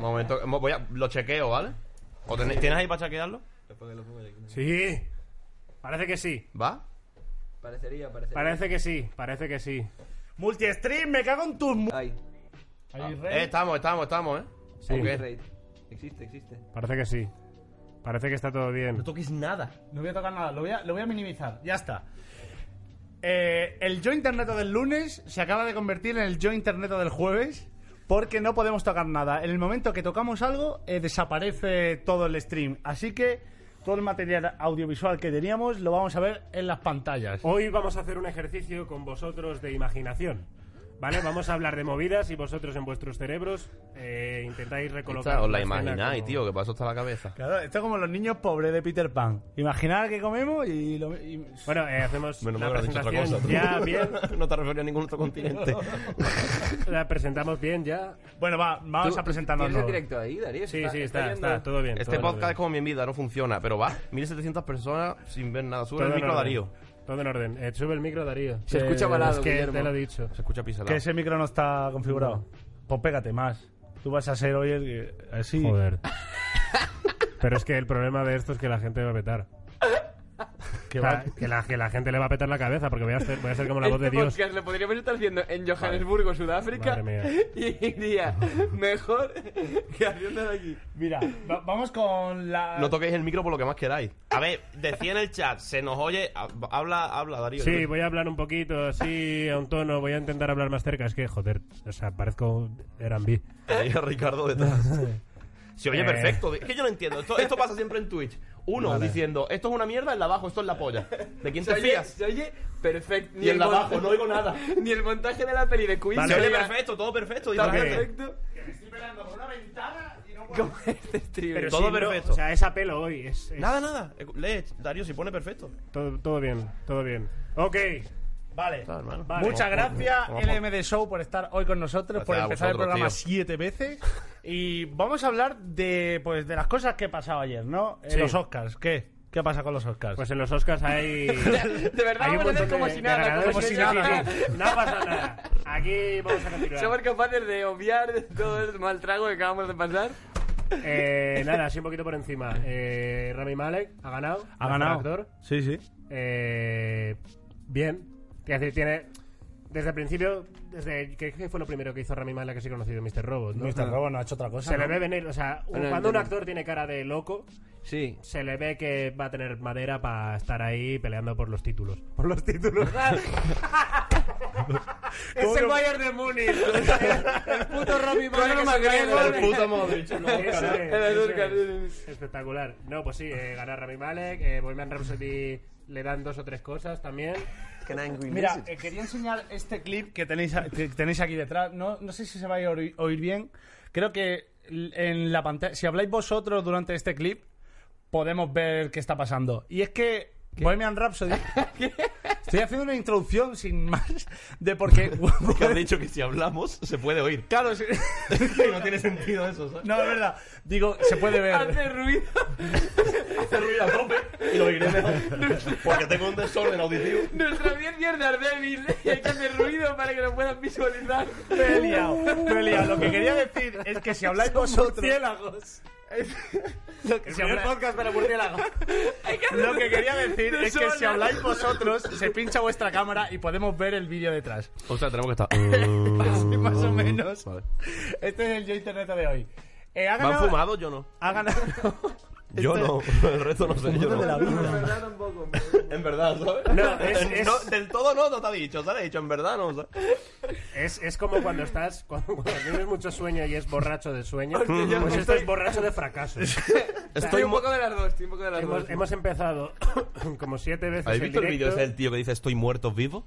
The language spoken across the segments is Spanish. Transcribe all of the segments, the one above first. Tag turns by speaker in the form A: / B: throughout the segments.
A: voy a, lo chequeo, ¿vale? ¿O tenéis- ¿Tienes ahí para chequearlo?
B: Después que lo pongo yo aquí.
C: Sí. Parece que sí.
A: ¿Va?
B: Parecería, parecería.
C: Parece que sí. Parece que sí. Multistream, me cago en tus. mu-
B: Ay,
C: Ahí,
A: Eh, estamos, estamos, estamos, ¿eh?
C: Sí.
A: ¿O qué?
B: raid. Existe, existe.
C: Parece que sí. Parece que está todo bien.
A: No toques nada.
D: No voy a tocar nada, lo voy a, lo voy a minimizar. Ya está. Eh, el yo interneto del lunes se acaba de convertir en el yo interneto del jueves porque no podemos tocar nada. En el momento que tocamos algo, eh, desaparece todo el stream. Así que todo el material audiovisual que teníamos lo vamos a ver en las pantallas.
A: Oh.
C: Hoy vamos a hacer un ejercicio con vosotros de imaginación. ¿Vale? Vamos a hablar de movidas y vosotros en vuestros cerebros eh, intentáis recolocar.
A: Esta os la
C: escena
A: imagináis,
C: como-
A: tío, que pasó hasta la cabeza.
D: Claro, esto es como los niños pobres de Peter Pan. Imaginar que comemos y... Lo, y-
C: Bueno, eh, hacemos
A: Menos
C: la
A: mal que no has dicho otra
C: presentación
A: cosa. tú.
C: ya bien.
A: no te refieres a ningún otro continente.
C: La presentamos bien ya.
D: Bueno, va, vamos
A: Tú-
D: a presentarnos.
B: ¿Tienes el directo ahí, Darío?
C: Sí, sí, está, está,
B: yendo-
C: todo bien.
A: Este
C: todo en
A: podcast es
C: orden.
A: como mi vida, no funciona, pero va. 1700 personas sin ver nada. Sube
C: Todo
A: el
C: en
A: micro,
C: orden.
A: Darío.
C: Todo en orden. Eh, sube el micro, Darío.
D: Se
C: Eh,
D: escucha
C: Es
D: balado,
C: que
D: Guillermo.
C: te lo he dicho.
A: Se escucha pisalado.
D: Que ese micro no está configurado. Pues pégate más. Tú vas a ser hoy el que- eh, así.
C: Joder. Pero es que el problema de esto es que la gente va a petar.
D: Que
C: O sea,
D: va-
C: que, la, que la gente le va a petar la cabeza porque voy a hacer, voy a hacer como la voz de
E: Este
C: Dios.
E: podcast lo podríamos estar haciendo en Johannesburgo, Sudáfrica.
C: Madre mía.
E: Y iría mejor que haciéndolo aquí.
D: Mira, va- vamos con la.
A: No toquéis el micro por lo que más queráis. A ver, decía en el chat, se nos oye. ha- Habla, habla, Darío.
C: Sí, voy a hablar un poquito así, a un tono. Voy a intentar hablar más cerca. Es que, joder, o sea, parezco Airbnb.
A: Ahí a Ricardo detrás. Se oye
C: Eh.
A: perfecto. Es que yo no entiendo. Esto, esto pasa siempre en Twitch. Uno diciendo, esto es una mierda, el de abajo, esto es la polla. ¿De quién
E: Se
A: te
E: oye,
A: fías?
E: se oye perfecto.
A: Y el de
E: mon-
A: abajo, no oigo nada.
E: Ni el montaje de la peli de Queen.
C: Vale.
A: Se
E: se
A: oye
E: oiga
A: perfecto, todo perfecto. dice
E: Tan
A: la
C: Vale.
A: gente.
E: perfecto como este streamer.
A: Todo perfecto.
C: o sea, es a pelo hoy. Es, es-
A: Nada, nada. Eh, Lee, Darío, si pone perfecto.
C: Todo, todo bien, todo bien. Ok.
D: Vale.
A: Claro, hermano.
C: Vale.
D: Muchas gracias,
A: Vamos.
D: LMD Show, por estar hoy con nosotros, por
A: Gracias a
D: empezar el
A: vosotros,
D: programa
A: tío.
D: siete veces. Y vamos a hablar de pues de las cosas que he pasado ayer, ¿no? Eh,
C: Sí.
D: Los Oscars. ¿Qué? ¿Qué pasa con los Oscars?
C: Pues en los Oscars hay.
E: De verdad
C: hay un
E: vamos a hacer
C: montón
E: como
C: de-
E: si
C: de
E: nada.
C: ganadores.
E: Como si
C: Sí,
E: nada.
C: sí, sí. No pasa nada. Aquí vamos a
E: Somos
C: continuar.
E: capaces de obviar todo el mal trago que acabamos de pasar.
C: Eh, nada, así un poquito por encima. Eh, Rami Malek ha ganado.
D: ha
C: mejor
D: ganado.
C: actor.
D: Sí, sí.
C: Eh, bien. Quiero decir, tiene. Desde el principio, desde ¿qué qué fue lo primero que hizo Rami Malek que sí conocido, Mr. Robot, ¿no?
D: Mr. Robo no ha hecho otra cosa.
C: Se
D: ¿no?
C: le ve venir, o sea, un-
E: Bueno,
C: cuando un
E: entiendo.
C: actor tiene cara de loco,
E: Sí.
C: se le ve que va a tener madera para estar ahí peleando por los títulos. Por los títulos.
E: Es el Bayern de Múnich. El puto Robbie Conor
A: El
E: McGregor.
A: puto Modric.
C: Eso es,
E: El
C: eso
E: Oscar,
C: es.
E: sí, sí.
C: Espectacular. No, pues sí, eh, ganar Rami Malek, eh, Bohemian Rhapsody le dan dos o tres cosas también.
D: Mira, eh, quería enseñar este clip que tenéis, a- que tenéis aquí detrás. No, no sé si se va a oír, oír bien. Creo que l- en la pantalla, si habláis vosotros durante este clip, podemos ver qué está pasando. Y es que Bohemian Rhapsody. Estoy haciendo una introducción sin más de por qué.
A: Que has dicho que si hablamos, se puede oír.
D: claro, sí.
A: no tiene sentido eso, ¿sabes?
D: No, es verdad. Digo, se puede ver.
E: Hace ruido.
A: Hace ruido a tope y lo oiré mejor. Porque tengo un desorden auditivo.
E: Nuestra audiencia es de débil y hay que hacer ruido para que lo puedan visualizar.
D: Me he liado, me he liado. Lo que quería decir es que si habláis vosotros. Lo que, si habláis-
E: podcast para murciélagos.
D: Lo que quería decir
E: No
D: es que
E: son
D: si
E: nada.
D: habláis vosotros, se pincha vuestra cámara y podemos ver el vídeo detrás.
A: O sea, tenemos que estar. Mm.
D: Así más o menos.
A: Vale.
D: Este es el Yo Internet de hoy. Eh, ha
A: ¿Me han
D: ganado.
A: fumado? Yo no. Este-
D: Ha ganado.
A: Yo no. El resto no sé. Yo no. En verdad, ¿sabes?
C: No, es- es-
A: No, del todo no, no te ha dicho, ¿sabes? He dicho, en verdad no. ¿sabes?
C: Es, es como cuando estás, cuando, cuando tienes mucho sueño y es borracho de sueño.
E: Hostia, yo
C: Pues esto
E: estoy-
C: es borracho de fracaso.
A: Estoy
E: Estoy un
A: mu-
E: poco de las dos, estoy un poco de las
C: Hemos,
E: dos.
C: hemos empezado como siete veces.
A: ¿Habéis visto el vídeo
C: directo.
A: ese del tío que dice estoy muerto vivo?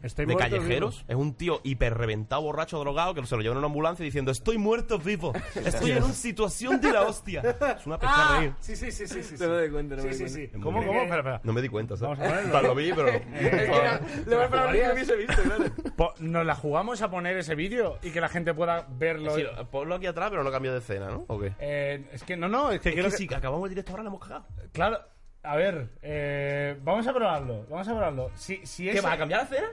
C: Estoy
A: De
C: muerto,
A: callejeros.
C: vivo.
A: Es un tío hiper reventado, borracho, drogado, que se lo lleva en una ambulancia diciendo estoy muerto vivo. Estoy en una situación de la hostia. Es una pesada
C: Ah,
A: reír.
C: sí, sí, sí, sí, sí.
E: No me doy cuenta, no me
C: Sí,
E: doy
C: sí,
E: cuenta.
C: sí.
A: muy
D: ¿Cómo,
A: bien.
D: cómo? Espera, espera.
A: No me di cuenta, ¿sabes?
D: Vamos a verlo.
A: O sea, lo vi, pero...
E: Mira, Lo más probable es que
D: jugarías?
E: lo hubiese visto, claro.
D: Po- Nos la jugamos a poner ese vídeo y que la gente pueda verlo.
A: Sí, ponlo aquí atrás, pero no cambio de escena, ¿no? ¿O qué?
D: Eh, es que no, no, es que
A: Es
D: quiero
A: que
D: que-
A: si acabamos el directo ahora la hemos cagado.
D: Claro, a ver, eh, vamos a probarlo. Vamos a probarlo. Si, si
A: ¿Qué,
D: es-
A: vas a cambiar la escena?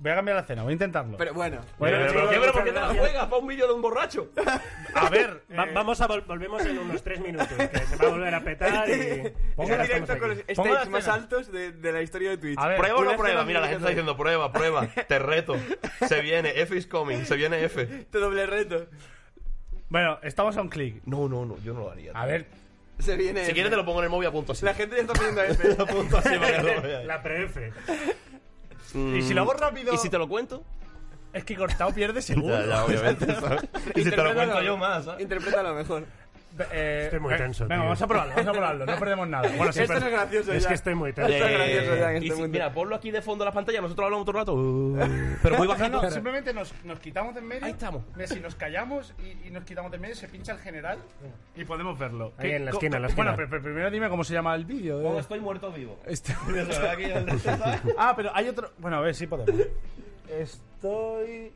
D: Voy a cambiar la escena, voy a intentarlo.
E: Pero bueno.
C: Bueno,
A: Pero,
C: chicos,
A: ¿qué, pero, ¿por
C: muchas
A: qué te la
C: gracias.
A: juegas para un vídeo de un borracho?
D: a ver,
C: Va-
D: eh,
C: vamos a vol- volvemos en unos tres minutos, que se va a volver a petar y...
E: Es
C: Pongo
E: el
C: las
E: directo
C: tomas
E: con los
C: aquí.
D: Pongo la
E: stakes más
D: escena.
E: altos de, de la historia de Twitch.
D: A ver,
A: ¿Prueba o
E: una
A: no prueba?
E: escena
A: Mira, la gente está
E: mínima
A: diciendo prueba, prueba, te reto. Se viene, F is coming, se viene F.
E: Te Este doble reto.
D: bueno, estamos a un clic.
A: No, no, no, yo no lo haría.
D: A ver,
E: Se viene.
A: Si quieres te lo pongo en el móvil y apunto así.
E: La gente ya está pidiendo F.
A: Apunto así para que lo veas.
C: La pre-F.
D: y si lo hago rápido,
A: ¿Y si te lo cuento?
D: es que cortado pierde seguro.
A: obviamente, ¿sabes? Y si te lo
E: Interprétalo.
A: cuento yo más, ¿sabes?
E: Interprétalo mejor.
D: Eh,
C: Estoy muy
D: eh,
C: tenso,
D: Venga,
C: tío.
D: vamos a probarlo, vamos a probarlo, no perdemos nada. Bueno, sí,
E: Esto
D: pero-
E: no es gracioso
C: Es
E: ya.
C: que este estoy muy tenso.
E: Eh, gracioso ya en
A: y
E: este
A: si-
E: mundo.
A: mira, ponlo aquí de fondo a la pantalla. Nosotros hablamos todo el rato. Uh, pero muy bajito.
D: No, no, simplemente nos, nos quitamos de en medio.
A: Ahí estamos.
D: Mira, Si nos callamos y, y nos quitamos de en medio, se pincha el general y podemos verlo.
C: Ahí
D: ¿Qué-
C: en la
D: co-
C: esquina, en la
D: Bueno,
C: esquina.
D: pero, pero primero dime cómo se llama el vídeo. eh.
A: estoy muerto vivo.
D: Este-
A: Estoy
D: ah, pero hay otro. Bueno, a ver si podemos. Estoy.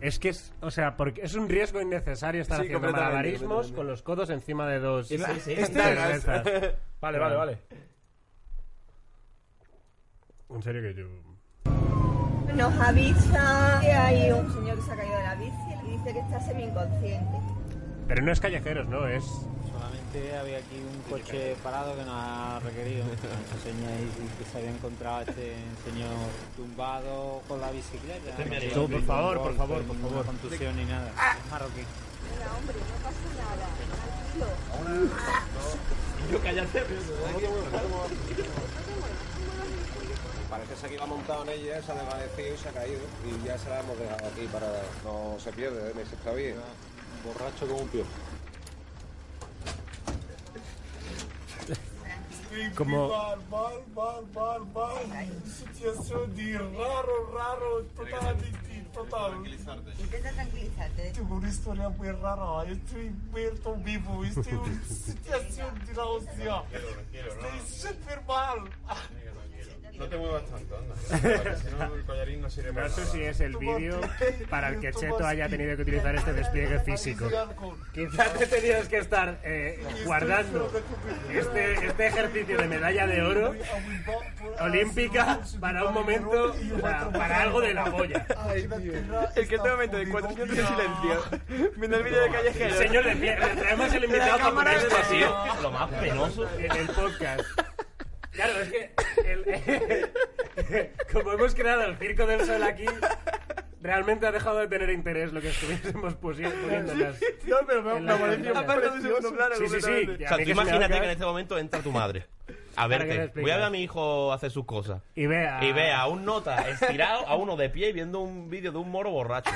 C: Es que es, o sea, porque es un riesgo innecesario estar
E: Sí,
C: haciendo
E: completamente,
C: malabarismos
E: completamente.
C: con los codos encima de dos.
E: Este
C: cabezas.
D: Vale, vale, vale.
C: En serio que yo.
F: Nos avisa que hay un señor que se ha caído de la bici y dice que está semi-inconsciente.
C: Pero no es callejeros, ¿no? Es.
G: Solamente había aquí un coche parado que nos ha requerido esa seña y que se había encontrado este señor tumbado con la bicicleta.
C: Este
A: mareado.
G: No,
C: Por favor, por favor, por
G: ninguna
C: favor.
G: contusión ni nada.
D: Ah.
G: Es marroquí.
H: Parece ser que iba montado en ella, se ha desvanecido y se ha caído. Y ya se la hemos dejado aquí para. No se pierde, ¿eh? está bien. Borracho como un piojo.
C: Como.
F: Intenta tranquilizarte.
I: una historia muy rara. Estoy muerto vivo. Estoy en una situación de la hostia. Estoy súper mal.
J: No te muevas tanto, anda. porque Si no, el collarín no sirve
C: No
J: para
C: sé
J: nada.
C: si es el vídeo para el que Cheto haya tenido que utilizar este despliegue físico. Quizás te tenías que estar eh, guardando este, este ejercicio de medalla de oro olímpica para un momento, para, para algo de la boya.
E: Es que este momento de cuatro minutos de silencio. Viendo el vídeo de callejero.
C: Señor, le, le traemos el
E: La
C: invitado para
E: cámara
C: ponerse
E: está
C: así
A: Lo más penoso.
C: en el podcast. Claro, es que el- como hemos creado el Circo del Sol aquí, realmente ha dejado de tener interés lo que estuviésemos pusi- poniendo en las-
D: No, pero me,
C: En la-
D: pareció
C: en la-
E: Aparte de un segundo plano,
C: Sí, sí, sí.
E: completamente.
A: O sea, tú
C: A mí que se me
A: imagínate
C: haga-
A: que en este momento entra tu madre. A
C: Para que Ah. le
A: verte.
C: expliques.
A: Voy a ver a mi hijo hacer sus cosas.
C: Y vea.
A: Y ah, ve a un nota estirado, a uno de pie y viendo un vídeo de un moro borracho.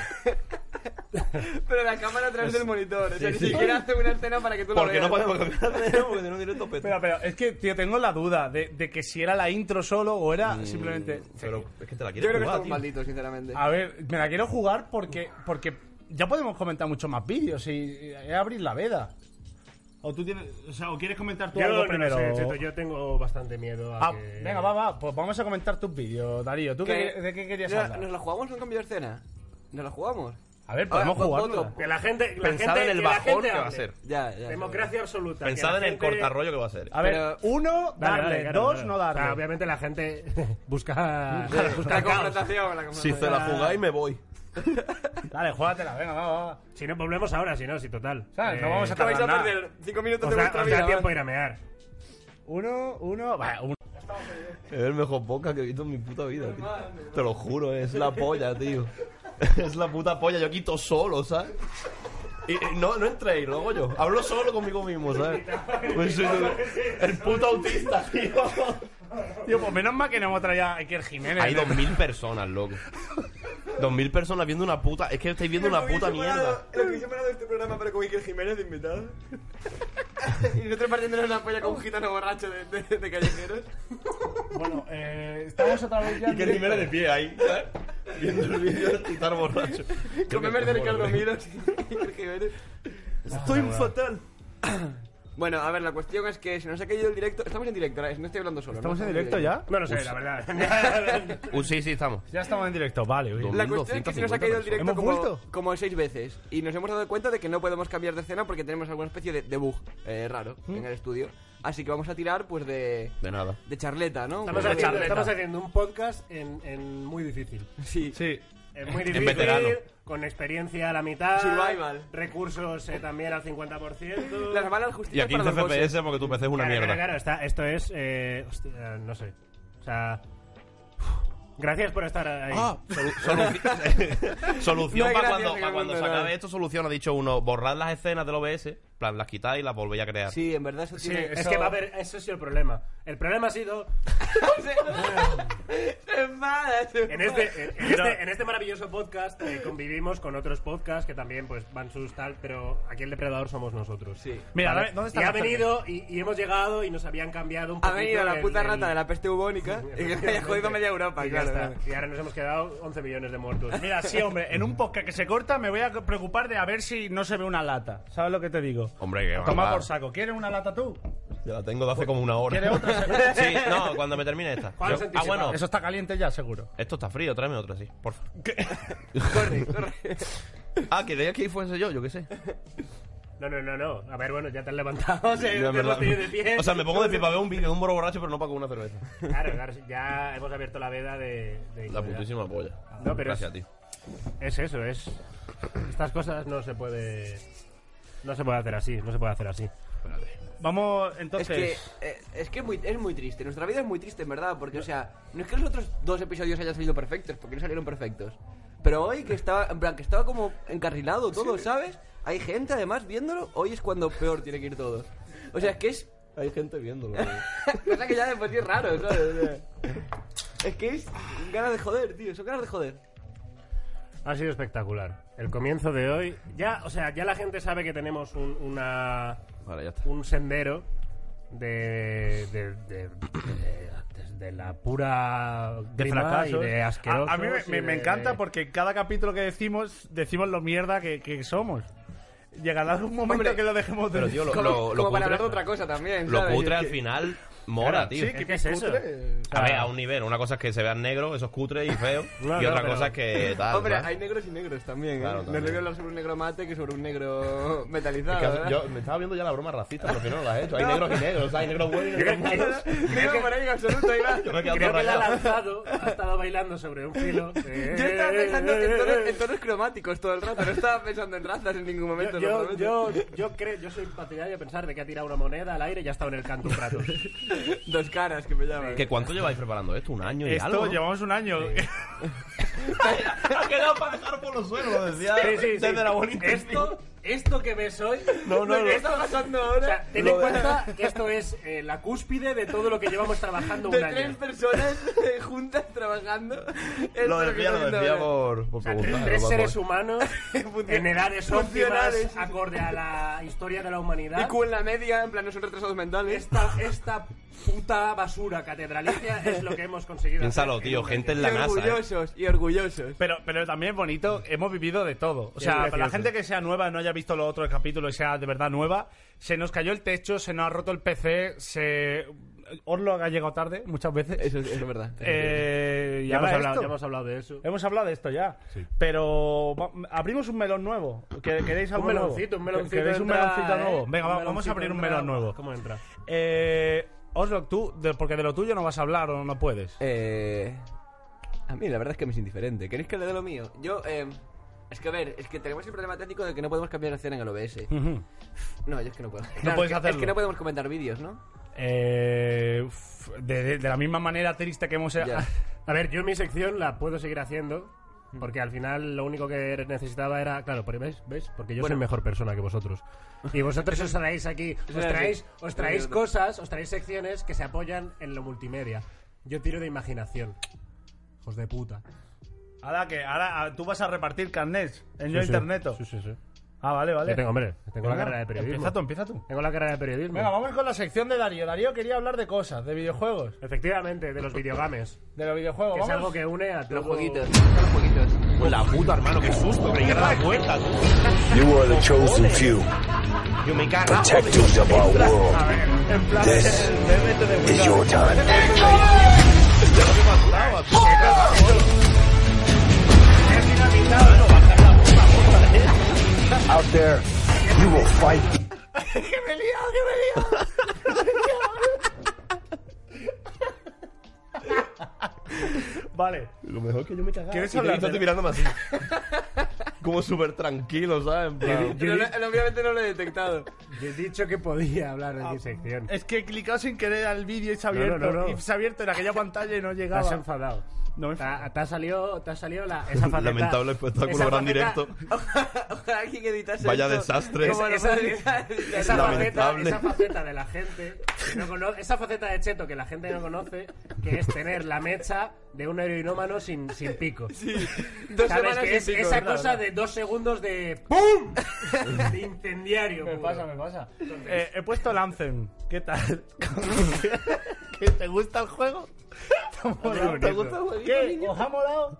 E: Pero la cámara a través del monitor. O sea, ni siquiera hace una escena para que tú lo
A: Porque
E: veas.
A: no podemos cambiar de escena, porque en un directo peta.
D: Pero, pero, es que, tío, tengo la duda de, de que si era la intro solo o era simplemente.
A: Pero es que te la
E: Yo creo
A: quieres
E: que
A: jugar,
E: estamos
A: tío.
E: malditos, sinceramente.
D: A ver, me la quiero jugar porque, porque ya podemos comentar mucho más vídeos y es abrir la veda. O tú tienes, o sea, o quieres comentar tú
C: Yo
D: algo
C: no
D: primero.
C: sé, Cheto, yo tengo bastante miedo a
D: Ah,
C: que-
D: Venga, va, va, pues vamos a comentar tus vídeos, Darío. ¿Tú
E: ¿Qué?
D: qué- de qué querías
E: Mira,
D: hablar?
E: ¿Nos la jugamos en un cambio de escena? ¿Nos la jugamos?
D: A ver, pues,
E: Ahora,
D: podemos
E: voto,
D: jugarlo.
E: voto.
C: Que la gente. La
A: Pensad
C: gente
A: en el
C: que la
A: bajón
C: gente
A: que va a
C: hable.
A: ser.
E: Ya, ya.
C: Democracia absoluta. que
A: Pensad
C: la
A: en el
C: gente-
A: cortarrollo que va a ser.
D: A ver,
E: Pero-
D: uno,
C: Dale,
D: darle,
C: dale, claro,
D: dos,
C: claro.
D: no darle.
C: O sea, obviamente la gente busca.
E: Ya.
C: busca
E: La
C: el caos.
E: confrontación, la confrontación.
A: Si se
C: Ah.
A: la jugáis, me voy.
D: Dale, juégatela, venga, va, va. va.
C: Si no, volvemos ahora, si no, si total. Eh,
D: ¿Sabes? No vamos a
E: Que Eh, vais a
D: Nada.
E: perder 5 minutos
C: Os
E: de
C: da,
E: vuestra
C: os da
E: vida.
C: tiempo a
E: ¿vale?
C: ir a mear.
D: Uno, uno, va, uno.
A: Es el mejor podcast que he visto en mi puta vida, tío. Te lo juro, es la polla, tío. Es la puta polla, yo quito solo, ¿sabes? Y, y no, no entréis, lo hago yo. Hablo solo conmigo mismo, ¿sabes? Pues soy el puto autista, tío.
D: Tío, pues menos mal que no hemos traído a Iker Jiménez.
A: Hay dos mil personas, loco. Dos mil personas viendo una puta... Es que estáis viendo una puta mierda.
E: Lo que hubiese molado este programa, pero con Iker Jiménez de invitado. y nosotros partiéndonos una polla con un gitano borracho de, de, de callejeros.
D: Bueno, eh, estamos otra vez ya.
A: Y que
D: en
A: Rivera de
D: directo.
A: pie ahí, ¿sabes? Viendo el vídeo del titar borracho.
E: Con memes de Ricardo Miros y Iker Jiménez.
A: Estoy fatal.
E: Bueno, a ver, la cuestión es que se nos ha caído el directo. Estamos en directo, ¿verdad? no estoy hablando solo. ¿no?
D: ¿Estamos en directo ya?
C: No lo sé, la verdad.
A: Uh, sí, sí, estamos.
D: Ya estamos en directo, vale, oye.
E: La cuestión es que se nos ha caído el
A: 1250
E: directo
D: personas. ¿Hemos
E: como,
D: vuelto?
E: como seis veces
D: ¿Mm?
E: y nos hemos dado cuenta de que no podemos cambiar de escena porque tenemos alguna especie de, de bug eh, raro en el estudio. Así que vamos a tirar, pues, de.
A: De nada.
E: De charleta, ¿no?
C: Estamos, haciendo, estamos haciendo un podcast en, en muy difícil.
E: Sí.
A: Sí.
C: Es muy
A: En
C: difícil.
A: veterano.
C: Con experiencia a la mitad.
E: Survival.
C: Recursos eh, también al 50%.
E: Las balas
A: Y
E: justicia
A: a 15
E: para los bosses.
A: FPS porque tu PC es una
C: Claro,
A: mierda.
C: Claro, claro, está- esto es. eh, hostia, no sé. O sea. uf, Gracias por estar ahí.
A: Ah, solu- solu-
E: No
A: solución
E: hay
A: para
E: gracia
A: cuando,
E: en el
A: pa' cuando
E: mundo,
A: se
E: no.
A: acabe esto, solución ha dicho uno, borrad las escenas del OBS, en plan, las quitáis y las volvéis a crear.
E: Sí, en verdad eso
C: Sí,
E: tiene.
C: es que va a haber. Eso ha sido el problema. El problema ha sido.
E: Se enfada, se
C: En
E: enfada.
C: este, en, en este, en este maravilloso podcast eh, convivimos con otros podcasts que también pues van sus tal, pero aquí el depredador somos nosotros.
E: Sí.
D: Mira, dame- ¿dónde está
C: y
D: la
C: ha venido y, y hemos llegado y nos habían cambiado un
E: Ha
C: poquito.
E: venido la
C: el-
E: puta
C: el-
E: rata de la peste bubónica y que me haya jodido media Europa,
C: y ya
E: claro.
C: está.
E: claro.
C: Y ahora nos hemos quedado 11 millones de muertos.
D: Mira, sí, hombre, en un podcast que se corta me voy a preocupar de a ver si no se ve una lata. ¿Sabes lo que te digo?
A: Hombre, que va,
D: Toma
A: va.
D: por saco. ¿Quieres una lata tú?
A: Ya la tengo de hace como una hora.
D: ¿Quieres otra?
A: sí, no, cuando me termine esta.
C: Juan
A: Yo-
C: se
A: ah,
C: anticipa.
A: bueno,
D: Eso está caliente ya, seguro.
A: esto está frío, tráeme otra, sí, por favor.
E: Corre, corre.
A: Ah, quería que fuese yo, yo qué sé.
C: No, no, no, no. A ver, bueno, ya te has levantado. se-
A: No, en
C: te hemos
A: verdad.
C: tenido de pie.
A: O sea, me pongo de pie para ver un vídeo de un boro borracho, pero no para con una cerveza.
C: Claro, claro, ya hemos abierto la veda de. de-
A: La putísima polla.
C: No, pero
A: Gracias
C: es-
A: a ti.
C: Es eso, es. Estas cosas no se puede. No se puede hacer así, no se puede hacer así.
D: Vamos,
E: Es que,
D: entonces.
E: eh, es que muy- es muy triste. Nuestra vida es muy triste, en verdad. Porque, o sea, no es que los otros dos episodios hayan salido perfectos, porque no salieron perfectos. Pero hoy, que estaba, en plan, que estaba como encarrilado todo, ¿sabes? Hay gente, además, viéndolo. Hoy es cuando peor tiene que ir todo. O sea, es que es...
A: Hay gente viéndolo.
E: Cosa que ya de por sí es raro, ¿sabes? O sea, es que es ganas de joder, tío. Son ganas de joder.
C: Ha sido espectacular. El comienzo de hoy. Ya, o sea, ya la gente sabe que tenemos un, una,
A: Vale, ya está.
C: un sendero de. de. de. de- de la pura.
D: de
C: grima
D: fracasos.
C: y de asquerosos
D: A, a mí me,
C: y
D: me- me
C: de-
D: encanta
C: de-
D: porque en cada capítulo que decimos, decimos lo mierda que, que somos. Llegará algún momento
E: Hombre,
D: que lo dejemos de
A: Pero, tío, lo,
E: Como,
A: lo, lo
E: como para
A: cutre-
E: hablar de otra cosa también,
A: Lo
E: ¿sabes?
A: cutre
E: Es
A: al
E: que-
A: final mola, tío.
D: Sí,
C: Es
D: ¿qué,
C: que
D: es
C: es
D: eso?
C: cutre.
A: A ver, a un nivel. Una cosa es que se vean negros, esos cutres y feos.
C: Claro,
A: y otra
C: pero-
A: cosa es que tal.
E: Hombre,
A: ¿sabes?
E: hay negros y negros también, ¿eh?
A: Claro,
E: No
A: también.
E: es lo que hablar sobre un negro mate que sobre un negro metalizado,
A: Es que hace-
E: ¿verdad?
A: yo me estaba viendo ya la broma racista, pero al final no la he hecho. Hay negros y negros, o sea, hay negros buenos y negros malos.
E: Creo que por ahí en absoluto, Iván.
A: Yo me he quedado
C: Creo
A: todo
C: que la ha
A: rayado.
C: lanzado, ha estado bailando sobre un filo. Eh,
E: Yo estaba pensando en tonos, en tonos cromáticos todo el rato, no estaba pensando en razas en ningún momento.
C: Yo,
E: lo
C: yo,
E: prometo.
C: yo, yo creo, yo soy partidario de pensar de que ha tirado una moneda al aire y ya ha estado en el canto un rato.
E: Dos caras que me llaman.
A: ¿Que ¿Cuánto lleváis preparando esto? ¿Un año y
D: Esto
A: algo?
D: llevamos un año.
A: Ha quedado para dejar por los suelos, lo decía
C: Sí, sí, sí.
A: desde la bonita.
C: Esto, esto que ves hoy.
A: No, no, no.
E: ¿Qué está pasando
C: O sea,
E: ahora?
C: ten en cuenta que esto es eh, la cúspide de todo lo que llevamos trabajando
E: de
C: un
E: tres
C: año.
E: personas eh, juntas trabajando. Esto
A: Lo
E: es que
A: decía,
E: está
A: lo
E: haciendo
A: decía
E: ahora.
A: por, por
C: O sea, tres-
A: preguntar.
C: tres
A: por-
C: seres
A: por-
C: humanos en edades óptimas,
E: Funcionales, sí, sí.
C: acorde a la historia de la humanidad.
E: Y Q en la media, en plan, no son retrasados mentales.
C: Esta, esta puta basura catedralicia es lo que hemos conseguido.
A: Piénsalo,
C: hacer en
A: tío,
C: un
A: gente en
E: Y
A: la NASA. ¿eh?
E: orgullosos, y orgullosos.
D: Pero, pero también es bonito, hemos vivido de todo. O
C: Es
D: sea, para la
C: gracioso.
D: gente que sea nueva, no haya visto los otros capítulos y sea de verdad nueva, se nos cayó el techo, se nos ha roto el PC, se... Orlo ha llegado tarde muchas veces.
E: Eso es, eso es verdad.
D: Eh, y
C: Ya hemos,
D: ahora
C: hablado,
D: esto.
C: ya hemos hablado de eso.
D: Hemos hablado de esto ya. Pero va- abrimos un melón nuevo. ¿Que- ¿Queréis algo
C: Un meloncito,
D: nuevo?
C: un meloncito.
D: ¿Queréis un
C: entra,
D: meloncito
C: ¿eh?
D: nuevo? Venga,
C: Un
D: va- vamos a
C: meloncito
D: abrir un
C: entra.
D: melón nuevo.
C: ¿Cómo entra?
D: Eh, Oslo, tú, de- porque de lo tuyo no vas a hablar o no puedes.
E: Eh, a mí la verdad es que me es indiferente. ¿Queréis que le dé lo mío? Yo, eh, es que a ver, es que tenemos el problema técnico de que no podemos cambiar escena en el OBS.
D: Ujú.
E: No, yo es que no puedo. No
D: puedes
E: es que,
D: hacerlo.
E: Es que no podemos comentar vídeos, ¿no?
D: Eh, uf, de, de- de la misma manera triste que hemos...
E: Ya.
C: A ver, yo mi sección la puedo seguir haciendo.
E: Mm.
C: Porque al final lo único que necesitaba era. Claro, porque ¿ves? ¿Ves? Porque yo
E: Bueno.
C: soy mejor persona que vosotros. Y vosotros os traéis aquí.
E: eso
C: Os
E: era
C: traéis,
E: así.
C: os traéis
E: Era
C: cosas, os traéis secciones que se apoyan en lo multimedia. Yo tiro de imaginación. Hijos de puta.
D: Ahora que ahora ah, tú vas a repartir carnets en yo
C: Sí, sí.
D: interneto.
C: Sí, sí, sí.
D: Ah, vale, vale.
C: Yo tengo, hombre, tengo la
D: Venga,
C: carrera de periodismo.
D: Empieza tú, empieza tú.
C: Tengo la carrera de periodismo.
D: Venga, vamos con la sección de Darío. Darío quería hablar de cosas, de videojuegos,
C: Efectivamente, de los videogames.
D: de los videojuegos.
C: Que es
D: vamos.
C: algo que une a
E: Los
C: todo-
E: jueguitos, los jueguitos.
A: Pues la puta, hermano, qué susto. Creí que era la puerta, tú.
H: You are the chosen few,
A: Yo me cago.
H: protectors of our world. This is your time. Out there, you will fight.
D: Vale.
A: Lo mejor que yo me cagaba. Y
D: ¿Quieres
A: te-
D: hablar
A: y tú
D: de-
A: te mirándome así. Como súper tranquilo, ¿sabes? En plan-
D: Yo- yo-
E: obviamente no lo he detectado.
C: Yo he dicho que podía hablar de mi sección.
D: Es que he clicado sin querer al vídeo y se ha
C: No,
D: abierto.
C: no, no, no.
D: Y se ha abierto en aquella pantalla y no
C: Te
D: llegaba.
C: has enfadado. te, ha- te ha salido, te ha salido la, esa faceta-
A: Lamentable pues, espectáculo,
C: esa
A: gran
C: faceta-
A: directo.
E: Ojalá alguien editase
A: Vaya
E: esto.
A: desastre.
E: Como lo
C: Esa-
E: edita-
C: Esa faceta,
A: Lamentable.
C: esa faceta de la gente, que no cono- esa faceta de Cheto que la gente no conoce, que es tener la mecha de un heroinómano sin, sin pico.
E: Dos
C: ¿Sabes?
E: semanas
C: Que
E: sin
C: es
E: pico.
C: esa cosa de dos segundos de ¡pum! de incendiario. Me pasa, me pasa.
D: Eh, he puesto Lancen. ¿Qué tal? ¿Qué, ¿Te gusta el juego? ¿Te, mola? ¿Te gusta el juego? ¿Qué? ¿Os ha molado?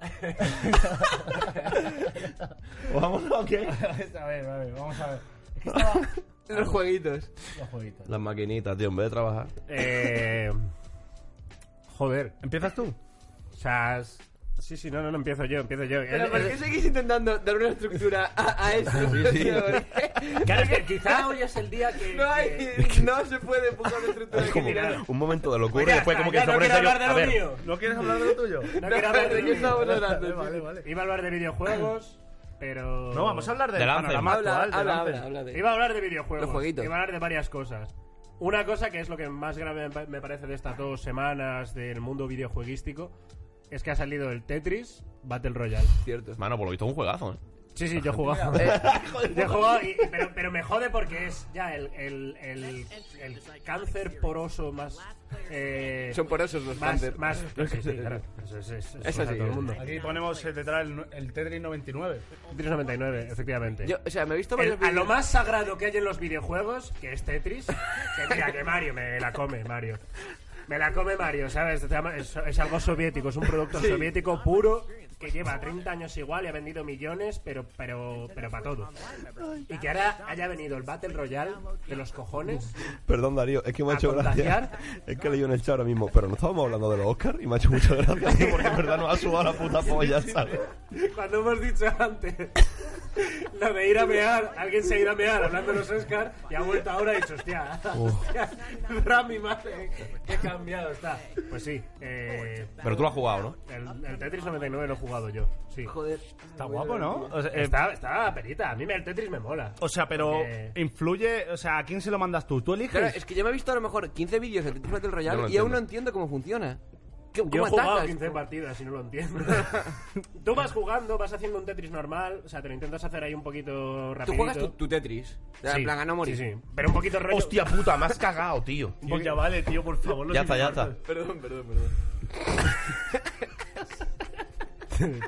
A: ¿Os ha molado qué?
C: a ver, a ver, vamos a ver. Es que estaba-
E: Los jueguitos.
C: Los jueguitos.
A: Las maquinitas, tío, en vez de trabajar.
C: Eh, joder.
D: ¿Empiezas tú?
C: O sea, es- sí, sí, no, no, no, empiezo yo, empiezo yo.
E: Pero
C: Eh,
E: ¿por
C: eh,
E: qué seguís intentando dar una estructura a, a esto?
C: Claro, es que quizá hoy es el día que...
E: No hay, no se puede poner una estructura.
A: Es como un momento de locura
C: Ya
A: y después
C: está,
A: como que
C: ya
A: se
C: no
A: pone
C: quiero
A: serio.
C: hablar de
A: A
C: lo
A: ver,
C: mío.
D: ¿No quieres hablar de
C: eh,
D: lo tuyo?
C: No quiero hablar de
E: ¿De qué estamos hablando?
D: Vale, vale.
C: Iba a hablar de videojuegos, pero...
D: No, vamos a hablar del
A: Del Anthem.
D: panorama
E: Habla,
D: actual. del
E: habla,
D: Anthem.
E: habla, habla de
C: Iba a hablar de videojuegos.
E: Los jueguitos.
C: Iba a hablar de varias cosas. Una cosa que es lo que más grave me pa- me parece de estas dos semanas del mundo videojueguístico es que ha salido el Tetris Battle Royale.
E: Cierto.
A: Mano, por lo visto es un juegazo, ¿eh?
C: Sí, sí, yo he jugado.
E: Eh.
C: yo he jugado, y- y- pero, pero me jode porque es ya el, el, el, el cáncer poroso más. eh,
E: Son porosos los
C: más,
E: Panther.
C: más sí, sí, claro. Eso, es- eso es-
E: Eso
C: eso es a
E: sí,
C: todo el
E: eh.
C: mundo.
D: Aquí ponemos eh, detrás el, el Tetris 99.
C: 399, efectivamente.
E: Yo, o sea, me he visto
C: El-
E: varios
C: a lo
E: vídeos-
C: más sagrado que hay en los videojuegos, que es Tetris, que mira que Mario me la come, Mario. Me la come Mario, ¿sabes? Se llama- Es, es algo soviético, es un producto soviético puro que lleva 30 años igual y ha vendido millones, pero pero pero para todo. Y que ahora haya venido el Battle Royale de los cojones.
A: Perdón, Darío, es que me ha
C: ¿A
A: hecho gracia.
C: contagiar?
A: Es que leí en el chat ahora mismo, pero no estábamos hablando de los Oscar y me ha hecho mucha gracia tío, porque en verdad nos ha sudado la puta polla, ¿sabes?
C: Cuando hemos dicho antes lo de ir a mear, alguien se ha ido a mear hablando de los Oscar y ha vuelto ahora y ha dicho, hostia, hostia, Rami, madre, qué cambiado está. Pues sí, eh,
A: Pero tú lo has jugado, ¿no?
C: el, el Tetris 99 lo he jugado yo, sí.
E: Joder.
D: Está guapo, ¿no? O sea, eh,
C: Está, está perita, a mí me- el Tetris me mola.
E: Oh,
D: o sea, pero
C: Eh,
D: influye... O sea, ¿a quién se lo mandas tú? ¿Tú eliges?
E: Claro,
A: eh,
E: es que yo me he visto a lo mejor 15 vídeos de Tetris Battle Royale
A: Yo no lo
E: y aún
A: entiendo.
E: no entiendo cómo funciona. ¿Qué- ¿Cómo
C: Yo he jugado
E: atacas?
C: 15 partidas y no lo entiendo. Tú vas jugando, vas haciendo un Tetris normal, o sea, te lo intentas hacer ahí un poquito rapidito.
E: Tú juegas tu, tu Tetris. En
C: Sí,
E: plan, a no morir.
C: Sí, sí. Pero un poquito rollo...
A: Hostia puta, me has cagado, tío.
D: Pues ya vale, tío, por favor. los
A: Ya está, ya está.
D: infantes.
E: Perdón, perdón, perdón.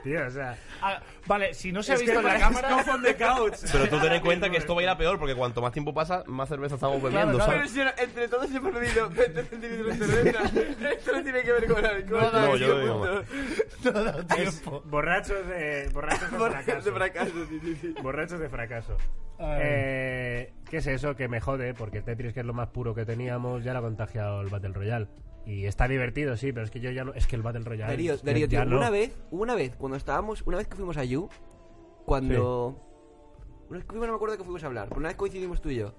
C: Tío, o sea...
D: Ah, vale, si no se ha
C: Es que
D: visto en la
C: pareces
D: cámara...
C: Cough on the couch.
A: Pero tú ten en cuenta que esto va a ir a peor porque cuanto más tiempo pasa, más cerveza estamos bebiendo,
D: claro.
E: Pero
A: ¿sabes?
E: si era- entre todos hemos perdido 20 centímetros de cerveza. Esto no tiene que ver con el alcohol.
A: No, no, yo
E: tío,
A: lo digo
E: punto.
C: Es borrachos de, borrachos de
E: Por-
C: fracaso.
E: De fracaso, sí, sí, sí.
C: borrachos de fracaso. Eh, ¿Qué es eso que me jode? Porque el Tetris, que es lo más puro que teníamos, ya lo ha contagiado el Battle Royale. Y está divertido, sí, pero es que yo ya no... Es que el Battle Royale...
E: Darío,
C: es que
E: Darío, tío,
C: ya no.
E: una vez, una vez, cuando estábamos, una vez que fuimos a You, cuando... Una vez que fuimos, no me acuerdo de qué fuimos a hablar, pero una vez coincidimos tú y yo.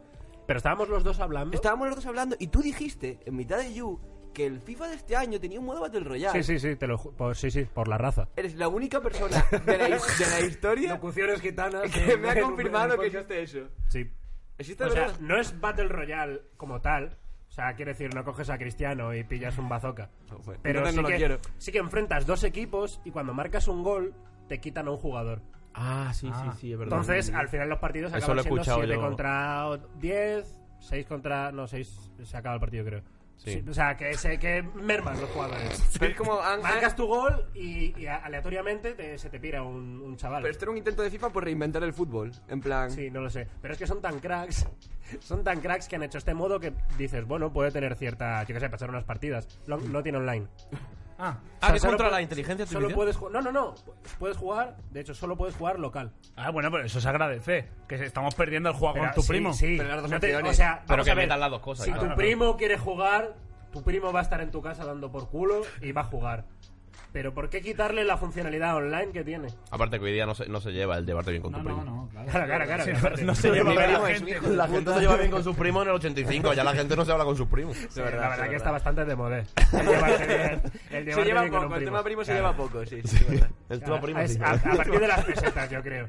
C: Pero estábamos los dos hablando.
E: Estábamos los dos hablando y tú dijiste, en mitad de You, que el FIFA de este año tenía un modo Battle Royale.
C: Sí, sí, sí, te lo ju- por, sí, sí, por la raza.
E: Eres la única persona de la, his- de la historia
C: Locuciones gitanas.
E: que me ha confirmado que existe eso.
C: Sí.
E: ¿Existe
C: O
E: de
C: sea,
E: verdad?
C: no es Battle Royale como tal. O sea, quiere decir, no coges a Cristiano y pillas un bazooka.
E: bueno,
C: Pero
E: entonces
C: sí,
E: no lo
C: que,
E: quiero.
C: sí que enfrentas dos equipos y cuando marcas un gol, te quitan a un jugador.
A: Ah, sí, sí, sí, es verdad.
C: Entonces, al final los partidos
A: Eso
C: acaban
A: lo he
C: siendo
A: escuchado
C: 7
A: yo.
C: contra 10, 6 contra... No, 6 se acaba el partido, creo. Sí, O sea, que, se, que merman los jugadores.
E: Pero es como... han-
C: Marcas tu gol y, y a- aleatoriamente te- se te pira un, un chaval.
E: Pero esto era un intento de FIFA por reinventar el fútbol. En plan...
C: Sí, no lo sé. Pero es que son tan cracks. Son tan cracks que han hecho este modo que dices, bueno, puede tener cierta. Yo qué sé, pasar unas partidas. Lo- No, tiene online.
D: Ah,
C: O sea,
A: que
C: solo
A: contra
C: pu-
A: la inteligencia
C: Solo
A: artificial.
C: puedes jugar. No, no, no. Puedes jugar. De hecho, solo puedes jugar local.
D: Ah, bueno, pero eso se agradece. Que se- estamos perdiendo el juego con
C: Pero
D: tu
C: sí,
D: primo.
C: Sí,
E: Pero las dos
C: No te-
E: opciones.
C: o sea,
A: Pero
C: vamos
A: que
C: a ver,
A: metan las dos cosas,
C: Si
A: claro.
C: tu primo quiere jugar, tu primo va a estar en tu casa dando por culo y va a jugar. Pero ¿por qué quitarle la funcionalidad online que tiene?
A: Aparte que hoy día no se, no se lleva el llevarte bien con tu primo.
C: Claro, claro, claro.
A: Sí,
C: que aparte-
A: no se lleva
C: Mi
A: bien
C: primo
A: con la
C: es un
A: gente.
C: hijo de
A: La gente
C: puta.
A: se lleva bien con sus primos en el 85. Ya la gente no se habla con sus primos.
C: Sí, la verdad que está bastante de moda. El llevarse bien- el
E: Se
C: llevarse
E: lleva
C: bien con un
E: poco, el tema primo se
C: Claro.
E: lleva poco, sí. sí, es verdad.
A: El
C: Claro, es- a, a partir de las pesetas, yo creo.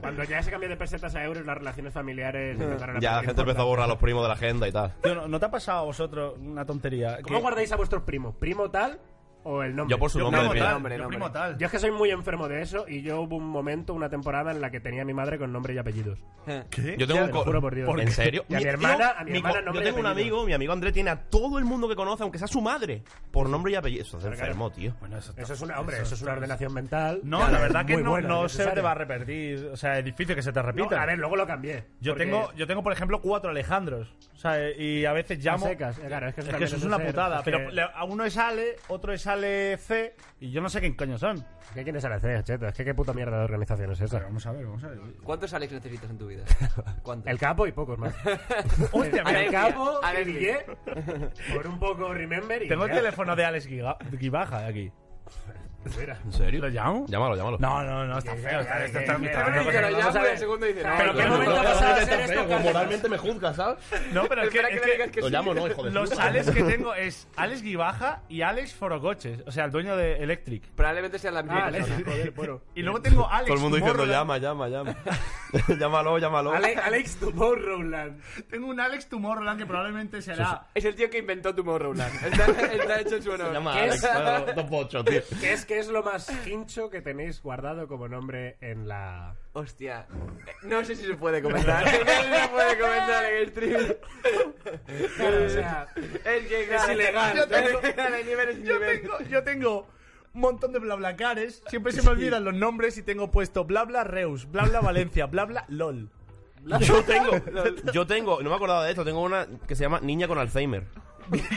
C: Cuando ya se cambió de pesetas a euros, las relaciones familiares empezaron a
A: Ya la
C: perder
A: gente empezó a borrar a los primos de la agenda y tal.
D: Tío, ¿no, no te ha pasado a vosotros una tontería?
C: ¿Cómo
D: que-
C: guardáis a vuestros primos? ¿Primo tal o el nombre?
A: Yo por su Yo nombre primo de pila. tal,
D: yo primo tal.
C: Yo es que soy muy enfermo de eso y yo hubo un momento, una temporada en la que tenía a mi madre con nombre y apellidos.
E: Eh,
A: ¿Qué? Yo tengo
C: Ya,
A: un
C: te lo
A: co-
C: juro por Dios.
A: ¿En serio?
C: Y a mi
A: Tío,
C: hermana, a mi
A: co-
C: hermana
A: Yo
C: nombre y
A: tengo un
C: apellido.
A: amigo, mi amigo Andrés tiene a todo el mundo que conoce, aunque sea su madre, por nombre y apellido. Eso es enfermo, tío.
C: Eso es una, hombre, eso, es una ordenación mental.
D: No,
C: Claro,
D: la
C: es
D: verdad que
C: muy
D: no,
C: buena,
D: no se
C: necesaria.
D: te va a repetir. O sea, es difícil que se te repita.
C: No, a ver, luego lo cambié.
D: Yo
C: porque-
D: tengo, yo tengo, por ejemplo, cuatro Alejandros. O sea, y a veces llamo.
C: A secas, eh, claro, es que eso también
D: eso es
C: es
D: una
C: ser,
D: putada.
C: es que-
D: Pero le- a uno es Ale, otro es Ale C, y yo no sé qué coño son.
C: ¿Qué quieres hacer, Cheto? Es que qué puta mierda de organización es esa.
D: vamos a ver, vamos a ver.
E: ¿Cuántos Alex necesitas en tu vida? ¿Cuántos?
C: El capo y pocos más.
D: Hostia,
C: el
D: mira.
C: capo,
E: Alexia.
C: el Guille, por un poco remember y
D: Tengo el
C: ya.
D: teléfono de Alex Giga- Gibaja aquí.
C: Mira. Eh,
A: ¿En serio?
D: ¿Lo llamo?
A: Llámalo, llámalo.
D: No, no, no, está feo. está- está- está- está-
E: Pero
C: pues
D: está-
E: ya,
D: vamos a
E: güey,
D: ver.
E: el segundo dice, no,
D: Pero
E: no,
D: qué
E: no,
D: momento
E: no,
D: ha
E: no,
D: pasado de
E: no,
D: ser
E: no,
D: esto,
E: no,
D: Cárdenas?
A: Moralmente me juzga, ¿sabes?
D: No, pero es que,
E: Espera que le
D: es que
E: digas que
A: Lo
E: sí.
A: llamo, ¿no, hijo de
D: los
A: puta?
D: Alex que tengo es Alex Gibaja y Alex Forocoches, o sea, el dueño de Electric.
E: Probablemente sean las mismas.
C: Ah, Alex,
E: personas.
C: joder, bueno.
D: Y luego tengo Alex
A: Todo el mundo diciendo
D: Tomorrowland.
A: llama, llama, llama. llámalo, llámalo.
C: Ale- Alex Tomorrowland.
D: Tengo un Alex Tomorrowland que probablemente será...
E: Es el tío que inventó tu Tomorrowland. Está, está hecho en su honor.
A: Llama
C: ¿Qué
A: a Alex,
C: es?
A: bueno, dos pochos, tío.
C: ¿Qué es, que es lo más hincho que tenéis guardado como nombre en la...
E: Hostia. Eh, No sé si se puede comentar. No sé si se puede comentar en el stream.
C: Claro, o sea,
E: Es que claro,
D: ilegal.
E: Yo tengo, ni nivel es
D: Yo
E: nivel.
D: tengo, yo tengo un montón de blablacares, siempre se me olvidan los nombres y tengo puesto blabla reus, blabla valencia, blabla lol.
A: Yo tengo, yo tengo, no me acordaba de esto, tengo una que se llama Niña con Alzheimer.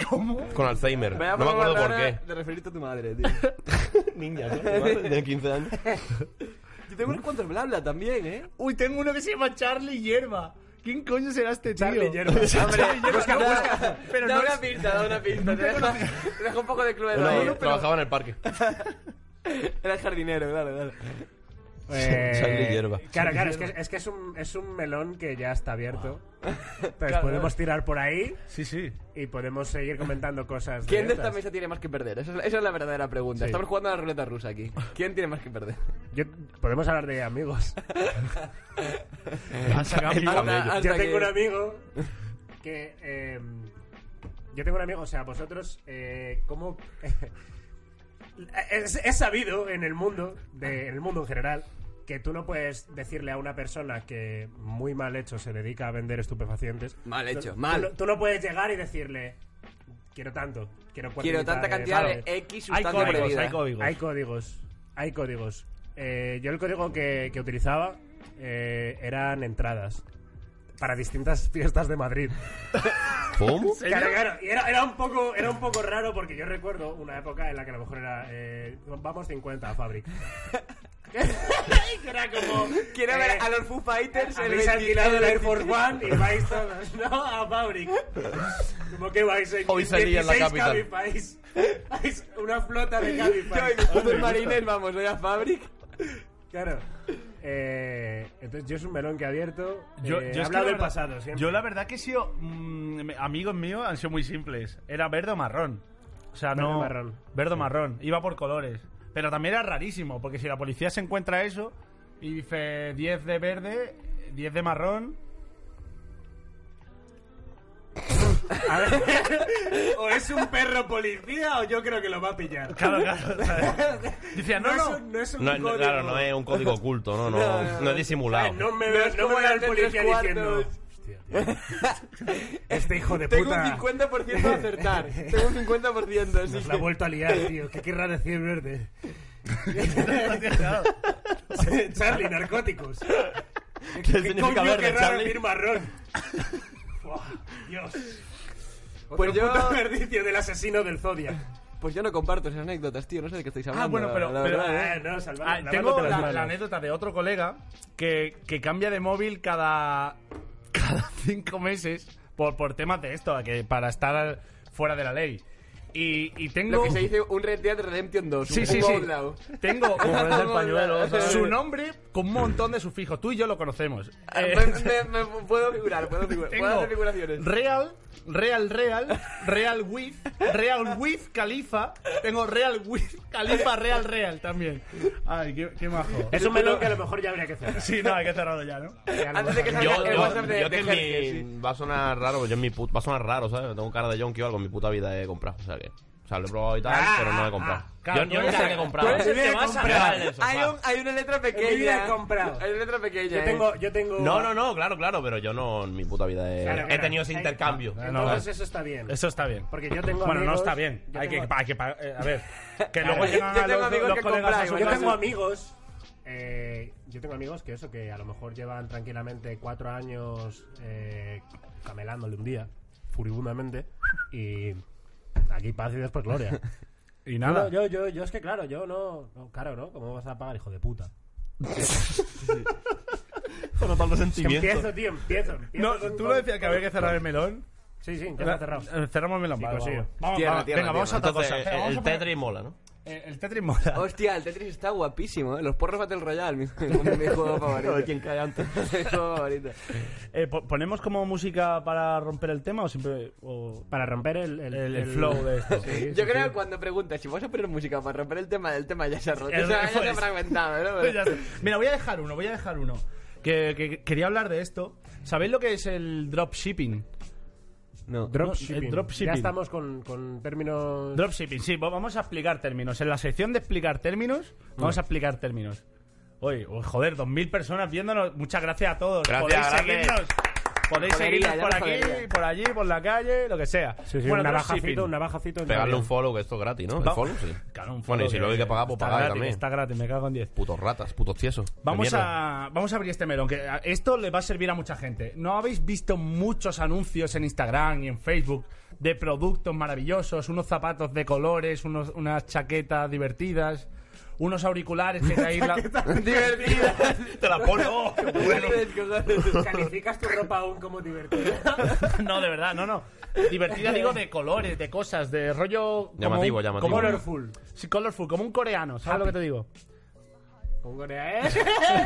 A: ¿Cómo? Con Alzheimer.
E: da
A: No me acuerdo por
E: ahora
A: qué.
E: De referirte a tu madre, tío.
A: Niña, De 15 años.
E: Yo tengo unos cuantos blabla también, ¿eh?
D: Uy, tengo uno que se llama Charlie Hierba. ¿Quién coño será este tío?
C: Charlie Hierba.
E: Hombre,
D: Busca,
E: da,
D: busca. Pero
E: da
D: no
E: una
D: es-
E: pinta, da una pinta. Te deja, te deja un poco de cluedo
A: No,
E: ahí.
A: Trabajaba en el parque.
E: Eras jardinero, claro, claro.
C: eh,
A: Charlie Hierba.
C: Claro, claro, es que, es, que es, un, es un melón que ya está abierto. Entonces podemos tirar por ahí
D: Sí, sí.
C: y podemos seguir comentando cosas.
E: ¿Quién de esta
C: estas?
E: mesa tiene más que perder? Esa es, la- esa es la verdadera pregunta.
C: Sí.
E: Estamos jugando a la ruleta rusa aquí. ¿Quién tiene más que perder?
C: Yo- podemos hablar de amigos.
D: Han sacado mi-
E: Hasta-
C: yo
E: hasta
C: tengo
E: que-
C: un amigo que. eh, yo tengo un amigo, o sea, vosotros, eh, ¿cómo.? es, es sabido en el mundo, de- en el mundo en general, que tú no puedes decirle a una persona que muy mal hecho se dedica a vender estupefacientes.
E: Mal hecho,
C: tú-
E: mal.
C: Tú, no- tú no puedes llegar y decirle. Quiero tanto, quiero cuatro
E: Quiero tanta
C: unidades".
E: cantidad
C: Claro.
E: de X
D: Hay
E: sustancia
D: códigos,
E: prohibida.
D: hay códigos.
C: Hay códigos. Hay códigos. Eh, yo el código que, que utilizaba eh, eran entradas para distintas fiestas de Madrid.
A: ¿Cómo?
C: Claro, claro. Y era, era un poco, era un poco raro porque yo recuerdo una época en la que a lo mejor era eh, vamos 50 a Fabric. Que era como
E: Quiero ver
C: eh,
E: a los Foo Fighters el
C: habéis
E: 20
C: alquilado el Air
E: 20.
C: Force One y vais todos, ¿no? A Fabric. Como que vais en
A: Hoy salía en la
C: 16
A: capital.
C: Cabifys. Vais una flota de Cabify.
E: Yo y mis putos marines, vamos, voy a Fabric.
C: Claro. Eh, entonces yo es un melón que he abierto.
D: Yo,
C: eh, he
D: yo es que la
C: hablado del
D: verdad-
C: pasado siempre.
D: Yo la verdad que he sido... mm, me- amigos míos han sido muy simples. Era verde o marrón. O sea,
C: Verde o
D: no...
C: marrón.
D: Verde o marrón. Iba por colores. Pero también era rarísimo, porque si la policía se encuentra eso y dice 10 de verde, 10 de marrón...
C: A ver, o es un perro policía o yo creo que lo va a pillar.
D: Claro, claro. Dice, no,
C: es
D: no.
C: un- no es un
A: No, no,
C: código.
A: claro, no es un código oculto, no, no, no, es disimulado.
C: No me
E: No
C: veo,
E: es
C: no
E: como
C: me veo al
E: el de
C: policía
E: tres
C: diciendo.
E: cuartos.
C: "Hostia, tío, Este hijo de
E: Tengo un
C: puta
E: 50% de acertar. Tengo un 50%, así
C: nos la ha
E: que...
C: vuelto a liar, tío. ¿Qué querrá decir verde? Charlie, narcóticos.
A: ¿Qué
C: ¿Qué
A: significa
C: coño
A: verde,
C: querrá
A: Charlie?
C: decir marrón? Buah, Dios.
E: Pues
C: Otro
E: yo-
C: puto ejercicio del asesino del Zodiac.
E: Pues yo no comparto esas anécdotas, tío. No sé de qué estáis hablando.
D: Ah, bueno, pero-
E: la
D: pero-
E: verdad,
C: Ah,
E: ¿eh?
C: no, salvando.
D: Ah, tengo
C: lavándote las
D: la, la
C: manos.
D: anécdota de otro colega que, que cambia de móvil cada, cada cinco meses por, por temas de esto, que para estar fuera de la ley. Y, y
E: Lo
D: tengo.
E: que se dice un Red Dead Redemption 2.
D: Sí,
E: un
D: sí, sí.
E: juego doblado.
D: Tengo
E: Un juego doblado.
D: su nombre con un montón de sufijos. Tú y yo lo conocemos.
E: Ah,
D: Eh,
E: Me, me- me puedo figurar, puedo figurar.
D: Tengo
E: Puedo hacer figuraciones.
D: Real, Real, Real, Real With, Real With Califa. Tengo Real With Califa, Real, Real también. Ay, qué, qué majo.
K: Es un melón que a lo mejor ya habría que cerrar.
D: Sí, no, hay que cerrarlo ya, ¿no?
E: Antes de que salga
A: Yo,
E: el
A: yo,
E: WhatsApp de,
A: yo
E: de
A: que en
E: Jorge, sí.
A: mi... Va a sonar raro, yo en mi put... Va a sonar raro, ¿sabes? Tengo cara de yonki o algo, en mi puta vida he comprado, o sea que... O sea, lo he probado y tal,
E: Ah,
A: pero no
E: ah,
A: he comprado.
E: ah, claro,
A: yo, yo
E: tú
A: no
E: eres
A: sé
E: el-
A: qué he comprado.
E: tú eres el que
A: Yo
E: vas a-
A: era el del sofá.
E: Hay, un- hay una letra pequeña.
K: El día he comprado.
E: Hay una letra pequeña.
K: Yo
E: eh.
K: tengo, yo tengo.
A: No, no, no, claro, claro, pero yo no en mi puta vida he,
K: Claro,
A: he
K: claro.
A: tenido ese
K: Hay-
A: intercambio.
K: Entonces eso está bien.
D: Eso está bien.
K: Porque yo tengo
D: Bueno, no
K: amigos-
D: está bien.
K: yo
D: Hay que,
K: tengo-
D: hay que pagar- eh, a ver. Que
K: Claro,
D: luego
K: yo-
D: llegan
K: yo
D: a
K: tengo
D: los,
K: amigos
D: los
K: que
D: colegas a
K: compráis,
D: su
K: yo
D: casa.
K: tengo amigos. eh, yo tengo amigos que eso, que a lo mejor llevan tranquilamente cuatro años eh, camelándole un día, furibundamente, y aquí paz y después gloria.
D: Y nada.
K: No, yo, yo, yo es que claro, yo no, no, claro, ¿no? ¿Cómo vas a pagar, hijo de puta?
A: Con tanto
K: Es que empiezo, tío, empiezo. empiezo
D: No,
K: con-
D: tú lo decías que había que cerrar el melón.
K: Sí, sí, ya está cerrado.
D: Eh, Cerramos el melón.
K: Sí,
D: vale,
K: consigo.
D: vamos. Vamos,
E: Tierra,
D: vamos.
E: tierra,
D: Venga, vamos a
E: tierra.
D: otra cosa.
A: Entonces,
D: Venga,
A: el,
D: vamos
A: el
D: a poner-
A: Tetris mola, ¿no?
D: eh, El Tetris mola.
E: Hostia, el Tetris está guapísimo, ¿eh? Los porros Battle Royale, mi, mi juego favorito.
A: A ver quién cae antes.
E: Mi juego favorito.
D: Eh, po- ¿Ponemos como música para romper el tema o siempre.? o-
K: Para romper el, el,
D: El- el flow de esto.
K: Sí,
E: Yo
K: sí,
E: creo
K: sí.
E: que cuando preguntas si vas a poner música para romper el tema, el tema ya se ha roto.
D: El-
E: O sea, ya se ha
D: pues-
E: fragmentado, ¿no? Pero-
D: Ya está. Mira, voy a dejar uno, voy a dejar uno. Que, que- quería hablar de esto. ¿Sabéis lo que es el dropshipping?
E: No.
D: No, el
K: Dropshipping.
D: dropshipping.
K: Ya estamos con, con términos.
D: Dropshipping, sí, pues vamos a explicar términos. En la sección de explicar términos, vamos a explicar términos. Oye, oh, joder, 2.000 personas viéndonos. Muchas gracias a todos.
A: Gracias,
D: Podéis
A: gracias.
D: seguirnos. Podéis
E: Jodería,
D: seguirnos
E: ya
D: por
E: no
D: aquí,
E: jodería.
D: por allí, por la calle, lo que sea.
K: Sí, sí,
D: Bueno,
K: un
D: dropshipping.
K: navajacito, un navajacito. en
A: Pegarle
K: la-
A: un follow, que esto es gratis, ¿no? El
D: Va-
A: follow, sí.
D: Claro, un
A: Bueno, y si
D: follow
A: luego hay que pagar, pues
D: está
A: pagar
D: gratis,
A: también.
D: Está gratis, me cago en 10.
A: Putos ratas, putos tiesos. de
D: Vamos
A: mierda.
D: a, vamos a abrir este melón, que a- esto le va a servir a mucha gente. ¿No habéis visto muchos anuncios en Instagram y en Facebook de productos maravillosos? Unos zapatos de colores, unos, unas chaquetas divertidas, unos auriculares que te aíslan...
E: Divertida.
A: Te la pongo.
E: Bueno.
K: Calificas tu ropa aún como divertida.
D: no, de verdad, no, no. Divertidas digo de colores, de cosas, de rollo... como
A: Llamativo,
D: un-
A: llamativo.
D: Como
K: Colorful.
D: Sí, colorful, como un coreano, ¿sabes lo que te digo?
K: Con Corea, ¿eh?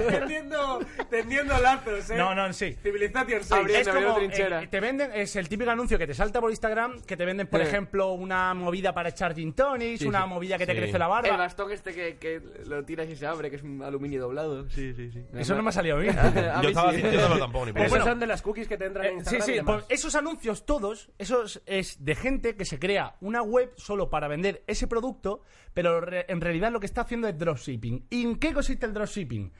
K: tendiendo, tendiendo lazos, ¿eh?
D: No, no, sí.
K: Civilization 6.
E: Abriendo,
D: Es como,
E: abriendo trinchera.
D: eh, te venden, es el típico anuncio que te salta por Instagram, que te venden, por
E: Sí.
D: ejemplo, una movida para echar gin tonics,
E: Sí,
D: una
E: sí.
D: movida que te
A: Sí.
D: crece la
E: El
D: barba.
E: bastón este que, que lo tiras y se abre, que es un aluminio doblado. Sí, sí, sí.
D: Eso no me ha salido bien.
E: A mí
A: Yo estaba
E: sí.
A: haciendo yo no tampoco ni por
K: Esas
A: eso.
K: son de las cookies que te entran en
D: Eh, sí,
K: Instagram.
D: sí,
K: y demás.
D: pues esos anuncios todos, esos es de gente que se crea una web solo para vender ese producto, pero re- en realidad lo que está haciendo es dropshipping. ¿Y en qué consiste el dropshipping?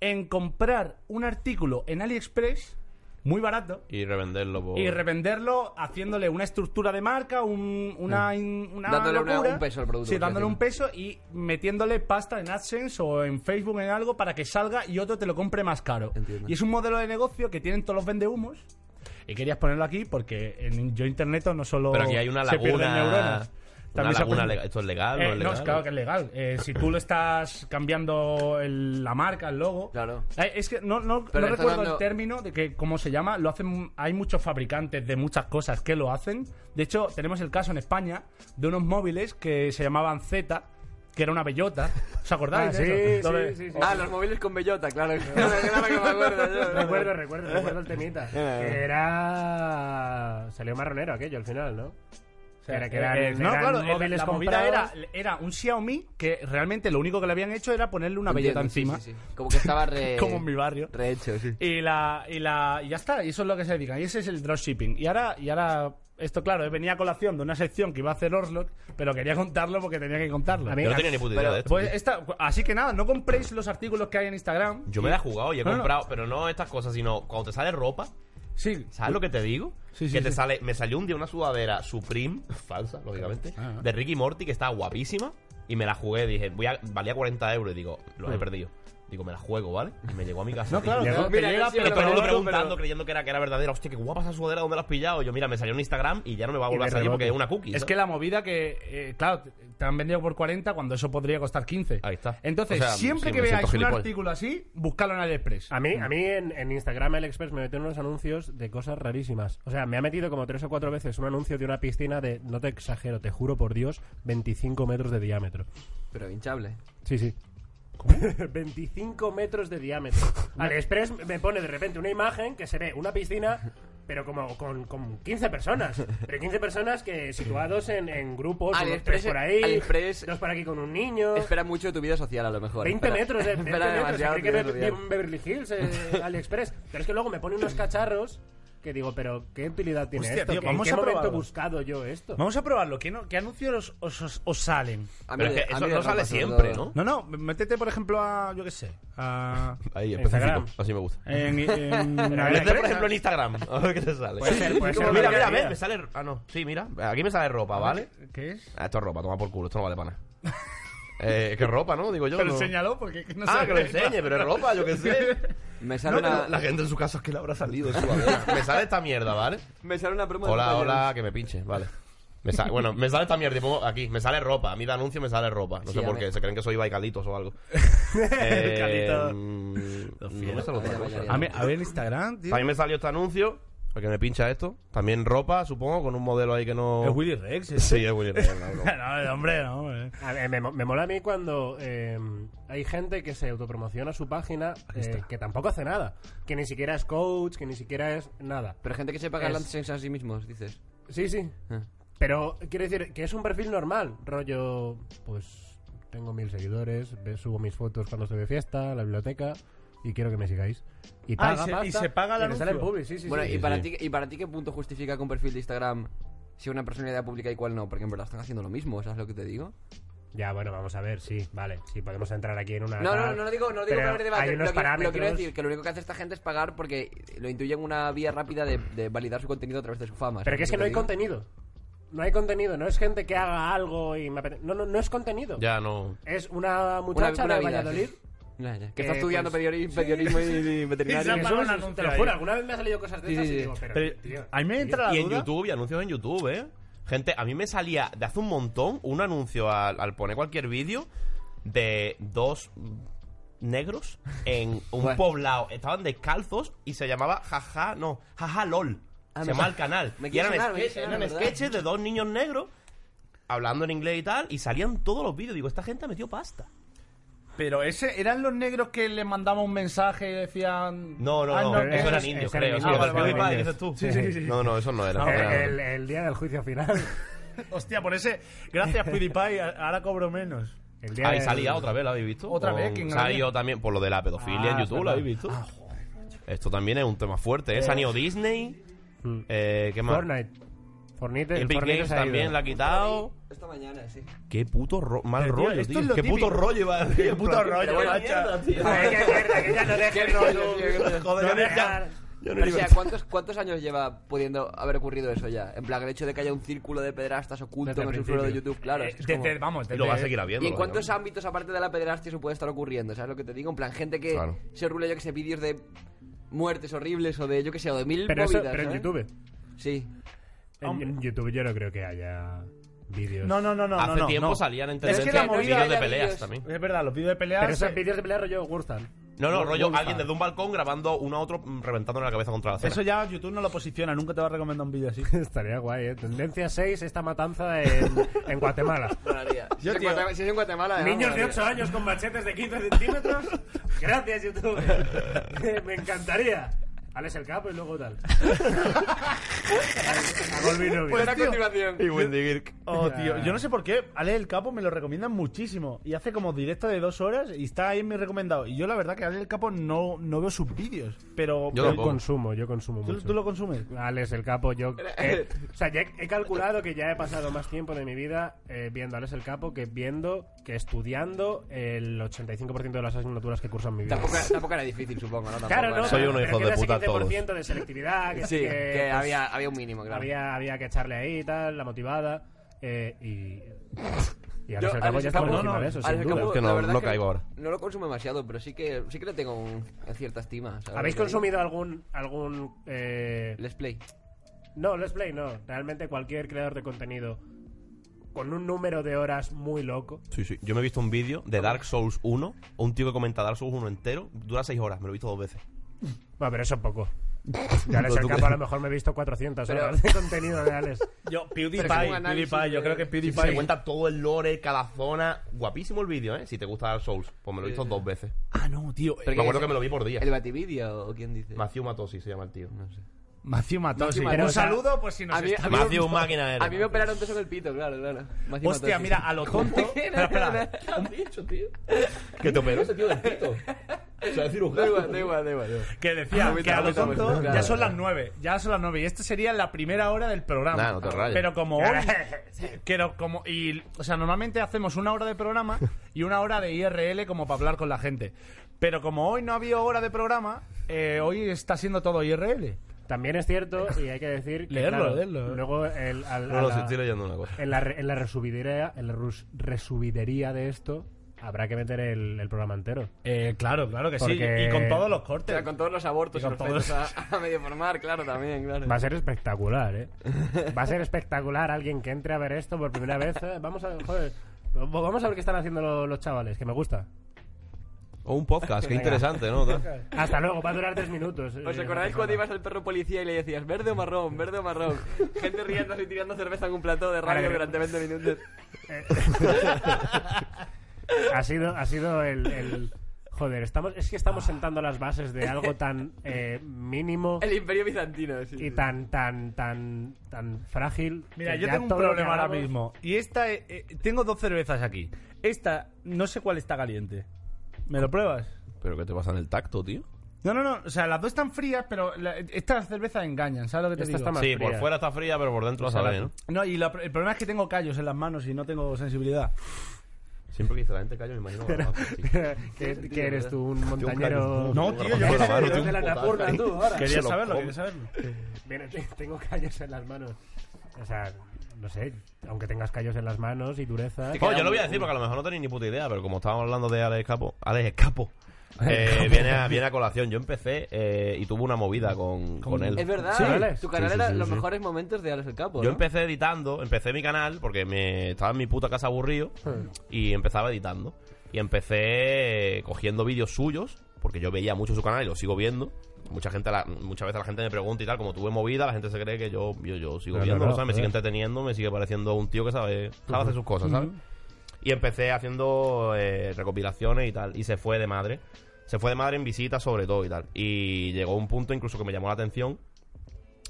D: En comprar un artículo en AliExpress muy barato
A: Y revenderlo por...
D: y revenderlo haciéndole una estructura de marca, un, una, in- una
E: Eh. Dándole una-
D: locura.
E: un peso al producto,
D: Sí,
E: por
D: dándole
E: así
D: un peso y metiéndole pasta en AdSense o en Facebook en algo para que salga y otro te lo compre más caro.
E: Entiendo.
D: Y es un modelo de negocio que tienen todos los vendehumos. Y querías ponerlo aquí porque en yo internet no solo
A: Pero aquí hay una
D: se pierden
A: laguna...
D: neuronas.
A: Una
D: se
A: laguna
D: aprende-
A: legal. ¿Esto es legal
D: Eh,
A: no es
D: no,
A: legal?
D: es claro que es legal. Eh, si tú lo estás cambiando el- la marca, el logo.
E: Claro.
D: Eh, es que no, no,
E: Pero
D: no
E: le estás
D: recuerdo
E: dando-
D: el término de que cómo se llama. Lo hacen. Hay muchos fabricantes de muchas cosas que lo hacen. De hecho, tenemos el caso en España de unos móviles que se llamaban Z, que era una bellota. ¿Os acordáis?
K: Ah,
D: de
K: sí,
D: eso?
K: sí,
D: Lo de-
K: sí, sí.
E: Ah, los móviles con bellota, claro. Claro que me acuerdo, yo.
K: Recuerdo, recuerdo, recuerdo el temita. que era. Salió marronero aquello al final, ¿no? O sea, era que eran,
D: Eh, no,
K: eran
D: claro, el-
K: móviles
D: la movida era,
K: comprados.
D: era un Xiaomi que realmente lo único que le habían hecho era ponerle una bellota
E: Entiendo, sí,
D: encima.
E: sí, Eh, sí. Como que estaba re...
D: Como en mi barrio.
E: Rehecho, sí.
D: Y la, y la y ya está, y eso es lo que se dedican. Y ese es el dropshipping. Y ahora, y ahora esto claro, eh, venía a colación de una sección que iba a hacer Orlok, pero quería contarlo porque tenía que contarlo.
K: A mí-
A: Yo no tenía ni puta idea de esto.
D: Pues esta- así que nada, no compréis los artículos que hay en Instagram.
A: Yo me la he jugado y he
D: No, no.
A: comprado, pero no estas cosas, sino cuando te sale ropa,
D: Sí.
A: ¿sabes lo que te digo?
D: Sí, sí,
A: que te
D: sí.
A: sale, me salió un día una sudadera Supreme, falsa, lógicamente,
D: Ah.
A: de Ricky Morty, que estaba guapísima, y me la jugué, dije, voy a, valía 40 euros, y digo, los he perdido. Digo, me la juego, ¿vale? Y me llegó a mi casa.
D: Ah. No, claro,
A: Llegó-
D: te- te llega,
A: pero
D: pero
A: todo el mundo
D: pero-
A: preguntando, creyendo que era, que era verdadera. Hostia, qué guapa esa sudadera, ¿dónde la has pillado? Yo, mira, me salió en Instagram y ya no me va a volver a salir porque es una cookie.
D: Es que la movida que, eh, claro, te- te han vendido por 40 cuando eso podría costar 15. Ahí está. Entonces,
A: O sea,
D: siempre
A: sí,
D: que
A: me siento
D: veáis un
A: gilipollas.
D: artículo así, buscadlo en AliExpress.
C: A mí, a mí en, en Instagram AliExpress me meten unos anuncios de cosas rarísimas. O sea, me ha metido como tres o cuatro veces un anuncio de una piscina de, no te exagero, te juro por Dios, 25 metros de diámetro.
E: Pero hinchable.
C: Sí, sí. 25 metros de diámetro. AliExpress me pone de repente una imagen que se ve una piscina, pero como con, con 15 personas. Pero 15 personas que situados en, en grupos, unos tres
E: AliExpress-
C: por ahí,
E: AliExpress-
C: dos por aquí con un niño.
E: Espera mucho de tu vida social, a lo mejor.
C: 20
E: Espera-
C: metros, eh, 20
E: espera
C: metros.
E: demasiado
C: Enrique
E: de tu
C: Be-
E: vida social.
C: Be- Beverly Hills, eh, AliExpress. Pero es que luego me pone unos cacharros que digo, pero ¿qué utilidad tiene
D: Hostia,
C: esto?
D: tío,
C: ¿Qué-
D: vamos
C: ¿En
D: a
C: qué momento he
D: probarlo.
C: buscado yo esto?
D: Vamos a probarlo. ¿Qué, no- qué anuncios os, os- os salen?
C: A mí Pero es de- que a eso mí de no ropa sale sobre siempre, todo.
D: No, no, métete, por ejemplo, a. Yo qué sé. A.
A: Ahí,
D: Instagram.
A: específico. Así me gusta.
D: En- en-
A: Métete, por ejemplo, en Instagram. A ver qué te sale.
D: Puede ser, puede ser
A: mira,
D: una
A: mira,
D: idea.
A: ve, me sale. Ah, no. Sí, mira. Aquí me sale ropa, ¿vale?
D: ¿Qué es?
A: Ah, esto es ropa, toma por culo. Esto no vale para nada. Eh, que ropa, ¿no? Digo yo.
D: Pero
A: no.
D: enséñalo, porque no
A: ah,
D: se
A: que lo
D: ve.
A: enseñe, pero es ropa, yo qué sé. Me
E: sale una-
A: La gente en su casa es que le habrá salido. de su cabeza. me sale esta mierda, ¿vale?
E: Me sale una broma
A: Hola, hola, que me pinche, vale. Me sa- bueno, me sale esta mierda y pongo aquí, me sale ropa. A mí de anuncio me sale ropa. No
E: Sí,
A: sé
E: a
A: por
E: mí-
A: qué, se creen que soy Baicalitos o algo.
D: Calitos.
A: mm, no me sale otra cosa.
D: Eh, A mí- a ver, en Instagram, tío.
A: También me salió este anuncio, porque me pincha esto. También ropa, supongo, con un modelo ahí que no...
D: Es Willy Rex, ese.
A: Sí, es Willy Rex. algo.
D: no, hombre, no. hombre.
C: A ver, me, mo- me mola a mí cuando eh, hay gente que se autopromociona su página eh, que tampoco hace nada. Que ni siquiera es coach, que ni siquiera es nada.
E: Pero gente que se paga
C: Es-
E: lances a sí mismos, dices.
C: Sí, sí.
D: Ah.
C: Pero quiero decir que es un perfil normal. Rollo, pues tengo mil seguidores, ve- subo mis fotos cuando estoy de fiesta, la biblioteca y quiero que me sigáis. Y
D: Ah, y
C: paga
D: se-
C: pasta,
D: y se paga el
C: y le sale en
D: anuncio.
C: publi, sí, sí,
E: bueno,
C: sí.
E: ¿y, para Ti, ¿y para ti qué punto justifica que un perfil de Instagram sea una personalidad pública y cuál no? Porque en verdad están haciendo lo mismo, ¿sabes lo que te digo?
C: Ya, bueno, vamos a ver, sí, vale, sí, podemos entrar aquí en una...
E: No, no,
C: tal,
E: no lo digo, no lo digo
C: pero
E: para abrir debate.
C: Hay unos
E: lo, que, lo
C: parámetros...
E: quiero decir, que lo único que hace esta gente es pagar porque lo intuyen una vía rápida de, de validar su contenido a través de su fama.
C: Pero que es que no hay
E: contenido
C: contenido. No hay contenido, no es gente que haga algo y me apete- No, no, no es contenido.
A: Ya, no...
C: Es una muchacha
E: una
C: de
E: vida,
C: Valladolid.
E: sí. Ya, ya.
C: que,
E: Que está estudiando
C: pues,
E: periodismo,
C: sí.
E: periodismo y, y veterinario.
C: Jesús,
E: Jesús,
C: te lo juro, alguna vez me han salido cosas de
E: Sí,
C: esas
E: sí,
C: y
E: sí.
C: digo, pero,
A: Pero-
C: tío,
D: a mí me entra la
A: Y en
D: duda.
A: YouTube, y anuncios en YouTube, ¿eh? Gente, a mí me salía de hace un montón un anuncio al, al poner cualquier vídeo de dos negros en un
E: Bueno.
A: poblado. Estaban descalzos y se llamaba jaja, no, jaja lol.
E: Ah,
A: se
E: me
A: llamaba
E: sa-
A: el canal.
E: me
A: y
E: quiere
A: eran,
E: sonar, me
A: sketch-
E: quiere sonar,
A: eran
E: ¿verdad?
A: sketches de dos niños negros hablando en inglés y tal, y salían todos los vídeos. Digo, esta gente ha metido pasta.
D: Pero ese eran los negros que le mandaban un mensaje y decían.
A: No, no,
D: Ah,
A: no, eso era niño,
C: ese era
A: creo.
C: niño.
A: eso
C: Ah,
A: era
C: vale, vale,
A: PewDiePie,
C: vale.
A: ¿qué dices tú?
D: Sí, sí, sí.
A: No, no, eso no era.
C: el,
A: era-
C: el- el día del juicio final.
D: Hostia, por ese. Gracias, PewDiePie. a- Ahora cobro menos.
C: El día
A: Ahí
C: del-
A: salía otra vez, ¿la habéis visto?
D: Otra vez, ¿quién
A: que
D: ganó?
A: Salió también por lo de la pedofilia
D: Ah,
A: en YouTube, ¿la
D: es
A: habéis visto? Esto también es un tema fuerte, ¿eh? Salió Disney.
D: Mm.
A: Eh, ¿Qué más?
C: Fortnite. Fortnite,
A: Epic
C: Fortnite
A: Games
C: se ha ido.
A: también la ha quitado.
E: Esta mañana, sí.
A: Qué puto ro- mal
D: Pero, tío,
A: rollo,
D: esto
A: tío.
D: es lo
A: Qué
D: típico.
A: puto rollo, iba a decir.
D: Qué puto rollo,
A: Pero bueno,
D: macho.
A: mierda, tío.
C: Ay, qué mierda, que ya no deje el rollo.
A: Joder,
C: No
A: ya-
C: deja-
A: ya- yo no
E: Pero, o
A: iba a-
E: sea, ¿cuántos, ¿cuántos años lleva pudiendo haber ocurrido eso ya? En plan, el hecho de que haya un círculo de pederastas oculto
D: Desde
E: en el
D: el
E: subsuelo de
D: principio.
E: YouTube, claro.
D: Eh,
E: es que es
D: desde-
E: como-
D: vamos,
A: Y
D: desde-
A: lo va a seguir habiendo.
E: ¿Y en cuántos
A: lógicamente.
E: ámbitos, aparte de la pederastia, eso puede estar ocurriendo? ¿Sabes lo que te digo? En plan, gente que
A: Claro.
E: se rule, yo que sé, vídeos de muertes horribles o de, yo que sé, o de mil
C: Pero, eso,
E: movidas, ¿eh?
C: pero en
E: ¿sabes?
C: YouTube.
E: Sí.
C: En, en YouTube yo no creo que haya vídeos.
D: No, no, no, no.
A: Hace
D: no, no,
A: tiempo
D: no.
A: salían en
D: Es que la
A: tendencia vídeos de
D: movida.
A: peleas
E: vídeos.
A: también.
D: Es verdad, los vídeos de peleas.
C: Pero esos
D: eh,
C: vídeos de pelea rollo gustan.
A: No, no,
C: Gur-
A: rollo
C: Gurtan.
A: alguien desde un balcón grabando uno a otro mm, reventándole la cabeza contra la
D: Eso
A: acera.
D: ya YouTube no lo posiciona, nunca te va a recomendar un vídeo así.
C: Estaría guay, ¿eh? Tendencia 6, esta matanza en, en Guatemala.
E: Molaría. si, es en
D: tío-
E: Guatemala, si es en Guatemala, además,
C: Niños de
E: molaría.
C: 8 años con machetes de 15 centímetros. Gracias, YouTube. Me encantaría. Alex el capo y luego tal. A Golby Nugget.
E: Pues a continuación.
A: Y Wendy Girk.
D: Oh, tío, yo no sé por qué. Ale el Capo me lo recomiendan muchísimo. Y hace como directo de dos horas y está ahí en mi recomendado. Y yo la verdad que Ale el Capo no, no veo sus vídeos. Pero
A: Yo
D: pero-
C: Yo consumo, yo consumo
D: ¿tú,
C: mucho.
D: tú lo consumes.
C: Alex el Capo, yo. eh, o sea, ya he, he calculado que ya he pasado más tiempo de mi vida eh, viendo a Alex el Capo que viendo, que estudiando el 85% de las asignaturas que curso en mi vida.
E: Tampoco, tampoco era difícil, supongo, ¿no? Tampoco
C: Claro, no.
E: era-
A: Soy un
C: pero
A: hijo
C: que
A: de
C: era ese
A: puta a todos.
C: 15% de selectividad, que,
E: Sí,
C: que,
E: que
C: pues,
E: había, había un mínimo, claro.
C: había, había que echarle ahí y tal, la motivada. eh, y, Y ahora se acabó ya
E: Campo-
C: estamos encima de eso,
E: Alex
C: sin
E: del
C: duda.
E: Campo,
C: Es que
E: la
C: no-
E: verdad
C: no
E: que
C: caigo ahora.
E: No lo consumo demasiado, pero sí que, sí que le tengo un- cierta estima.
C: ¿Habéis
E: ¿sabes? Lo que digo.
C: consumido algún algún eh...
E: Let's Play?
C: No, Let's Play no. Realmente cualquier creador de contenido con un número de horas muy loco.
A: Sí, sí. Yo me he visto un vídeo de Dark Souls 1, un tío que comenta Dark Souls 1 entero, dura 6 horas, me lo he visto dos veces.
C: Bueno, pero eso es poco. Ya Alex el campo a lo mejor me he visto 400
A: Pero-
C: horas de contenido de Alex.
D: Yo,
A: PewDiePie,
D: PewDiePie, yo creo que PewDiePie-
A: Se cuenta todo el lore, cada zona. Guapísimo el vídeo, ¿eh? Si te gusta Dark Souls, pues me lo he visto
E: Sí.
A: dos veces.
D: Ah, no, tío.
A: Me acuerdo que me lo vi por día.
E: ¿El Batividia o quién dice?
A: Matthew Matosi se llama el tío. No
E: sé.
D: Matthew Matosi.
E: Matthew
D: Un
E: Matosi.
D: saludo, pues si nos
E: A mí-
D: está
E: a mí-
A: Matthew, máquina eres.
E: A mí me operaron de eso en el pito, claro, claro. Matthew
D: Hostia,
E: Matosi.
D: mira, a lo tonto. Espera, espera.
E: ¿Qué has dicho, tío?
A: Que te operó ese tío del pito. O sea, es cirujano.
E: Da igual, da igual, da igual. da igual.
D: Que decía
A: Ah,
E: Aumenta,
D: que a lo
E: aumenta,
D: tonto
E: aumenta.
D: ya son las 9. Ya son las 9. Y esta sería la primera hora del programa.
A: Nah, no te rayes.
D: Pero como hoy. pero como, y, o sea, normalmente hacemos una hora de programa y una hora de IRL como para hablar con la gente. Pero como hoy no ha habido hora de programa, eh, hoy está siendo todo IRL.
C: También es cierto, y hay que decir que
D: Leerlo,
C: claro,
D: leerlo.
C: luego el, al-
A: No,
C: a
A: no,
C: la-
A: sí, estoy leyendo una cosa.
C: En la, re- en la resubidería, en la rus- resubidería de esto, habrá que meter el, el programa entero.
D: Eh, claro, claro que sí.
C: Porque-
D: Y con todos los
E: O
D: cortes.
E: sea, con todos los abortos
D: Y con
E: y los
D: todos-
E: fetos a, a medio formar, claro, también, claro.
C: Va a ser espectacular, ¿eh? Va a ser espectacular alguien que entre a ver esto por primera vez. eh, Vamos a, joder, vamos a ver qué están haciendo lo- los chavales, que me gusta.
A: O un podcast, qué
C: Venga.
A: interesante, ¿no?
C: Hasta luego, va a durar tres minutos.
E: ¿Os
C: eh,
E: acordáis cuando ibas al perro policía y le decías verde o marrón, verde o marrón? Gente riéndose y tirando cerveza en un plató de radio
C: Vale,
E: durante 20 minutos.
C: Eh, Ha sido, ha sido el, el- Joder, estamos, es que estamos sentando las bases de algo tan eh, mínimo
E: El imperio bizantino, sí.
C: y tan, tan, tan, tan frágil.
D: Mira,
C: que
D: yo
C: ya
D: tengo un
C: todo lo que
D: problema ahora
C: hagamos-
D: mismo. Y esta, eh, eh, tengo dos cervezas aquí. Esta, no sé cuál está caliente. ¿Me lo pruebas?
A: ¿Pero qué te pasa en el tacto, tío?
D: No, no, no. O sea, las dos están frías, pero la- estas cervezas engañan. ¿Sabes lo que te
C: Esta
D: digo?
C: está más
A: Sí,
C: fría.
A: por fuera está fría, pero por dentro la sabes, ¿no?
D: No, y la- el problema es que tengo callos en las manos y no tengo sensibilidad.
A: Siempre que dice la gente callo, me imagino. que va a-
C: que, que eres tú un montañero.
A: callos. No, tío, yo qué sé, yo
C: de
A: de
C: la
A: la Napurna,
C: tú,
A: tú,
C: ahora.
A: ahora.
D: Quería
A: Se lo
D: saberlo,
A: come.
D: quería saberlo.
C: tengo callos en las manos. O sea, no sé, aunque tengas callos en las manos y dureza.
A: Bueno, Pues yo lo voy a decir porque a lo mejor no tenéis ni puta idea, pero como estábamos hablando de Alex Capo, Alex Escapo, eh, viene, a, viene a colación. Yo empecé eh, y tuve una movida con, con él.
E: Es verdad,
C: Sí, Alex.
E: tu canal
A: Sí, sí,
E: era
A: sí,
E: los
A: sí.
E: mejores momentos de Alex el Capo.
A: Yo
E: ¿no?
A: empecé editando, empecé mi canal porque me estaba en mi puta casa aburrido y empezaba editando. Y empecé eh, cogiendo vídeos suyos, porque yo veía mucho su canal y lo sigo viendo. Mucha gente la- muchas veces la gente me pregunta y tal, como tuve movida, la gente se cree que yo, yo, yo sigo
C: No, no,
A: viendo,
C: no,
A: o sea, me sigue
C: joder.
A: entreteniendo, me sigue pareciendo un tío que sabe, sabe hacer sus cosas, ¿sabes? Y empecé haciendo eh, recopilaciones y tal. Y se fue de madre. Se fue de madre en visitas sobre todo y tal. Y llegó un punto incluso que me llamó la atención.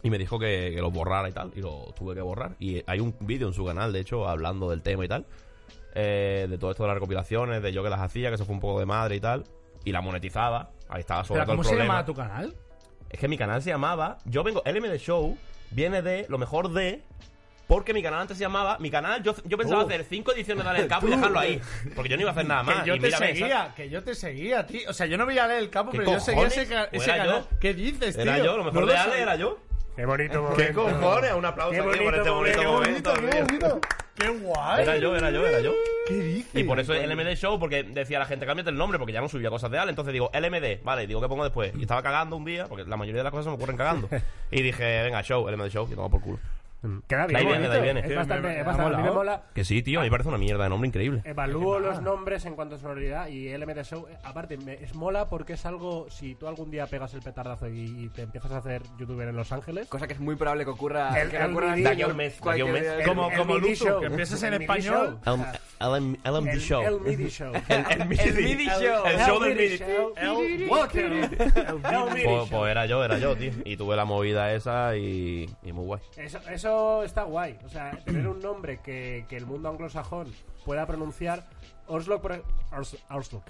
A: Y me dijo que, que lo borrara y tal. Y lo tuve que borrar. Y hay un vídeo en su canal, de hecho, hablando del tema y tal. eh, de todo esto de las recopilaciones, de yo que las hacía, que se fue un poco de madre y tal. Y la monetizaba. Ahí estaba sobre
D: Espera,
A: todo
D: ¿Cómo
A: el
D: se
A: problema.
D: llama tu canal?
A: Es que mi canal se llamaba. Yo vengo. LMD Show viene de lo mejor de. Porque mi canal antes se llamaba. Mi canal, yo, yo pensaba
E: Tú.
A: hacer cinco ediciones de Ale del Capo y dejarlo ahí. Porque yo no iba a hacer nada más.
D: que yo
A: Ah, y
D: te
A: mira, me
D: seguía, que yo te seguía, tío. O sea, yo no veía a leer el campo,
A: ¿Qué
D: pero yo seguía
A: cojones?
D: ese, ca-
A: ¿O
D: ese
A: era
D: canal.
A: yo?
D: ¿Qué dices,
A: sa-
D: tío?
A: Era yo, lo mejor
D: No
A: de
D: sabía.
A: Ale era yo.
C: Qué bonito
A: ¿Qué
C: momento.
A: cojones? Un aplauso
C: Qué
A: aquí por
C: bonito
A: este bonito
C: momento,
A: momento. tío.
D: ¡Qué guay!
A: Era yo, era yo, era yo.
D: ¿Qué dices?
A: Y por eso es LMD Show, porque decía la gente, cámbiate el nombre, porque ya no subía cosas de Ale. Entonces digo, LMD, vale, digo que pongo después. Y estaba cagando un día, porque la mayoría de las cosas se me ocurren cagando. Y dije, venga, show, LMD Show, que toma por culo.
C: Mm. Queda bien.
A: Ahí viene,
C: bonito.
A: ahí viene.
C: Es bastante,
D: Me- me-
C: es
D: me ha
C: bastante- a mí me
D: molado.
C: mola.
A: Que sí, tío, a mí me parece una mierda de nombre increíble.
C: Evalúo los nombres en cuanto a sonoridad y LMD Show. eh, Aparte, me, es mola porque es algo. Si tú algún día pegas el petardazo y, y te empiezas a hacer youtuber en Los Ángeles.
E: Cosa que es muy probable que ocurra.
C: El-
E: que
C: el
E: ocurra
C: vídeo. De aquí a
A: un mes, de aquí a
E: cualquier
A: un mes.
E: día.
D: Como- como
C: MIDI
D: Luzu,
C: Show.
D: que empiezas en
C: El MIDI
D: español.
C: Show. O sea,
A: LMD
C: el-
A: Show.
C: El MIDI Show. El
A: El
E: El MIDI Show.
A: El show del MIDI.
C: Show. El Welcome. El
A: Pues,
C: MIDI Show.
A: pues era yo, era yo, tío. Y tuve la movida esa y, y muy guay.
C: Eso, eso está guay. O sea, tener un nombre que, que el mundo anglosajón pueda pronunciar. Oslo. pro- Ors- Oslo.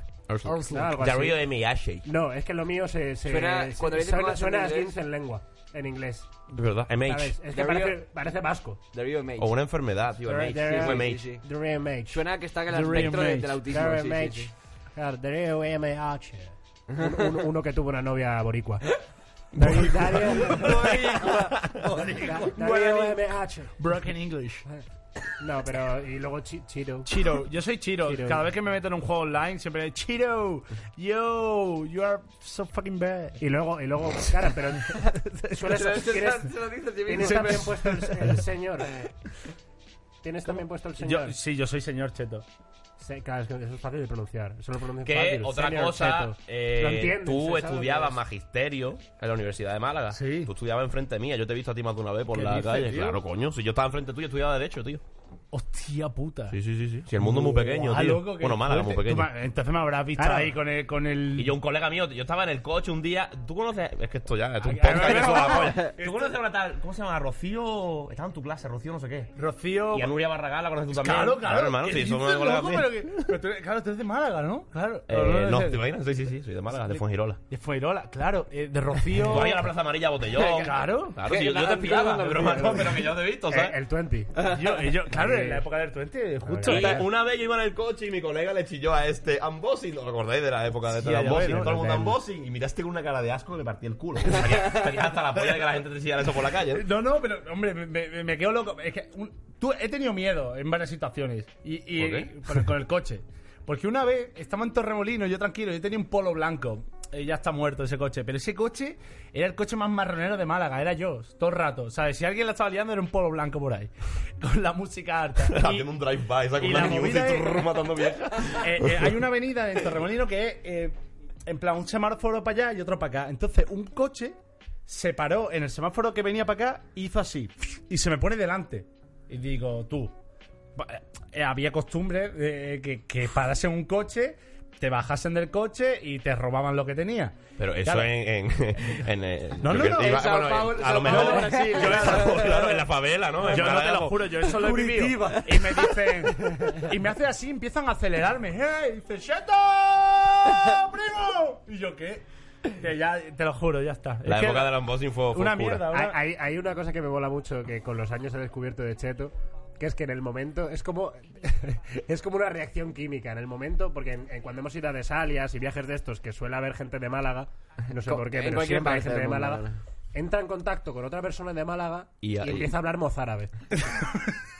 C: No, algo así.
A: Darío Miyashi.
C: No, es que lo mío se. se
E: Suena-
C: se-
E: cuando le dicen
C: suena,
E: cosas en
C: suena a
E: inglés-
C: esguince en lengua. En inglés.
A: De verdad,
C: ¿Sabes?
A: MH.
C: Es que
E: Darío-
C: parece, parece vasco.
E: Darío Mage.
A: O una enfermedad, tío.
C: Darío-
A: MH.
C: Darío-
A: Fue
E: Sí,
A: MH.
E: sí, sí.
C: The Remage.
E: Suena que está en el
D: Darío
E: espectro de-
D: Mage.
E: del autismo.
C: The
E: sí, sí, sí.
C: Remage. Claro, The Remage. Un- un- Uno que tuvo una novia boricua.
L: Darío-
C: Guaraní.
L: DARIO
D: Broken English.
C: No, pero. Y luego Chi- Chiro.
D: Chiro, yo soy Chiro.
C: Chiro.
D: Cada vez que me meto en un juego online, siempre Chiro, yo, you are so fucking bad.
C: Y luego, y luego, cara, pero. Sueles,
D: Se lo- se
C: tienes
D: lo dice a sí
C: tienes
D: mismo.
C: también puesto el, el señor. Tienes también puesto el señor.
D: Yo, sí, yo soy señor Cheto.
C: Se- claro, es que eso es fácil de pronunciar. Eso lo pronuncio
A: Que
C: fácil.
A: otra
C: Senior
A: cosa,
C: cheto.
A: eh,
C: Lo entiendes, se
A: tú
C: sabe
A: estudiabas
C: lo que
A: magisterio en la Universidad de Málaga. Tú estudiabas enfrente mía, yo te he visto a ti más de una vez por
D: ¿Qué
A: la
D: dices,
A: calle.
D: tío?
A: Claro, coño, si yo estaba enfrente tuyo, estudiaba derecho, tío.
D: Hostia puta.
A: Sí, sí, sí, sí. Si el mundo es muy pequeño,
D: Ah,
A: tío.
D: loco, qué
A: bueno, Málaga es muy
D: fuerte.
A: pequeño.
D: Tú eh. ma- entonces me habrás visto
A: Claro.
D: ahí con el. Con el...
A: Y yo, un colega mío, yo estaba en el coche un día. ¿Tú conoces? Es que esto ya, esto es un
D: Ay, ay,
A: podcast
D: ay,
A: que suda
D: ay,
A: la polla.
D: ay.
A: ¿Tú conoces a una tal? ¿Cómo se llama? Rocío. Estaba en tu clase, Rocío, no sé qué.
D: Rocío.
A: Y a Nuria Barragán la conoces tú también.
D: Claro, claro.
A: hermano,
D: ¿Qué
A: sí, somos
D: dices,
A: colegas
D: loco?
A: míos.
D: Pero que- pero tú eres- claro, tú eres de Málaga, ¿no? Claro.
A: Eh, no,
D: sé.
A: ¿te imaginas? Sí, sí, sí, soy de Málaga, de Fuengirola.
D: De Fuengirola, claro. eh, de Rocío.
A: Tú vas a ir a la Plaza Amarilla a Botellón.
D: Eh, Claro. Eh,
A: Claro, si yo, yo te pillaba, pero, hermano, pero que yo te he visto, ¿sabes?
C: El 20.
D: Yo, yo, claro,
A: Eh.
D: en la época del 20, justo.
A: Y una vez yo iba en el coche y mi colega le chilló a este unboxing. ¿Os acordáis de la época de
D: Sí,
A: este
D: ya
A: unboxing?
D: ves, ¿no?
A: Todo el mundo
D: Del-
A: unboxing. Y miraste con una cara de asco que le partí el culo. Estaría estaría hasta la polla de que la gente te chillara eso por la calle.
D: No, no, pero, hombre, me, me- me quedo loco. Es que un- tú, he tenido miedo en varias situaciones. Y, y-
A: ¿Por qué?
D: y- con, con el coche. Porque una vez estaba en Torremolino, yo tranquilo, yo tenía un polo blanco. Eh, ya está muerto ese coche. Pero ese coche era el coche más marronero de Málaga, era yo, todo el rato. ¿Sabes? Si alguien la estaba liando, era un polo blanco por ahí. Con la música alta. Y-
A: Haciendo un drive-by, saco
D: y
A: una
D: la
A: mini Uzi,
D: movida es-
A: turr, matando viejas.
D: Eh, eh, hay una avenida en Torremolino que es eh, en plan un semáforo para allá y otro para acá. Entonces, un coche se paró en el semáforo que venía para acá y hizo así. Y se me pone delante. Y digo, tú. pa- eh, había costumbre de que, que parasen un coche, te bajasen del coche y te robaban lo que tenía.
A: Pero eso
D: Claro.
A: en, en, en, en-
D: No, no,
A: yo que
D: no,
A: te
D: en Sao
A: en-
D: Paulo-
A: a
D: Sao
A: lo
D: Paulo,
A: mejor
D: Brasil,
A: yo en
D: claro.
A: Sao Paulo, claro, en la favela, ¿no? En
D: Yo no te
A: Málaga,
D: lo juro, yo eso lo he vivido.
A: Curitiba.
D: Y me dicen. Y me hace así, empiezan a acelerarme. ¡Hey! Y dice, ¡Sheto! ¡Primo! Y yo, ¿qué? Que ya, te lo juro, ya está.
A: La
D: Es que-
A: época del unboxing fue, fue
D: Una
A: oscura.
D: mierda,
C: Hay, hay- hay una cosa que me mola mucho que con los años he descubierto de Cheto, que es que en el momento es como es como una reacción química en el momento, porque en- en cuando hemos ido a desalias y viajes de estos que suele haber gente de Málaga, no sé
E: Co-
C: por qué,
E: en
C: pero
E: cualquier
C: siempre hay
E: parte
C: gente de
E: del mundo,
C: Málaga.
E: vale.
C: Entra en contacto con otra persona de Málaga
E: Y-
C: y,
E: y-
C: empieza a hablar mozárabe.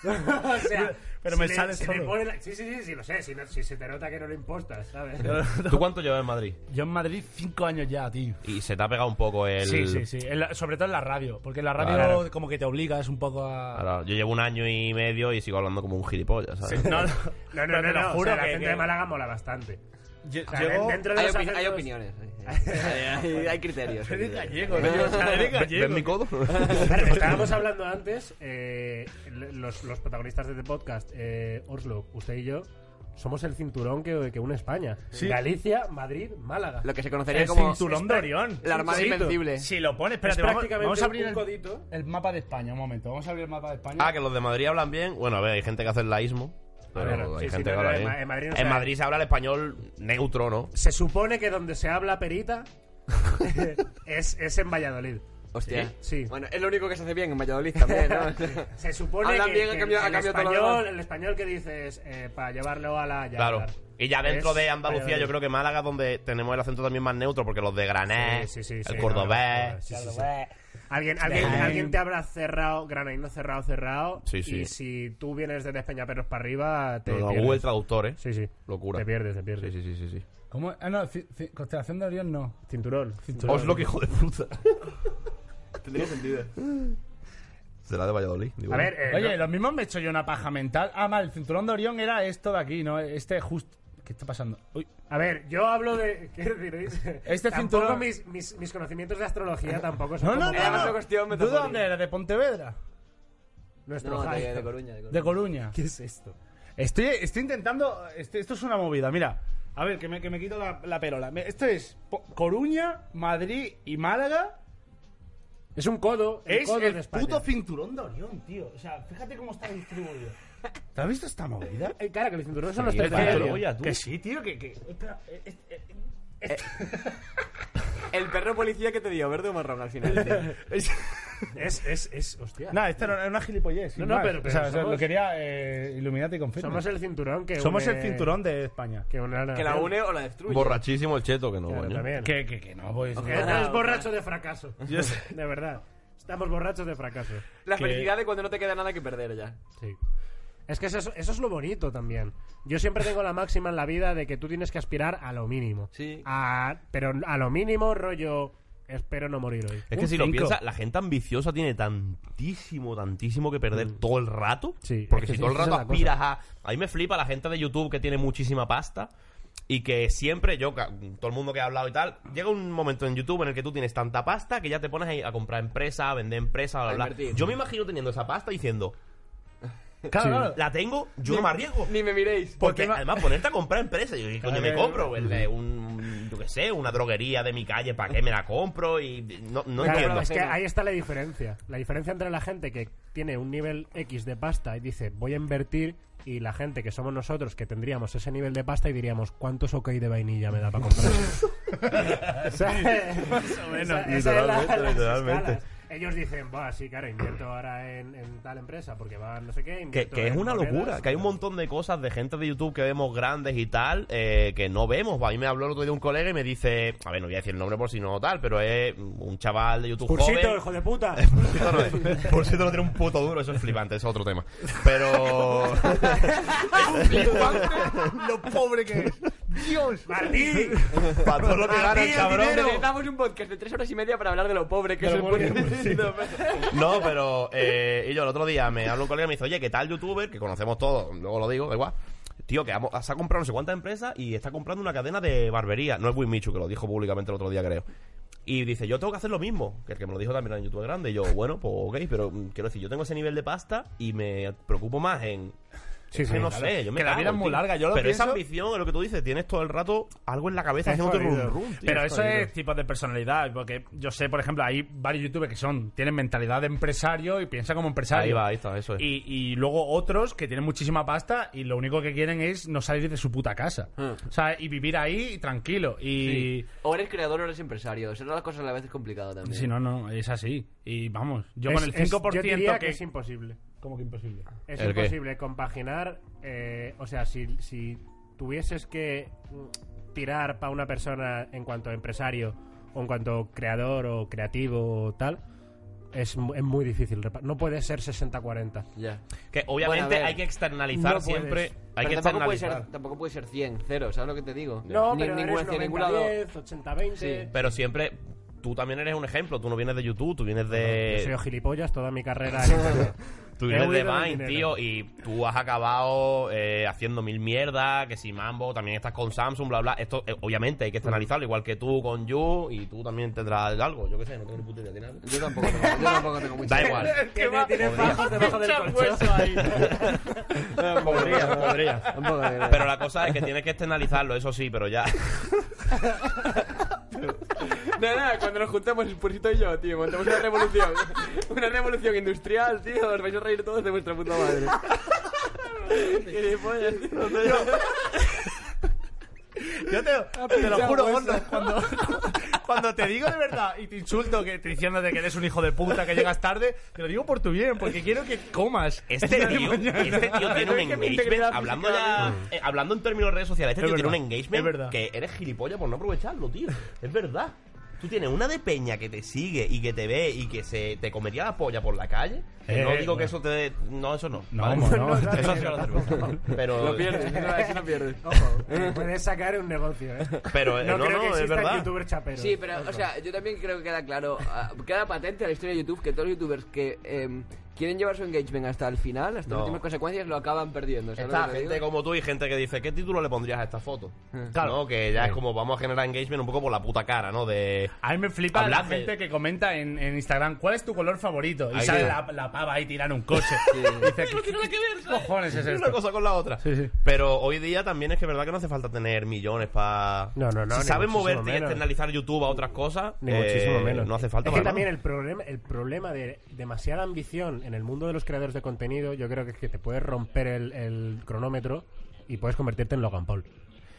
C: o sea,
D: Pero
C: si
D: me
C: le-
D: sale
C: si le
D: solo.
C: pone la- Sí, sí, sí, sí, lo sé. Si, no- si se te nota que no lo impostas, ¿sabes?
A: ¿Tú cuánto llevas en Madrid?
D: Yo en Madrid cinco años ya, tío.
A: Y se te ha pegado un poco el...
D: Sí, sí, sí. En la- sobre todo en la radio. Porque en la radio
A: Claro.
D: como que te obligas un poco a.
A: Ahora, yo llevo un año y medio y sigo hablando como un gilipollas, ¿sabes?
D: No,
C: No,
D: no,
C: no,
D: pero
C: no, no,
D: te lo
C: o
D: juro
C: sea, la
D: que-
C: gente
D: que-
C: de Málaga mola bastante.
D: Yo-
C: O sea,
D: llego-
C: dentro de
E: Hay,
C: los
E: opi- hay
C: acentos-
E: opiniones. Hay, hay criterios. hay
D: Eres
E: criterios.
D: gallego, ¿no? O sea, eres gallego.
A: mi codo?
C: Vale, estábamos hablando antes, eh, los, los protagonistas de este podcast, eh, Oslo, usted y yo, somos el cinturón que, que une España.
D: Sí.
C: Galicia, Madrid, Málaga.
E: Lo que se conocería
D: El
E: como.
D: cinturón de Orión.
E: La armada
C: Sí,
E: invencible.
D: Si lo pones, espérate,
C: Es
D: vamos,
C: prácticamente
D: vamos a abrir
C: un
D: el,
C: codito.
D: el mapa de España, un momento. Vamos a abrir el mapa de España.
A: Ah, que los de Madrid hablan bien. Bueno, a ver, hay gente que hace el laísmo. Pero
C: ver, sí,
A: hay
C: sí,
A: gente
C: no,
A: que
C: no,
A: habla
C: en
A: bien.
C: Ma- en Madrid no
A: en
C: se-
A: Madrid se habla el español neutro, ¿no?
C: Se supone que donde se habla perita eh, es, es en Valladolid.
E: Hostia.
C: Sí.
E: Bueno, es lo único que se hace bien en Valladolid también, ¿no?
C: Se supone
E: Hablan
C: que,
E: bien, ha
C: que
E: cambiado- ha
C: el,
E: cambiado todo lo
C: español,
E: demás.
C: el español que dices eh, para llevarlo a la... ya,
A: Claro. Y ya dentro
C: Es
A: de Andalucía, yo
C: Valladolid.
A: creo que Málaga es donde tenemos el acento también más neutro, porque los de Granés,
C: Sí, sí, sí, sí,
A: Eh, el
C: no, no, no,
A: cordobés.
C: sí, sí, sí. Alguien, alguien,
D: Bien.
C: alguien te habrá cerrado, granaino cerrado, cerrado.
A: Sí, sí.
C: Y si tú vienes de Despeñaperros para arriba, te.
A: No, no,
C: pierdes.
A: Google Traductor, ¿eh?
C: Sí, sí.
A: Locura.
C: Te pierdes, te
A: Sí,
C: pierdes.
A: sí, sí, sí, sí.
D: ¿Cómo? Ah, no, ci- ci- constelación de Orión no.
C: Cinturón.
D: Cinturón.
A: Oslo, que hijo de puta.
E: Tendría sentido.
A: Será de Valladolid. digo.
C: A ver, eh,
D: Oye,
C: no-
D: lo mismo me he hecho yo una paja mental. Ah, mal, el cinturón de Orión era esto de aquí, ¿no? Este justo. ¿Qué está pasando? Uy.
C: a ver, yo hablo de. Quiero decir, eh,
D: Este
C: tampoco
D: cinturón-
C: Mis, mis, mis conocimientos de astrología tampoco son.
D: No, no,
C: como-
E: Eh,
D: no.
E: una
D: no.
E: cuestión
D: ¿Tú
E: metafórica.
D: dónde eres? ¿De Pontevedra?
C: Nuestro
E: No,
C: Jaime.
E: de, de Coruña. De Coruña.
D: ¿De Coruña?
C: ¿Qué es esto?
D: Estoy, estoy intentando. este- esto es una movida, mira. A ver, que me, que me quito la, la perola. Me- Esto es Po- Coruña, Madrid y Málaga.
C: Es un codo. El
D: Es
C: codo
D: el
C: de España.
D: puto cinturón de Orión, tío. O sea, fíjate cómo está distribuido. ¿Te has visto esta movida?
C: Eh, Cara, que los cinturones son los tres de
A: claro.
C: medio.
A: Oye, tú.
D: Que sí, tío, que... que- Ostras, eh, eh, eh,
E: El perro policía que te dio, verde o marrón al final. tío?
C: Es, es, es, hostia.
D: No, esto era una gilipollez. sin
C: No, no,
D: más.
C: pero, pero
D: O sea, o sea,
C: somos-
D: lo quería eh, Illuminati confirma.
C: Somos el cinturón que
D: Somos
C: une-
D: el cinturón de España.
C: Que,
E: o la destruye.
A: Borrachísimo el cheto que no, coño.
D: Que, que, que no, pues.
C: Que no, es borracho de fracaso.
D: Yo sé.
C: De verdad. Estamos borrachos de fracaso.
E: La felicidad de cuando no te queda nada que perder ya.
C: Sí. Es que eso, es- eso es lo bonito también. Yo siempre tengo la máxima en la vida de que tú tienes que aspirar a lo mínimo.
E: Sí.
C: A- pero a lo mínimo, rollo, espero no morir hoy.
A: Es que
C: Un
A: si lo
C: cinco.
A: piensas, la gente ambiciosa tiene tantísimo, tantísimo que perder todo el rato.
C: Mm. Sí,
A: porque
C: es que
A: si
C: sí,
A: todo el
C: esa
A: rato
C: es la cosa.
A: aspiras a. A mí me flipa la gente de YouTube que tiene muchísima pasta y que siempre, yo, ca- todo el mundo que ha hablado y tal, llega un momento en YouTube en el que tú tienes tanta pasta que ya te pones ahí a comprar empresas, a vender empresas, bla,
E: A
A: bla, bla.
E: invertir.
A: Yo me imagino teniendo esa pasta diciendo. "Mm,
D: Claro, claro.
A: La tengo, yo no me arriesgo.
E: Ni me miréis.
A: Porque además ponerte a comprar empresas, yo, ¿qué coño me
D: Claro.
A: compro? El de un, yo qué sé, una droguería de mi calle, ¿para qué me la compro? Y no, no
C: Claro,
A: entiendo.
C: es que ahí está la diferencia. La diferencia entre la gente que tiene un nivel X de pasta y dice voy a invertir y la gente que somos nosotros que tendríamos ese nivel de pasta y diríamos cuántos ok de vainilla me da para comprar. O sea,
D: Más o menos.
C: esa- esa es la-
A: Literalmente,
C: las
A: literalmente.
C: escalas. Ellos dicen, Buah, sí, claro, invierto ahora en, en tal empresa porque va no sé qué.
A: Que,
C: invierto
A: que es
C: en
A: una
C: monedas".
A: locura, que hay un montón de cosas de gente de YouTube que vemos grandes y tal, eh, que no vemos. A mí me habló el otro día un colega y me dice, a ver, no voy a decir el nombre por si no tal, pero es un chaval de YouTube
C: Pursito,
A: joven.
C: hijo de puta.
A: Pursito no es. Pursito no tiene un puto duro, eso es flipante, eso es otro tema. Pero...
D: Lo pobre que es. Dios.
C: Martí,
A: Para todo lo que gana el cabrón...
E: Necesitamos un podcast de tres horas y media para hablar de lo pobre que es el pueblo.
A: No, pero eh, y yo el otro día me habló un colega y me dice, oye, ¿qué tal youtuber? Que conocemos todos, luego lo digo, da igual. Tío, que ha, mo- se ha comprado no sé cuántas empresas y está comprando una cadena de barbería. No es Wimichu, que lo dijo públicamente el otro día, creo. Y dice, yo tengo que hacer lo mismo. Que el que me lo dijo también en YouTube grande. Y yo, bueno, pues ok, pero mm, quiero decir, yo tengo ese nivel de pasta y me preocupo más en.
C: Sí,
A: es
C: sí,
A: que no
C: claro.
A: sé, yo me
D: Que la
A: cago,
D: vida es muy
A: tío.
D: larga, yo lo
A: Pero esa
D: pienso-
A: ambición, es lo que tú dices, tienes todo el rato algo en la cabeza haciendo un
D: jodido.
A: run, tío.
D: Pero eso
A: jodido.
D: es tipos de personalidad, porque yo sé, por ejemplo, hay varios youtubers que son tienen mentalidad de empresario y piensan como empresario.
A: Ahí va, ahí está, eso es.
D: Y, y luego otros que tienen muchísima pasta y lo único que quieren es no salir de su puta casa.
A: Ah.
D: O sea, y vivir ahí tranquilo. Y
E: O eres creador o eres empresario. Esas son las cosas a la vez complicado también.
D: si no, no, es así. Y vamos, yo
C: Es-
D: con el
C: es-
D: 5%
C: yo diría que
D: que...
C: es imposible.
D: ¿Cómo que imposible?
C: Es
A: ¿El qué?
C: imposible compaginar. eh, o sea, si, si tuvieses que mm, tirar para una persona en cuanto a empresario o en cuanto a creador o creativo o tal, es, mu- es muy difícil. repa- No puede ser 60-40.
E: Ya.
A: Que obviamente
E: Bueno, a ver.
A: hay que externalizar
C: No puedes.
A: siempre. Hay
E: Pero
A: que
E: tampoco puede,
A: externalizar.
E: ser, tampoco puede ser 100, cero, ¿sabes lo que te digo?
C: No,
E: Ni
C: pero
E: en
C: eres
E: ningún, hacia ningún lado.
C: 90-10, 80-20.
E: Sí.
A: Pero siempre. Tú también eres un ejemplo. Tú no vienes de YouTube, tú vienes
C: Yo soy
A: de.
C: gilipollas toda mi carrera.
A: Tú
C: he
A: vienes de
C: huido del
A: Vine,
C: dinero.
A: tío. Y tú has acabado eh, haciendo mil mierdas. Que si Mambo, también estás con Samsung, bla, bla. Esto, eh, obviamente, hay que externalizarlo. Igual que tú con You. Y tú también tendrás algo. Yo qué sé, no tengo ni puta idea. ¿tienes algo?
E: Yo tampoco, tengo- yo tampoco tengo mucho.
A: Da igual.
C: tiene tiene fajos debajo del colchón.
A: podría, podría.
E: Tampoco de verdad.
A: Pero la cosa es que tienes que externalizarlo, eso sí, pero ya.
E: Nada, nada, cuando nos juntemos el pursito y yo, tío, montamos una revolución. Una revolución industrial, tío. Os vais a reír todos de vuestra puta madre. Gilipollas, tío.
D: Yo te, te lo juro, Gordo, cuando, cuando te digo de verdad y te insulto que te diciéndote que eres un hijo de puta, que llegas tarde, te lo digo por tu bien, porque quiero que comas.
A: Este tío, este tío tiene un
D: Que mi
A: engagement.
D: integridad
A: Hablando
D: física-
A: ya. eh, hablando en términos de redes sociales, este tío
D: Es
A: tiene un
D: verdad, es
A: engagement
D: verdad.
A: que eres gilipollas por no aprovecharlo, tío. Es verdad. Tú tienes una de peña que te sigue y que te ve y que se te comería la polla por la calle. Que
D: Eh,
A: no digo que
D: bueno.
A: eso te. No, eso no.
D: No, no, no, no,
A: Eso sí que lo cerveza. Pero.
E: Lo pierdes, no, así lo pierdes.
C: Puedes sacar un negocio, ¿eh?
A: Pero, eh,
C: no,
A: no,
C: creo
A: no,
C: que
A: es
C: exista
A: verdad.
C: el youtuber chapero.
E: Sí, pero, o sea, yo también creo que queda claro, ah, queda patente en la historia de YouTube que todos los youtubers que em, quieren llevar su engagement hasta el final, hasta
A: No.
E: las últimas consecuencias, lo acaban perdiendo. ¿sabes
A: Está
E: lo que te
A: gente
E: digo?
A: como tú y gente que dice, ¿qué título le pondrías a esta foto?
E: Eh.
A: Claro. ¿No? Que ya es como vamos a generar engagement un poco por la puta cara, ¿no? De.
D: A mí me flipa
A: Hablar
D: la
A: de-
D: gente que comenta en, en Instagram cuál es tu color favorito. Y
A: Ahí
D: sale
A: está.
D: la, la pava ahí tirando un coche. Dice, ¿qué, qué cojones es
A: Es una
D: esto?
A: cosa con la otra.
D: Sí, sí.
A: Pero hoy día también es que es verdad que no hace falta tener millones para.
C: No, no, no,
A: Si
C: ni
A: sabes
C: muchísimo
A: moverte y
C: menos.
A: externalizar YouTube a otras cosas,
C: Ni
A: eh,
C: muchísimo menos.
A: no hace falta
C: Es que
A: para
C: también
A: nada.
C: el problema, el problema de demasiada ambición en el mundo de los creadores de contenido, yo creo que es que te puedes romper el, el cronómetro y puedes convertirte en Logan Paul.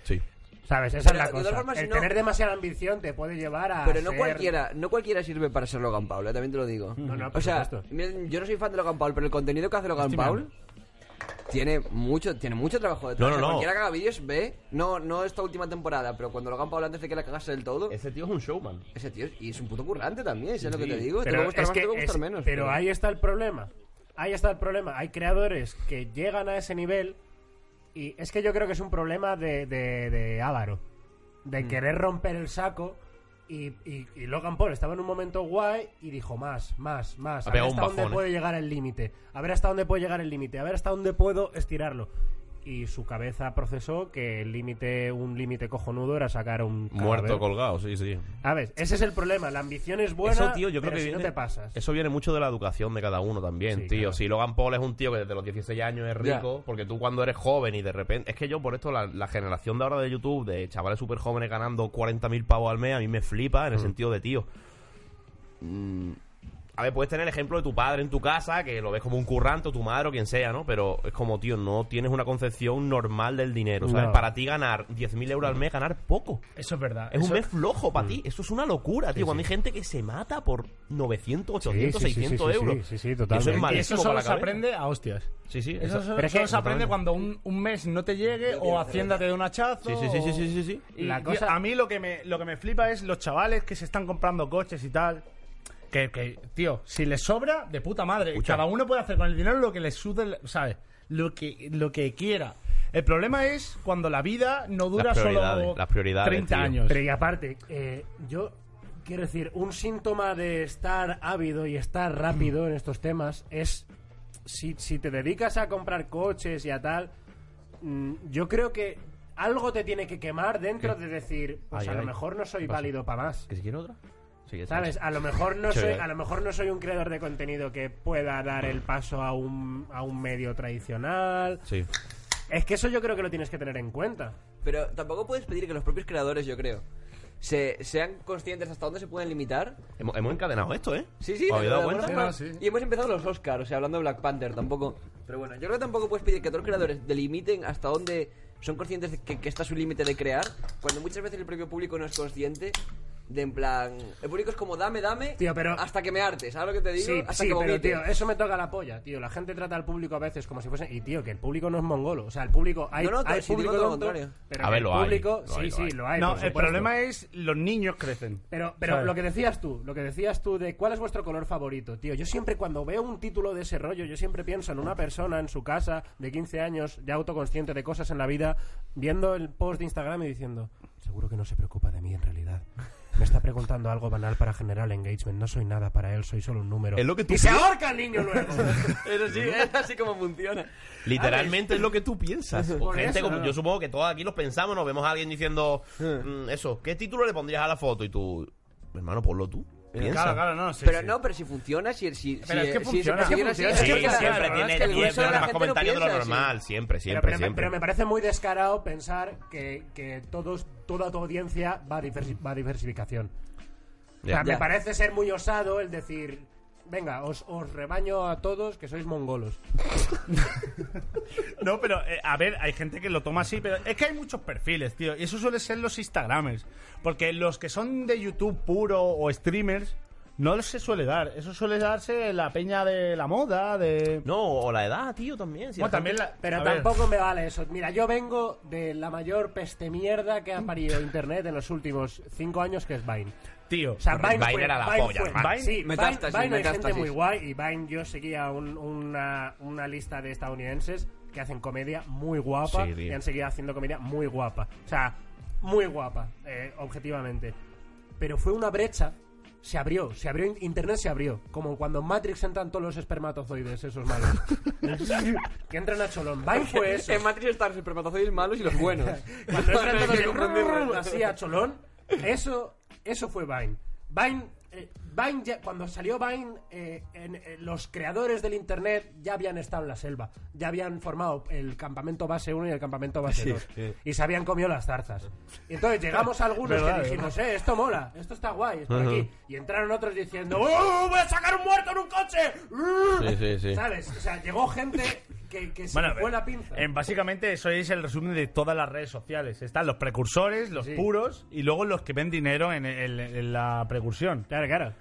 A: Sí.
C: ¿Sabes? Esa
E: Pero
C: es la
E: de todas
C: cosa.
E: formas,
C: el
E: si no-
C: tener demasiada ambición te puede llevar a.
E: Pero no
C: ser-
E: cualquiera, no cualquiera sirve para ser Logan Paul, eh, también te lo digo.
C: no, por
E: o sea,
C: supuesto.
E: mira, yo no soy fan de Logan Paul, pero el contenido que hace Logan
C: Estimado.
E: Paul tiene mucho, tiene mucho trabajo
A: No,
E: detrás.
A: no,
E: O sea,
A: no.
E: Cualquiera que haga vídeos ve, no, no esta última temporada, pero cuando Logan Paul antes de que la cagase del todo.
A: Ese tío es un showman.
E: Ese tío es, y es un puto currante también, ¿sabes este lo
A: sí.
E: que te digo? te
C: Pero
E: va a gustar
C: es
E: más,
C: que
E: te va a gustar
C: es-
E: menos.
C: Pero ahí está el problema. Ahí está el problema. Hay creadores que llegan a ese nivel y es que yo creo que es un problema de, de, de Álvaro.
E: Mm.
C: De querer romper el saco. Y, y- y Logan Paul estaba en un momento guay y dijo más, más, más.
A: Ha
C: A ver
A: pegado
C: hasta
A: un
C: dónde
A: bajón,
C: puede
A: eh.
C: llegar el límite. A ver hasta dónde puede llegar el límite. A ver hasta dónde puedo estirarlo. Y su cabeza procesó que el límite, un límite cojonudo era sacar un
A: Muerto,
C: cadáver.
A: colgado, sí, sí.
C: A ver, ese es el problema. La ambición es buena,
A: Eso, tío, yo creo
C: pero
A: que
C: si
A: viene,
C: no te pasas.
A: Eso viene mucho de la educación de cada uno también,
C: Sí,
A: tío.
C: claro.
A: Si Logan Paul es un tío que desde los 16 años es
E: Ya.
A: rico, porque tú cuando eres joven y de repente... Es que yo, por esto, la, la generación de ahora de YouTube, de chavales súper jóvenes ganando 40.000 pavos al mes, a mí me flipa en el sentido de, tío... mm, a ver, puedes tener el ejemplo de tu padre en tu casa, que lo ves como un currante, o tu madre o quien sea, ¿no? Pero es como, tío, no tienes una concepción normal del dinero, ¿sabes?
C: No.
A: Para ti ganar 10.000 euros al mes, ganar poco.
D: Eso es verdad.
A: Es
D: eso-
A: un mes flojo
C: Mm.
A: para ti. Eso es una locura, tío. Cuando hay gente que se mata por 900, 800,
C: Sí, sí, sí,
A: 600
C: sí, sí,
A: euros.
C: sí, sí,
A: Y
C: totalmente.
A: Eso es
D: Y
A: malísimo
D: eso solo
A: para la
D: se
A: cabeza.
D: aprende a hostias.
A: Sí, sí.
D: Eso
A: esa-
D: solo,
C: Pero es que-
D: solo se aprende
A: totalmente.
D: cuando un, un mes no te llegue o haciéndate de un hachazo.
A: Sí, sí, sí,
D: o-
A: sí, sí, sí, sí.
D: Y,
C: La
D: tío,
C: cosa-
D: a mí lo que, me, lo que me flipa es los chavales que se están comprando coches y tal. Que, que, tío, si les sobra, de puta madre.
A: Escucha.
D: Cada uno puede hacer con el dinero lo que le sude, el- ¿sabes? Lo que, lo que quiera. El problema es cuando la vida no dura
A: Las prioridades,
D: solo
A: las prioridades,
D: 30
A: tío.
D: años.
C: Pero y aparte, eh, yo quiero decir, un síntoma de estar ávido y estar rápido en estos temas es si, si te dedicas a comprar coches y a tal, mm, yo creo que algo te tiene que quemar dentro de decir, pues
A: Ay,
C: a lo
A: ay.
C: mejor no soy
A: Pasa.
C: válido para más.
A: ¿Que si quiere otra? Sí, que
C: ¿Sabes? A lo mejor no
A: Sí,
C: soy,
A: verdad.
C: a lo mejor no soy un creador de contenido que pueda dar el paso a un, a un medio tradicional.
A: Sí.
C: Es que eso yo creo que lo tienes que tener en cuenta.
E: Pero tampoco puedes pedir que los propios creadores, yo creo, se, sean conscientes hasta dónde se pueden limitar.
A: Hemos, hemos encadenado esto, ¿eh?
E: Sí,
A: ¿Os
E: sí, de-
A: habéis
E: de
A: dado
E: alguna
A: cuenta?
E: forma-
D: Sí, sí.
E: Y hemos empezado los Oscars, o sea, hablando de Black Panther, tampoco. Pero bueno, yo creo que tampoco puedes pedir que todos los creadores delimiten hasta dónde son conscientes de que, que está su límite de crear, cuando muchas veces el propio público no es consciente de en plan. El público es como dame, dame,
C: Tío, pero-
E: hasta que me hartes, ¿sabes lo que te digo?
C: Sí,
E: hasta
C: sí,
E: que
C: pero
E: vomite.
C: tío, eso me toca la polla, tío. La gente trata al público a veces como si fuese y tío, que el público no es mongolo, o sea, el público hay,
E: No, no,
C: hay
E: sí, digo
C: público
E: todo lo
C: tonto,
E: contrario.
C: pero
A: A
C: que
A: ver,
C: el
A: lo hay,
C: público,
A: lo hay,
C: sí,
A: lo
C: sí,
A: hay.
C: lo hay.
D: no,
C: por
D: el
C: supuesto.
D: problema es los niños crecen.
C: Pero, pero
D: ¿sabes?
C: lo que decías tú, lo que decías tú de cuál es vuestro color favorito, tío. Yo siempre cuando veo un título de ese rollo, yo siempre pienso en una persona en su casa de 15 años, ya autoconsciente de cosas en la vida, viendo el post de Instagram y diciendo, seguro que no se preocupa de mí en realidad. Me está preguntando algo banal para generar engagement. No soy nada para él, soy solo un número.
A: Es lo que tú
C: y se
A: piensas.
C: ahorca el niño luego.
E: Eso sí, es así como funciona.
A: Literalmente es lo que tú piensas.
C: Por
A: Gente
C: eso,
A: como-
C: ¿no?
A: Yo supongo que todos aquí los pensamos, nos vemos a alguien diciendo mm, eso. ¿Qué título le pondrías a la foto? Y tú, hermano, ponlo tú. Piensa.
D: Claro, claro, no. sí,
E: Pero
D: sí.
E: no, pero si funciona, si, si,
D: Pero
E: si,
D: es que
E: si
D: funciona.
E: se considera
D: Es que
E: así,
A: Sí,
D: funciona,
E: es que la-
A: siempre
D: claro,
E: es
A: tiene
E: que el
A: 10
E: grueso
A: veces
E: de la
A: más
E: gente lo
A: comentarios de lo
E: piensa así.
A: normal. Siempre,
C: Pero-
A: siempre,
C: pero, me-
A: siempre.
C: pero me parece muy descarado pensar que, que todos, toda tu audiencia va a, diversi- va a diversificación. O sea,
A: Ya.
C: me
E: Ya.
C: parece ser muy osado el decir, venga, os, os rebaño a todos que sois mongolos.
D: No, pero eh, a ver, hay gente que lo toma así, pero es que hay muchos perfiles, tío. Y eso suele ser los Instagrames. Porque los que son de YouTube puro o streamers, no se suele dar. Eso suele darse la peña de la moda, de.
A: No, o la edad, tío, también. si
D: Bueno,
A: la
D: también
A: gente-
D: la-
C: Pero
D: a ver.
C: tampoco me vale eso. Mira, yo vengo de la mayor peste mierda que ha parido Internet en los últimos cinco años, que es Vine.
D: Tío,
C: O sea,
A: Correcto.
C: Vine,
A: Vine
C: fue-
A: era la
C: Vine
A: polla,
C: fue-
A: hermano.
C: Vine- Vine-
E: Metástasis,
C: Vine hay gente
E: metástasis.
C: muy guay y Vine yo seguía un- una, una lista de estadounidenses que hacen comedia muy guapa
A: Sí, tío.
C: y han seguido haciendo comedia muy guapa. O sea, muy guapa, eh, objetivamente. Pero fue una brecha. Se abrió, se abrió, internet se abrió. Como cuando en Matrix entran todos los espermatozoides, esos malos. que entran a Cholón.
E: Pues
C: Vine fue eso.
E: En Matrix están los espermatozoides malos y los buenos.
C: Cuando entran
E: Hay
C: todos
E: que
C: de-
E: comprenderlo.
C: así a cholón, eso, eso fue Vine. Vine, eh, Vine ya- cuando salió Vine, eh, en- eh, los creadores del internet ya habían estado en la selva, ya habían formado el campamento base 1 y el campamento base 2, y se habían comido las zarzas. Y entonces llegamos a algunos
D: Verdad,
C: que dijimos, eh, esto mola, esto está guay, es por aquí. Y entraron otros "Oh", diciendo, ¡Uh, voy a sacar un muerto en un coche! ¡Uh!
A: Sí, sí, sí.
C: ¿Sabes? O sea, llegó gente que, que se
D: Bueno, a
C: me
D: ver,
C: fue la pinza.
D: en- básicamente eso es el resumen de todas las redes sociales. Están los precursores, los puros y luego los que ven dinero en, en- en la precursión.
C: Claro, claro.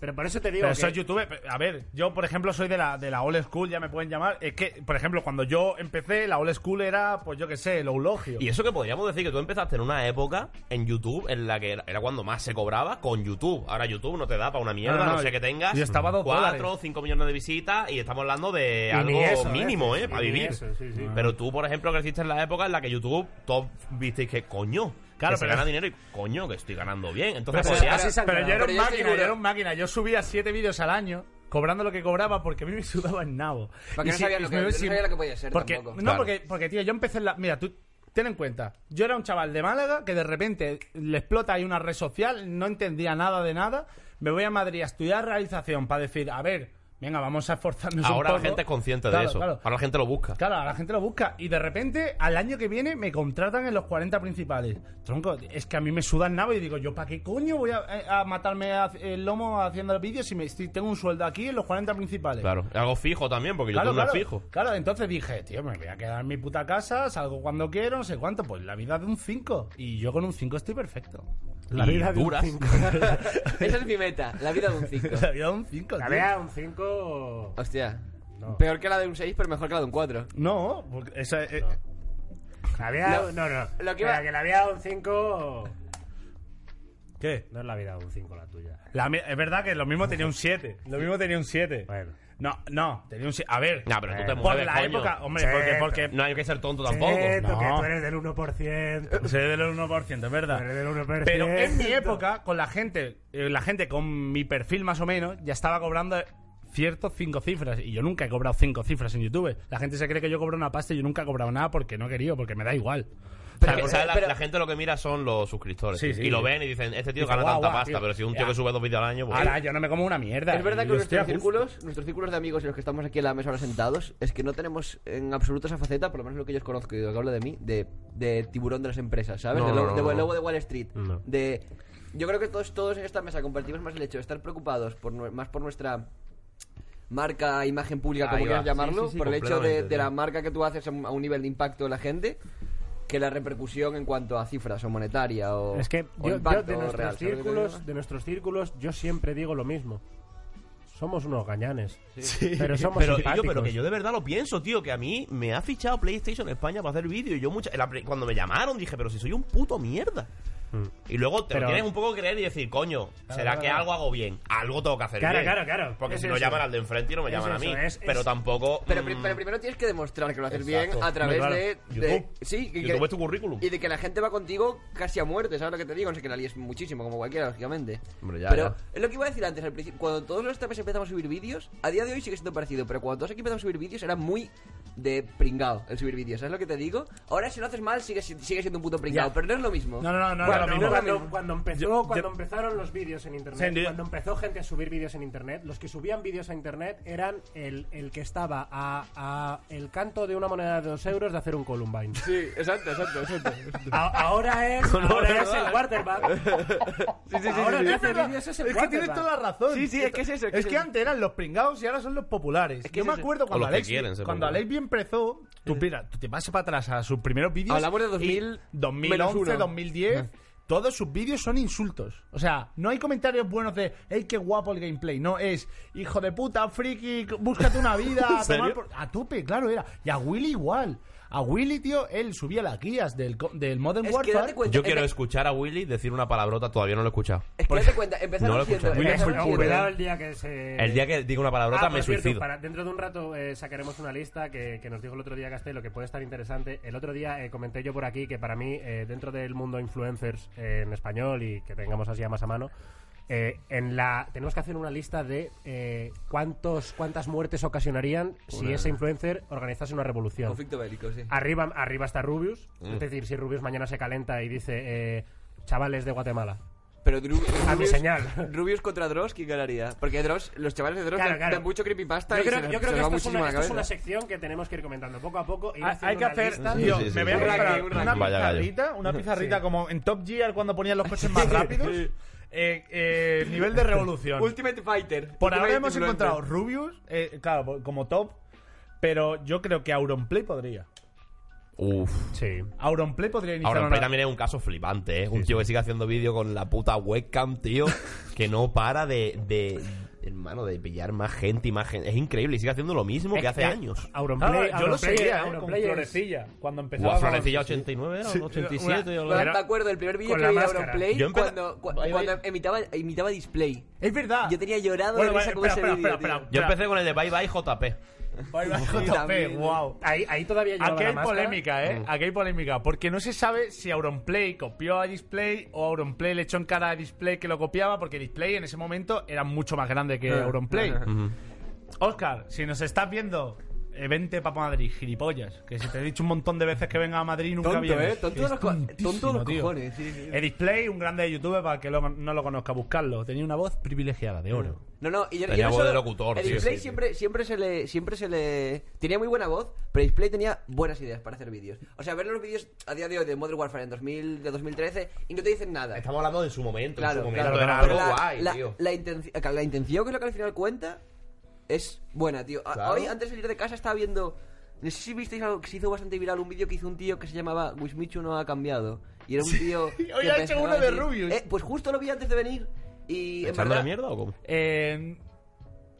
C: Pero por eso te digo
D: Pero
C: que-
D: soy youtuber. pe- A ver, yo por ejemplo soy de la, de la old school, ya me pueden llamar. Es que, por ejemplo, cuando yo empecé, la old school era, pues yo qué sé, el eulogio.
A: Y eso que podríamos decir que tú empezaste en una época en YouTube en la que era, era cuando más se cobraba con YouTube. Ahora YouTube no te da para una mierda,
D: No,
A: no,
D: no, no,
A: sé que tengas
D: yo estaba a dos
A: 4 o
D: dólares.
A: 5 millones de visitas y estamos hablando de
D: Y
A: algo
D: ni eso, ¿eh?
A: mínimo,
D: Y
A: ¿eh? Para
D: ni
A: vivir.
D: eso, sí, sí.
A: Pero tú, por ejemplo, creciste en la época en la que YouTube todos visteis que coño.
D: Claro,
A: que se
D: pero-
A: gana dinero y coño, que estoy ganando bien. Entonces,
D: Pero,
A: pues, ya-
D: pero yo era un máquina,
A: seguro-
D: yo era un máquina. Yo subía siete vídeos al año, cobrando lo que cobraba, porque a mí me sudaba el nabo.
E: Porque
D: Y
E: no sabía lo que-
D: me-
E: no sabía lo que podía ser
D: porque-
E: tampoco.
D: No,
E: Claro.
D: porque, porque, tío, yo empecé en la... Mira, tú... Ten en cuenta, yo era un chaval de Málaga que de repente le explota ahí una red social, no entendía nada de nada, me voy a Madrid a estudiar realización para decir, a ver, venga, vamos a esforzarnos un
A: ahora la
D: poco.
A: gente es consciente de
D: Claro,
A: eso.
D: claro.
A: Ahora la gente lo busca.
D: Claro, a la gente lo busca. Y de repente, al año que viene, me contratan en los 40 principales. Tronco, es que a mí me suda el nabo y digo, ¿yo para qué coño voy a, a matarme a- el lomo haciendo vídeos si, me, si tengo un sueldo aquí en los 40 principales?
A: Claro, es algo fijo también, porque
D: Claro,
A: YouTube no
D: claro,
A: es fijo.
D: Claro, entonces dije, tío, me voy a quedar en mi puta casa, salgo cuando quiero, no sé cuánto. Pues la vida de un 5. Y yo con un 5 estoy perfecto. La
A: Y
D: vida de un
A: duras.
D: cinco.
E: Esa es mi meta, la vida de un 5.
D: La vida de un 5,
C: La vea un 5.
E: Hostia. Peor que la de un 6, pero mejor que la de un 4.
D: No, porque esa eh, es.
C: La vea.
E: Lo-
C: no, no.
E: lo que
C: Mira,
E: iba-
C: que la vea un 5.
D: ¿Qué?
C: No es la vida de un 5 la tuya.
D: La mi- es verdad que lo mismo tenía un 7. Lo mismo tenía un 7. No, no, tenía un 7. A ver.
A: No, pero tú te
D: por
A: mueves,
D: la
A: coño.
D: época, hombre,
A: Sí,
D: porque, porque.
A: No hay que ser
D: eh,
A: tonto tampoco.
D: No.
C: que tú eres del 1%.
D: Soy del 1%, es verdad.
C: Tú eres del 1%.
D: Pero en mi época, con la gente, eh, la gente con mi perfil más o menos, ya estaba cobrando ciertos cinco cifras. Y yo nunca he cobrado cinco cifras en YouTube. La gente se cree que yo cobro una pasta y yo nunca he cobrado nada porque no he querido, porque me da igual.
A: Pero, eh,
D: O sea,
A: ¿sabes? La,
D: pero-
A: la gente lo que mira son los suscriptores.
D: Sí, sí.
A: y lo ven y dicen, este tío
D: Dice,
A: gana
D: "Guau,
A: tanta
D: guau,
A: pasta,
D: tío".
A: pero si un tío
D: Ya.
A: que sube dos vídeos al año... pues-
D: Ahora, yo no me como una mierda.
E: Es verdad
D: Yo
E: que
D: estoy a
E: nuestros
D: gusto.
E: círculos, nuestros círculos de amigos en los que estamos aquí en la mesa ahora sentados, es que no tenemos en absoluto esa faceta, por lo menos lo que yo conozco y lo que hablo de mí, de, de tiburón de las empresas, ¿sabes?
A: No,
E: de,
A: no,
E: lo-
A: no,
E: de-
A: no.
E: el lobo de Wall Street.
A: No.
E: De, yo creo que todos, todos en esta mesa compartimos más el hecho de estar preocupados por, nue- más por nuestra marca, imagen pública, como
A: Ahí
E: quieras
A: va.
E: llamarlo,
A: Sí, sí, sí,
E: por el hecho de,
A: completamente,
E: de la
A: sí.
E: marca que tú haces a un a un nivel de impacto en la gente, que la repercusión en cuanto a cifras o monetaria o.
C: Es que
E: o
C: yo,
E: impacto
C: yo de, nuestros
E: real, ¿sabes lo que te digo?
C: círculos, de nuestros círculos, yo siempre digo lo mismo. Somos unos gañanes. Pero somos
A: pero,
C: simpáticos.
A: tío, pero que yo de verdad lo pienso, tío, que a mí me ha fichado PlayStation España para hacer vídeos. y Yo mucha, la pre- cuando me llamaron dije, pero si soy un puto mierda. Y luego te
C: Mm. Pero-
A: lo tienes un poco que creer y decir, coño, ¿será
C: claro,
A: que
C: claro.
A: algo hago bien? Algo tengo que hacer
C: Claro,
A: bien.
C: claro, claro.
A: Porque
C: Es
A: si no
C: eso.
A: llaman al de enfrente y no me
C: Es
A: llaman
C: eso,
A: a mí.
C: es-
A: pero
C: es-
A: tampoco...
E: Pero,
A: mm,
E: pri- pero primero tienes que demostrar que lo haces
A: Exacto.
E: bien a través
A: Hombre,
E: de,
A: claro.
E: de-
A: YouTube.
E: Sí, y
A: YouTube es tu currículum.
E: Y de que la gente va contigo casi a muerte, ¿sabes lo que te digo? No sé que la líes muchísimo, como cualquiera, lógicamente.
A: Hombre, ya,
E: pero
A: ya.
E: es lo que iba a decir antes, al principio, cuando todos los tapes empezamos a subir vídeos, a día de hoy sigue siendo parecido, pero cuando todos aquí empezamos a subir vídeos era muy de pringado el subir vídeos, ¿sabes lo que te digo? Ahora si lo haces mal sigue, si- sigue siendo un puto pringado,
D: Ya.
E: pero no es lo mismo.
D: No, no, no, no,
E: Bueno,
D: no,
C: Cuando,
D: no,
E: no,
C: cuando,
E: no.
C: cuando empezó,
D: Yo-
C: cuando
D: yo-
C: empezaron los vídeos en internet,
D: Sí, yo-
C: cuando empezó gente a subir vídeos en internet, los que subían vídeos a internet eran el, el que estaba a, a el canto de una moneda de dos euros de hacer un Columbine.
E: Sí, exacto, exacto, exacto.
C: A- ahora es,
E: Con
C: ahora
E: oro,
C: es el
E: ¿verdad?
C: quarterback. ahora el que hace vídeos es el
D: Es que tienes
C: quarterback.
D: toda la razón.
E: Sí, sí, es que es eso, es
D: Es,
E: que es
D: que
E: eso.
D: antes eran los pringados y ahora son los populares.
E: que
D: Yo
E: es
D: me
E: eso.
D: acuerdo cuando
A: O los que
D: Alex,
A: quieren ser
D: cuando
A: populares.
D: Alex bien empezó, tú, mira, tú te vas para atrás a sus primeros vídeos.
E: Hablamos de
D: y
E: 2000 menos
D: 2011,
E: uno.
D: 2010. Todos sus vídeos son insultos. O sea, no hay comentarios buenos de, hey, qué guapo el gameplay. No, es, hijo de puta, friki, búscate una vida.
A: ¿En
D: a, tomar
A: serio?
D: por-". A tope, claro, era. Y a Willy igual. A Willy, tío, él subía las guías del, co- del Modern
E: Es que
D: Warfare.
E: date cuenta,
A: Yo
E: empe-
A: quiero escuchar a Willy decir una palabrota, todavía no lo he escuchado.
E: Es que date cuenta, empezaron
A: No lo he
E: siendo...
A: escuchado.
C: Mira,
E: empezaron
C: cuidado,
E: siendo-
C: cuidado el día que se...
A: El día que diga una
C: Ah,
A: palabrota
C: por
A: me
C: cierto,
A: suicido.
C: para- dentro de un rato eh, sacaremos una lista que, que nos dijo el otro día Castelo que puede estar interesante. El otro día eh, comenté yo por aquí que para mí, eh, dentro del mundo influencers eh, en español y que tengamos así a más a mano, eh, en la tenemos que hacer una lista de eh, cuántos cuántas muertes ocasionarían si ese influencer organizase una revolución.
E: Conflicto bélico, sí.
C: Arriba, arriba está Rubius, es decir, si Rubius mañana se calenta y dice eh, chavales de Guatemala.
E: Pero Dru-
C: A mi
E: Rubius-
C: señal.
E: Rubius contra Dross, ¿quién ganaría? Porque Dross, los chavales de Dross
C: Claro,
E: dan-
C: claro.
E: dan mucho creepypasta
C: Yo
E: y se
C: creo,
E: les-
C: yo
E: se
C: creo que
E: les va
C: esto es, una,
E: muchísimo a la
C: esto es
E: cabeza.
C: una sección que tenemos que ir comentando poco a poco. ir
D: Ah,
C: haciendo
D: Hay que
C: una
D: hacer,
C: lista.
D: tío,
A: Sí, sí,
D: me
A: sí.
D: voy a
A: Un
D: comprar
E: ranking, un
D: una
E: ranking.
A: Vaya gallo.
D: pizarrita, una pizarrita como en Top Gear cuando ponían los coches más rápidos. Eh, eh, nivel de revolución.
E: Ultimate Fighter.
D: Por ahora
E: Ultimate
D: hemos
E: Influencer.
D: encontrado Rubius, eh, claro, por- como top. Pero yo creo que Auronplay podría.
A: Uf.
D: Sí. Auronplay podría iniciar
A: Ahora,
D: una-
A: Play también es un caso flipante, ¿eh? un tío que sigue haciendo vídeo con la puta webcam, tío, que no para de, de- hermano, de pillar más gente y más gente. Es increíble, y sigue haciendo lo mismo que hace años.
C: Ah,
D: Auronplay,
A: Claro, yo lo
D: Auronplay,
A: seguía, ¿eh?
D: Auronplay
A: Con
D: es-
A: Florecilla,
D: Cuando empezaba.
A: Buah,
D: con-
A: Florecilla
D: sí, sí.
A: 89, era,
D: Sí,
A: ¿no? 87 o
D: una-
A: algo así.
E: Me acuerdo del primer vídeo
D: Con
E: que
D: la
E: vi de
D: máscara.
E: Auronplay
A: Yo empe-
E: cuando, cu-
A: Ahí
E: cuando imitaba, imitaba display.
D: Es verdad.
E: Yo tenía llorado
D: Bueno,
E: de
D: vale,
E: risa con
D: espera,
E: ese
D: espera,
E: vídeo,
D: espera,
E: tío.
A: Yo empecé con el de Bye Bye JP.
D: Bye, bye,
E: Sí,
D: JP,
E: también, ¿no?
D: guau.
K: Ahí, ahí todavía llevaba
D: Aquí
K: la
D: hay
K: máscara.
D: polémica, ¿eh? Aquí hay polémica. Porque no se sabe si Auronplay copió a Display o Auronplay le echó en cara a Display que lo copiaba, porque Display en ese momento era mucho más grande que
E: Ah,
D: Auronplay. Oscar, si nos estás viendo, eh, vente para Madrid, gilipollas. Que si te he dicho un montón de veces que venga a Madrid, nunca
E: Tonto,
D: vienes.
E: ¿eh? Tonto de los co- tonto de los
D: tío.
E: cojones, sí, sí.
D: El Display, un grande de YouTube, para que lo- no lo conozca, buscarlo. Tenía una voz privilegiada, de oro.
E: No, no, y yo,
A: Tenía
E: yo no
A: voz
E: solo-
A: de locutor,
E: El
A: sí,
E: display
A: sí, sí.
E: siempre, siempre se le. Siempre se le. Tenía muy buena voz, pero display tenía buenas ideas para hacer vídeos. O sea, ver los vídeos a día de hoy de Modern Warfare en 2000, de 2013 y no te dicen nada.
A: Estamos hablando de su momento, en
E: Claro,
A: su momento
E: claro,
A: era
E: pero
A: algo
E: la,
A: guay,
E: la-
A: tío.
E: la intenci- la intención, que es lo que al final cuenta, es buena, tío. A-
A: Claro.
E: Hoy, antes de salir de casa, estaba viendo. No sé si visteis algo que se hizo bastante viral, un vídeo que hizo un tío que se llamaba Wismichu no ha cambiado. Y era un tío. que
D: hoy ha hecho
E: empezaba
D: uno
E: a
D: de
E: decir,
D: Rubius.
E: "Eh, pues justo lo vi antes de venir. Y en
A: ¿Echando
E: verdad,
A: la mierda o cómo?
D: Eh,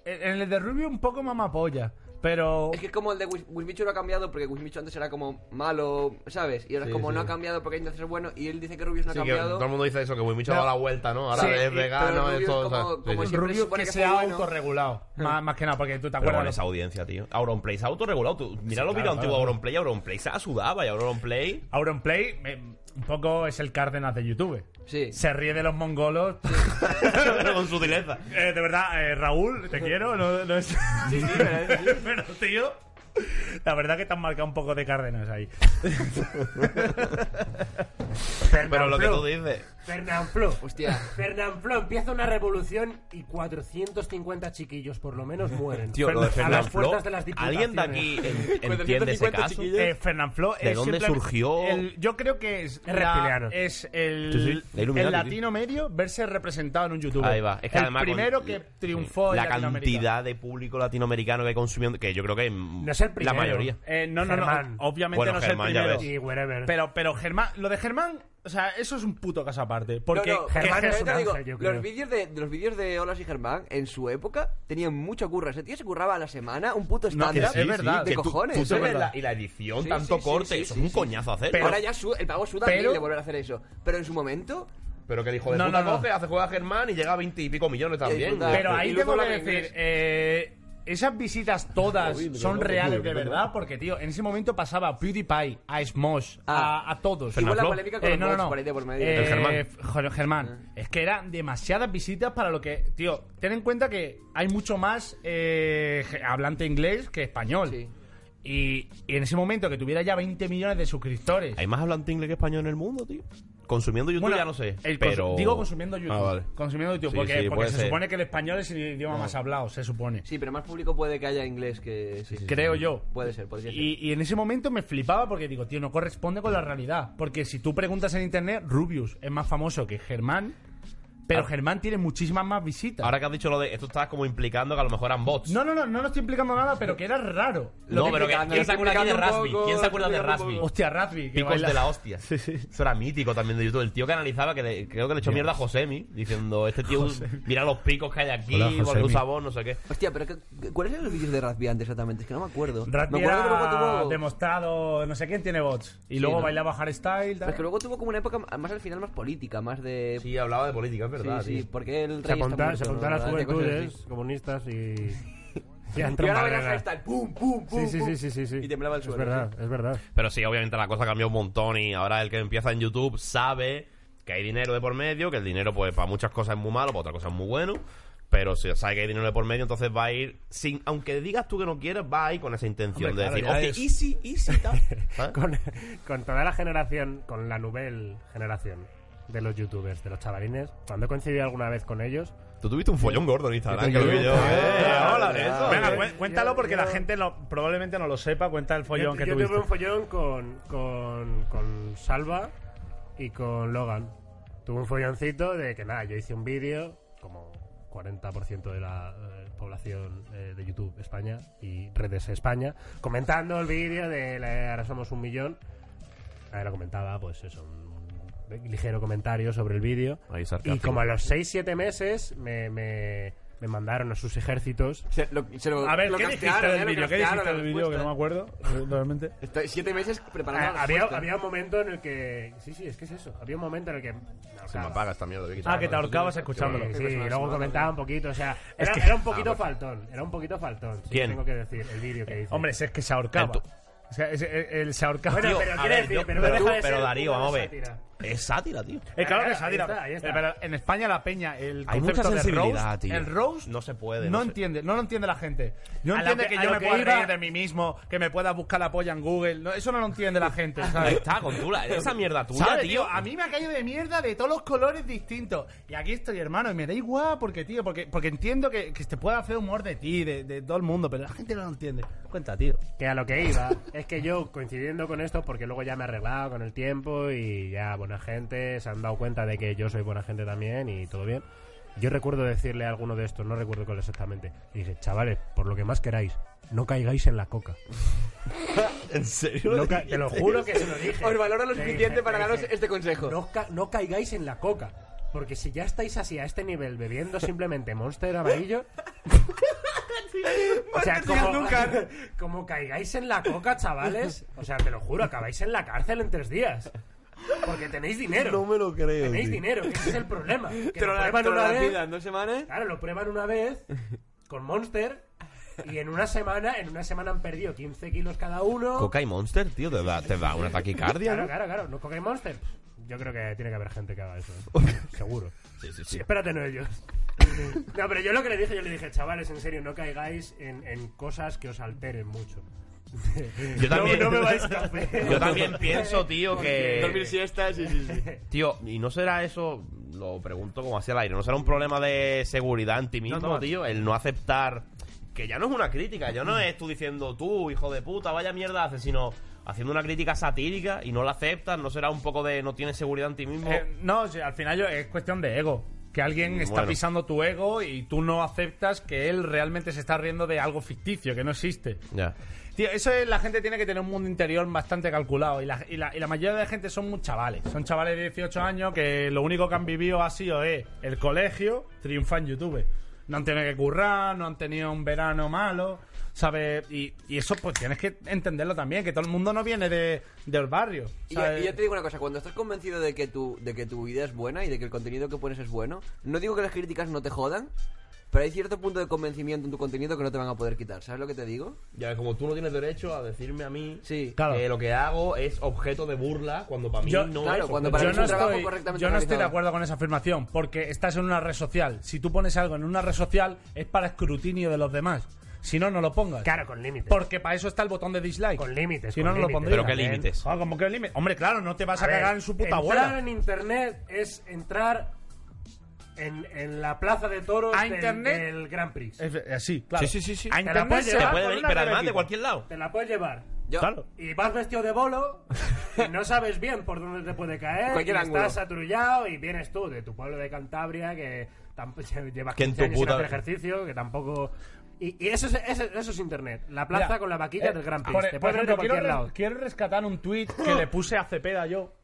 D: en en el de Rubio un poco mamapolla, pero...
E: Es que es como el de Wis- Wismichu no ha cambiado porque Wismichu antes era como malo, ¿sabes? Y ahora
A: Sí,
E: es como
A: sí.
E: no ha cambiado porque intenta ser bueno y él dice que Rubius no
A: Sí,
E: ha
A: que
E: cambiado.
A: todo el mundo dice eso, que Wimicho ha dado la vuelta, ¿no? Ahora
D: Sí, y-
A: es
D: pero
A: vegano,
E: Rubio
A: es
E: es
A: todo.
E: como-
A: ¿sabes? Sí,
E: como
A: sí.
E: siempre se
D: Rubio
E: supone
D: que
E: que
D: se ha
E: fue bueno. Hmm.
D: autorregulado. más, más que nada, porque tú te
A: Pero
D: acuerdas...
A: con esa audiencia, tío. Auronplay se ha autorregulado. Tú, mira los
D: claro,
A: vídeos antiguos
D: claro.
A: de Auronplay. Auronplay se la sudaba y Auronplay...
D: Auronplay me- un poco es el Cárdenas de YouTube.
E: Sí.
D: Se ríe de los mongolos.
A: Pero con sutileza.
D: Eh, de verdad, eh, Raúl, te quiero. No, no es... Pero, tío, la verdad que te han marcado un poco de Cárdenas ahí.
A: Pero lo que
K: Fernanfloo.
A: tú dices...
K: Fernanfloo.
E: Hostia.
K: Fernanfloo empieza una revolución y 450 chiquillos por lo menos mueren.
A: Tío,
K: a
A: lo de
K: las
A: Fernanfloo,
K: puertas de las
A: ¿Alguien de aquí en- entiende ese
E: 450
A: caso?
E: chiquillos.
D: Eh, Fernanfloo
A: ¿De
D: es
A: dónde
D: simplemente-
A: surgió?
D: el- yo creo que es,
K: Es
D: la-
K: reptiliano.
D: es el,
A: Sí, sí, la Illuminati,
D: el latino medio verse representado en un youtuber.
A: Ahí va. Es que
D: el
A: además con-
D: primero que triunfó en
A: La
D: Latinoamérica.
A: cantidad de público latinoamericano que hay consumiendo... Que yo creo que... mm,
K: No es el primero.
A: La mayoría.
D: Eh, no, no, no,
K: Germán.
D: Obviamente
A: Bueno,
D: no es
A: Germán,
D: el
A: ya
D: primero.
A: ves.
K: Y wherever.
D: Pero, pero Germán, lo de Germán, o sea, eso es un puto caso aparte. Porque
E: No, no,
D: Germán
E: pero
K: es
E: yo
K: un
E: te
K: ángel, yo creo.
E: los vídeos de, de los vídeos de Olas y Germán en su época tenían mucho curro. Ese tío se curraba a la semana un puto
D: No, que
E: estándar
D: sí, es verdad.
E: de
A: que tú-
E: cojones.
A: tú te
E: ¿eh?
A: ves la- y la edición,
E: Sí,
A: tanto
E: sí, sí,
A: corte,
E: sí,
A: eso
E: sí,
A: es un
E: sí.
A: coñazo hacer.
D: Pero-
E: Ahora ya su- el pago suda mil
D: pero-
E: de volver a hacer eso. Pero en su momento
A: Pero que el hijo de
D: No,
A: puta
D: no, no.
A: coge, hace juega a Germán y llega a 20 y pico millones también.
E: disfruta.
D: Pero
E: Y
D: ahí
E: luego
D: tengo que
E: la
D: decir,
E: inglés.
D: eh, esas visitas todas son reales de verdad, porque, tío, en ese momento pasaba a PewDiePie, a Smosh,
E: Ah.
D: a, a todos.
E: Igual la
A: Fernanfloo.
E: polémica con
D: Eh,
E: los
D: no, no,
E: bots
D: no.
E: por ahí de por medio.
D: Eh,
A: El Germán.
D: joder, Germán.
E: Ah.
D: Es que eran demasiadas visitas para lo que. Tío, ten en cuenta que hay mucho más eh, ge- hablante inglés que español.
E: Sí.
D: Y, y en ese momento que tuviera ya 20 millones de suscriptores.
A: Hay más hablante inglés que español en el mundo, tío. Consumiendo YouTube
D: Bueno,
A: ya no sé.
D: el consu-
A: pero...
D: Digo consumiendo YouTube.
A: Ah, vale.
D: Consumiendo YouTube,
A: Sí,
D: porque,
A: sí,
D: porque
A: puede
D: se
A: ser.
D: supone que el español es el idioma más hablado, se supone.
E: sí, pero más público puede que haya inglés que sí, sí,
D: creo
E: sí.
D: yo.
E: Puede ser, podría ser.
D: Y, y en ese momento me flipaba porque digo, tío, no corresponde con la realidad. Porque si tú preguntas en internet, Rubius es más famoso que Germán, pero
A: Ah.
D: Germán tiene muchísimas más visitas.
A: Ahora que has dicho lo de esto, estabas como implicando que a lo mejor eran bots.
D: No, no, no, no lo estoy implicando nada, pero que era raro.
A: No, pero que-
E: explicando,
A: ¿quién se acuerda aquí de
E: explicando un
A: Rasby?
E: poco,
A: ¿Quién se acuerda de
E: explicando un
A: Rasby?
E: poco.
D: Hostia, Razby, que
A: Picos
D: baila-
A: de la hostia. Eso era mítico también de YouTube. El tío que analizaba, que le- creo que le echó mierda a Josemi, diciendo: Este tío, mira los picos que hay aquí,
D: Hola,
A: porque
D: Josemi.
A: usa voz, no sé qué.
E: Hostia, pero ¿qué- ¿cuáles eran los vídeos de Razby antes exactamente? Es que no me acuerdo.
D: Razby
E: me acuerdo que luego
D: era
E: tuvo-
D: demostrado, no sé quién tiene bots. Y luego
E: ¿no?
D: bailaba hardstyle.
E: pero
D: tal.
E: es que luego tuvo como una época más al final más política, más de
A: Sí, hablaba de política, es verdad.
E: sí, sí,
A: tío.
E: porque el
K: se
E: rey está
K: apuntaron
E: muerto,
K: se apuntaron
E: ¿no?
K: las
E: Cosas
C: ¿eh?
K: juventudes
E: así.
K: comunistas y. y hacían
E: Y ahora verás
K: trombarreras.
E: hashtag, pum, pum, pum,
K: Sí, sí,
E: pum.
K: sí, sí, sí, sí.
E: Y temblaba el
K: Es
E: suelo,
K: verdad, es verdad.
A: Pero sí, obviamente la cosa cambió un montón y ahora el que empieza en YouTube sabe que hay dinero de por medio, que el dinero pues para muchas cosas es muy malo, para otras cosas es muy bueno. Pero si sabe que hay dinero de por medio, entonces va a ir sin... Aunque digas tú que no quieres, va a ir con esa intención
K: Hombre,
A: de
K: claro, ya
A: decir,
K: es-
A: hostia, easy, easy, tal. ¿Sabes?
K: Con, con toda la generación, con la nouvelle generación de los youtubers, de los chavalines, cuando he coincidido alguna vez con ellos,
A: Tú tuviste un follón gordo en Instagram, que
K: Yo
A: lo
K: tengo-
A: vi yo. Eh,
K: Ah,
A: hola,
K: ah,
A: de eso.
D: Venga,
A: eh.
D: cuen- cuéntalo porque la gente lo- probablemente no lo sepa. Cuenta el follón
K: yo,
D: que
K: yo
D: tuviste.
K: tuve un follón con, con, con Salva y con Logan. Tuve un folloncito de que nada, yo hice un vídeo como
C: 40% de la eh, población eh, de YouTube España y redes España, comentando el vídeo de la- ahora somos un millón. Ahora comentaba, pues eso, un, un ligero comentario sobre el vídeo.
A: Ahí,
C: Y
A: sarcástico.
C: como a los 6-7 meses me, me- me mandaron a sus ejércitos.
D: a ver,
E: lo
D: ¿qué dijiste
E: castearon,
D: del
E: eh, lo
D: vídeo?
E: castearon,
D: ¿Qué dijiste
E: la
D: del vídeo? Que no me acuerdo, realmente.
E: Estoy siete meses preparando
C: Ah,
E: la
C: había,
E: respuesta.
C: había un momento en el que. Sí, sí, es que es eso. Había un momento en el que.
A: Se me apaga esta mierda.
C: Ah, que te ahorcabas escuchándolo. Sí, y luego comentaba un poquito, o sea, era,
D: que-
C: era un poquito
D: Ah, bueno.
C: faltón, era un poquito faltón. sí,
D: ¿Quién? Eh,
C: Tengo que decir, el vídeo que hice.
D: Hombre, si es que se ahorcaba. O sea, es- el, el se ahorcaba.
C: Bueno, Tío, pero a quiere ver, decir, yo- pero no pero deja tú- de ser pero Darío, una vamos a ver. sátira.
A: Es sátira, tío.
D: Eh, claro que es
C: Ahí
D: sátira.
C: está, ahí está.
D: Eh, pero en España la peña, el
A: Hay mucha
D: concepto de
A: sensibilidad,
D: roast,
A: tío.
D: el roast
A: No se puede,
D: No,
A: no se-
D: entiende, no lo entiende la gente. No
A: A lo
D: entiende
A: que-
D: que,
A: a
D: yo
A: lo
D: me
A: que
D: pueda
A: iba-
D: reír de mí mismo, que me pueda buscar la polla en Google. No, eso no lo entiende la gente. ¿sabes?
A: Ahí está, con tú la- esa mierda tuya,
D: ¿Sabes,
A: tío?
D: A mí me ha caído de mierda de todos los colores distintos. Y aquí estoy, hermano, y me da igual porque, tío, porque, porque entiendo que, que te puede hacer humor de ti, de, de todo el mundo, pero la gente no lo entiende. Cuenta, tío.
C: Que a lo que iba es que yo, coincidiendo con esto, porque luego ya me he arreglado con el tiempo y ya buena gente, se han dado cuenta de que yo soy buena gente también y todo bien. Yo recuerdo decirle a alguno de estos, no recuerdo cuál exactamente, y dije, chavales, por lo que más queráis, no caigáis en la coca.
A: ¿En serio?
C: No ca- te lo juro que se lo dije.
E: Os valoro lo
C: Le
E: suficiente
C: dije,
E: para
C: le
E: daros
C: dije,
E: este consejo.
C: No, ca- no caigáis en la coca. Porque si ya estáis así a este nivel bebiendo simplemente Monster amarillo. o sea,
E: Monster sin
C: como,
E: azúcar.
C: como caigáis en la coca, chavales. O sea, te lo juro, acabáis en la cárcel en tres días. Porque tenéis dinero.
A: No me lo creo.
C: tenéis
A: tío.
C: dinero, ese es el problema. Que
E: Te
C: lo
E: lo la-
C: prueban
E: te lo
C: una
E: lancidan
C: vez.
E: dos semanas.
C: Claro, lo prueban una vez con Monster. Y en una semana, en una semana han perdido 15 kilos cada uno.
A: Coca y Monster, tío, te da, te da una taquicardia,
C: Claro,
A: ¿no?
C: claro, claro. No Coca y Monster. Yo creo que tiene que haber gente que haga eso. ¿eh? Seguro.
A: Sí, sí, sí.
C: Espérate, no ellos. No, pero yo lo que le dije, yo le dije, chavales, en serio, no caigáis en, en cosas que os alteren mucho.
A: Yo también.
C: No, no me vais café.
A: Yo también pienso, tío, que.
E: Dormir siestas, sí, sí, sí.
A: Tío, y no será eso, lo pregunto como hacia el aire, no será un problema de seguridad en ti mismo,
E: No, no.
A: tío, el no aceptar. Que ya no es una crítica, yo no es tú diciendo tú, hijo de puta, vaya mierda haces, sino haciendo una crítica satírica y no la aceptas, no será un poco de no tienes seguridad en ti mismo.
C: Oh.
D: Eh, no, si al final yo- es cuestión de ego. Que
C: Mm,
D: alguien está
A: Bueno.
D: pisando tu ego y tú no aceptas que él realmente se está riendo de algo ficticio, que no existe.
A: Ya.
D: Tío, eso es, la gente tiene que tener un mundo interior bastante calculado. Y la, y la- y la mayoría de la gente son muy chavales. Son chavales de 18 años que lo único que han vivido ha sido es el colegio, triunfa en YouTube. No han tenido que currar, no han tenido un verano malo, ¿sabes? Y, y eso pues tienes que entenderlo también, que todo el mundo no viene de, del barrio.
E: Y,
D: ¿sabes?
E: y yo te digo una cosa, cuando estás convencido de que, tu, de que tu vida es buena y de que el contenido que pones es bueno, no digo que las críticas no te jodan, pero hay cierto punto de convencimiento en tu contenido que no te van a poder quitar, ¿sabes lo que te digo?
A: Ya, como tú no tienes derecho a decirme a mí
E: Claro.
A: que lo que hago es objeto de burla cuando para mí
D: Yo-
A: no
E: claro,
A: es
E: cuando
A: objeto
E: para
A: de
D: yo
E: mí
D: no
E: es un trabajo
D: estoy,
E: correctamente
D: yo no estoy de
E: realizado.
D: acuerdo con esa afirmación, porque estás en una red social. Si tú pones algo en una red social, es para escrutinio de los demás. Si no, no lo pongas.
C: Claro, con límites.
D: Porque para eso está el botón de dislike. Con
C: límites.
D: Si no,
C: con
D: no lo
C: límites.
D: pondría.
A: Pero qué límites.
D: Ah, ¿cómo que límites? Hombre, claro, no te vas a,
C: ver,
D: cagar en su
C: entrar
D: puta abuela.
C: en internet es entrar en, en la plaza de toros
D: A
C: del,
D: internet.
C: del Grand Prix.
D: Es- Así, claro.
A: Sí, sí, sí, sí.
D: A
C: Te la puedes
D: internet se
C: llevar
D: va
C: con
A: puede
C: una
A: venir, pero además de
C: rebequita.
A: cualquier lado.
C: Te la puedes llevar.
E: Yo-
D: Claro.
C: Y vas vestido de bolo y no sabes bien por dónde te puede caer.
E: Cualquier
C: y
E: ángulo.
C: Estás atrullado y vienes tú de tu pueblo de Cantabria que tampoco llevas
A: Que en
C: 15
A: tu
C: años
A: puta-
C: sin hacer ejercicio, que tampoco... Y, y eso, es, eso, es- eso es internet. La plaza
D: Mira,
C: con la vaquilla
D: eh,
C: del Gran Prix.
D: por-
C: te
D: por
C: puedes meter
D: ejemplo, quiero,
C: por cualquier
D: re-
C: lado.
D: quiero rescatar un tweet que le puse a Cepeda yo.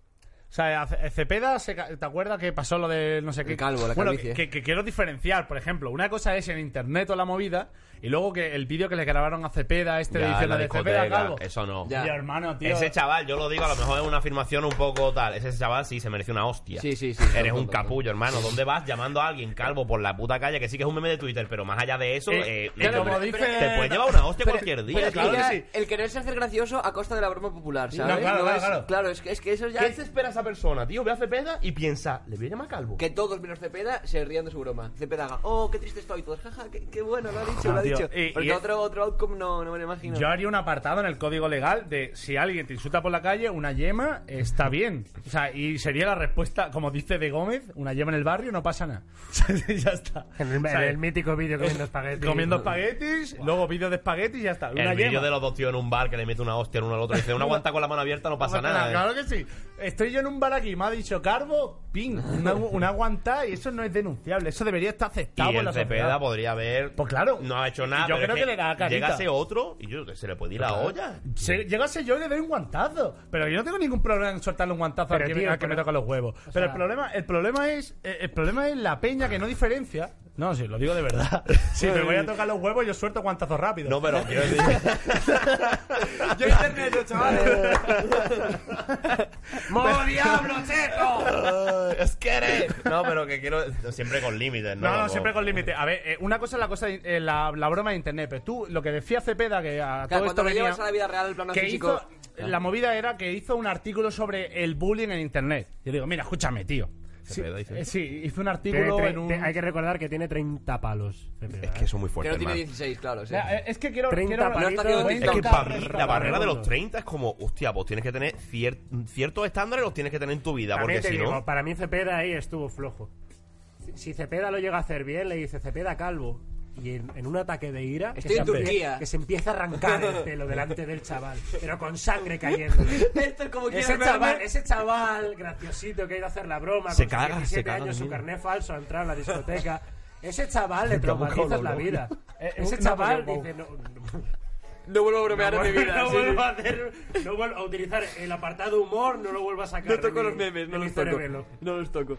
D: O sea, a Ce- a Cepeda, se ca- ¿te acuerdas que pasó lo de no sé qué?
E: El calvo, la
D: bueno,
E: calvicie.
D: que, que quiero diferenciar, por ejemplo, una cosa es en internet o la movida, y luego que el vídeo que le grabaron a Cepeda, este
A: Ya, en
D: diciendo
A: la
D: de Cepeda
A: discoteca,
D: calvo.
A: eso no.
E: Ya.
D: Y hermano, tío.
A: Ese chaval, yo lo digo, a lo mejor es una afirmación un poco tal. Ese chaval sí se merece una hostia.
E: Sí, sí, sí.
A: Eres
E: Todo,
A: un
E: todo, todo.
A: capullo, hermano. ¿Dónde vas llamando a alguien calvo por la puta calle? Que sí que es un meme de Twitter, pero más allá de eso,
D: Eh,
A: eh,
D: pero
A: no,
D: como
A: pero-
D: dice-
A: te puedes llevar una hostia cualquier día.
E: Pero
A: tío.
E: es que ya el quererse hacer gracioso a costa de la broma popular, ¿sabes?
A: No, claro, claro,
E: es,
A: claro.
E: es, que, es que eso ya
A: ¿Qué
E: es
A: se espera esa persona, tío? Ve a Cepeda y piensa, ¿le voy a llamar calvo?
E: que todos menos Cepeda se rían de su broma. Cepeda haga, oh, qué triste estoy, todos, jaja, qué, qué bueno, lo ha dicho, lo ha dicho.
D: Ah, Y-
E: Porque
D: y-
E: otro, otro outcome no, no me lo imagino.
D: Yo haría un apartado en el código legal de si alguien te insulta por la calle, una yema está bien. O sea, y sería la respuesta, como dice De Gómez, una yema en el barrio no pasa nada. ya está.
C: En el,
D: O sea, eh,
C: en el mítico vídeo comiendo espaguetis.
D: Comiendo espaguetis, luego vídeo de espaguetis y ya está. Una
A: El vídeo
D: yema.
A: de los dos tíos en un bar que le mete una hostia en uno al otro. Dice, uno aguanta con la mano abierta, no pasa nada. eh.
D: Claro que sí. Estoy yo en un bar aquí, me ha dicho Carbo, ping, una, una aguantada y eso no es denunciable. Eso debería estar aceptado
A: Y
D: por la
A: el Cepeda
D: sociedad.
A: podría haber. Pues
D: claro.
A: No ha hecho nada.
D: Yo
A: pero
D: creo
A: es
D: que le da carita.
A: Llegase otro y yo se le puede ir la
D: Claro.
A: olla.
D: Se- llegase yo y le doy un guantazo. Pero yo no tengo ningún problema en soltarle un guantazo
C: Pero,
D: al que,
C: tío,
D: al que
C: pero-
D: me toca los huevos.
C: o
D: Pero
C: sea-
D: el problema, el problema es, eh, el problema es la peña que no diferencia. No, sí, lo digo de verdad. Si me voy a tocar los huevos, yo suelto guantazos rápido. No,
A: pero quiero decir.
D: yo internet, chavales.
C: ¡Modo ¡Oh, diablo, checo!
A: es que eres. No, pero que quiero. Siempre con límites, ¿no?
D: No, no,
A: Como-
D: siempre con límite. A ver, eh, una cosa es la cosa de- eh, la, la broma de internet, pero tú lo que decía Cepeda que
E: Claro,
D: a todo
E: cuando
D: esto
E: lo
D: venía,
E: llevas a la vida real, el plano
D: que
E: físico.
D: hizo- la movida era que hizo un artículo sobre el bullying en internet. Yo digo, mira, escúchame, tío. Sí,
A: Cepeda dice.
D: eh, sí, hizo un
C: Tiene
D: artículo
C: tre-
D: en un
C: te- Hay que recordar que tiene 30 palos. Es
A: que eso es muy
E: Que
A: fuerte.
E: no tiene
A: hermano.
E: 16, claro. Sí.
D: Mira, eh, es que quiero,
C: 30
D: quiero-
C: palitos,
D: quiero-
C: veinte
A: Es que
D: quiero-
A: para mí la barrera de
C: redondos.
A: los 30 es como, hostia, pues tienes que tener cier- ciertos estándares, los tienes que tener en tu vida,
C: También
A: porque
C: te
A: si
C: digo,
A: no.
C: para mí Cepeda ahí estuvo flojo. Si- Si Cepeda lo llega a hacer bien, le dice Cepeda calvo. Y en, en un ataque de ira, que
E: Estoy
C: se,
E: en
C: empie-
E: Turquía.
C: que se empieza a arrancar el pelo delante del chaval, pero con sangre cayéndole.
E: Esto es como
C: Ese
E: quieres
C: chaval,
E: verme.
C: ese chaval graciosito que ha ido a hacer la broma
A: Se
C: con
A: caga, se
C: sus 17
A: caga
C: años,
A: de
C: su
A: miedo.
C: carnet falso, ha entrado a la discoteca. Ese chaval le
A: Nunca busca
C: traumatiza
A: un
C: la
A: olor.
C: vida.
D: Eh, eh,
C: Ese
D: no,
C: chaval
D: pero-
C: dice, no,
E: No vuelvo a bromear
C: no
E: en mi
C: vuelvo-
E: vida.
C: No
E: sí.
C: vuelvo a hacer, no vuelvo a utilizar el apartado humor, no lo vuelvo a sacar.
E: No
C: de
E: toco
C: mi-
E: los memes, no
C: de mi
E: los toco.
C: cerebelo.
E: No los toco.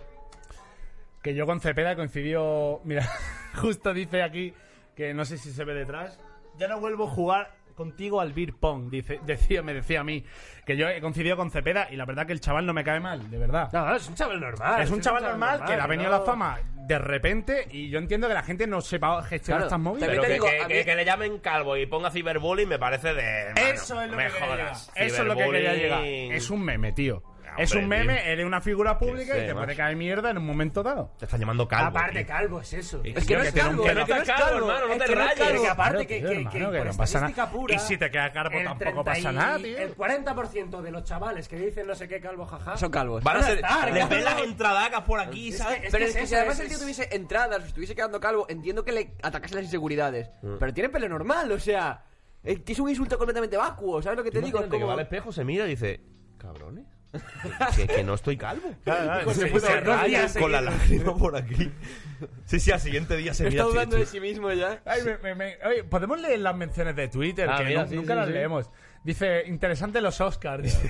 D: Que yo con Cepeda coincidió. Mira, justo dice aquí que no sé si se ve detrás. Ya no vuelvo a jugar contigo al beer pong, dice, decía, me decía a mí. Que yo he coincidido con Cepeda y la verdad que el chaval no me cae mal, de verdad.
C: No, es un chaval normal.
D: es un chaval normal, que le ha venido
C: no-
D: la fama de repente y yo entiendo que la gente no sepa gestionar
E: Claro,
D: estas movidas.
A: Pero
E: Te
A: que,
E: digo,
A: que-
E: a mí-
A: que- que le llamen calvo y ponga ciberbullying me parece de.
D: Eso
A: hermano, me
D: es lo que quería llegar.
A: jodas.
D: Eso es lo que quería llegar.
A: Ciberbullying.
D: Es un meme, tío. es
A: Hombre,
D: un meme,
A: tío.
D: eres una figura pública
A: sé,
D: y te puede
A: macho.
D: caer mierda en un momento dado.
A: Te están llamando calvo.
C: Aparte,
A: tío.
C: calvo es eso.
A: Y-
C: Es
A: tío, que tiene un pelo-
C: que no es calvo,
A: hermano, no
C: es
A: te
C: que no es
A: rayes.
C: calvo, que aparte
D: Claro,
C: que, que-
D: tío, hermano,
C: que
D: que
C: por
D: no pasa nada.
C: estadística pura,
D: Y si te queda calvo
C: el
D: tampoco pasa
C: 30 y-
D: nada, tío.
C: El 40% de los chavales que dicen no sé qué calvo jaja
E: Son calvos.
A: Van a ser.
C: estar,
A: Le
C: cabrón.
A: ven las entradacas por aquí, ¿sabes?
C: es
E: pero
C: que
E: es que
C: eso,
E: si además
C: es-
E: el tío
C: es-
E: tuviese entradas, o estuviese quedando calvo, entiendo que le atacase las inseguridades. Pero tiene pelo normal, o sea. Es que es un insulto completamente vacuo, ¿sabes lo que te digo? Es
A: Imagínate que va
E: como-
A: al espejo, se mira y dice: Cabrones. Que, que no estoy calvo. Pues
C: claro,
A: Se
C: sí,
A: puso
C: sí,
A: a
C: dos
A: rayas
C: días
A: con la
C: seguidos.
A: lágrima por aquí. Sí, sí, al siguiente día se mira
E: Está
A: así,
E: dudando de
A: tío.
E: sí mismo ya.
D: Ay, me- me- me- oye, podemos leer las menciones de Twitter,
A: Ah,
D: que
A: mira,
D: nu-
A: sí,
D: nunca
A: sí,
D: las
A: sí.
D: leemos. Dice, interesante los Oscars. dice.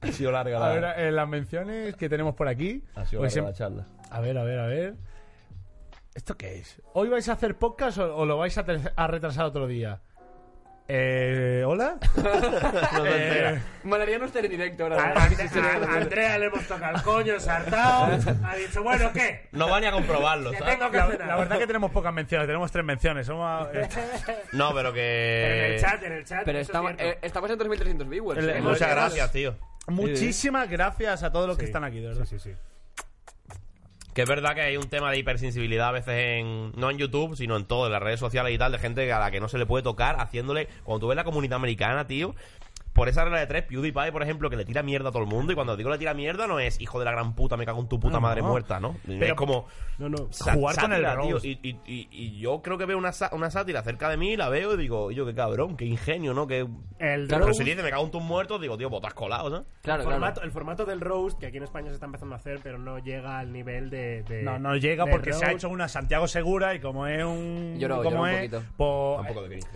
A: Ha sido larga
D: a
A: la,
D: ver, eh, las menciones que tenemos por aquí.
A: ha sido
D: Pues
A: larga la
D: em-
A: charla.
D: a ver, a ver, a ver. ¿Esto qué es? ¿Hoy vais a hacer podcast o, o lo vais a, ter- a retrasar otro día? Eh, ¿Hola?
A: No te
D: Eh,
A: enteras.
E: Molaría no estar en directo ahora.
C: A- a- a- a Ah, Andrea le hemos tocado el coño, ensartado. Ha dicho, bueno, ¿qué?
A: No van ni a comprobarlo,
C: Que
A: ¿sabes?
C: tengo que
D: la,
C: cenar.
D: la verdad que tenemos pocas menciones, tenemos tres menciones. Somos a- eh,
A: No, pero que.
C: Pero en el chat, en el chat.
E: Eh, Pero
C: eso es
E: estamos,
C: cierto.
E: eh, estamos en 2300 viewers.
D: El-
E: ¿eh?
D: el-
A: Muchas gracias, tío.
D: muchísimas gracias a todos los que
C: Sí.
D: están aquí, de
E: eh,
D: verdad.
C: Sí, sí, sí.
A: Que es verdad que hay un tema de hipersensibilidad a veces en. No en YouTube, sino en todo, en las redes sociales y tal, de gente a la que no se le puede tocar, haciéndole. Cuando tú ves la comunidad americana, tío. Por esa regla de tres, PewDiePie, por ejemplo, que le tira mierda a todo el mundo. Y cuando digo le tira mierda, no es hijo de la gran puta, me cago en tu puta madre muerta, ¿no? es como.
C: No, no.
A: sa-
D: Jugar con el
A: sátira, tío.
D: roast.
A: Y, y- y- y yo creo que veo una, sa- una sátira cerca de mí, la veo y digo, yo qué cabrón, qué ingenio, ¿no? Que...
C: El
A: Pero
C: roast,
A: si dice, me cago en tus muertos, digo, tío, botas colado, ¿no?
E: Claro,
C: el
E: claro.
C: formato, el formato del roast, que aquí en España se está empezando a hacer, pero no llega al nivel de. de-
D: No, no llega
C: de
D: porque se ha
C: roast.
D: hecho una Santiago Segura y como es un.
E: Lloró,
D: como
E: lloró un
D: es,
E: poquito.
D: po-
A: Tampoco de cringe.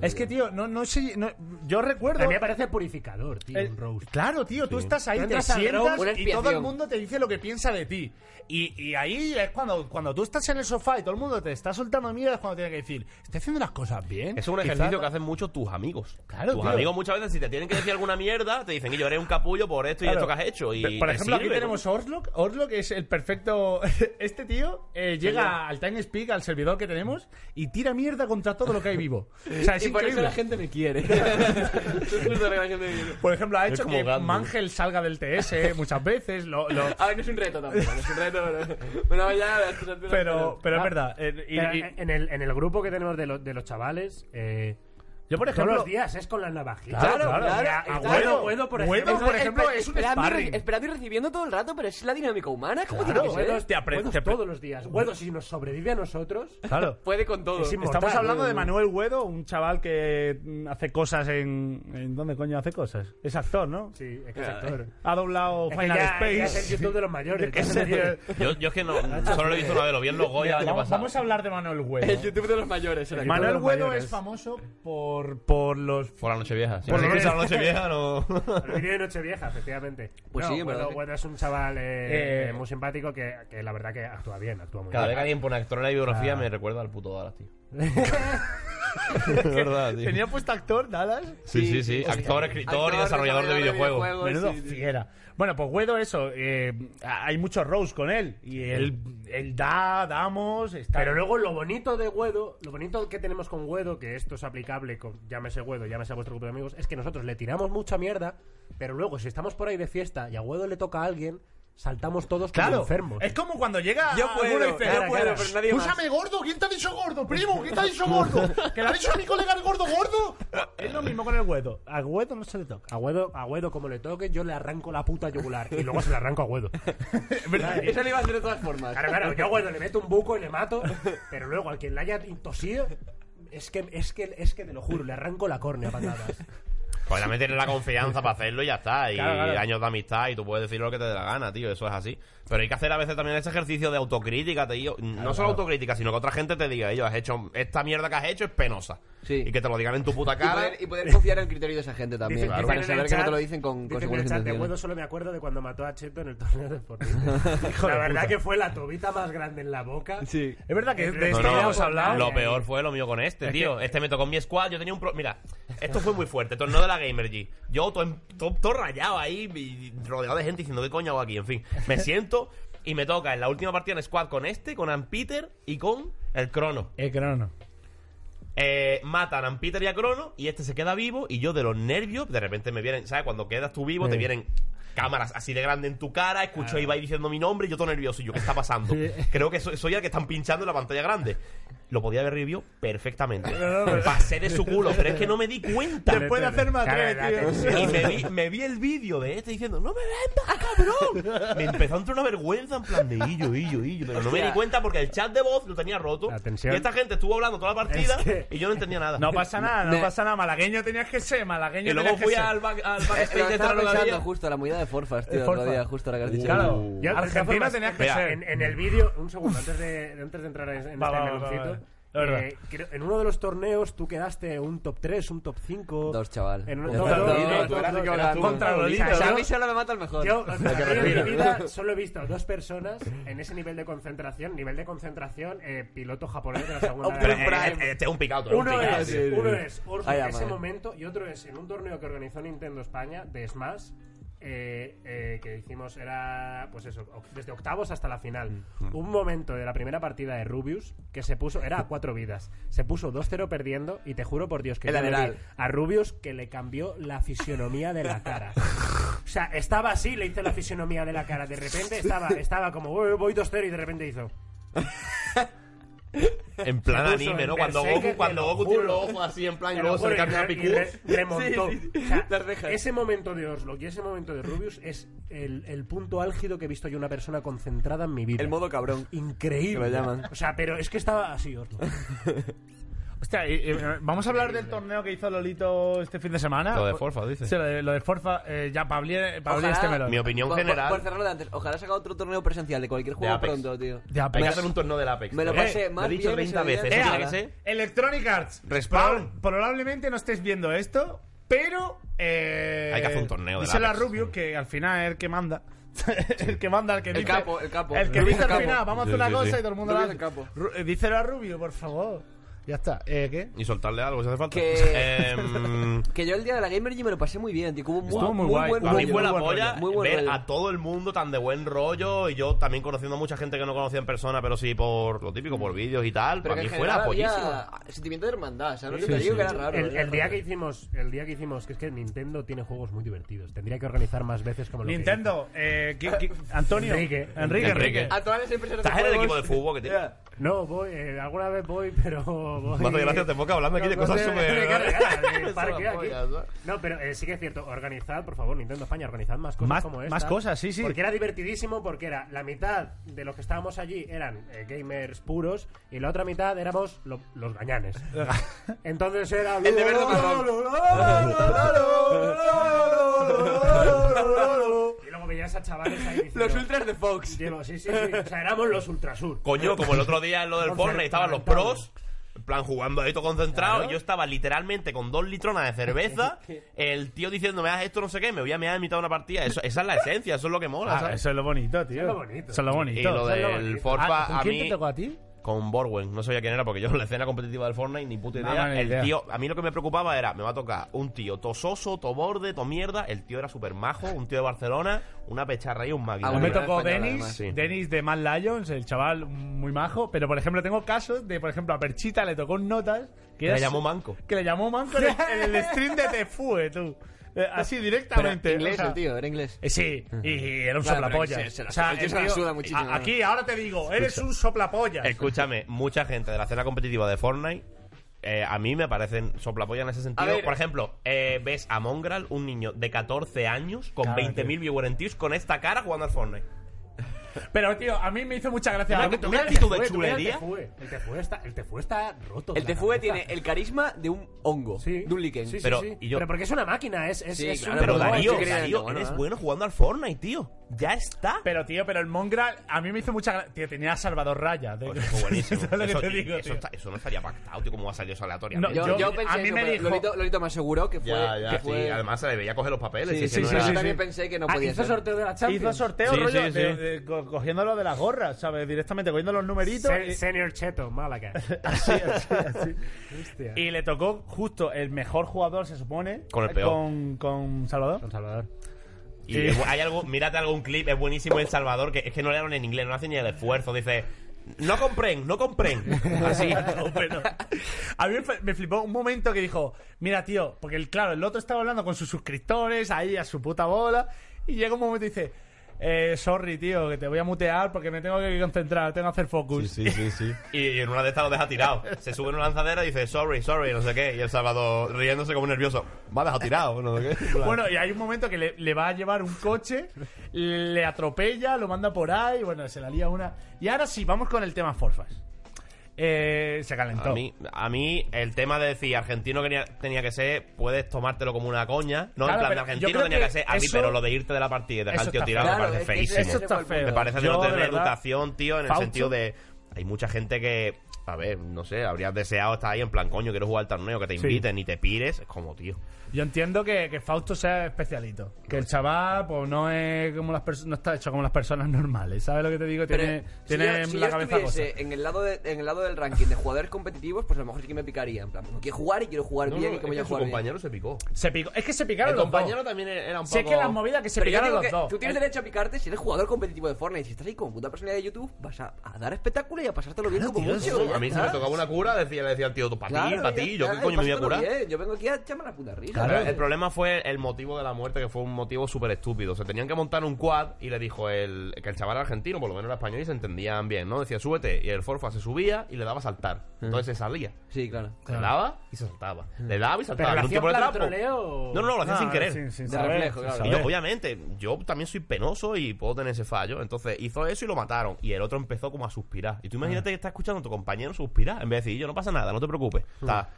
D: es que, tío, no, no sé. no- yo recuerdo.
C: A mí me parece purificador, tío,
D: Eh,
C: un roast.
D: claro, tío, tú estás ahí,
C: Tú
D: te
C: entras al
D: sientas
C: roast,
E: una
D: y todo el
E: expiación.
D: mundo te dice lo que piensa de ti. Y, y ahí es cuando, cuando tú estás en el sofá y todo el mundo te está soltando mierda, es cuando tienes que decir, estoy haciendo las cosas bien.
A: Es un
D: Quizá
A: ejercicio
D: no-
A: que hacen mucho tus amigos.
D: Claro,
A: tus
D: tío.
A: amigos muchas veces si te tienen que decir alguna mierda, te dicen que yo eres un capullo por esto y
D: Claro.
A: esto que has hecho. Y
D: Pe- Por
A: te
D: ejemplo, aquí
A: sirve,
D: tenemos a Orlok. Orlok es el perfecto. Este tío eh, llega al Time Speak, al servidor que tenemos, y tira mierda contra todo lo que hay vivo. O sea, es
E: y por eso
D: increíble.
E: la gente me quiere. Eso es lo grabación de vídeo.
D: Por ejemplo, ha
E: Es
D: hecho
E: como
D: que
E: Gandhi.
D: Mangel salga del TS muchas veces. Lo, lo-
E: A ver, no es un reto tampoco, no es un reto, pero... Bueno, ya... a estas alturas,
D: Pero, pero es verdad. eh, y-
C: Pero
D: y-
C: en, el, en el grupo que tenemos de, los de los chavales. eh,
D: Yo, por
C: Todos
D: ejemplo-
C: los días es con las navajitas.
D: Claro, claro.
C: Y a-
D: Claro,
C: a
D: claro.
C: huevo, huevo, por
D: Huevo,
C: ejemplo.
D: por ejemplo,
E: Espe-
D: es un
E: esperando y re-
D: sparring.
E: Esperando y recibiendo todo el rato, pero es la dinámica humana. ¿Cómo
D: Claro,
E: tiene que ser?
D: huevos te apre-
C: Huedos
D: te apre-
C: todos los días. Huedos, si nos sobrevive a nosotros.
D: Claro.
E: Puede con todo.
C: Es inmortal.
D: Estamos hablando de Manuel Güedo, un chaval que mm, hace cosas en, en- ¿Dónde coño hace cosas? Es actor, ¿no?
C: Sí, es que es actor.
D: Ha doblado
C: Es que
D: Final
C: ya-
D: Space.
C: ya es el YouTube de los mayores,
D: Yo qué
C: ya
D: sé,
C: no-
D: tío.
A: Yo, yo es que no, solo lo he visto una vez, lo vi en los Goya el año
D: Vamos,
A: pasado.
D: vamos a hablar de Manuel Güedo.
E: El YouTube de los mayores. era
D: Manuel
E: YouTube de los
D: Güedo
E: mayores.
D: es famoso por, por los...
A: Por la noche vieja. Si
D: Por
A: no
D: lo
A: dices
D: menos.
A: la noche vieja, no.
C: El vídeo de Nochevieja, efectivamente.
A: Pues
C: no,
A: sí, en
C: Guedo-
A: verdad que-
C: Guedo es un chaval eh,
A: Eh,
C: eh, muy simpático que, que la verdad que actúa bien, actúa muy
A: Cada vez
C: bien.
A: que alguien pone actor en la biografía
C: Ah.
A: me recuerda al puto Dallas, tío. Es verdad, tío.
D: ¿Tenía puesto actor, Dallas?
A: Sí, sí, sí. Actor, escritor y desarrollador de videojuegos.
D: Menudo fiera. Bueno, pues Güedo, eso. eh, hay muchos rows con él. Y él, él da, damos. Está
C: Pero luego lo bonito de Guedo, lo bonito que tenemos con Guedo, que esto es aplicable, con, llámese Guedo, llámese a vuestro grupo de amigos, es que nosotros le tiramos mucha mierda, pero luego si estamos por ahí de fiesta y a Guedo le toca a alguien, saltamos todos
D: Claro.
C: como enfermos.
D: Es como cuando llega.
E: Ah,
C: Yo
D: alguno y
C: puedo,
D: dice,
C: yo
D: cara,
C: puedo,
D: cara,
C: pero nadie más.
D: "Úsame gordo, ¿quién te ha dicho gordo, primo? ¿Quién te ha dicho gordo? ¿Que le ha dicho a mi colega el gordo, gordo? Es lo mismo con el Guedo. Al Guedo no se le toca.
C: A Guedo, a Guedo como le toque, yo le arranco la puta yugular y luego se la arranco a Guedo.
E: Eso lo iba a hacer de todas formas.
C: Claro, claro, yo a Guedo le meto un buco y le mato, pero luego al quien le haya tosido, es que, es que, es que te lo juro, le arranco la córnea a patadas.
A: Pues la tienes la confianza para hacerlo y ya está. Y
C: Claro, claro.
A: años de amistad y tú puedes decir lo que te dé la gana, tío. Eso es así. Pero hay que hacer a veces también ese ejercicio de autocrítica, tío. No solo
E: claro.
A: autocrítica, sino que otra gente te diga, ellos has hecho, esta mierda que has hecho es penosa. Y que te lo digan en tu puta
E: Y
A: cara.
E: poder, y poder confiar en el criterio de esa gente también.
A: Dice-
E: para
A: dicen en el
E: saber que no
A: chat-
E: te lo dicen con,
C: Dice
E: con
C: que en
E: segundas
C: el chat de
E: intenciones.
C: Guedo solo me acuerdo de cuando mató a Cheto en el torneo de Fortnite.
D: Hijo de
C: la verdad
D: puta.
C: que fue la tobita más grande en la boca.
D: Sí. Es verdad que de
A: No,
D: esto
A: no,
D: ya hemos hablado.
A: Lo peor fue lo mío con este,
D: Es
A: tío. Este me tocó en mi squad. Yo tenía un pro... Mira, esto fue muy fuerte. Torneo de la Gamer G. Yo todo, en- todo- todo rayado ahí, y rodeado de gente diciendo qué coño hago aquí. En fin, me siento y me toca en la última partida en squad con este, con Ampeter y con el Crono.
D: Eh, que no, no.
A: Eh, matan a Ampeter y a Crono y este se queda vivo y yo de los nervios, de repente me vienen, ¿sabes? Cuando quedas tú vivo,
D: Sí.
A: te vienen cámaras así de grande en tu cara, escucho a Ibai diciendo mi nombre y yo todo nervioso, y yo, ¿qué está pasando? Creo que soy, soy el que están pinchando en la pantalla grande. Lo podía haber revivido perfectamente.
D: No, no, pero-
A: Pasé de su culo, pero es que no me di cuenta.
D: Después de hacer más
A: Cara,
D: tres,
A: verdad
D: tío.
A: que sí. Y me vi, me vi el vídeo de este diciendo, no me vendas, cabrón. Me empezó a entrar una vergüenza en plan de illo, illo, illo. Pero no me di
D: Hostia.
A: cuenta porque el chat de voz lo tenía roto.
D: tensión.
A: Y esta gente estuvo hablando toda la partida
D: Es que-
A: y yo no entendía nada.
D: No pasa nada, Ah, no
A: Me-
D: pasa nada. Malagueño tenías que ser, malagueño
A: Y luego
D: tenías que
A: fui
D: ser.
A: al back- al backstage este
E: Pero
A: de
E: Eh, estaba
A: Taro Gabriel.
E: pensando justo la movida de Forfas, tío, el otro día, justo la que has dicho.
C: Claro,
D: Yo, Argentina tenías que ser.
C: En, en el vídeo, un segundo, antes de, antes de entrar en, en
D: Va,
C: este
D: va, va,
C: meloncito,
D: va, va. La verdad.
C: eh, creo- en uno de los torneos tú quedaste un top 3, un top 5.
E: Dos, chaval.
C: En un-
E: Dos,
C: dos,
E: dos,
C: dos,
E: dos,
C: dos,
E: dos,
C: dos,
E: tú eras
C: dos,
E: el que eras tú.
C: contra
E: Contra
C: Lolita.
E: Lolita.
C: Yo-
E: A mí solo me mata el mejor.
C: Yo, este o sea,
E: La que
C: yo en mi
E: respira.
C: vida solo he visto a dos personas en ese nivel de concentración. Nivel de concentración, eh, piloto japonés de la segunda
A: Pero,
C: Guerra
A: eh,
C: Mundial.
A: eh, este es un picado, este es un
C: Uno
A: picado,
C: es,
A: tío.
C: uno es Orzo
A: Ay,
C: en
A: ama.
C: ese momento y otro es en un torneo que organizó Nintendo España de Smash. eh, eh, que hicimos era pues eso o- desde octavos hasta la final un momento de la primera partida de Rubius que se puso era a cuatro vidas se puso 2-0 perdiendo y te juro por Dios que
E: El
C: yo le vi
E: lateral.
C: a Rubius que le cambió la fisionomía de la cara o sea estaba así le hizo la fisionomía de la cara de repente estaba estaba como "Uy, voy 2-0 y de repente hizo
A: En plan
C: Se puso
A: anime,
C: en
A: ¿no? Cuando
C: Berserker,
A: Goku, cuando
C: te lo
A: Goku tiene
C: juro.
A: los ojos así en plan y
C: Te
A: luego
C: lo
A: se le
C: juro,
A: cambia a
C: y
A: Piku.
C: re- Remontó.
A: Sí, sí,
C: O sea, ese momento de Oslo y ese momento de Rubius es el, el punto álgido que he visto yo una persona concentrada en mi vida.
E: El modo cabrón.
C: Increíble.
E: Que lo llaman.
C: O sea, pero es que estaba así, Oslo.
D: Hostia, y- y- vamos a hablar del torneo que hizo Lolito este fin de semana.
A: Lo de Forfa, dice.
D: Sí, lo de, lo de Forfa, eh, ya para abrir, para abrir
E: Ojalá-
D: este melón.
A: Mi opinión
E: Por- por-
A: general-
E: Por cerrarlo de antes, ojalá saca otro torneo presencial de cualquier
A: De
E: juego
A: Apex.
E: pronto, tío.
A: De Apex.
D: pues,
A: Hay que hacer un torneo del Apex.
E: Me lo
A: Eh,
E: pasé
A: lo
E: más
A: he dicho
E: bien
A: 30
E: ese día
A: veces,
E: que
A: eso
E: nada.
A: tiene que ser.
D: Electronic Arts.
A: Respawn.
D: Pro- probablemente no estés viendo esto, pero. eh,
A: Hay que hacer un torneo del
D: Díselo a
A: Apex.
D: Rubius, que al final es el que manda. el que manda, el que
E: El
D: dice.
E: capo, el capo.
D: El que
E: Rubius
D: dice
E: el
D: al
E: capo.
D: final, vamos a hacer
A: Sí,
D: una
A: sí,
D: cosa
A: sí.
D: y todo el mundo
E: Rubius
D: la
E: el capo.
D: Ru- eh, Díselo a Rubio, por favor. Ya está. Eh, ¿Qué?
A: Y soltarle algo si hace falta.
E: Que-
A: Em,
E: Que yo el día de la Gamer G me lo pasé muy bien, tío. que Hubo muy,
A: Guau,
E: muy buen
A: Para mí
E: rollo.
A: fue la
E: Muy buen
A: polla
E: rollo, muy buen
A: ver
E: rollo.
A: a todo el mundo tan de buen rollo y yo también conociendo a mucha gente que no conocía en persona, pero sí por lo típico, por vídeos y tal.
E: Pero
A: para
E: que
A: mí
E: en
A: fue la
E: general
A: pollísima.
E: había sentimiento de hermandad, ¿sabes?
C: Sí,
E: lo que te
C: sí.
E: digo que era raro.
C: el,
E: era
C: el día
E: raro.
C: que hicimos, el día que hicimos, que es que Nintendo tiene juegos muy divertidos. Tendría que organizar más veces como lo que
D: Nintendo, eh, ¿qui- qui- Antonio.
C: Enrique.
D: Enrique. Enrique.
E: A todas las empresas de
A: Estás en el
E: juegos-
A: equipo de fútbol que tiene.
E: Ya.
C: No, voy, eh, alguna vez voy, pero voy...
A: Más de gracia te poca hablando aquí de
C: No, no
A: cosas
C: sé,
A: súper-
C: de carreras, de
A: Eso
C: parque
A: la
C: aquí.
A: polla, ¿sabes?
C: No, pero eh, sí que es cierto, organizad, por favor, Nintendo España, organizad más cosas
D: Más-
C: como esta.
D: más cosas, sí, sí.
C: Porque era divertidísimo, porque era la mitad de los que estábamos allí eran eh, gamers puros y la otra mitad éramos lo- los gañanes. Entonces era...
E: El de verde marrón.
C: Y luego veías a chavales ahí diciendo...
E: Los ultras de Fox.
C: Llevo, sí, sí, sí. O sea, éramos los ultrasur.
A: Coño, como el otro día en lo del
C: Entonces,
A: Fortnite estaban los
C: lamentable.
A: pros, en plan jugando ahí todo concentrado,
C: Claro.
A: y yo estaba literalmente con dos litronas de cerveza, el tío diciéndome, haz esto, no sé qué, me voy a mear en mitad de una partida. Eso, esa es la esencia, eso es lo que mola,
D: Ah,
A: ¿sabes?
D: eso es lo bonito, tío.
C: Eso es lo bonito.
D: Eso es lo bonito.
A: Y lo
D: Eso es
A: del
D: bonito.
A: Forfa,
D: Ah, ¿con
A: a
D: quién
A: mí-
D: te tocó a ti?
A: con Borwen. No sabía quién era porque yo en la escena competitiva del Fortnite ni puta
D: No,
A: idea.
D: no, ni
A: el
D: idea.
A: tío, a mí lo que me preocupaba era, me va a tocar un tío tososo, to borde, to mierda. El tío era súper majo, un tío de Barcelona, una pecharra y un máquina.
D: A mí me tocó
A: Española,
D: Denis,
A: además. Sí.
D: Denis de Mad Lions, el chaval muy majo, pero por ejemplo tengo casos de, por ejemplo, a Perchita le tocó un notas que
A: Que
D: era
A: le llamó
D: su-
A: Manco.
D: Que le llamó Manco en el, en el stream de Te Fue, tú. Eh, Así directamente.
E: Pero inglés,
D: o sea,
E: el tío, era inglés.
D: eh, Sí, y, y era un
E: Claro,
D: soplapolla.
E: pero que se- se la-
D: o sea,
E: el tío
D: el
E: se la
D: tío-
E: suda muchísimo,
D: a-
E: ¿no?
D: aquí, ahora te digo, eres un soplapolla.
A: Escúchame, mucha gente de la escena competitiva de Fortnite. eh, a mí me parecen soplapolla en ese sentido.
E: A ver.
A: Por ejemplo, eh, ves a Mongral, un niño de 14 años, con
D: Claro,
A: 20.000 viewers en Twitch, con esta cara jugando al Fortnite.
D: Pero, tío, a mí me hizo mucha gracia.
A: Una-
D: Lo que-
A: una
D: lo que-
A: actitud de
C: Fue, tú mira
A: chulería.
C: El Tefue, el Tefue está, el Tefue está roto. de
E: El
C: la
E: TFUE
C: cabeza.
E: tiene el carisma de un hongo,
C: Sí.
E: de un líquen.
C: Sí, sí,
A: Pero,
C: sí.
A: y yo-
C: Pero porque es una máquina, es, es,
E: Sí,
C: es
E: claro,
C: un
A: Pero
E: Pero
C: robot.
E: bueno,
A: Darío,
E: sí que era
A: Darío,
E: bueno,
A: eres
E: ¿no?
A: bueno jugando al Fortnite, tío. Ya está.
D: Pero, tío, pero el Mongrel a mí me hizo mucha gracia. Tío, tenía a Salvador Raya. de-
A: Pues eso fue buenísimo.
D: ¿Sabes lo que
A: Eso-
D: te
A: y-
D: digo,
A: eso
D: tío?
A: está- eso no estaría pactado, tío, como ha salido eso aleatoriamente.
D: No,
E: Yo,
D: Yo-
E: yo pensé
D: a mí
E: eso,
D: me
E: pero
D: dijo-
E: Lolito, Lolito me aseguró que fue...
A: Ya, ya,
E: que
A: sí.
E: fue-
A: Además se le veía coger los papeles.
E: Sí,
A: y
E: sí,
A: que no
E: sí,
A: era-
E: yo también pensé que no
C: Ah,
E: podía
C: hizo
E: ser.
C: sorteo de la Champions.
D: Hizo sorteo,
A: Sí,
D: rollo,
A: sí, sí.
D: de- de- co- cogiendo lo de las gorras, ¿sabes? Directamente cogiendo los numeritos.
C: Se-
D: y-
C: Senior Cheto, Málaga.
D: así, así, así.
C: Hostia.
D: Y le tocó justo el mejor jugador, se supone.
A: Con el peor.
D: Con, con Salvador.
C: Don Salvador.
A: Y es bu- hay algo, mírate algún clip, es buenísimo El Salvador, que es que no le hablan en inglés, no hacen ni el esfuerzo, dice, no compren, no compren. Así.
D: Bueno, a mí me fl- me flipó un momento que dijo, mira tío, porque el, claro, el otro estaba hablando con sus suscriptores, ahí a su puta bola, y llega un momento y dice, eh, sorry tío, que te voy a mutear porque me tengo que concentrar, tengo que hacer focus.
A: sí, sí. Y en una de estas lo deja tirado. Se sube en una lanzadera y dice, sorry, sorry, no sé qué. Y el Salvador riéndose como nervioso, me ha dejado tirado, no sé qué. En plan,
D: Bueno, y hay un momento que le, le va a llevar un coche, le atropella, lo manda por ahí, bueno, se la lía una. Y ahora sí, vamos con el tema Forfas. Eh, se calentó.
A: A mí, a mí el tema de decir argentino que tenía, tenía que ser, puedes tomártelo como una coña. No, en plan
D: Claro,
A: de
D: pero yo
A: argentino
D: creo
A: tenía
D: que
A: que, ser a mí,
D: eso-
A: pero lo de irte de la partida y dejar
D: eso
A: al tío
D: está
A: tirado
E: feo.
A: me
E: Claro,
A: parece
E: es que eso-
A: feísimo.
D: Eso está feo.
A: Me parece de
D: Yo,
A: no
D: de
A: tener
D: verdad.
A: educación, tío, en
D: Faucho.
A: el sentido de. Hay mucha gente que. A ver, no sé, habrías deseado estar ahí en plan, coño, quiero jugar al torneo, que te
D: Sí.
A: inviten y te pires. Es como, tío.
D: Yo entiendo que, que Fausto sea especialito. Que el chaval, pues no es como las perso- no está hecho como las personas normales. ¿Sabes lo que te digo?
E: Pero
D: Tiene,
E: si
D: tiene
E: yo- si
D: la
E: yo
D: cabeza
E: estuviese
D: cosa.
E: en el, lado de- en el lado del ranking de jugadores competitivos, pues a lo mejor sí que me picaría. En plan, no quiero jugar y quiero jugar bien y que voy a jugar bien.
A: se picó.
D: Se picó. Es que se picaron
A: El
D: los dos.
A: compañero también era un poco.
D: Si es que las movidas que se
E: Pero yo
D: picaron
E: digo
D: los
E: que
D: dos. Eh.
E: tú tienes
D: El-
E: derecho a picarte si eres jugador competitivo de Fortnite. Si estás ahí como puta personalidad de YouTube, vas a, a dar espectáculo y a pasártelo bien como
A: Tío,
E: mucho.
A: a mí se me tocaba una cura, decía, le decía al tío, para ti, para ti, yo qué coño me voy a curar.
E: Yo vengo aquí a echarme la puta
A: Pero
E: risa.
A: El problema fue el motivo de la muerte, que fue un motivo súper estúpido. Se tenían que montar un quad y le dijo el, que el chaval era argentino, por lo menos era español, y se entendían bien, ¿no? Decía, súbete. Y el Forfa se subía y le daba a saltar. Entonces se salía.
E: Sí, claro.
A: Se daba y se saltaba. Le daba y saltaba.
C: ¿Pero lo
A: Y un
C: hacía
A: tipo
C: en
A: de
C: plan
A: trampo.
C: troleo?
A: No, no, lo hacía
G: Ah,
D: No,
A: sin querer.
D: sin- sin
E: De
D: saber,
E: reflejo,
D: sin
E: claro.
A: Y
D: saber.
A: yo, obviamente, yo también soy penoso y puedo tener ese fallo. Entonces hizo eso y lo mataron. Y el otro empezó como a suspirar. Y tú imagínate que estás escuchando a tu compañero suspirar. En vez de decir, yo no pasa nada, no te preocupes. Está-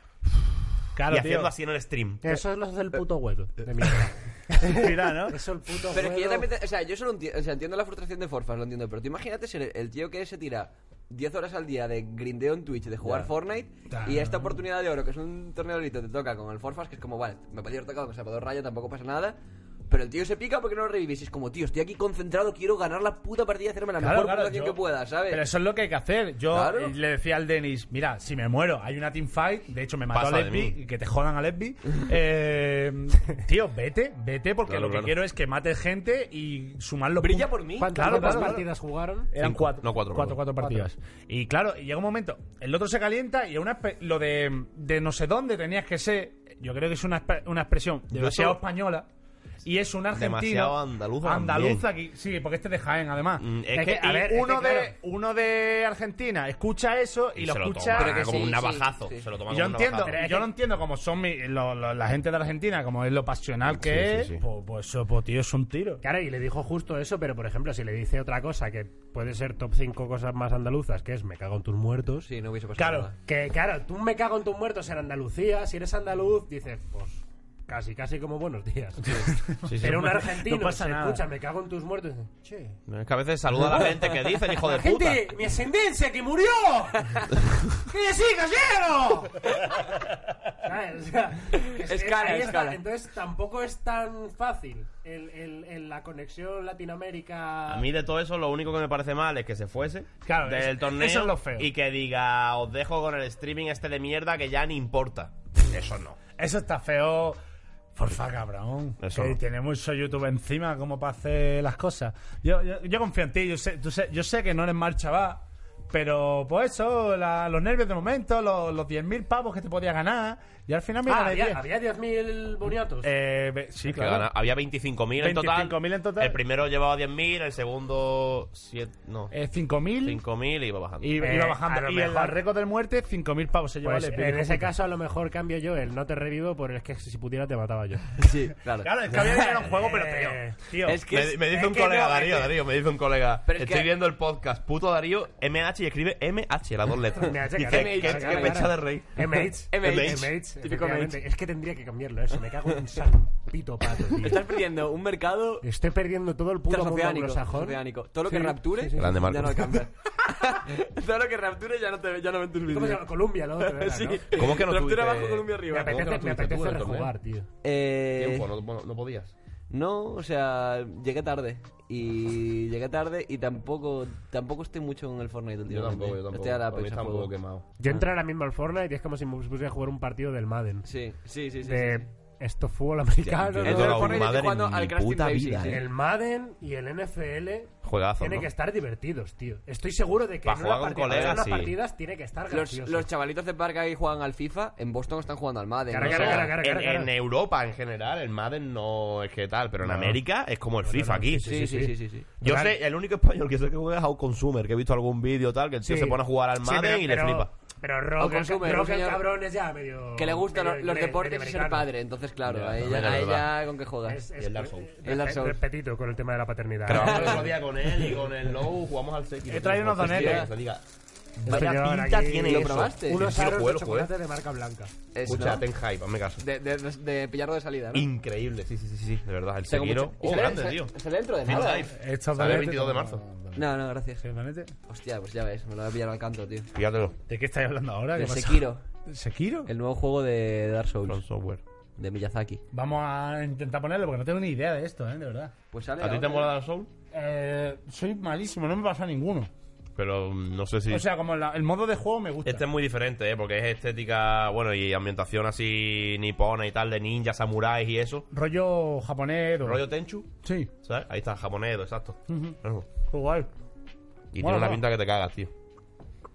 D: Claro,
A: y
D: tío.
A: haciendo así en el stream.
C: Eh, Eso lo hace el puto huevo. De mierda.
G: Ah,
D: Mira, ¿no?
C: Eso el puto
E: Pero es que yo
C: huevo.
E: también, te- o sea, yo solo entiendo, o sea, entiendo la frustración de Forfas, lo entiendo, pero tú imagínate ser el, el tío que se tira 10 horas al día de grindeo en Twitch, de jugar Fortnite, y esta oportunidad de oro, que es un torneo de te toca con el Forfas, que es como, vale, me podía haber tocado con Salvador Raya, tampoco pasa nada, Pero el tío se pica porque no lo revivís. Es como, tío, estoy aquí concentrado, quiero ganar la puta partida y hacerme la mejor puntuación
D: yo-
E: que pueda, ¿sabes?
D: Pero eso es lo que hay que hacer. Yo
E: Claro.
D: eh, le decía al Denis, mira, si me muero, hay una teamfight, de hecho me mató
A: Pasa
D: a
A: de
D: Lesbi,
A: mí.
D: y que te jodan a Lesbi. Eh, tío, vete, vete, porque
A: Claro,
D: lo que
A: claro.
D: quiero es que mates gente y sumar los
E: Brilla
D: pun-
E: por mí.
D: Claro, claro,
C: ¿Cuántas
D: claro.
C: partidas jugaron?
D: Eran
A: Cinco.
D: cuatro.
A: No, cuatro,
D: Cuatro,
A: perdón.
D: cuatro partidas. Y claro, y llega un momento, el otro se calienta y una espe- lo de, de no sé dónde tenías que ser, yo creo que es una, espe- una expresión demasiado
A: eso-
D: española. Y es un argentino.
A: Demasiado andaluza
D: Andaluza aquí. Sí, porque este es de Jaén, además.
A: Mm, es
D: Es
A: que-
D: que, a
A: y
D: ver,
A: es
D: uno,
A: que,
D: de,
A: claro.
D: uno de Argentina escucha eso y,
A: Y
D: lo
A: se lo
D: escucha.
A: toma como un navajazo. Se lo toma
D: Y
A: como
D: yo
A: un
D: entiendo,
A: navajazo.
D: yo lo entiendo como son mi- lo- lo- la gente de Argentina, como es lo pasional que
A: Sí, sí,
D: es.
A: sí.
D: Pues, pues eso, pues, tío, es un tiro.
C: Claro, y le dijo justo eso, pero por ejemplo, si le dice otra cosa que puede ser top 5 cosas más andaluzas, que es me cago en tus muertos.
E: Sí, no hubiese pasado
C: Claro,
E: nada.
C: que claro, tú me cago en tus muertos en Andalucía, si eres andaluz, dices, pues casi, casi como buenos días.
A: Sí, sí.
C: pero un
A: No
C: argentino,
D: pasa
C: se
D: nada.
C: escucha, me cago en tus muertos, y dice, che.
A: Es que a veces saluda a la gente que dicen, hijo de
C: La
A: puta.
C: gente, mi ascendencia que murió. ¡Que decís, gallero! ¿Sabes? O sea, que se-
E: Escala,
C: ahí está.
E: escala.
C: Entonces tampoco es tan fácil el, el- el- la conexión Latinoamérica. Ah,
A: A mí de todo eso lo único que me parece mal es que se fuese
D: Claro,
A: del
D: eso-
A: torneo
D: eso es lo feo.
A: y que diga os dejo con el streaming este de mierda que ya ni importa. Eso no.
D: Eso está feo. Porfa, cabrón.
A: Eso
D: que
A: no.
D: tiene mucho YouTube encima como para hacer las cosas. Yo, yo, yo confío en ti. Yo sé, tú sé- yo sé que no eres mal chaval. Pero, pues eso, la- los nervios de momento, los, los 10.000 pavos que te podías ganar. Y al final, mira,
C: Ah,
D: gané
C: había,
D: 10.
C: había 10.000 boniatos.
D: Eh, ve- sí,
A: Que gana-
D: claro.
A: Había 25.000 en total.
D: 25.000 en total.
A: El primero llevaba 10.000, el segundo siete- no,
D: Eh, 5.000
A: 5.000 y iba bajando.
D: y
C: Eh,
D: iba
C: a lo
D: bajando. Y en la
C: mejor-
D: récord del muerte, 5.000 pavos se llevó
C: Pues,
D: el Epic,
C: en
G: eh,
D: hijo
C: ese
D: puta.
C: caso a lo mejor cambio yo el no te revivo por el que si pudiera te mataba yo. Eh,
E: Sí, claro.
D: Claro, es que había dinero en juego, pero tío. tío
E: Es que
A: me, me dice
E: es
A: un
E: que
A: colega,
E: no,
A: Darío,
E: es que-
A: Darío, me dice un colega.
E: Pero es
A: estoy
E: que-
A: viendo el podcast, puto Darío, MH y escribe MH, las dos letras.
C: MH,
A: Dice,
C: claro,
A: qué,
C: claro,
A: qué
C: claro,
A: pecha
C: claro.
A: de rey.
C: MH.
E: MH. Típico
C: efectivamente.
E: MH.
C: Es que tendría que cambiarlo eso. Me cago en un san pito pato, tío.
E: Estás perdiendo un mercado
C: Estoy perdiendo todo el puto mundo
E: transoceánico.
C: anglosajón.
E: transoceánico. Todo lo que
C: Sí,
E: raptures
C: sí, sí.
A: Grande, Marcos.
E: ya no alcanzas. Todo lo que raptures ya no te ya no ven tus
C: ¿Cómo se
E: vídeos.
C: llama? Colombia, la otra. era,
E: Sí.
C: ¿no?
A: ¿Cómo que no
E: Raptura
A: tuviste-
E: abajo, Colombia
C: Me
E: arriba.
C: apetece, me apetece rejugar, tío.
E: Eh,
A: Tiempo, no, no- no podías.
E: No, o sea, llegué tarde. Y llegué tarde y tampoco tampoco estoy mucho en el Fortnite últimamente. Estoy a la
A: Para mí
E: pecha
A: está un
E: fuego.
A: poco quemado.
C: Yo entré ahora mismo al Fortnite y es como si me pusiera a jugar un partido del Madden.
E: Sí, sí, sí, sí. sí, sí.
C: De esto es fútbol americano.
A: Yo he
E: Entonces,
A: durado
E: Fortnite
A: madre
E: estoy jugando
A: en
E: al
A: mi
E: Crash Team
A: puta
E: Racing,
A: vida,
E: sí.
A: eh.
C: El Madden y el NFL
A: Juegazo,
C: tienen
A: ¿no?
C: que estar divertidos, tío. Estoy seguro de que
A: Pa'
C: en
A: jugar
C: una
A: con
C: partida,
A: colegas,
C: en unas
A: sí.
C: partidas tiene que estar
E: Los,
C: gracioso.
E: los chavalitos de parque ahí juegan al FIFA, en Boston están jugando al Madden.
C: Cara,
E: o
C: cara,
E: sea,
C: cara, cara,
A: en,
C: cara, cara.
A: en Europa en general, el Madden no es que tal, pero en
C: No.
A: América es como el FIFA
C: no,
A: aquí.
E: Sí, sí, sí, sí, sí.
A: Yo
C: Claro.
A: sé, el único español que sé que juega es Out Consumer, que he visto algún vídeo tal, que el tío
C: Sí.
A: se pone a jugar al
C: Sí,
A: Madden
C: pero-
A: y le
C: pero-
A: flipa.
C: Pero
E: O
C: Rock,
E: consume,
C: Rock,
E: un señor
C: cabrón es ya medio.
E: Que le gustan
C: medio
E: los, los
C: inglés,
E: deportes y
C: medio
E: ser
C: americano.
E: padre, entonces claro,
A: Ya,
E: a ella,
A: bueno,
E: a
A: es verdad.
E: ella con que juega.
C: Es, es,
A: Y el Dark Souls.
E: El Dark Souls.
C: Repetito con el tema de la paternidad.
A: Pero vamos el otro día con él y con el Low jugamos al Sekiro.
D: He traído unos
A: Pues,
D: donetes.
A: La liga.
C: Este Señor,
A: Vaya pinta
C: aquí-
A: tiene
E: ¿Lo
A: eso.
E: probaste?
C: Unos
A: Sí, lo
C: aros
A: jugué,
C: de
A: lo jugué.
C: chocolate de marca blanca.
E: Es,
A: Escucha,
E: ¿no?
A: ten hype, hazme caso.
E: de, de, de, de pillarlo de salida, ¿no?
A: Increíble, sí, sí, sí, sí, de verdad. El
E: Se come
A: Sekiro.
E: mucho. Y
A: Oh,
E: sale-
A: grande,
E: sale-
A: tío.
E: Sale dentro de
A: Thin
E: nada. ¿eh?
A: Life.
D: Estos
A: Sale el
D: donetes
A: 22 de
D: son-
A: marzo.
E: No, no, gracias.
D: ¿Estos donetes?
E: Hostia, pues ya ves, me lo voy a pillar al canto, tío.
A: Fíjatelo.
D: ¿De qué estáis hablando ahora? ¿Qué
E: El
D: pasa?
E: Sekiro,
D: ¿Sekiro?
E: el nuevo juego de Dark
A: From
E: Souls,
A: Software.
E: de Miyazaki.
D: Vamos a intentar ponerlo porque no tengo ni idea de esto, ¿eh? De verdad.
E: Pues sale
A: ¿A ti te
E: ahora.
A: mola Dark Souls?
D: Eh, soy malísimo, no me pasa ninguno.
A: Pero mm, no sé si.
D: O sea, como la- el modo de juego me gusta.
A: Este es muy diferente, ¿eh? porque es estética, bueno, y ambientación así nipona y tal, de ninjas, samuráis y eso.
D: Rollo japonés. o-
A: Rollo Tenchu,
D: Sí.
A: ¿sabes? Ahí está, japonés, exacto.
D: Ujú.
A: Claro.
D: Qué guay.
A: Y
D: Mola,
A: tiene una
D: mola.
A: pinta que te cagas, tío.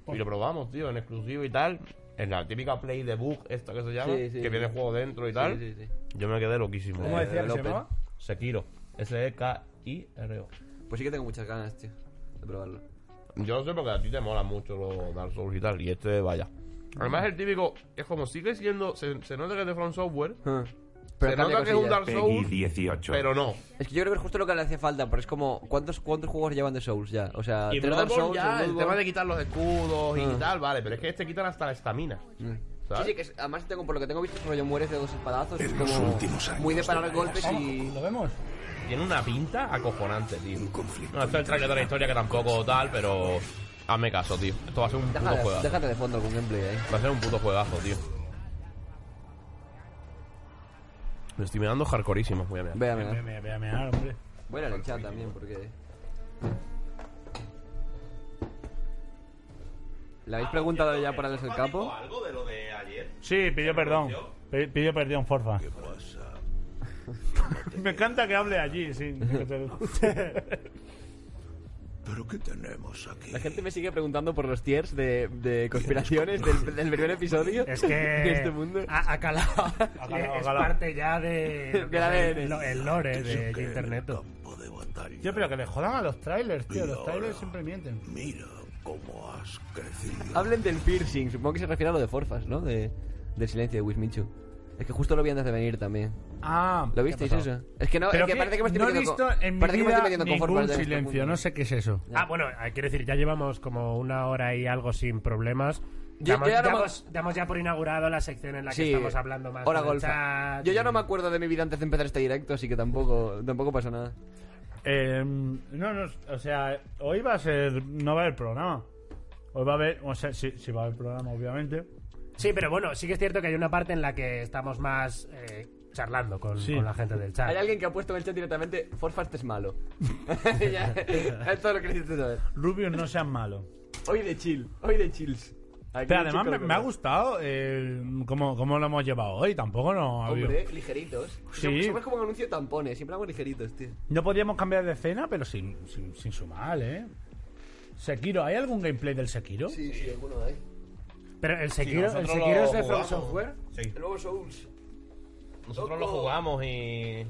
A: Y lo probamos, tío, en exclusivo y tal. En la típica play de bug, esta que se llama,
E: Sí, sí,
A: que
E: sí.
A: viene el juego dentro y tal.
E: Sí, sí, sí.
A: Yo me quedé loquísimo.
D: ¿Cómo
A: Eh,
D: decía que se
E: López.
D: llamaba?
A: Sekiro. E S-E-K-I-R-O.
E: Pues sí que tengo muchas ganas, tío, de probarlo.
A: Yo no sé porque a ti te mola mucho los Dark Souls y tal. Y este, vaya. Además, el típico, es como sigue siendo. Se, se nota que es de From Software.
E: Pero
A: se
E: cambia
A: nota que es un
E: cosillas.
A: Dark
M: Peggy
A: Souls,
M: 18.
A: pero no.
E: Es que yo creo que es justo lo que le hacía falta, porque es como, ¿cuántos, cuántos juegos llevan de Souls ya? O sea,
A: Y
E: tres Dark
A: Bloodborne
E: Souls,
A: ya,
E: el
A: el
E: Bloodborne.
A: tema de quitar los escudos y
E: Ah.
A: tal, vale, pero es que este quitan hasta la estamina.
E: Mm. Sí,
A: ¿sabes?
E: sí, que es- además tengo, por lo que tengo visto, es rollo mueres de dos espadazos, es
M: En los
E: como
M: últimos años
E: muy de
M: de
E: parar
M: la
E: golpes y...
D: ¿Lo vemos?
A: Tiene una pinta acojonante, tío.
M: conflicto
A: No, esto es el trailer de la historia que tampoco tal, pero. Hazme caso, tío. Esto va a ser un puto
E: Déjate,
A: juegazo.
E: déjate de fondo algún gameplay ahí.
A: Va a ser un puto juegazo, tío. Me estoy mirando hardcoreísimo. Voy a mirar.
E: Ve a mear.
C: Ve, ve a mear, hombre.
E: Buena leche también, porque. ¿Le habéis preguntado ya para el capo?
N: ¿Algo de lo de ayer?
G: Sí, pidió perdón. Pi- Pidió perdón, porfa. Me encanta que hable allí, sin que te lo escuche.
E: ¿Pero qué tenemos aquí? La gente me sigue preguntando por los tiers de, de conspiraciones del, del primer episodio.
K: Es que-
E: De este mundo.
G: Ah.
K: Ha, ha calado.
G: calado,
K: es
G: ha calado.
K: parte ya de.
G: Del ADN.
K: lo- el lore de, de internet.
G: Yo, pero que le jodan a los trailers, tío. Los trailers siempre mienten.
E: Mira cómo has crecido. Hablen del piercing. Supongo que se refiere a lo de Forfas, ¿no? De, del silencio de Wismichu. Es que justo lo vi antes de venir también.
G: Ah,
E: ¿Lo visteis
G: ¿qué ha pasado?
E: eso? Es que no,
G: Pero
E: es que parece que me estoy
G: no he
E: metiendo
G: visto
E: con,
G: en mi
E: parece que me estoy
G: vida
E: metiendo con
G: ningún
E: Forfas de este
G: silencio,
E: mundo.
G: no sé qué es eso.
C: Ah, bueno, eh, quiero decir, ya llevamos como una hora y algo sin problemas.
E: Yo-
C: damos,
E: yo ya no me-
C: damos- damos ya por inaugurado la sección en la que
E: Sí.
C: estamos hablando más.
E: Hora
C: del
E: golfa.
C: chat
E: Yo
C: y-
E: ya no me acuerdo de mi vida antes de empezar este directo, así que tampoco, tampoco pasa nada.
G: Eh, no, no, o sea, hoy va a ser. No va a haber programa. Hoy va a haber. O sea, sí, sí va a haber programa, obviamente.
C: Sí, pero bueno, sí que es cierto que hay una parte en la que estamos más eh, charlando con,
G: Sí.
C: con la gente del
E: Hay
C: chat.
E: alguien que ha puesto en el chat directamente, Forfast es malo. Ya, es todo lo que necesitas saber.
G: Rubius, no seas malo.
E: Hoy de chill, hoy de chills. Aquí
G: Pero
E: un
G: además
E: chico
G: me,
E: lo
G: me ha
E: conoce.
G: gustado eh, cómo, cómo lo hemos llevado hoy. Tampoco no ha habido.
E: Hombre, ligeritos.
G: Sí.
E: Somos, somos como un anuncio de tampones, siempre vamos ligeritos, tío.
G: No podíamos cambiar de escena, pero sin, sin, sin su mal, ¿eh? Sekiro, ¿hay algún gameplay del Sekiro?
E: Sí, sí, alguno hay.
C: Pero el
G: Sekiro- el
A: nosotros
G: Sekiro
A: lo
G: es de From
A: jugamos.
G: Software.
A: Sí.
E: El nuevo Souls.
A: Nosotros lo jugamos y.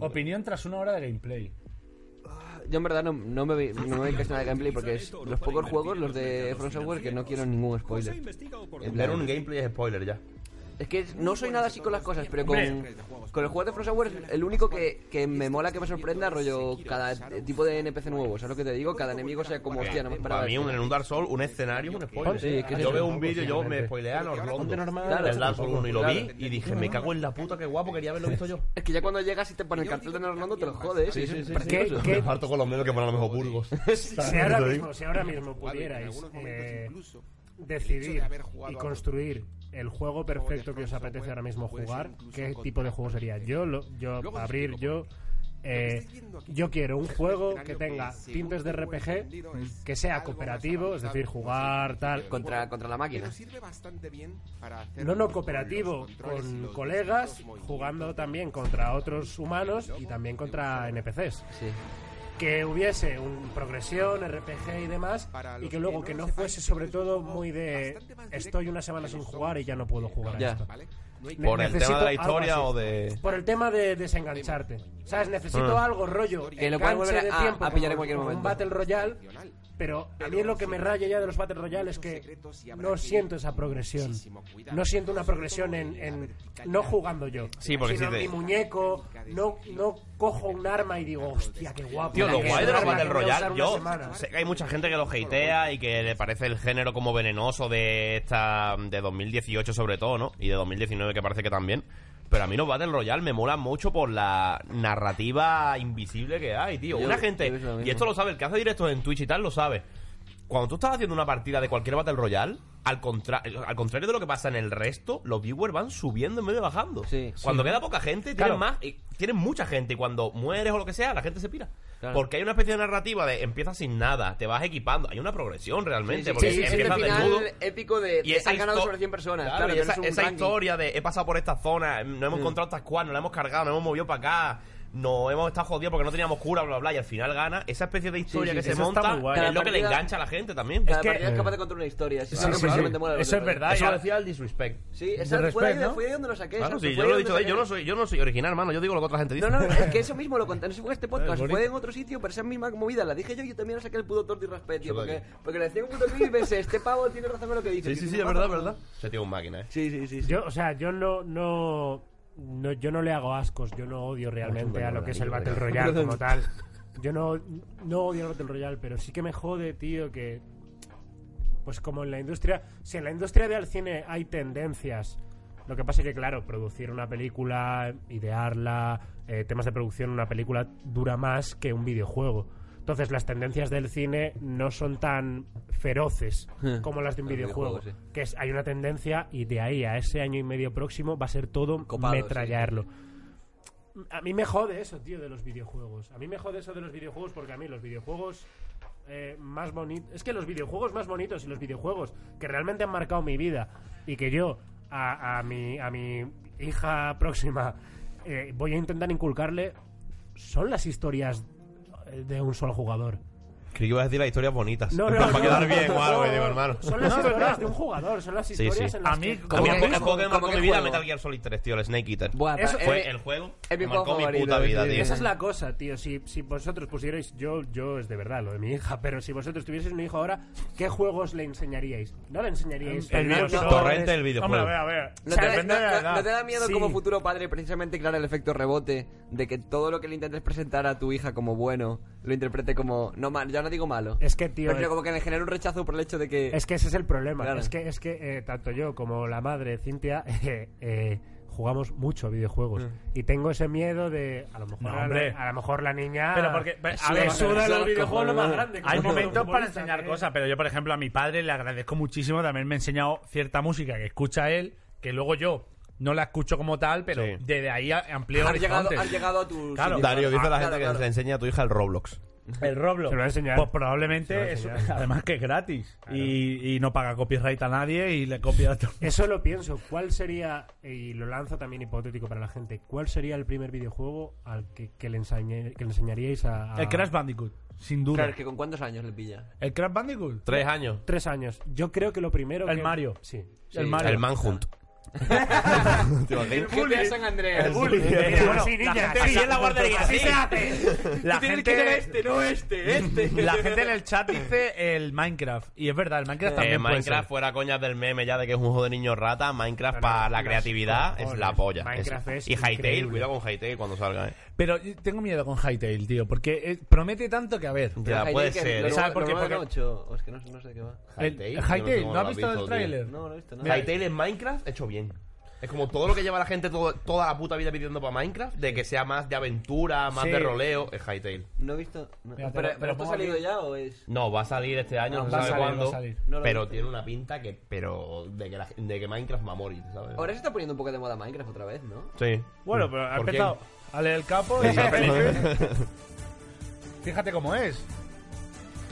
G: Opinión tras una hora de gameplay.
E: Yo en verdad no, no me vi- no me vi casi nada de gameplay porque es los pocos juegos, los de From Software, que no quiero ningún spoiler. En
A: Ver
E: plan,
A: un gameplay es spoiler ya.
E: Es que no soy nada así con las cosas, pero con,
A: Hombre.
E: con el juego de From Software es el único que,
A: Este
E: que me mola que me sorprenda, rollo, cada eh, tipo de NPC nuevo. ¿Sabes lo que te digo? Cada enemigo sea como, hostia, no me esperaba
A: Para mí,
E: esto.
A: un, en un Dark Souls, un escenario es un spoiler.
E: Sí, es que
A: yo
E: sí.
A: veo un vídeo, yo me spoileé a los rondos.
E: Claro.
A: del Dark Souls 1 y lo vi
E: Claro.
A: y dije, me cago en la puta, qué guapo, quería haberlo visto yo.
E: Es que ya cuando llegas y te ponen el cartel de Normando te lo jodes. y eso es precioso.
A: Me parto con los medios que ponen a lo mejor Burgos.
C: Si ahora mismo, si ahora mismo pudierais eh,
O: el hecho
C: decidir
O: de haber jugado
C: y
O: a
C: construir el juego perfecto que os apetece ahora mismo jugar, ¿qué tipo de juego sería? Yo, lo, yo
O: Luego
C: abrir, yo... eh, yo quiero un juego que tenga tintes de RPG, que sea cooperativo, es decir, jugar tal...
E: Contra, contra la máquina.
O: Sirve bastante bien para hacer
C: No, no, cooperativo, con colegas, jugando también contra otros humanos y también contra NPCs. Que hubiese un progresión, RPG y demás, y que luego que no fuese sobre todo muy de estoy una semana sin jugar y ya no puedo jugar
A: Ya.
C: a esto. Ne-
A: Por el tema de la
C: necesito algo
A: historia
C: así.
A: o de.
C: Por el tema de desengancharte. ¿Sabes? Necesito
A: Ah.
C: algo rollo.
E: Que lo puedas
C: enganche
E: volver
C: de
E: a-
C: tiempo,
E: a pillar
C: como-
E: en cualquier
C: como Un
E: momento.
C: Battle Royale. Pero a mí es lo que me raya ya de los Battle Royale es que no siento esa progresión. No siento una progresión en, en no jugando yo.
A: Sí, porque
C: sino
A: si te-
C: mi muñeco, no, no cojo un arma y digo, hostia, qué guapo.
A: Tío, lo
C: que es
A: guay de
C: un
A: los
C: arma
A: Battle
C: que voy a usar
A: Royale,
C: una
A: yo
C: semana".
A: sé que hay mucha gente que lo hatea y que le parece el género como venenoso de esta de 2018 sobre todo, ¿no? Y de 2019 que parece que también. Pero a mí los Battle Royale me molan mucho por la narrativa invisible que hay, tío.
E: Yo-
A: Una
E: yo
A: gente,
E: pienso lo mismo.
A: y esto lo sabe, el que hace directos en Twitch y tal lo sabe. Cuando tú estás haciendo una partida de cualquier Battle Royale, al, contra- al contrario de lo que pasa en el resto, los viewers van subiendo en vez de bajando. Cuando
E: Sí.
A: queda poca gente,
E: Claro.
A: tienen más y tienen mucha gente y cuando mueres o lo que sea, la gente se pira.
E: Claro.
A: Porque hay una especie de narrativa de empiezas sin nada, te vas equipando, hay una progresión realmente, porque
E: es el
A: empiezas desnudo.
E: final eh, épico de,
A: Y
E: de se han ganado
A: histo-
E: sobre 100 personas.
A: Claro,
E: Claro,
A: y
E: ya no
A: esa,
E: es un
A: esa
E: ranking.
A: historia de he pasado por esta zona, no hemos
E: Mm.
A: encontrado estas cuadras, no la hemos cargado, no hemos movido para acá, no hemos estado jodidos porque no teníamos cura, bla, bla, y al final gana. Esa especie de historia
E: sí,
A: que
E: sí.
A: se
E: Eso está
A: monta
E: muy guay.
A: es
E: Cada
A: lo que le
E: partida-
A: engancha a la gente también.
E: Cada partida es capaz de contar una historia. sí, eso es lo que realmente mola de los Battle Royale.
A: Eso lo decía el disrespect.
E: Sí, esa fue, ahí de- fue ahí donde lo saqué.
A: Claro,
E: exacto,
A: sí, yo
E: fue ahí
A: lo he
E: donde
A: dicho, eh,
E: saqué.
A: yo no soy, yo no soy original, hermano, yo digo lo que otra gente dice.
E: No, no, es que eso mismo lo conté, no sé si fue este
A: Es
E: podcast,
A: bonito.
E: fue en otro sitio, pero esa misma movida la dije yo y yo también la saqué el puto Torti Raspet, tío,
A: Yo
E: porque,
A: también.
E: porque le decía un puto clip y pensé, este pavo tiene razón en lo que dice.
A: Sí, sí,
E: tío,
A: sí,
E: me
A: es
E: mata,
A: verdad,
E: tío.
A: verdad. Se tiene un máquina, eh.
E: Sí, sí, sí.
C: Yo, o sea, yo no, no, no- yo no le hago ascos, yo no odio realmente
G: Perdón,
C: a lo que es el
G: perdón,
C: Battle
G: perdón.
C: Royale como
G: Perdón.
C: tal. Yo no, no odio el Battle Royale, pero sí que me jode, tío, que pues como en la industria, si en la industria del cine hay tendencias, lo que pasa es que claro, producir una película, idearla, eh, temas de producción, una película dura más que un videojuego. Entonces las tendencias del cine no son tan feroces
E: Hmm.
C: como las de un
E: Los
C: videojuego.
E: videojuegos, sí.
C: Que es, hay una tendencia y de ahí a ese año y medio próximo va a ser todo
E: Copado, sí.
C: metrallarlo. A mí me jode eso, tío, de los videojuegos. A mí me jode eso de los videojuegos porque a mí los videojuegos eh, más bonitos... Es que los videojuegos más bonitos y los videojuegos que realmente han marcado mi vida y que yo a, a mi, a mi hija próxima eh, voy a intentar inculcarle son las historias eh, de un solo jugador.
A: Creí que ibas a decir las historias bonitas.
C: No,
A: En
C: no,
A: plan,
C: no,
A: para quedar
C: no,
A: bien o algo,
C: no,
A: y digo, hermano.
C: Son las
A: No,
C: historias de un jugador, son las
A: Sí,
C: historias
A: sí.
C: en las que...
A: a mí en Pokémon, marcó mi vida
C: juego?
A: Metal Gear Solid 3, tío, el Snake Eater.
C: pero-
A: Eso fue
C: eh,
A: el juego
C: es mi
A: que marcó
C: juego
A: mi
C: favorito,
A: puta
C: eh,
A: vida,
C: tío.
A: tío.
C: Esa es la cosa, tío. Si, si vosotros pusierais, yo, yo es de verdad lo de mi hija, pero si vosotros tuvieseis un hijo ahora, ¿qué juegos le enseñaríais? No le enseñaríais.
A: El
C: no,
A: videojuego.
C: no,
A: Torrente
C: es-
A: del videojuego. Hombre, a ver, a ver.
E: ¿No te,
C: Depende
E: no-
C: de la
E: no-
C: edad.
E: no te da miedo
C: Sí.
E: como futuro padre precisamente crear el efecto rebote de que todo lo que le intentes presentar a tu hija como bueno lo interprete como no mal, ya no digo malo.
C: Es que, tío,
E: Pero
C: es-
E: como que le genera un rechazo por el hecho de que
C: Es que ese es el problema.
E: Claro.
C: Es que, es que eh, tanto yo como la madre, Cintia, eh, eh, jugamos mucho a videojuegos. Y tengo ese miedo de. A lo mejor,
G: Mm. No,
C: a, la,
G: hombre.
C: a lo mejor la niña.
G: Pero porque. pero, a
C: le
G: ver,
C: suda los videojuegos lo más grande. que
G: Hay
C: son los
G: momentos para
C: futbolistas,
G: enseñar
C: eh.
G: cosas, pero yo, por ejemplo, a mi padre le agradezco muchísimo. También me ha enseñado cierta música que escucha él, que luego yo no la escucho como tal, pero desde ahí a- amplío
E: Has llegado-
G: horizontes.
E: has llegado a tu Ah,
G: Claro.
A: Darío, dice la gente que
G: claro.
A: le enseña a tu hija el Roblox.
G: El Roblox.
C: Se lo va a enseñar.
G: Pues
C: Se lo va
G: probablemente,
C: a
G: eso-
C: enseñar.
G: además que es gratis. Y, y no paga copyright a nadie y le copia a todo.
C: Eso lo pienso. ¿Cuál sería, y lo lanzo también hipotético para la gente, cuál sería el primer videojuego al que, que le, enseñe- que le enseñaríais a, a-
G: El Crash Bandicoot, sin duda.
E: Claro, es que con cuántos años le pilla.
G: ¿El Crash Bandicoot?
A: Tres años.
C: Tres años. Yo creo que lo primero.
G: El
C: que-
G: Mario.
C: Sí.
G: El Mario.
A: El Manhunt. ¿Te imaginas?
C: bullying.
E: San Andreas.
C: El bullying.
G: Mira,
C: Bueno,
G: sí, niña,
C: la gente-
G: sí, en la guardería,
C: Así
G: sí.
C: se hace.
G: La
E: Tú tienes
G: gente-
E: que ser este, no este, este.
G: La gente en el chat dice el Minecraft. Y es verdad, el Minecraft
A: Eh,
G: también puede
A: Minecraft
G: ser.
A: fuera coñas del meme ya de que es un juego de niños rata. Minecraft para la
G: los
A: creatividad es
G: cojones.
A: la polla.
G: Minecraft es
A: y Hytale,
G: increíble.
A: cuidado con Hytale cuando salga, eh.
G: Pero yo tengo miedo con Hytale, tío, porque eh, promete tanto que a ver.
A: Ya, puede ser. eh.
G: ¿Sabes por qué? Porque-
E: o es que no, no sé de qué va.
G: El-
A: Hytale,
G: Hytale,
A: yo no sé cómo lo
G: ¿no has
A: has
G: visto
A: visto,
G: el
A: tío.
G: tráiler?
E: No, no lo he visto, no.
G: Mira,
A: Hytale en Minecraft hecho bien. Es como todo lo que lleva la gente todo- toda la puta vida pidiendo para Minecraft, de que sea más de aventura, más
G: Sí.
A: de roleo, es Hytale.
E: No he visto. no.
G: Mira, te
E: pero pero
G: lo- te lo
E: esto ha
G: pongo
E: salido
G: aquí.
E: ya o es.
A: No, va a salir este año,
G: Ah,
A: no se
G: va a
A: sabe
G: salir, va a
A: cuándo.
G: salir.
E: No lo he
A: pero
E: visto.
A: tiene una pinta que. Pero. De que, la- de que Minecraft va a morir, ¿sabes?
E: Ahora se está poniendo un poco de moda Minecraft otra vez, ¿no?
A: Sí.
G: Bueno, pero ha
A: ¿Por
G: empezado a leer el capo y
A: Exacto.
G: Fíjate cómo es.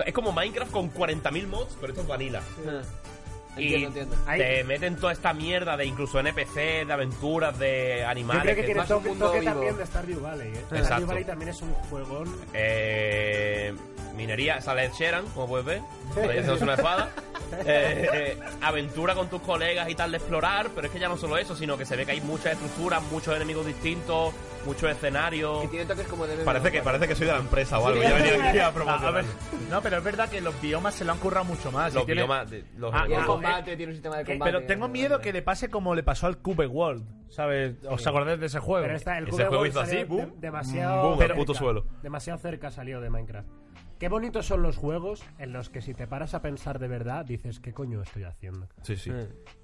A: Es como Minecraft con 40.000 mods, pero esto es vanilla. Y
E: Ah. Entiendo, entiendo.
A: te meten toda esta mierda de incluso NPC, de aventuras, de
C: Yo
A: animales.
C: creo que tiene
A: vas a un
C: toque,
A: mundo
C: toque
A: vivo.
C: también de Stardew Valley. ¿eh?
A: Exacto.
C: Stardew Valley también es un juegón.
A: Eh, minería, sale Sheran, como puedes ver. Eso es una espada. Eh, eh, aventura con tus colegas y tal de explorar, pero es que ya no solo eso, sino que se ve que hay muchas estructuras, muchos enemigos distintos, muchos escenarios.
E: Que tiene toques como de.
A: Parece que, parece que soy de la empresa o
G: Sí.
A: algo. Ya venía aquí a
G: Ah, a
A: promocionar.
G: ver, no, pero es verdad que los biomas se lo han currado mucho más.
A: Los
G: y tiene-
A: biomas de- los
G: Ah,
E: Y el
G: ah,
E: combate, tiene un sistema de
G: eh,
E: combate.
G: pero tengo miedo que le pase como le pasó al Cube World, ¿sabes? ¿Os acordáis de ese juego?
C: Pero está el
A: Ese
C: Cube
A: juego
C: World
A: hizo así,
C: salió de-
A: boom,
C: demasiado
A: boom, al
C: cerca,
A: puto suelo.
C: Demasiado cerca salió de Minecraft. Qué bonitos son los juegos en los que si te paras a pensar de verdad dices qué coño estoy haciendo.
A: Sí, sí.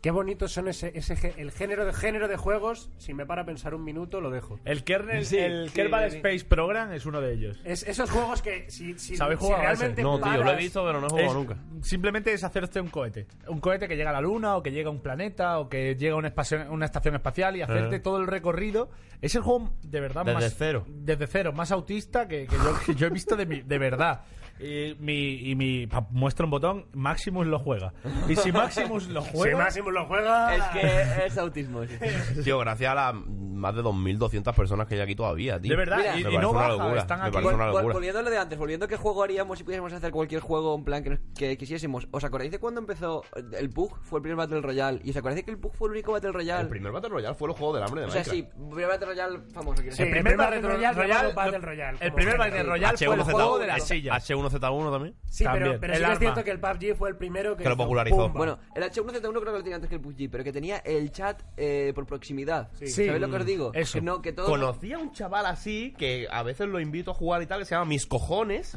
C: Qué bonitos son ese, ese gé- el género de género de juegos. Si me paro a pensar un minuto lo dejo.
G: El Kernel,
C: Sí,
G: el
C: sí,
G: Kerbal
C: sí.
G: Space Program es uno de ellos.
C: Es, esos juegos que si, si,
G: ¿Sabéis
C: si
G: jugar a ese?
C: realmente
A: No, tío, lo he
C: paras-
A: visto, pero no he jugado
G: Es-
A: nunca.
G: Simplemente es hacerte un cohete. Un cohete que llega a la luna o que llega a un planeta o que llega a una, espacio- una estación espacial y hacerte
A: Ajá.
G: todo el recorrido. Es el juego de verdad
A: Eh. Desde
G: más...
A: cero.
G: Desde cero, más autista que, que yo, que yo he visto de, mi- de verdad. Y mi, y mi pa- muestra un botón, Maximus lo juega. Y si Maximus lo
C: Si
G: juega...
C: Máximo lo juega.
E: Es que es autismo. sí.
A: Tío, gracias a las más de 2.200 personas que hay aquí todavía, tío.
G: De verdad,
E: Mira.
G: y,
A: Me
G: y
A: parece
G: no
A: una
G: baja,
A: locura,
G: están
A: me
G: aquí.
A: parece- Es una
E: Vol- vol-
A: locura.
E: volviendo a lo de antes, volviendo a qué juego haríamos si pudiésemos hacer cualquier juego en plan que, nos- que quisiésemos. ¿Os acordáis de cuando empezó el Pug? Fue el primer Battle Royale. ¿Y os acordáis de que el Pug fue el único Battle Royale?
A: El primer Battle Royale fue el juego del hambre de
E: o sea,
A: Minecraft.
E: sí, primer Battle Royale famoso. quiero
C: Sí,
E: decir.
C: el primer Battle Royale, llamado Battle Royale.
G: El primer Battle
E: Sí.
G: Royale fue el juego de la silla.
A: H1Z1 también.
C: Sí,
G: También.
C: pero, pero sí
G: El
C: que es
G: arma.
C: cierto que el PUBG fue el primero que,
A: Que lo
C: hizo
A: popularizó.
C: pumba.
E: Bueno, el H1Z1 creo que lo tenía antes que el PUBG, pero que tenía el chat eh, por proximidad.
G: Sí.
E: ¿Sabéis lo que os digo?
G: Eso.
E: Que no, que todo...
A: Conocí a un chaval así que a veces lo invito a jugar y tal, que se llama Mis Cojones.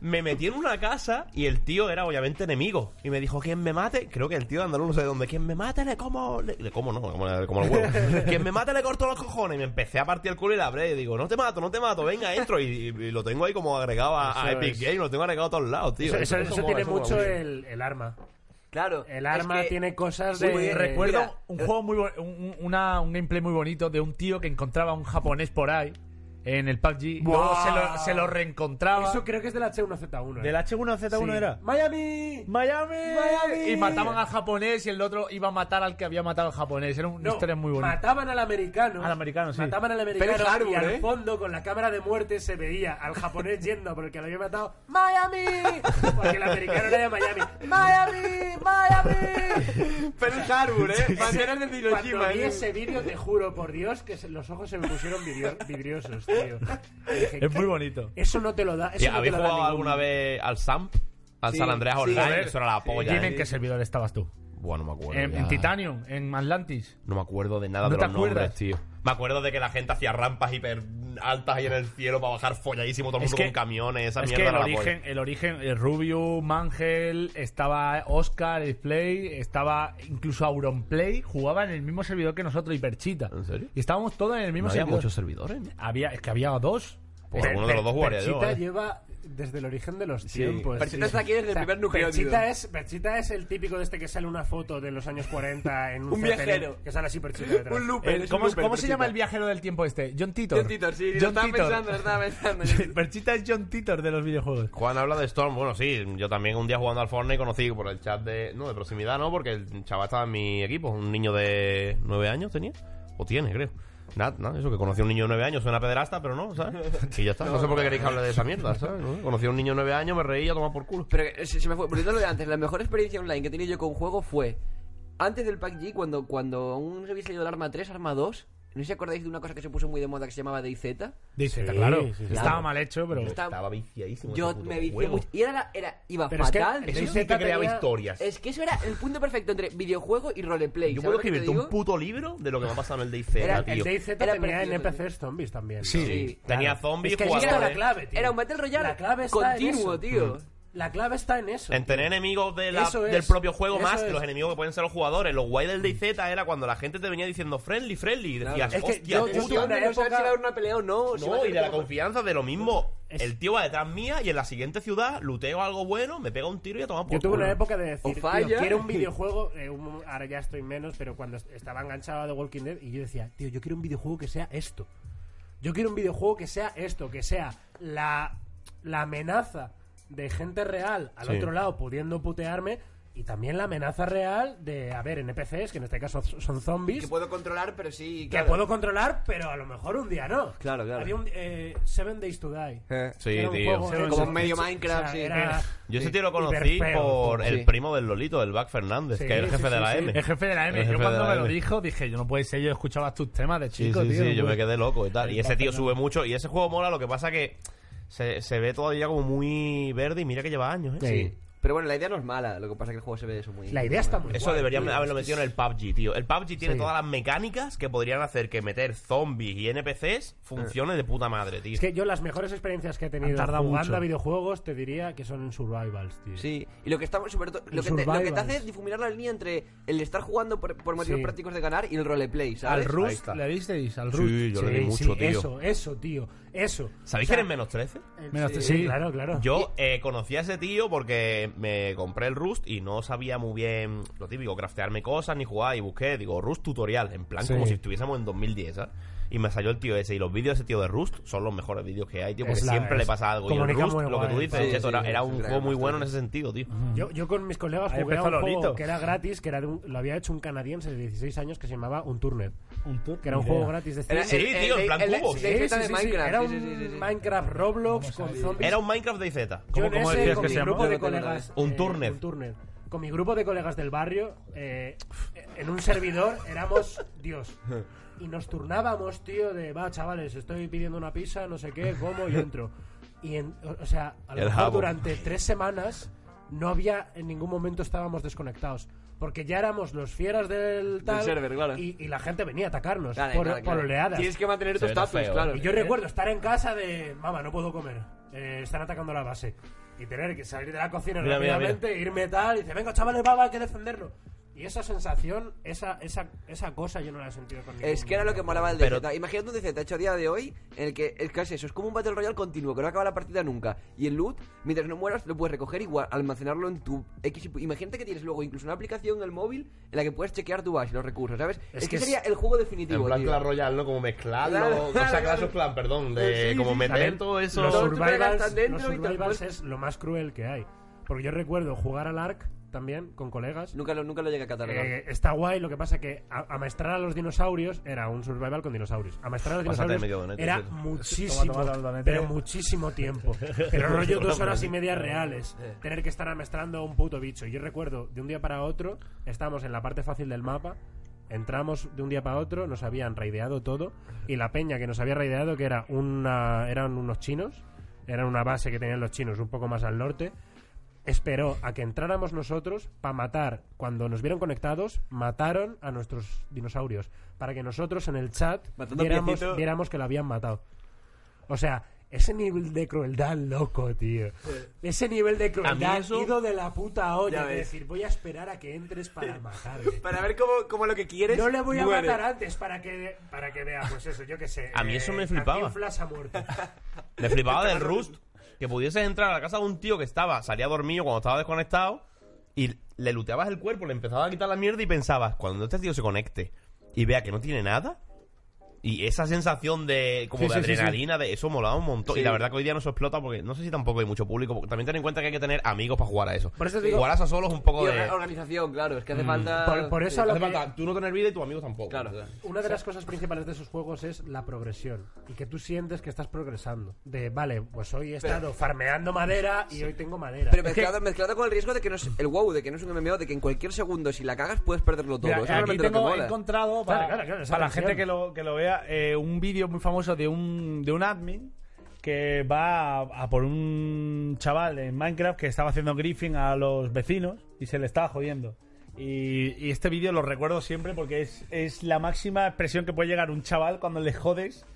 A: me metí en una casa y el tío era obviamente enemigo. Y me dijo, ¿quién me mate? Creo que el tío de andaluz no sé de dónde. ¿Quién me mate? Le como... Le, le como no, le como, le como el huevo. ¿Quién me mate? Le corto los cojones. Y me empecé a partir el culo y le hablé. Y digo, no te mato, no te mato, venga, entro. Y, y lo tengo ahí como agregado a, a
C: Eso
A: Epic
C: es.
A: Games, lo tengo agregado a todos lados, tío.
C: Eso, eso- eso
A: mola,
C: tiene
A: mola
C: mucho el, el arma.
E: Claro.
C: El arma
E: que-
C: tiene cosas
G: Sí,
C: de.
G: recuerdo
C: Mira,
G: un juego muy bo- un, un- una- un gameplay muy bonito de un tío que encontraba a un japonés por ahí en el PUBG. Luego
C: ¡Buah!
G: se lo, se lo reencontraba.
C: Eso creo que es del H1Z1. ¿eh?
G: ¿Del H1Z1
C: Sí.
G: era?
C: ¡Miami!
G: ¡Miami!
C: ¡Miami!
G: Y mataban al japonés y el otro iba a matar al que había matado al japonés. Era una
C: No,
G: historia muy bonita.
C: Mataban al americano.
G: Al americano, sí.
C: Mataban al americano
G: Pearl Harbor,
C: y al
G: ¿eh?
C: fondo con la cámara de muerte se veía al japonés yendo porque lo había matado. ¡Miami! Porque el americano era de Miami. ¡Miami! ¡Miami!
E: Pearl Harbor, ¿eh? Banderas de Hiroshima,
C: Cuando vi
E: ¿eh?
C: ese vídeo, te juro por Dios que se- los ojos se me pusieron vidrio- vidriosos, tío. Y dije,
G: Es muy bonito.
C: Eso no te lo da. Eso
A: Tío,
C: no te
A: ¿Habéis
C: lo da
A: jugado
C: ningún-
A: alguna vez al SAMP? Al
C: Sí,
A: San Andreas
C: sí.
A: Online,
C: Joder.
A: eso era la
C: Sí.
A: polla.
G: Jimmy,
A: ¿eh?
G: ¿en qué servidor estabas tú?
A: Bueno, me acuerdo.
G: en, en
A: ya.
G: Titanium, en Atlantis.
A: No me acuerdo de nada de
G: ¿No te
A: los nombres,
G: acuerdas?
A: tío. Me acuerdo de que la gente hacía rampas hiper altas ahí en el cielo para bajar folladísimo, todo el
G: Es
A: mundo
G: que-
A: con camiones, esa
G: es
A: mierda
G: que el
A: era la
G: origen, el origen, el Rubio, Mangel, estaba Oscar, el Play, estaba incluso Auronplay, jugaba en el mismo servidor que nosotros, Hiperchita. ¿En
A: serio?
G: Y estábamos todos en el mismo
A: ¿No había
G: servidor.
A: muchos servidores?
G: Había, es que había dos.
A: Pues alguno de los dos jugaría yo,
C: Perchita
A: ¿eh?
C: lleva desde el origen de los
G: Sí.
C: tiempos.
G: Perchita
C: tío.
G: está aquí desde el primer núcleo,
C: Perchita
G: tío.
C: es, Perchita es el típico de este que sale una foto de los años 40 en un,
E: Un
C: Zeppelin,
E: viajero.
C: Que sale así Perchita detrás.
E: Un looper, es
G: El-
E: un
G: Eh, ¿Cómo,
E: looper,
G: cómo se
E: Perchita.
G: llama el viajero del tiempo este? John Titor.
E: John Titor, sí, lo estaba pensando, lo estaba pensando.
G: Perchita es John Titor de los videojuegos.
A: Juan habla de Storm, bueno, sí, yo también un día jugando al Fortnite conocí por el chat de... No, de proximidad no, porque el chaval estaba en mi equipo, un niño de nueve años tenía, o tiene, creo. Nada, nada, eso que conocí a un niño de nueve años, suena pederasta, pero no, ¿sabes? Y ya está, no sé por qué queréis que hable de esa mierda, ¿sabes? ¿No? Conocí a un niño de nueve años, me reía, tomaba por culo.
E: Pero eh, se, se me fue. Volviendo a lo de antes, la mejor experiencia online que he tenido yo con un juego fue antes del PUBG, cuando, cuando aún se había salido el Arma 3, Arma 2. No sé si acordáis de una cosa que se puso muy de moda que se llamaba DayZ.
C: Sí,
G: Dice, claro,
C: sí, sí, sí.
G: estaba mal hecho, pero...
E: Estaba-
A: Estaba viciadísimo.
E: Yo
A: ese puto
E: me vicié
A: juego.
E: mucho. Y era, la- era iba
G: Pero es que
E: fatal.
G: el
E: tío.
A: DayZ Sí que creaba tenía- historias.
E: Es que eso era el punto perfecto entre videojuego y roleplay.
A: Yo
E: ¿sabes
A: puedo
E: lo que te
A: escribirte
E: digo?
A: un puto libro de lo que me ha pasado en el DayZ,
E: Era- el
A: tío.
C: El DayZ
E: Era
C: tenía
E: precioso,
C: NPCs zombies también. ¿no?
A: Sí, tenía
C: Claro.
A: zombies,
C: Es que ahí está
A: jugadores.
C: la clave, tío.
E: ¿eh? Era un Battle Royale
C: La clave está
E: continuo,
C: en eso. Mm.
E: tío.
C: La clave está en eso.
A: En tener enemigos de la-
C: Eso es,
A: del propio juego
C: eso
A: más
C: es.
A: los enemigos que pueden ser los jugadores. Lo guay del DayZ era cuando la gente te venía diciendo friendly, friendly. Y decías,
E: Es que
A: hostia,
E: yo, yo
A: puta".
E: tuve una
C: Una
E: época... si
C: época-
E: va a haber una pelea o no. si va a
A: No,
E: haber
A: y de la
E: como-
A: confianza de lo mismo. El tío va detrás mía y en la siguiente ciudad luteo algo bueno, me pega un tiro y a tomar por
C: Yo tuve
A: culo.
C: una época de decir,
A: O
C: tío,
A: falla.
C: quiero un videojuego, eh, un- ahora ya estoy menos, pero cuando est- estaba enganchado a The Walking Dead y yo decía, tío, yo quiero un videojuego que sea esto. Yo quiero un videojuego que sea esto, que sea la, la amenaza de gente real al
A: Sí.
C: otro lado pudiendo putearme y también la amenaza real de, a ver, NPCs, que en este caso z- son zombies,
E: Que puedo controlar, pero sí...
C: que
E: claro.
C: puedo controlar, pero a lo mejor un día no.
E: Claro, claro.
C: Había un, eh, Seven Days to Die.
E: Eh,
A: sí,
C: Era un
A: tío.
C: juego,
A: Seven
C: eh,
E: Como
C: que-
E: medio
C: o sea,
E: Minecraft, sí.
C: era-
A: Yo ese tío lo conocí
C: hiperfeo,
A: por
C: sí.
A: el primo del Lolito, del Back Fernández,
C: Sí,
A: que es el
C: sí,
A: jefe
C: sí,
A: de la
C: sí.
A: M.
G: El jefe de la M.
A: El
G: Yo
A: jefe
G: cuando
A: de la
G: me lo
A: M.
G: dijo dije, yo no puede ser, yo escuchaba tus temas de
A: Sí,
G: chico,
A: sí,
G: tío.
A: sí,
G: no
A: yo
G: puede
A: me quedé loco y tal. Y ese tío
G: Fernández.
A: sube mucho. Y ese juego mola, lo que pasa que se, se ve todavía como muy verde y mira que lleva años, ¿eh?
E: Sí. Pero bueno, la idea no es mala. Lo que pasa es que el juego se ve eso muy...
C: La idea está muy
A: Eso
C: Pues guay,
A: deberían
C: tío.
A: haberlo metido en el PUBG, tío. El PUBG tiene
C: Sí.
A: todas las mecánicas que podrían hacer que meter zombies y NPCs funcione de puta madre, tío.
C: Eh. Es que yo las mejores experiencias que he tenido
A: Han tardado
C: jugando
A: mucho.
C: a videojuegos te diría que son en survivals, tío.
E: Sí, y lo que estamos sobre todo-
C: El
E: lo, que te, lo que te
C: survival.
E: hace es difuminar la línea entre el estar jugando por, por motivos
C: Sí.
E: prácticos de ganar y el roleplay,
G: Al
E: ¿sabes?
G: Rust, ¿le disteis? Al
A: Sí,
G: Rust.
A: yo le di mucho, tío.
C: Eso, eso, tío. Eso.
A: ¿Sabéis
C: O sea, Ah,
A: que eres menos 13?
C: eh,
G: Menos
C: sí,
G: tres, sí.
C: claro, claro.
A: Yo eh, conocí a ese tío porque me compré el Rust y no sabía muy bien lo típico, craftearme cosas ni jugar. Y busqué, digo, Rust tutorial, en plan
G: Sí.
A: como si estuviésemos en 2010, ¿sabes? Y me salió el tío ese. Y los vídeos de ese tío de Rust son los mejores vídeos que hay, tío, porque
C: Es la-
A: siempre
C: es-
A: le pasa algo. Y el
C: comunica
A: Rust,
C: muy
A: lo que tú
C: guay,
A: dices,
C: sí,
A: Cheto,
C: sí,
A: era,
C: sí,
A: era
C: sí,
A: un
C: sí,
A: juego muy
C: bastante.
A: bueno en ese sentido, tío.
C: Yo, yo con mis colegas
G: Ahí
C: jugué a
G: empezó
C: un juego
G: Lolito.
C: que era gratis, que era de un- lo había hecho un canadiense de 16 años que se llamaba Unturned.
G: Unturned,
C: Que era un
G: ni idea.
C: juego gratis de
A: Era- Sí,
C: Steam.
A: tío, en plan
E: el- el-
A: cubos.
E: el-
C: Sí,
E: el-
C: sí,
E: el-
C: sí,
E: de
C: sí,
E: Minecraft.
C: Era
E: sí,
C: un
E: sí, sí, sí, sí.
C: Minecraft Roblox con zombies.
A: Era un Minecraft de Z.
C: Yo en ese,
G: decías
C: con
G: que
C: mi
G: se
C: grupo
G: llamaba?
C: de colegas,
A: Un
C: eh,
A: Turner.
C: un Con mi grupo de colegas del barrio, eh, en un servidor éramos Dios. Y nos turnábamos, tío, de, va, chavales, estoy pidiendo una pizza, no sé qué, como y entro. Y, en, o, o sea, a lo
A: El
C: mejor
A: jabo.
C: durante tres semanas no había, en ningún momento estábamos desconectados. Porque ya éramos los fieras del tal.
E: server, claro.
C: y, y la gente venía a atacarnos
E: Claro,
C: por,
E: claro,
C: por
E: claro.
C: oleadas.
E: Tienes que mantener tu
A: Se ve
E: estatus,
A: feo, ¿eh?
E: claro.
C: Y yo recuerdo estar en casa de, mamá, no puedo comer, eh, están atacando la base. Y tener que salir de la cocina
A: Mira, mira,
C: rápidamente, irme tal, y dice, venga chavales, va, va, hay que defenderlo. Y esa sensación, esa, esa, esa cosa yo no la he sentido con ningún
E: Es que era lo que molaba el
C: Pero-
E: DZ. Imagínate un DZ hecho a día de hoy en el que es casi eso, es como un Battle Royale continuo, que no acaba la partida nunca. Y el loot, mientras no mueras, lo puedes recoger y gua- almacenarlo en tu X. Imagínate que tienes luego incluso una aplicación en el móvil en la que puedes chequear tu base, los recursos, ¿sabes? Es, que,
A: es-
E: sería el juego definitivo.
A: en plan
E: tío.
A: Clash Royale, ¿no? Como
E: Claro,
A: mezclarlo,
E: claro,
A: o sea,
E: claro.
A: Clash of Clans, perdón, de
C: Sí,
A: como
C: sí,
A: meter
C: también
A: todo eso.
C: Los survivals,
E: están dentro
C: los
E: y te
C: survivals
E: puedes-
C: es lo más cruel que hay. Porque yo recuerdo jugar al ARC también con colegas.
E: Nunca lo, nunca lo llegué a catar.
C: Eh, está guay, lo que pasa que a- amaestrar a los dinosaurios era un survival con dinosaurios. Amaestrar a los
A: Pásate
C: dinosaurios
A: medio donete,
C: era
A: sí.
C: muchísimo,
G: Toma, toma, donete.
C: pero muchísimo tiempo. Pero rollo dos horas y media
G: Bueno,
C: reales.
G: eh.
C: Tener que estar amaestrando a un puto bicho. Yo recuerdo, de un día para otro, estábamos en la parte fácil del mapa, entramos de un día para otro, nos habían raideado todo, y la peña que nos había raideado, que era una, eran unos chinos, era una base que tenían los chinos un poco más al norte, esperó a que entráramos nosotros para matar. Cuando nos vieron conectados, mataron a nuestros dinosaurios. Para que nosotros en el chat
E: Matando a
C: viéramos,
E: Piecito.
C: viéramos que lo habían matado. O sea, ese nivel de crueldad loco, tío. Ese nivel de crueldad
E: eso-
C: ido de la puta olla.
E: Ya
C: De
E: ves.
C: decir, voy a esperar a que entres para matarle.
E: Para ver cómo, cómo lo que quieres.
C: No le voy a
E: muere.
C: matar antes para que, para que vea, pues eso, yo qué sé. eh,
G: A mí eso me flipaba.
C: Cantinflas ha muerto.
G: Me flipaba del Rust. Que pudieses entrar a la casa de un tío que estaba, salía dormido cuando estaba desconectado y le luteabas el cuerpo, le empezabas a quitar la mierda y pensabas, cuando este tío se conecte y vea que no tiene nada, y esa sensación de como
A: Sí,
G: de
A: sí, sí, sí.
G: adrenalina, de eso molaba un montón.
A: Sí.
G: Y la verdad que hoy día no se explota porque no sé si tampoco hay mucho público. porque también ten en cuenta que hay que tener amigos para jugar a eso.
E: Por eso digo-
G: jugar a eso solo es un poco
E: Y
G: de.
E: orga- organización, claro, es que hace
G: pues- Mm.
E: falta. sí.
G: hace falta tú no tener vida y tus amigos tampoco. Claro.
C: Una de las cosas principales de esos juegos es la progresión. Y que tú sientes que estás progresando. De, vale, pues hoy he
E: Pero-
C: estado farmeando madera y hoy tengo madera.
E: Pero
C: Es que-
E: mezclado, mezclado con el riesgo de que no es el wow, de que no es un MMO, de que en cualquier segundo, si la cagas, puedes perderlo todo.
G: Mira,
E: Eso es
G: aquí
E: realmente
G: tengo-
E: lo que
G: he
E: mola.
G: encontrado
E: Claro,
G: para,
E: claro, claro, esa
G: para la
E: versión.
G: gente que lo, que lo vea eh, un vídeo muy famoso de un, de un admin que va a, a por un chaval en Minecraft que estaba haciendo griffin a los vecinos y se le estaba jodiendo. Y, y este vídeo lo recuerdo siempre porque es, es la máxima expresión que puede llegar un chaval cuando le jodes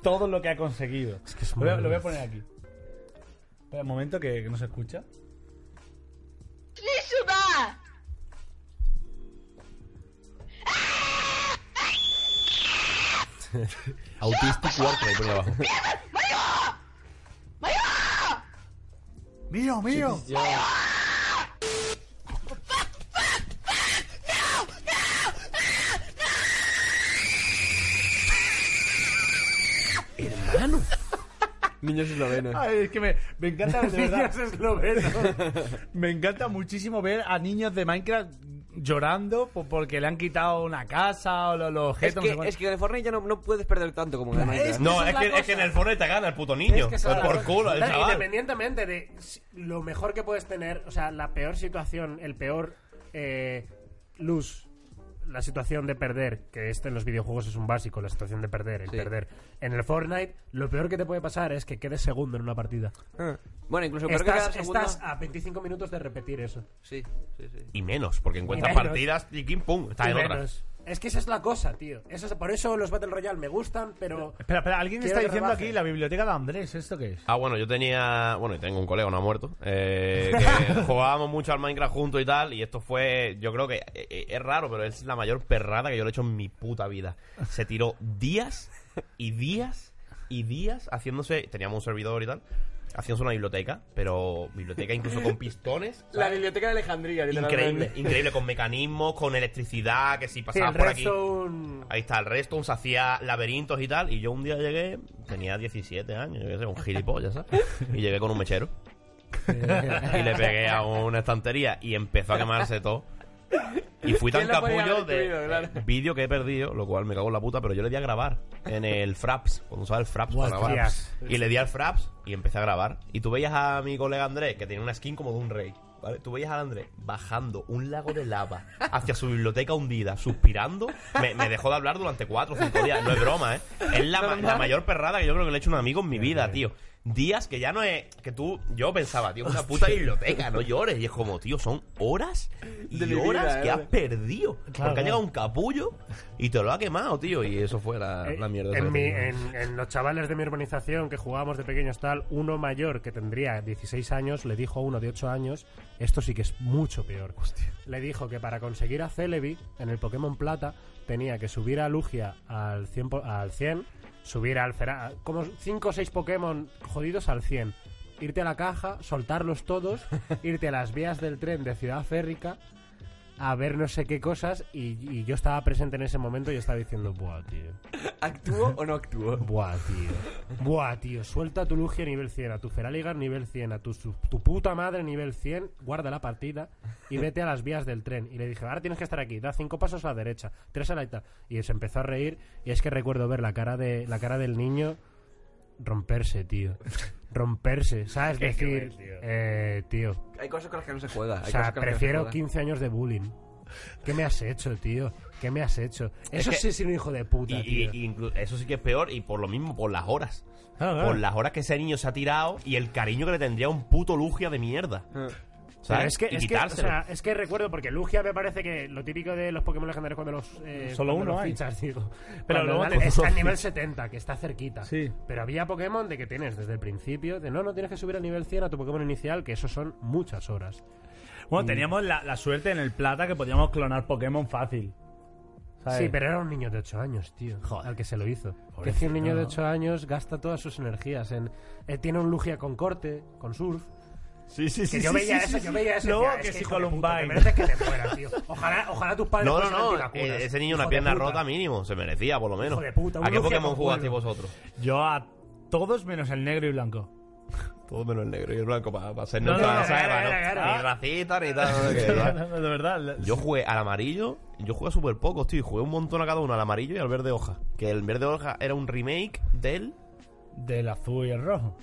G: todo lo que ha conseguido. lo, voy a, lo voy a poner aquí. Espera un momento que- que no se escucha. Autistic Warcry por abajo.
M: Mío, mío.
E: Niños eslovenos.
G: Ay, es que me, me encanta de verdad.
D: Niños eslovenos.
G: me encanta muchísimo ver a niños de Minecraft llorando po- porque le han quitado una casa o lo- los
E: Es
G: objetos. no
E: que,
G: sé cuál.
E: es que en el Fortnite ya no, no puedes perder tanto como en el Minecraft.
G: no, es que, es que en el Fortnite te gana el puto niño.
C: Es que esa es la
G: por
C: cosa.
G: culo, el
C: Claro,
G: chaval.
C: Independientemente de si- lo mejor que puedes tener, o sea, la peor situación, el peor eh, luz, la situación de perder, que este en los videojuegos es un básico, la situación de perder, el perder. En el Fortnite, lo peor que te puede pasar es que quedes segundo en una partida.
E: Bueno, incluso peor que
C: Ah. estás,
E: cada segundo-
C: estás a 25 minutos de repetir eso.
E: Sí, sí, sí.
G: Y menos, porque encuentras
C: Y menos.
G: partidas y kim pum, está
C: Y
G: en otra.
C: menos. Es que esa es la cosa, tío. Eso es- por eso los Battle Royale me gustan, pero.
G: Espera, espera, alguien
C: quiero
G: está
C: que
G: diciendo
C: rebaje.
G: aquí la biblioteca de Andrés, ¿esto qué es?
A: Ah, bueno, yo tenía. Bueno, y tengo un colega, no ha muerto. eh, que jugábamos mucho al Minecraft juntos y tal. Y esto fue. Yo creo que eh, eh, es raro, pero es la mayor perrada que yo le he hecho en mi puta vida. Se tiró días y días y días haciéndose. Teníamos un servidor y tal. Haciéndose una biblioteca, pero biblioteca incluso con pistones.
E: La biblioteca de Alejandría,
A: Increíble, increíble, con mecanismos, con electricidad, que si pasabas
C: Sí, el
A: por aquí.
C: Redstone-
A: Ahí está, el resto, se hacía laberintos y tal. Y yo un día llegué, tenía 17 años, yo qué sé, un gilipollas, ¿sabes? Y llegué con un mechero. y le pegué a una estantería y empezó a quemarse todo. Y fui tan
E: ¿Quién lo podía
A: capullo
E: haber
A: de
E: incluido, claro?
A: vídeo que he perdido, lo cual me cago en la puta, pero yo le di a grabar en el Fraps, cuando usaba el Fraps para
C: Hostias.
A: grabar. Y le di al Fraps y empecé a grabar. Y tú veías a mi colega Andrés, que tenía una skin como de un rey. ¿Vale? Tú veías a Andrés bajando un lago de lava hacia su biblioteca hundida, suspirando. Me, me dejó de hablar durante cuatro o cinco días. No es broma, ¿eh? Es la, ma- la mayor perrada que yo creo que le he hecho a un amigo en mi vida, tío. días que ya no es. Que tú. Yo pensaba, tío, una puta biblioteca, no llores. Y es como, tío, son horas y
E: De mi vida,
A: horas que
E: ¿eh?
A: has perdido.
E: Claro.
A: porque ha llegado un capullo y te lo ha quemado, tío. Y eso fue la, la mierda.
C: Eh, En, mi- en- en los chavales de mi urbanización que jugábamos de pequeños tal, uno mayor que tendría 16 años le dijo a uno de 8 años, esto sí que es mucho peor. Le dijo que para conseguir a Celebi en el Pokémon Plata tenía que subir a Lugia al 100, po- al 100, subir al Fera, como 5 o 6 Pokémon jodidos al 100. Irte a la caja, soltarlos todos, irte a las vías del tren de Ciudad Férrica a ver no sé qué cosas y, y yo estaba presente en ese momento y estaba diciendo, buah, tío.
E: ¿Actúo o no actúo?
C: Buah, tío. Buah, tío. Suelta tu Lugia nivel 100, a tu Feraligar nivel 100, a tu, su- tu puta madre nivel 100, guarda la partida y vete a las vías del tren. Y le dije, ahora tienes que estar aquí, da cinco pasos a la derecha, tres a la derecha. Y se empezó a reír y es que recuerdo ver la cara, de, la cara del niño romperse, tío. Romperse, ¿sabes?
E: Qué
C: Decir,
E: cruel, tío.
C: eh, tío,
E: Hay cosas con las que no se juega. hay
C: o sea,
E: cosas con las que no se
C: prefiero
E: juega.
C: 15 años de bullying. ¿Qué me has hecho, tío? ¿Qué me has hecho?
A: Es
C: Eso
A: que-
C: sí es un hijo de puta,
A: Y-
C: tío.
A: y- y inclu- eso sí que es peor y por lo mismo, por las horas.
C: Ah, Claro, claro.
A: Por las horas que ese niño se ha tirado y el cariño que le tendría a un puto Lugia de mierda.
C: Pero
A: ¿Sabes?
C: es que,
A: Y
C: es, que, o
A: quitárselo.
C: sea, es que recuerdo, porque Lugia me parece que lo típico de los Pokémon legendarios cuando los. eh,
G: Solo
C: cuando
G: uno
C: los
G: hay.
C: fichas, digo.
G: Pero
C: Pero
G: luego te-
C: está en nivel 70, que está cerquita.
G: Sí.
C: Pero había Pokémon de que tienes desde el principio, de no, no tienes que subir al nivel 100 a tu Pokémon inicial, que eso son muchas horas.
G: Bueno,
C: Y-
G: teníamos la, la suerte en el plata que podíamos clonar Pokémon fácil. ¿sabes?
C: Sí, pero era un niño de 8 años, tío, al que se lo hizo. Que es que un niño de 8 años gasta todas sus energías en... eh, tiene un Lugia con corte, con surf.
A: Sí, sí,
C: Que
G: sí,
C: yo
G: sí,
C: veía
G: sí,
C: eso,
G: sí,
C: yo
G: sí.
C: veía eso.
G: Luego
C: decía,
G: que
C: es
G: si
C: hijo de
G: Columbine.
C: puta, te mereces que te mueras, tío. Ojalá, ojalá tus padres
A: No, no,
C: fuesen
A: no.
C: antivacunas.
A: eh, ese niño una
C: Hijo de
A: pierna
C: puta.
A: rota mínimo. Se merecía, por lo menos.
C: Hijo de puta, un
A: ¿A qué
C: Lugia
A: Pokémon
C: con
A: jugasteis
C: cuernos.
A: vosotros?
G: Yo a todos menos el negro y blanco.
A: Todo menos el negro y el blanco para ser
G: No,
A: neutral,
G: no, no,
A: ¿sabes?
G: no,
A: Para
G: no,
A: no-
G: no, no,
A: Ni
G: no.
A: racista ni tal. no sé qué, ¿verdad?
G: de verdad.
A: Yo jugué al amarillo, yo jugué a súper pocos, tío. y Jugué un montón a cada uno, al amarillo y al verde hoja. Que el verde hoja era un remake del.
G: Del azul y el rojo.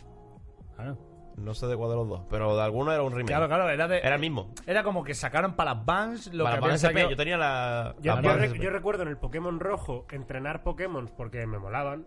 G: Claro.
A: No sé de cuál de los dos, pero de alguno era un remake.
G: Claro, claro, era de-
A: Era el mismo.
G: Era como que sacaron para las Vans lo
A: Para
G: que
A: Pan
G: habían
A: SP,
G: sacado-
A: yo tenía la.
C: Yo,
A: la
C: yo
A: Pan
C: re-
A: SP.
C: yo recuerdo en el Pokémon Rojo entrenar Pokémon porque me molaban.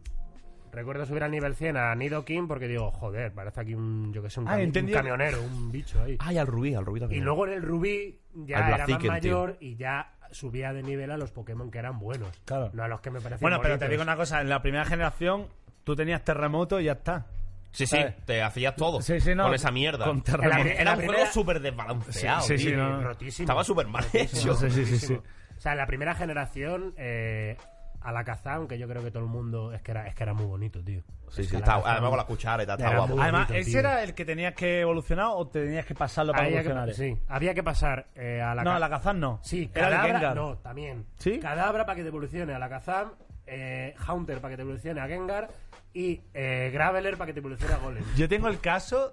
C: Recuerdo subir al nivel 100 a Nidoking porque digo, joder, parece aquí un, yo que sé, un,
G: Ah,
C: cami- un
G: entendí.
C: camionero, un bicho ahí.
A: Ay, al rubí, al rubí
C: Y
A: también.
C: luego en el Rubí ya
A: Al
C: era más
A: Blaziken, tío.
C: mayor y ya subía de nivel a los Pokémon que eran buenos.
G: Claro.
C: No a los que me parecían
G: Bueno, pero te
C: bonitos.
G: digo una cosa, en la primera generación tú tenías terremoto y ya está.
A: Sí, sí,
G: ¿Sabes?
A: te hacías todo.
G: eh, Sí, sí, no,
A: Con esa mierda.
G: con terremoto.
A: Era-
G: En la
A: Era,
G: pri- en la
A: un juego
G: primera-
A: súper desbalanceado.
G: Sí, sí,
A: tío.
G: sí, no, no.
C: Ah, Rotísimo.
A: Estaba súper mal hecho.
C: Rotísimo,
G: sí.
C: O sea, en la primera generación, eh, Alakazam, que yo creo que todo el mundo... Es que era, es que era muy bonito, tío.
A: Sí,
C: Es
A: sí,
C: que
A: estaba-
C: Alakazam-
A: además con la cuchara y tal, estaba
C: Era
A: guapo.
C: muy
G: Además,
C: bonito,
G: ¿ese
C: tío.
G: era el que tenías que evolucionar o tenías que pasarlo para
C: Había que-
G: evolucionar?
C: sí, había que pasar eh, a la
G: No, a la Kazan no.
C: Sí,
G: Era de
C: Cadabra,
G: Gengar.
C: no, también.
G: ¿Sí?
C: Cadabra para que te evolucione a la Kazam, eh, Haunter para que te evolucione a Gengar y eh, Graveler para que te evolucione a Golem.
G: Yo tengo el caso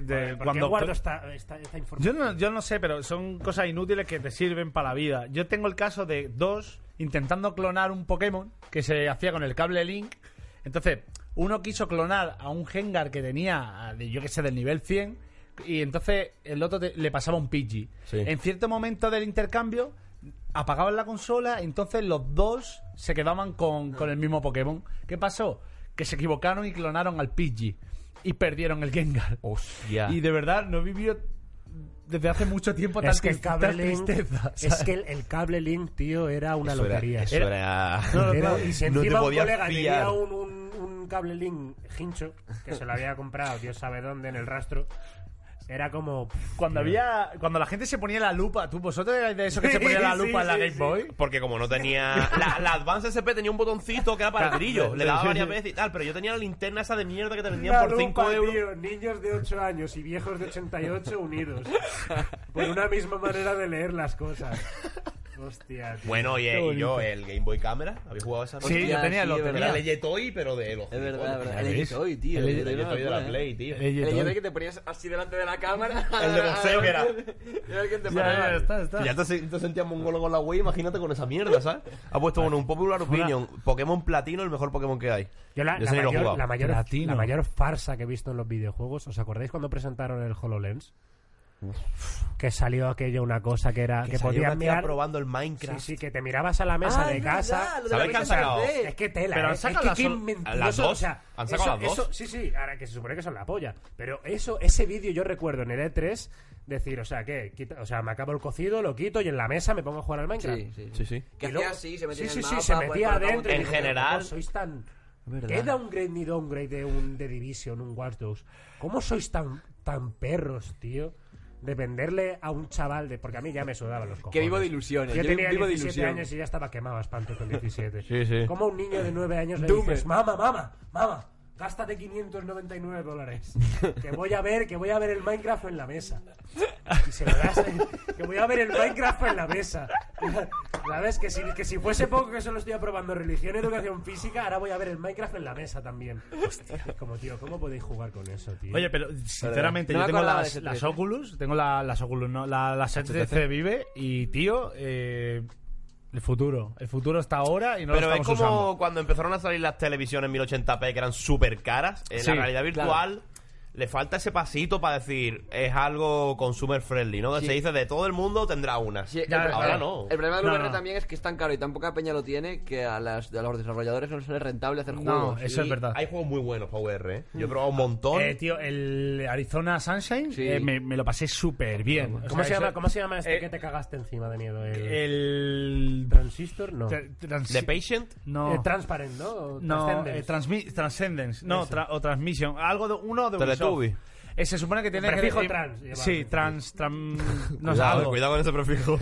A: Eh,
G: de
C: Joder, ¿por qué
G: cuando...
C: guardo esta, esta- esta información?
G: Yo no, yo no sé, pero son cosas inútiles que te sirven para la vida. Yo tengo el caso de dos intentando clonar un Pokémon que se hacía con el cable Link. Entonces, uno quiso clonar a un Gengar que tenía, a- de- yo que sé, del nivel 100. Y entonces el otro te- le pasaba un Pidgey.
A: Sí.
G: En cierto momento del intercambio, apagaban la consola. Entonces los dos se quedaban con, con el mismo Pokémon. ¿Qué pasó? Que se equivocaron y clonaron al Pidgey. Y perdieron el Gengar.
A: Hostia.
G: Y de verdad, no he vivido desde hace mucho tiempo tan
C: Es que el cable link,
G: tristeza.
C: es que el, el cable link, tío, era una
A: Eso era-
C: lotería.
A: eso era-
C: Era-
A: No, no,
C: y si
A: no te
C: encima un
A: podías
C: colega
A: fiar.
C: tenía un, un- un cable link hincho que se lo había comprado, Dios sabe dónde, en el rastro. Era como. pff,
G: Cuando
C: tío.
G: había, cuando la gente se ponía la lupa, tú vosotros erais de eso que se ponía la
C: Sí,
G: lupa en la
C: sí,
G: Game
C: sí.
G: Boy.
A: Porque como no tenía. La, la Advance SP tenía un botoncito que era para el grillo. Le daba
G: Sí, sí,
A: varias
G: sí.
A: veces y tal, pero yo tenía la linterna esa de mierda que te vendían
C: Una
A: por
C: lupa,
A: 5 euros.
C: tío, niños de 8 años y viejos de 88 unidos. Por una misma manera de leer las cosas. Hostia. tío.
A: Bueno, y,
C: Qué
A: eh, y
C: bonito.
A: yo, el Game Boy Camera, ¿habéis jugado a esa?
G: Sí, yo tenía, lo
A: Era
G: tenía.
A: el Yetoy, pero de los.
E: Es verdad, es verdad. El
A: ¿Ves?
E: Yetoy, tío.
A: El
E: Yo no me
A: Yetoy de la
E: acuerdo,
A: Play,
E: ¿eh?
A: tío.
G: El
E: El
G: Yetoy.
E: Yetoy que te ponías así delante de la cámara.
A: El de boxeo que era.
E: Era el que te
A: Ya,
E: paraba.
A: ya, está, está. Ya te, se- te sentías mongolo con la Wii, imagínate con esa mierda, ¿sabes? Ha puesto bueno, un popular opinion, Pokémon Platino, el mejor Pokémon que hay.
C: Yo la, la
A: ese ni lo he
C: mayor,
A: jugado.
C: la, mayor, la mayor farsa que he visto en los videojuegos, ¿os acordáis cuando presentaron el HoloLens? Que salió aquello, una cosa que era. Que,
A: salió
C: podías
A: una tía
C: mirar.
A: probando el Minecraft.
C: Sí, sí, que te mirabas a la mesa
A: Ah,
C: de
A: es
C: casa.
A: verdad, lo de la ¿Sabes que han mesa sacado? de café.
C: Es que tela.
A: Pero
C: eh.
A: han
C: Es
A: sacado
C: que
A: las
C: qué
A: sol-
C: inventivo-
A: las
C: eso, o
A: dos.
C: sea,
A: Han sacado
C: eso-
A: las dos.
C: eso- sí, sí, ahora que se supone que son la polla. Pero eso, ese vídeo yo recuerdo en el E3 decir, o sea, que o sea, me acabo el cocido, lo quito y en la mesa me pongo a jugar al Minecraft.
E: Sí, sí,
A: sí. sí.
E: Que
C: Y luego-
E: hacía así, se metía
C: sí,
E: en el
C: sí, sí,
E: mapa,
C: se
E: pues,
C: metía
E: colocaba un
C: adentro. y
E: En
C: dije, "Pero,
A: general-
C: ¿cómo sois tan... ¿Qué downgrade ni downgrade de un de Division, un Watch Dogs? ¿Cómo sois tan, tan perros, tío? De venderle a un chaval de... Porque a mí ya me sudaban los cojones.
E: Que vivo de ilusiones,
C: Yo,
E: yo
C: tenía
E: vivo de
C: 17
E: ilusión.
C: años y ya estaba quemado a espanto con 17.
A: Sí, sí.
C: Como a un niño de 9 años le
E: Doomer.
C: dices, mama, mama, mama, gástate 599 dólares. Que voy a ver, que voy a ver el Minecraft en la mesa. Y se lo das, eh. que voy a ver el Minecraft en la mesa. ¿Sabes? Que si, que si fuese poco que solo estoy aprobando religión y educación física, ahora voy a ver el Minecraft en la mesa también. Hostia, como tío, ¿cómo podéis jugar con eso, tío?
G: Oye, pero sinceramente yo tengo las, las Oculus, tengo la- las Oculus, no, la, la HTC Vive y tío, eh, el futuro, el futuro está ahora y no
A: Pero
G: lo
A: es
G: estamos
A: como
G: usando.
A: cuando empezaron a salir las televisiones 1080p que eran súper caras. En
G: Sí,
A: la realidad virtual le falta ese pasito para decir es algo consumer friendly, ¿no? Que
E: Sí.
A: se dice de todo el mundo tendrá una.
E: Sí, el
A: Ahora
E: problema-
A: no.
E: El problema del VR también es que es tan caro y tan poca peña lo tiene que a, las, a los desarrolladores no les sale rentable hacer juegos.
A: Y Hay juegos muy buenos para VR, ¿eh? Yo he probado un montón.
G: Eh, tío, el Arizona Sunshine eh, me, me lo pasé súper bien. O
C: ¿Cómo,
G: sea,
C: se llama,
G: eso-
C: ¿Cómo se llama
A: eh,
C: este que te cagaste encima de miedo? El...
G: El...
C: ¿Transistor? No.
G: Tra- trans-
A: ¿The Patient?
G: No.
C: Eh, transparent, ¿no?
G: No,
C: Transcendence.
G: eh, transmi- Transcendence. No,
C: Ese.
G: tra- o Transmission. Algo de uno de Ubisoft.
A: Teletubby.
G: Eh, se supone que tiene que...
C: Prefijo
G: eh,
C: trans, llevaba.
G: Sí, trans... tram- no sé,
A: cuidado,
G: algo.
A: cuidado con ese prefijo.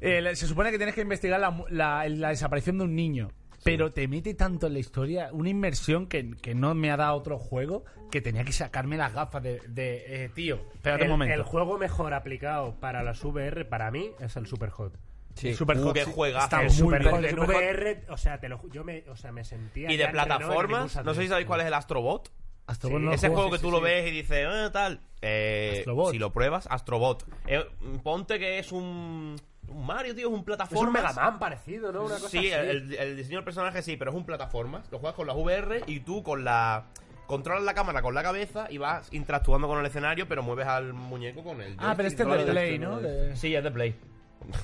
G: Eh, la- se supone que tienes que investigar la, mu- la- la desaparición de un niño. Pero te mete tanto en la historia, una inmersión que, que no me ha dado otro juego, que tenía que sacarme las gafas de... de, eh, tío, espérate
C: el,
G: un momento.
C: el juego mejor aplicado para las VR, para mí, es el Superhot.
A: Sí.
C: El
A: Uh, qué
C: sí.
A: juegazo.
C: Está
A: El
C: muy
A: Superhot. El
C: bien. En
A: Superhot-
C: VR, o sea, te lo ju- yo me, o sea, me sentía...
A: y
C: ya
A: de
C: entrenó en
A: plataformas,
C: Yakuza
A: no sé si
C: 3.
A: sabéis cuál es el Astrobot.
G: Astrobot
A: Sí.
G: no lo
A: Ese
G: juego,
A: juego
G: sí,
A: que tú
G: sí,
A: lo
G: sí.
A: ves y dices, "Eh, tal. Eh,
G: Astrobot.
A: si lo pruebas, Astrobot. Eh, ponte que es un, un Mario, tío, es un
C: Es un
A: plataforma.
C: Mega Man parecido, ¿no? Una cosa
A: sí,
C: así.
A: el, el diseño del personaje sí, pero es un plataforma. Lo juegas con las VR y tú con la. Controlas la cámara con la cabeza y vas interactuando con el escenario, pero mueves al muñeco con el.
G: Ah,
A: joystick,
G: pero este es
A: con
G: de
A: la-
G: Play, ¿no? De-
A: Sí, es de Play.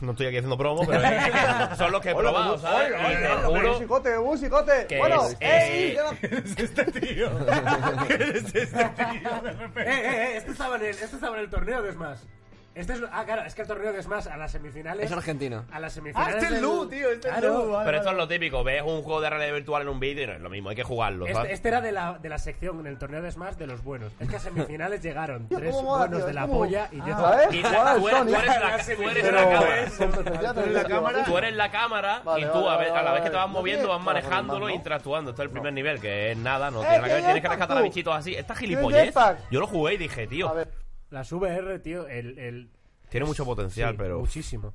A: No estoy aquí haciendo promo, pero es- son los que he
I: Hola,
A: probado,
I: hola,
A: ¿sabes?
I: hola,
A: Y te
I: hola,
A: juro
I: un psicote, un psicote.
A: que
I: Bueno,
A: es-
I: ey,
A: eh,
I: lleva-
C: Eh, eh, eh, este estaba en el, este estaba en el torneo de Smash. Este es, ah, claro, es que el torneo de Smash a las semifinales...
E: Es argentino.
C: A las semifinales...
I: este es
C: del-
I: Lu, tío, este es
C: Claro.
I: Lu, vale,
A: Pero esto es lo típico, ves un juego de realidad virtual en un vídeo y no es lo mismo, hay que jugarlo, ¿sabes?
C: Este, este era de la, de la sección en el torneo de Smash de los buenos. Es que a semifinales llegaron tres
I: ¿cómo mola,
C: buenos
I: tío?
C: de la
I: ¿Cómo?
C: polla y yo.
I: Ah, ¿eh?
A: Y
I: Guau,
A: la- tú eres-
I: Sonic.
A: tú eres la- tú eres la cámara. Tú eres
I: Ya te digo,
A: la cámara,
I: tío.
A: tú eres la cámara
I: Vale,
A: y tú
I: vale,
A: a,
I: vale,
A: ve- a la vez que te vas
I: vale.
A: moviendo vas
I: Para poner
A: manejándolo
I: más,
A: e
I: ¿no?
A: interactuando. Esto es el primer nivel, que es nada, no
I: Eh,
A: tiene nada que ver, tienes
I: que
A: que
I: jetpack,
A: rescatar a
I: tú.
A: bichitos así. Esta
I: Que
A: gilipollez,
I: jetpack.
A: yo lo jugué y dije, tío,
C: Las VR, tío, el. el-
A: tiene mucho potencial,
C: sí,
A: pero...
C: Muchísimo.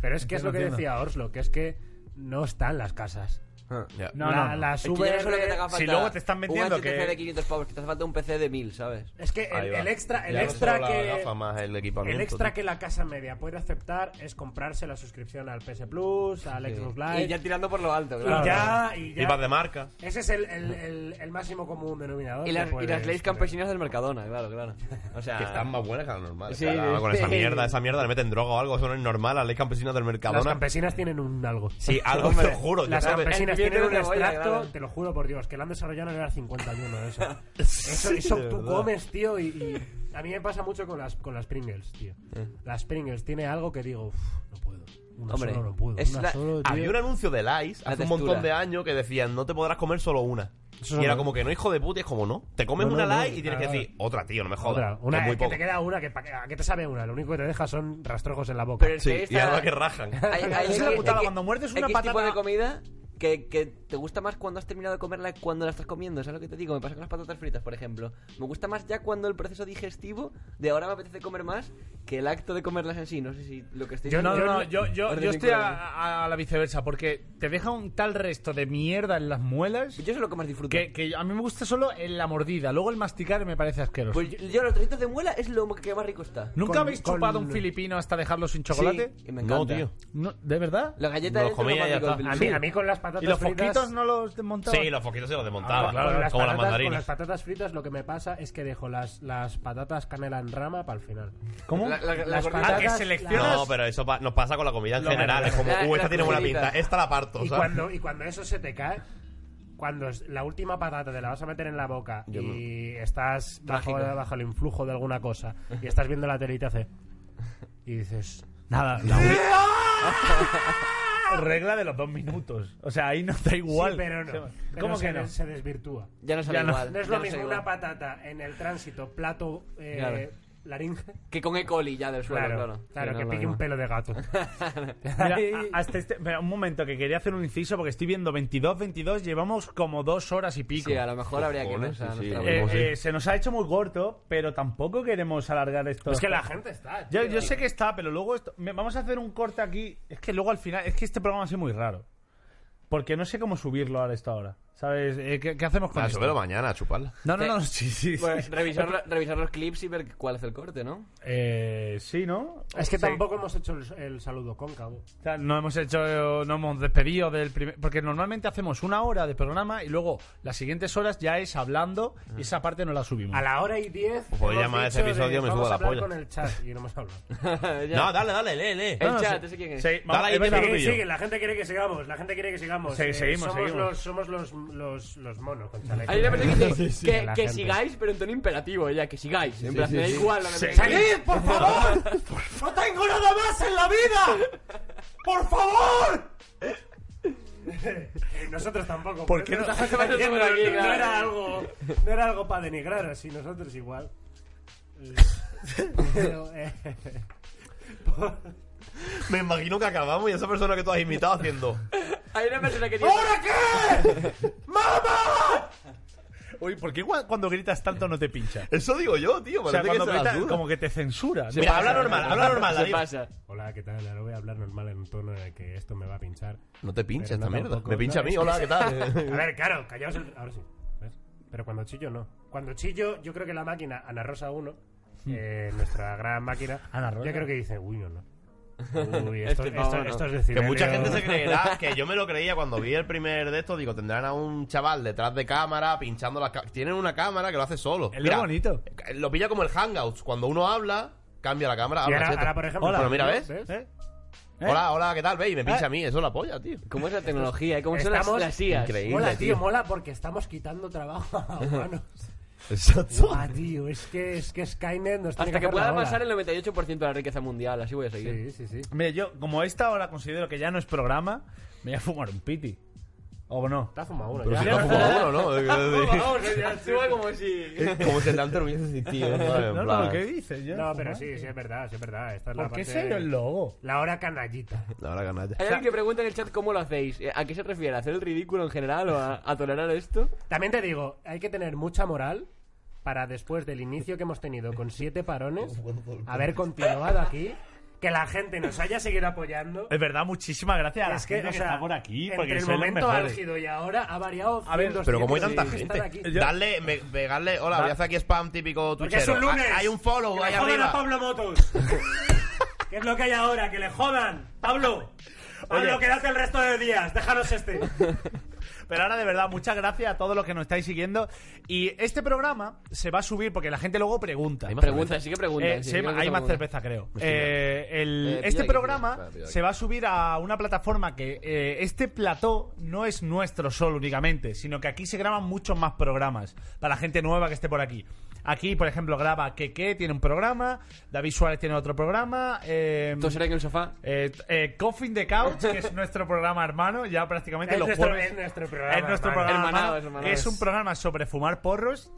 C: Pero es que es
G: Entiendo,
C: lo que
G: entiendo.
C: decía Oslo, que es que no están las casas.
E: Ah.
A: Ya.
G: No,
C: La-
G: no, no.
C: Las
E: Es que ya no es lo que te
C: VR.
E: haga falta.
G: si luego te están metiendo
E: un HTC
G: que-
E: de 500 pavos, que te hace falta un PC de 1000, ¿sabes?
C: Es que el,
A: Ahí va.
C: el extra, el
A: Ya no
C: extra
A: solo la
C: que.
A: gafa, más el equipamiento,
C: El extra
A: tío.
C: que la casa media puede aceptar es comprarse la suscripción al PS Plus, al Xbox Live.
E: Y ya tirando por lo alto,
C: y
E: claro.
C: ya- y ya-
A: Y vas de marca.
C: Ese es el, el- el- el máximo común denominador.
E: Y
C: que
E: las, y
C: puedes
E: las leyes
C: tener.
E: campesinas del Mercadona, claro, claro. O sea,
A: Que están más buenas que las normales.
E: Sí,
A: Claro, con esa
E: sí.
A: mierda, esa mierda le meten droga o algo, eso no es normal, la ley campesina del
C: Las
A: Mercadona.
C: campesinas tienen un algo.
A: Sí, algo, te lo juro. yo
C: Las
A: creo que-
C: campesinas
E: El
C: tienen un
E: billete de cebolla,
C: extracto,
E: claro.
C: te lo juro por Dios, que lo han desarrollado en el 51 de eso. Eso, eso
A: de
C: tú
A: verdad.
C: comes, tío, y, y a mí me pasa mucho con las, con las Pringles, tío.
A: Eh.
C: Las Pringles tiene algo que digo, "Uf, no puedo. Una
E: Hombre,
C: solo no puedo.
E: es
C: una
E: la-
C: solo, tío".
A: Había un anuncio de Lice
E: La
A: hace un
E: textura.
A: montón de años que decían, no te podrás comer solo una.
C: Eso
A: y era
C: no.
A: como que no, hijo de puta, y es como no. Te comes
C: No, no,
A: una
C: no,
A: Lice y tienes
C: nada.
A: que decir, otra, tío, no me
C: Otra,
A: jodas.
C: una eh,
A: es muy
C: que te
A: poco.
C: queda una que pa- ¿a qué te sabe una? Lo único que te deja son rastrojos en la boca.
E: pero es que
A: Sí, y
E: esta-
A: ahora que rajan.
E: Hay- hay-
G: Es la
E: hay-
G: putada,
E: hay-
G: cuando muerdes
E: hay
G: una
E: X tipo
G: patata-
E: de comida que, que te gusta más cuando has terminado de comerla que cuando la estás comiendo, ¿sabes lo que te digo? Me pasa con las patatas fritas, por ejemplo. Me gusta más ya cuando el proceso digestivo de ahora me apetece comer más que el acto de comerlas en sí. No sé si lo que estoy
G: Yo no,
E: diciendo- ¿eh?
G: no, no, yo, yo,
E: Orden
G: yo estoy
E: vinculado.
G: a, a la viceversa, porque te deja un tal resto de mierda en las muelas.
E: Yo es lo que más disfruto.
G: Que, que a mí me gusta solo en la mordida, luego el masticar me parece asqueroso.
E: Pues yo, yo los trocitos de muela es lo que más rico está.
G: ¿Nunca
C: con-
G: habéis chupado
C: con-
G: un filipino hasta dejarlo sin chocolate?
E: Sí, y me
A: No,
E: encanta.
A: tío.
G: No, ¿De verdad?
E: La
A: No,
E: galleta de dentro
A: comía
E: es lo más
A: ya
E: rico del
A: está.
C: A mí,
E: filipino.
C: a mí con las
K: patatas
G: ¿Y los
K: fritas-
G: foquitos no los desmontaban?
A: Sí, los foquitos se los desmontaba,
G: Ah, claro,
A: como
G: claro.
A: las,
G: patatas,
A: mandarinas.
G: con
C: Las patatas fritas lo que me pasa es que dejo las, las patatas canela en rama para el final.
G: ¿Cómo? Ah,
C: La,
G: Las patatas-
A: No, pero eso pa- nos pasa con la comida en
C: Lo-
A: general. Es como,
C: La-
A: uh, esta
C: las
A: tiene buena
C: gorditas.
A: pinta, esta la parto,
C: y
A: ¿sabes?
C: cuando, y cuando eso se te cae, cuando es- la última patata te la vas a meter en la boca
A: Yo
C: y estás bajo,
G: Trágico.
C: bajo el influjo de alguna cosa y estás viendo la tele y te hace... Y dices... Nada,
G: Regla de los dos minutos. O sea, ahí no está igual.
C: Sí, pero no.
G: ¿Cómo
C: Pero
G: que
C: se,
G: no?
C: des- se desvirtúa.
G: Ya no sabe Ya no. igual,
C: No es
G: ya
C: lo
G: no
C: mismo
G: sabe
C: una
G: igual.
C: patata en el tránsito, plato, eh,
E: Claro.
C: laringe.
E: Que con E. coli ya del suelo, claro.
C: Claro,
E: Sí,
C: que
E: no,
C: pique
E: no,
C: un
E: no.
C: pelo de gato.
G: Mira, a- hasta este- espera, un momento, que quería hacer un inciso porque estoy viendo 22-22, llevamos como dos horas y pico.
E: Sí, a lo mejor habría que Cojones, pensar sí, nuestra sí,
G: Eh,
E: vamos,
G: eh,
E: sí.
G: se nos ha hecho muy corto, pero tampoco queremos alargar esto.
C: Es que la gente está,
G: Yo,
C: tío.
G: yo sé que está, pero luego esto- me- vamos a hacer un corte aquí. Es que luego al final, es que este programa ha sido muy raro. Porque no sé cómo subirlo ahora esta hora. ¿Sabes? Eh, ¿qué, qué hacemos con
A: Ah,
G: esto?
A: súbelo mañana, a chuparla.
G: No, no, no, sí, sí. sí.
E: Pues, revisar, lo- revisar los clips y ver cuál es el corte, ¿no?
G: Eh, sí, ¿no?
C: Es que
G: Sí.
C: tampoco hemos hecho el, el saludo cóncavo.
G: O sea, no hemos hecho, no hemos despedido del primer. Porque normalmente hacemos una hora de programa y luego las siguientes horas ya es hablando y esa parte no la subimos.
C: A la hora y diez.
G: Pues podría
C: hemos
G: llamar ese
C: dicho de,
G: episodio Me
C: vamos
G: subo
C: a
G: la
C: hablar
G: polla.
C: con el chat y no hemos hablado.
A: No, dale, dale, lee, lee.
C: El chat, ese quién es.
G: Sí, Eh, vamos-
A: dale ahí,
G: es
A: venga,
G: verdad.
A: tú y yo.
C: Sigue, la gente quiere que sigamos, la gente quiere que sigamos. Eh,
G: Sí, seguimos,
C: somos
G: seguimos.
C: Los, somos los, los, los monos con chaleco.
E: Hay una persona que dice
C: Sí,
E: que,
C: la
E: que
C: gente.
E: sigáis, pero en tono imperativo, ya, que sigáis. En
C: Sí,
E: plan,
C: sí,
E: me da
C: sí.
E: igual lo que
C: Sí.
E: me
P: ¡Salid, por favor! ¡No tengo nada más en la vida! ¡Por favor!
C: Eh, Nosotros tampoco.
P: ¿Por qué
C: eso
P: no?
C: estamos haciendo-
P: Nosotros aquí,
C: no-
P: claro.
C: no era algo, no era algo para denigrar así, nosotros igual. Eh, Pero, eh,
A: Me imagino que acabamos y esa persona que tú has imitado haciendo.
E: Hay una persona que
P: ¿Ahora qué? ¡Mamá!
G: Uy, ¿por qué cua- cuando gritas tanto no te pincha?
A: Eso digo yo, tío.
G: O sea,
A: parece que
G: cuando
A: se las
G: gritas,
A: duda.
G: como que te censura.
A: Se Mira, pasa, habla normal, habla normal,
G: Se
A: David.
G: pasa.
C: Hola, ¿qué tal? Ahora voy a hablar normal en un tono de que esto me va a pinchar.
A: No te pincha
C: Pero
A: esta mierda. Me pincha a mí.
C: es que-
A: Hola, ¿qué tal?
C: a ver, claro, callaos el- Ahora sí. ¿Ves? Pero cuando chillo, no. Cuando chillo, yo creo que la máquina, Ana Rosa 1, eh, nuestra gran máquina,
G: Ana Rosa.
C: yo creo que dice, uy, no, no. Uy, esto,
A: Este
C: esto-
A: pavo no.
C: esto es
A: Que
C: decir. eh,
A: mucha gente se creerá que yo me lo creía cuando vi el primer de estos. Digo, tendrán a un chaval detrás de cámara pinchando las cámaras. Tienen una cámara que lo hace solo. eh,
G: Es lo bonito.
A: Lo pilla como el Hangouts. Cuando uno habla, cambia la cámara.
C: Y
A: habla,
C: ahora-
A: etcétera.
C: ahora, por ejemplo,
A: Pero mira, ¿ves?
C: ¿ves? ¿Eh?
A: Hola, hola, ¿qué tal? Ve y me
G: Eh.
A: pincha a mí. Eso es la polla, tío.
E: ¿Cómo es la tecnología? ¿Cómo son las,
C: Estamos-
E: las IAs?
A: Increíble.
C: Mola,
A: tío.
C: tío, mola porque estamos quitando trabajo a humanos.
A: Exacto.
C: Buah, tío, es que, es que Skynet nos tiene
E: Hasta que
C: hacer la
E: pueda
C: ola.
E: pasar el 98% de la riqueza mundial, así voy a seguir.
C: Sí, sí, sí.
G: Mira, yo, como esta hora considero que ya no es programa, me voy a fumar un piti. ¿O no?
C: Te has fumado uno.
A: Pero si te has fumado uno, ¿no?
E: como si...
A: Como si el Dante no hubiese existido. ¿sabes? En
G: No,
A: plan-
G: no, ¿qué dices? Yo
C: No,
G: fumar,
C: pero sí, sí, es verdad, sí, es verdad. Esta es la
G: ¿Por qué
C: parte-
G: sello el logo?
C: La hora canallita.
A: La hora canalla.
E: Hay alguien que pregunta en el chat cómo lo hacéis. Eh, ¿A qué se refiere? ¿A hacer el ridículo en general o a, a tolerar esto?
C: También te digo, hay que tener mucha moral para después del inicio que hemos tenido con siete parones, haber continuado aquí, que la gente nos haya seguido apoyando.
G: Es verdad, muchísimas gracias a la
C: Es
G: gente
C: o
G: que
C: sea,
G: está por aquí. Porque
C: entre el
G: sois los
C: momento
G: mejores.
C: álgido y ahora ha variado.
G: A ver,
C: 100,
A: Pero como hay
C: 200,
A: tanta
C: que están aquí.
A: gente, darle, me- pegarle, hola,
C: Va.
A: voy a hacer aquí spam típico
C: Porque
A: tuchero. Ah,
C: es un lunes.
A: Hay un follow
C: que
A: ahí
C: le jodan
A: arriba.
C: a Pablo Motos. ¿Qué es lo que hay ahora? Que le jodan. Pablo. Pablo,
G: Oye.
C: quédate el resto de días. Déjanos este.
G: Pero ahora de verdad, muchas gracias a todos los que nos estáis siguiendo. Y este programa se va a subir porque la gente luego pregunta.
E: más Pregunta, cerveza. sí que preguntan,
G: Eh,
E: sí,
G: sí,
E: creo que
G: hay más
E: preguntan.
G: cerveza, creo.
E: Sí,
G: Eh, el-
E: Eh, pilla
G: este
E: aquí,
G: programa
E: pilla, pilla aquí.
G: se va a subir a una plataforma que eh, este plató no es nuestro solo únicamente, sino que aquí se graban muchos más programas para la gente nueva que esté por aquí. Aquí, por ejemplo, graba Keke, tiene un programa, David Suárez tiene otro programa. Eh,
E: Toser aquí en el sofá.
G: eh, eh, Coffin the Couch, que es nuestro programa hermano, ya prácticamente
C: Es
G: los
C: nuestro-
G: jueves.
C: es nuestro programa
G: Es nuestro
C: hermano.
G: programa
C: Hermanados,
G: hermano.
C: hermanados.
G: Es un programa sobre fumar porros.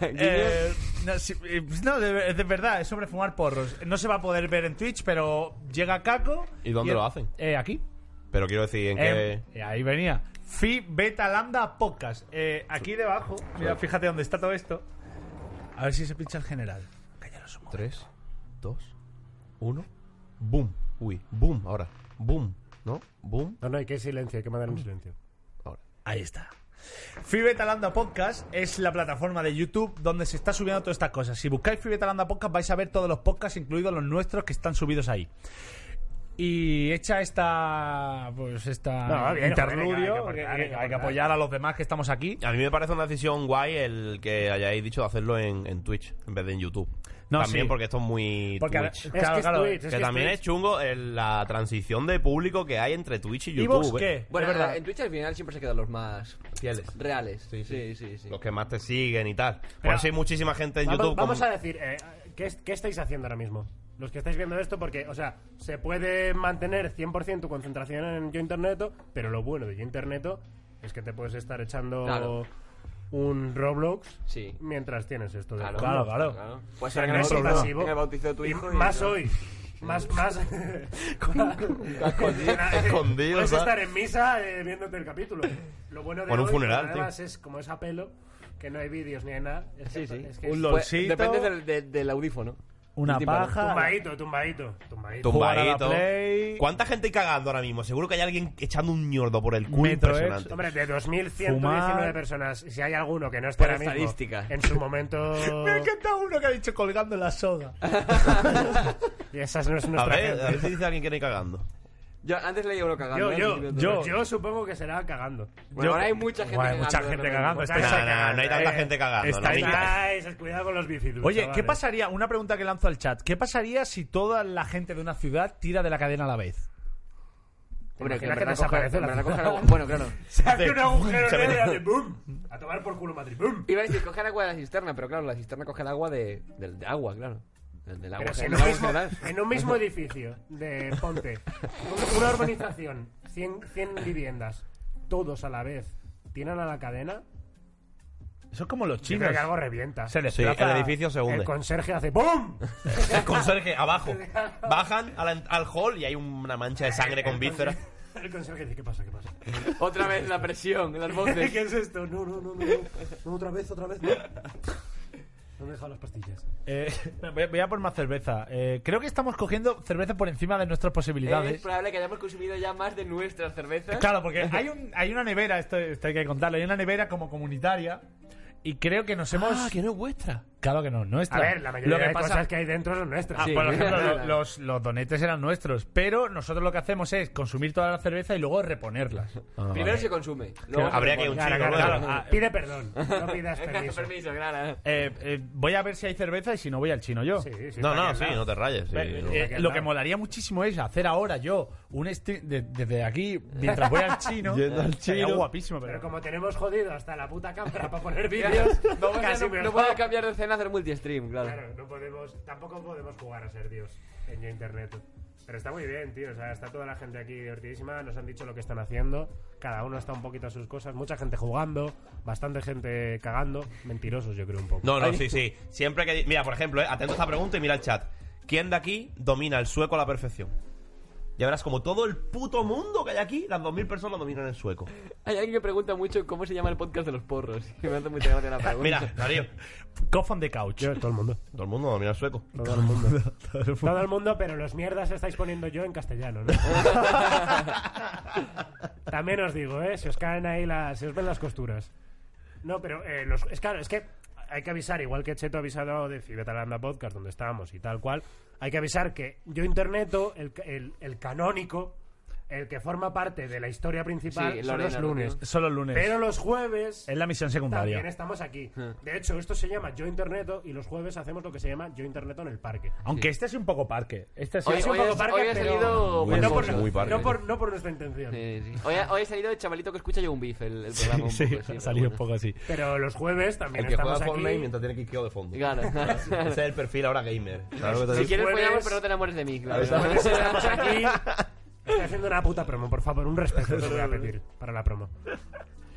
G: Eh, no, sí, eh, pues no, de, de verdad, es sobre fumar porros. No se va a poder ver en Twitch, pero llega Caco.
A: ¿Y dónde
G: el-
A: lo hacen?
G: Eh, aquí.
A: Pero quiero decir, ¿en
G: Eh,
D: Em.
A: qué...?
G: eh, ahí venía. Fi Beta Lambda Podcast. Eh, aquí debajo, mira, fíjate dónde está todo esto. A ver si se pincha el general.
A: Tres, dos, uno, boom. Uy, boom, ahora. Boom, ¿no? Boom.
C: No, no, hay que silencio, hay que mandar un silencio.
G: Ahí está. Fibetalanda Podcast es la plataforma de YouTube donde se está subiendo todas estas cosas. Si buscáis Fibetalanda Podcast vais a ver todos los podcasts, incluidos los nuestros, que están subidos ahí. Y hecha esta. Pues esta.
A: No, bien,
G: interludio.
A: joder, hay que aportar,
G: que- que-
A: hay que
G: hay que
A: aportar.
G: apoyar a los demás que estamos aquí.
A: A mí me parece una decisión guay el que hayáis dicho de hacerlo en, en Twitch en vez de en YouTube.
G: No,
A: también
G: sí.
A: porque esto es muy
G: Porque,
A: Twitch.
G: es que Claro, es claro. Twitch, es
A: que,
G: que es
A: también
G: Twitch.
A: es chungo el- la transición de público que hay entre Twitch y YouTube. ¿eh?
E: Bueno, en Twitch al final siempre se quedan los más fieles. Reales. Sí, sí, sí.
A: Los que más te siguen y tal. Por
E: Pero-
A: eso hay muchísima gente en
C: Vamos,
A: YouTube.
C: vamos
A: como-
C: a decir, eh, ¿qué, es- qué estáis haciendo ahora mismo? Los que estáis viendo esto, porque, o sea, se puede mantener 100% tu concentración en Yo Interneto, pero lo bueno de Yo Interneto es que te puedes estar echando
E: Claro.
C: un Roblox mientras tienes esto. de
E: Claro,
C: fondo.
E: claro. Claro.
C: O sea,
E: Puede ser Pues en
C: no
E: el
C: es
E: bautizo-
C: invasivo.
E: en el bautizo de tu
C: Y
E: hijo y
C: más
E: no.
C: hoy. Más, más.
A: Escondido, escondido,
C: Puedes
A: ¿sabes?
C: estar en misa eh, viéndote el capítulo. Lo bueno de
A: O en un
C: hoy,
A: funeral, tío.
C: además, es como es a pelo, que no hay vídeos ni hay nada. Es que- es que es-
E: Pues, Depende del, de- del audífono.
G: Una
E: El tímpano.
G: paja.
C: Tumbadito, tumbadito,
A: Tumbadito.
C: tumbadito. Jugar a la
A: ¿Cuánta gente hay cagando ahora mismo? Seguro que hay alguien echando un ñordo por el culo impresionante.
C: ¿eh? Hombre, de 2.119
A: Fumar.
C: personas, si hay alguno que no esté
A: Por
C: ahora mismo,
A: estadística.
C: en su momento...
G: Me ha encantado uno que ha dicho colgando la soga.
C: Y esas no es
A: a
C: nuestra
A: ver,
C: gente.
A: a ver si dice alguien que no hay cagando.
E: Yo antes leía uno
C: Yo,
E: cagando. ¿eh?
C: yo, yo,
A: Yo.
C: supongo que será cagando.
E: Bueno, Yo- ahora hay mucha gente Guay, mucha cagando, gente de cagando, repente.
C: Mucha
A: estáis-
C: gente
A: No, no, no hay
C: cagando,
A: tanta gente cagando, no
C: Estáis,
A: digas.
C: estáis, cuidado con los bicitus,
G: Oye, ¿qué
C: chavales.
G: pasaría? Una pregunta que lanzo al chat. ¿Qué pasaría si toda la gente de una ciudad tira de la cadena a la vez?
E: Hombre, que en
C: Imaginas que
E: verdad
C: desaparece
E: coge-
C: la
E: en verdad
C: ciudad.
E: coge agua- Bueno, claro.
C: Se hace un agujero
E: Se
C: negro y
E: mete-
C: hace boom. A tomar por culo Madrid, boom.
E: Iba a decir, coge el agua de la cisterna, pero claro, la cisterna coge el agua de, del de agua, claro. Del, del agua.
C: Pero si en,
E: del
C: un
E: agua
C: mismo,
E: general.
C: en un mismo edificio de Ponte, un- una urbanización, 100, 100 viviendas, todos a la vez, tiran a la cadena,
G: Eso es como los
C: yo
G: chinos.
C: creo que algo revienta.
G: Se
A: Sí,
G: desplaza-
A: el edificio se hunde.
C: El conserje hace ¡BOOM!
A: El conserje, abajo. Bajan a la en- al, hall y hay una mancha de sangre con vísceras.
C: El conserje dice, ¿qué pasa, qué pasa?
E: Otra vez la presión, las voces.
C: ¿Qué es esto? No, no, no, no. No, otra vez, otra vez. No, no me he dejado las pastillas.
G: Eh, voy, a- voy a por más cerveza. Eh, creo que estamos cogiendo cerveza por encima de nuestras
E: Es
G: posibilidades.
A: Eh,
E: probable que hayamos consumido ya más de nuestras cervezas.
G: Claro, porque hay, un, hay una nevera, esto, esto hay que contarlo, hay una nevera como comunitaria y creo que nos hemos... Ah, que no es vuestra. Claro que no, no es
C: A ver, la mayoría
G: Lo que
C: de
G: pasa-
C: cosas que hay dentro son nuestras.
G: Ah, por ejemplo, lo- los, los donetes eran nuestros, pero nosotros lo que hacemos es consumir toda la cerveza y luego reponerlas.
A: Ah,
E: Primero se consume. luego se
G: habría
E: repone.
G: que un
E: Claro,
G: chico,
E: claro,
G: ¿no?
E: claro. Ah,
C: Pide perdón, no pidas
E: Exacto,
C: permiso.
E: permiso, claro.
G: Eh, eh, voy a ver si hay cerveza y si no voy al chino yo.
A: sí, No, está no, aquí al sí, lado. no te rayes, sí,
G: Ve-
A: no.
G: eh,
A: Está aquí al
G: lo
A: lado.
G: que molaría muchísimo es hacer ahora yo un stream de- desde aquí mientras voy al chino.
A: Yendo al
G: Sería
A: chino.
G: guapísimo, pero-
C: Pero como tenemos jodido hasta la puta cámara para poner vídeos,
E: No, voy a-
C: casi
E: no-
C: me
E: no
C: jodo.
E: puedo cambiar de escena a hacer multistream, claro.
C: Claro, no podemos, tampoco podemos jugar a ser Dios en Yo Internet. Pero está muy bien, tío. O sea, está toda la gente aquí divertidísima. Nos han dicho lo que están haciendo. Cada uno está un poquito a sus cosas. Mucha gente jugando, bastante gente cagando. Mentirosos, yo creo, un poco.
A: No, no,
C: Ay.
A: sí, sí. Siempre que. di- Mira, por ejemplo, eh, atento a esta pregunta y mira el chat. ¿Quién de aquí domina el sueco a la perfección? Ya verás, como todo el puto mundo que hay aquí, las 2.000 personas dominan el sueco.
E: Hay alguien que pregunta mucho cómo se llama el podcast de los porros. Y me hace mucha
G: Ah,
E: gracia la pregunta.
A: Mira, Darío.
G: Cough on the couch.
C: todo el mundo.
A: Todo el mundo domina el sueco.
C: Todo el mundo. Todo el mundo, pero los mierdas estáis poniendo yo en castellano, ¿no? También os digo, ¿eh? Se os caen ahí las... Se os ven las costuras. No, pero eh, los- es claro, es que hay que avisar, igual que Cheto ha avisado de Cibetalanda Podcast, donde estábamos y tal cual, hay que avisar que yo interneto, el, el- el canónico, el que forma parte de la historia principal,
G: Sí,
C: son los
G: Lorena,
C: lunes.
G: ¿no? Son los lunes.
C: Pero los jueves...
G: Es la misión secundaria.
C: También estamos aquí.
G: Ah.
C: De hecho, esto se llama Yo Interneto y los jueves hacemos lo que se llama Yo Interneto en el parque.
G: Aunque este es un poco parque. Este es
E: Hoy-
C: Es un
E: hoy
C: poco
E: has-
C: parque,
E: hoy has
C: pero-
E: salido
C: pero no,
E: muy
C: por,
E: parque. Muy parque.
C: no por- no por nuestra intención.
E: Hoy, ha- hoy ha salido el chavalito que escucha yo un beef el, el
G: Sí,
E: programa. un
G: sí,
E: poco,
G: ha salido un poco así.
C: Pero los jueves también
A: El que
C: estamos
A: juega Fortnite
C: aquí.
A: mientras tiene que de fondo.
E: Claro.
A: Ese es el perfil ahora gamer. Claro que te
E: Si
A: digo.
E: quieres
C: Jueves-
E: follamos, pero no te enamores de mí. claro.
C: Los jueves estamos aquí. Estoy haciendo una puta promo, por favor, un respeto te voy a pedir para la promo.